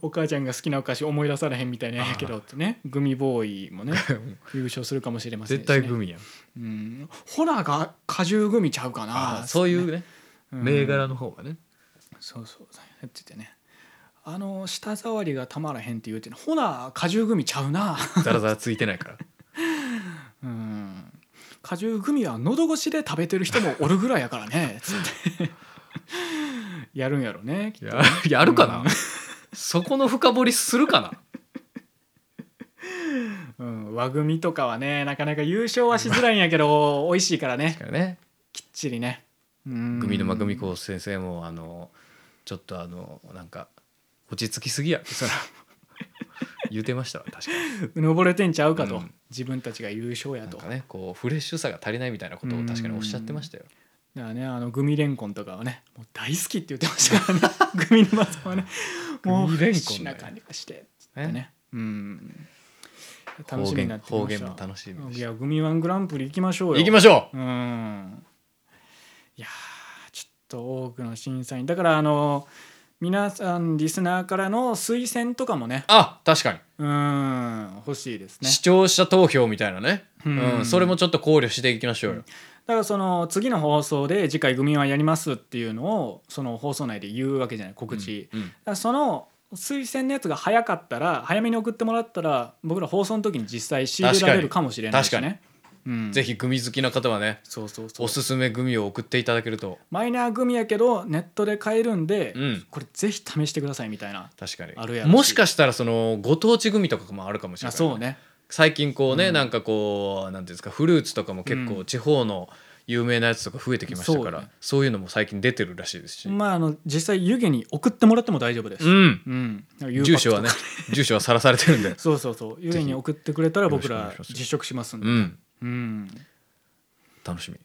[SPEAKER 1] お母ちゃんが好きなお菓子思い出されへんみたいなんやけどってねグミボーイも ね優勝するかもしれませんし
[SPEAKER 2] 絶
[SPEAKER 1] ね
[SPEAKER 2] 対グミやん
[SPEAKER 1] うんホラーが果汁グミちゃうかな
[SPEAKER 2] あーそういうね
[SPEAKER 1] ん
[SPEAKER 2] 銘柄の方が ね
[SPEAKER 1] そうそうやっててねあの舌触りがたまらへんって言うてねほな果汁グミちゃうな
[SPEAKER 2] ザラザラついてないから
[SPEAKER 1] うん果汁グミは喉越しで食べてる人もおるぐらいやからねつって やるんやろねきっと
[SPEAKER 2] ややるかな、
[SPEAKER 1] うん
[SPEAKER 2] そこの深掘りするかな
[SPEAKER 1] うん、和グミとかはねなかなか優勝はしづらいんやけど美味しいからね
[SPEAKER 2] 確かにね
[SPEAKER 1] きっちりねうん
[SPEAKER 2] グミ沼グミ子先生もあのちょっとあのなんか落ち着きすぎやってそら 言うてましたわ確かに
[SPEAKER 1] 登れてんちゃうかと、
[SPEAKER 2] うん
[SPEAKER 1] 自分たちが優勝や
[SPEAKER 2] なん
[SPEAKER 1] と
[SPEAKER 2] かねこうフレッシュさが足りないみたいなことを確かにおっしゃってましたよ
[SPEAKER 1] だからねあのグミレンコンとかはねもう大好きって言ってましたからね グミ沼さんはねもう
[SPEAKER 2] グミ
[SPEAKER 1] フレ
[SPEAKER 2] レン
[SPEAKER 1] ッ
[SPEAKER 2] コンね
[SPEAKER 1] シュな感じがして
[SPEAKER 2] ね
[SPEAKER 1] ねうん楽
[SPEAKER 2] 方
[SPEAKER 1] しみにな
[SPEAKER 2] 言
[SPEAKER 1] ってきま
[SPEAKER 2] 方
[SPEAKER 1] し
[SPEAKER 2] 言
[SPEAKER 1] た
[SPEAKER 2] も楽しみで
[SPEAKER 1] い
[SPEAKER 2] し
[SPEAKER 1] やグミワングランプリ行きましょう
[SPEAKER 2] た
[SPEAKER 1] よ
[SPEAKER 2] 行きましょう
[SPEAKER 1] うんいやーちょっと多くの審査員だからあの皆さんリスナーからの推薦とかもね
[SPEAKER 2] あ確かに、
[SPEAKER 1] うん欲しいですね
[SPEAKER 2] 視聴者投票みたいなねう、
[SPEAKER 1] うんん
[SPEAKER 2] それもちょっと考慮していきましょうよ、
[SPEAKER 1] だからその次の放送で次回グミワンやりますっていうのをその放送内で言うわけじゃない告知、
[SPEAKER 2] うん
[SPEAKER 1] だからその推薦のやつが早かったら早めに送ってもらったら僕ら放送の時に実際仕入れられるかもしれないしねうん、
[SPEAKER 2] ぜひグミ好きな方はね
[SPEAKER 1] そうそうそう
[SPEAKER 2] おすすめグミを送っていただけると
[SPEAKER 1] マイナーグミやけどネットで買えるんで、
[SPEAKER 2] うん
[SPEAKER 1] これぜひ試してくださいみたいな
[SPEAKER 2] 確かに
[SPEAKER 1] あるやろし
[SPEAKER 2] もしかしたらそのご当地グミとかもあるかもしれ
[SPEAKER 1] あ
[SPEAKER 2] ない
[SPEAKER 1] そうね
[SPEAKER 2] 最近こうね、なんかこうなんていうんですかフルーツとかも結構地方の有名なやつとか増えてきましたか
[SPEAKER 1] そ
[SPEAKER 2] ら、
[SPEAKER 1] うね
[SPEAKER 2] そういうのも最近出てるらしいですし、
[SPEAKER 1] まああの実際湯気に送ってもらっても大丈夫です、
[SPEAKER 2] う、ん
[SPEAKER 1] うん、
[SPEAKER 2] 住所 はね住所はさらされてるんで
[SPEAKER 1] そうそうそう湯気に送ってくれたら僕
[SPEAKER 2] よろ
[SPEAKER 1] ら
[SPEAKER 2] しくお願いします
[SPEAKER 1] 実食しますんで、
[SPEAKER 2] うん
[SPEAKER 1] うん
[SPEAKER 2] 楽しみ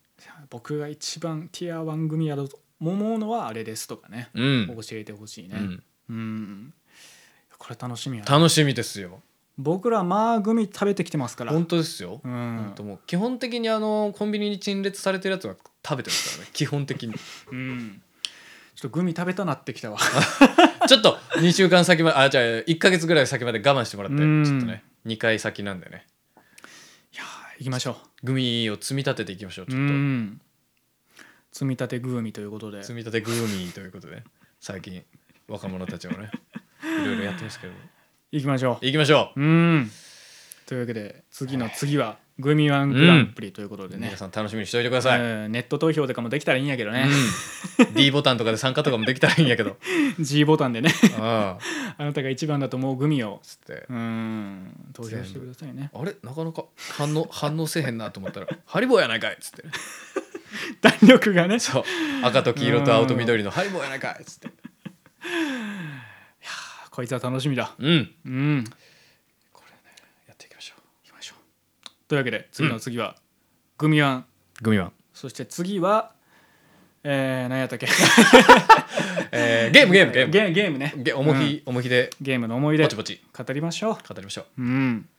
[SPEAKER 1] 僕が一番ティア1組やろうと思うのはあれですとかね、
[SPEAKER 2] うん、
[SPEAKER 1] 教えてほしいうね
[SPEAKER 2] ん、
[SPEAKER 1] うん、これ楽しみやな
[SPEAKER 2] 楽しみですよ
[SPEAKER 1] 僕らまあグミ食べてきてますから
[SPEAKER 2] 本当ですよ、
[SPEAKER 1] う
[SPEAKER 2] 本
[SPEAKER 1] ん
[SPEAKER 2] 当もう基本的にあのコンビニに陳列されてるやつは食べてますからね 基本的に
[SPEAKER 1] うんちょっとグミ食べたなってきたわ
[SPEAKER 2] ちょっと2週間先まであじゃあ1か月ぐらい先まで我慢してもらってち
[SPEAKER 1] うん
[SPEAKER 2] ょっとね2回先なんでね
[SPEAKER 1] 行きましょ
[SPEAKER 2] グミを積み立てていきましょう
[SPEAKER 1] う
[SPEAKER 2] ち
[SPEAKER 1] う
[SPEAKER 2] ょっと
[SPEAKER 1] ん積み立てグミということで
[SPEAKER 2] 積み立てグーミーということで最近若者たちもねいろいろやってますけど
[SPEAKER 1] 行きましょ
[SPEAKER 2] 行きましょ
[SPEAKER 1] ううんというわけで次の次はグミワングランプリということ
[SPEAKER 2] う、
[SPEAKER 1] でね
[SPEAKER 2] 皆、さん楽しみにしておいてくだ
[SPEAKER 1] う
[SPEAKER 2] さい、
[SPEAKER 1] んネット投票とかもできたらいいんやけどね、
[SPEAKER 2] うん D ボタンとかで参加とかもできたらいいんやけど
[SPEAKER 1] G ボタンでね
[SPEAKER 2] ああ
[SPEAKER 1] あなたが一番だと思うグミを
[SPEAKER 2] つって
[SPEAKER 1] うん投票してくださいね
[SPEAKER 2] あれなかなか反応反応せえへんなと思ったら「ハリボーやないかい」っつって
[SPEAKER 1] 弾力がね
[SPEAKER 2] そう赤と黄色と青と緑の「ハリボーやないかい」っつって
[SPEAKER 1] あこいつは楽しみだ
[SPEAKER 2] うん
[SPEAKER 1] うん
[SPEAKER 6] やっていきましょう行きましょう
[SPEAKER 1] というわけで次の次は、グミワン
[SPEAKER 2] グミマン、
[SPEAKER 1] そして次はえー、何やったっけ
[SPEAKER 2] えー、ゲームゲームゲーム
[SPEAKER 1] ゲゲームね
[SPEAKER 2] ゲ重き、重きで
[SPEAKER 1] ゲームの思い出
[SPEAKER 2] ぼちぼち
[SPEAKER 1] 語りましょう
[SPEAKER 2] 語りましょう
[SPEAKER 1] うん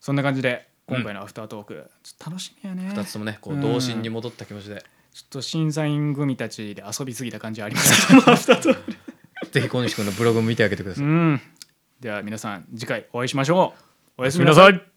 [SPEAKER 1] そんな感じで今回のアフタートーク、ちょっと楽しみやね
[SPEAKER 2] 二つともねこ
[SPEAKER 1] う
[SPEAKER 2] うん童心に戻った気持ちで、
[SPEAKER 1] ちょっと審査員組たちで遊びすぎた感じありま したけど
[SPEAKER 2] ぜひ小西君のブログも見てあげてください、
[SPEAKER 1] うんでは皆さん次回お会いしましょうおやすみなさい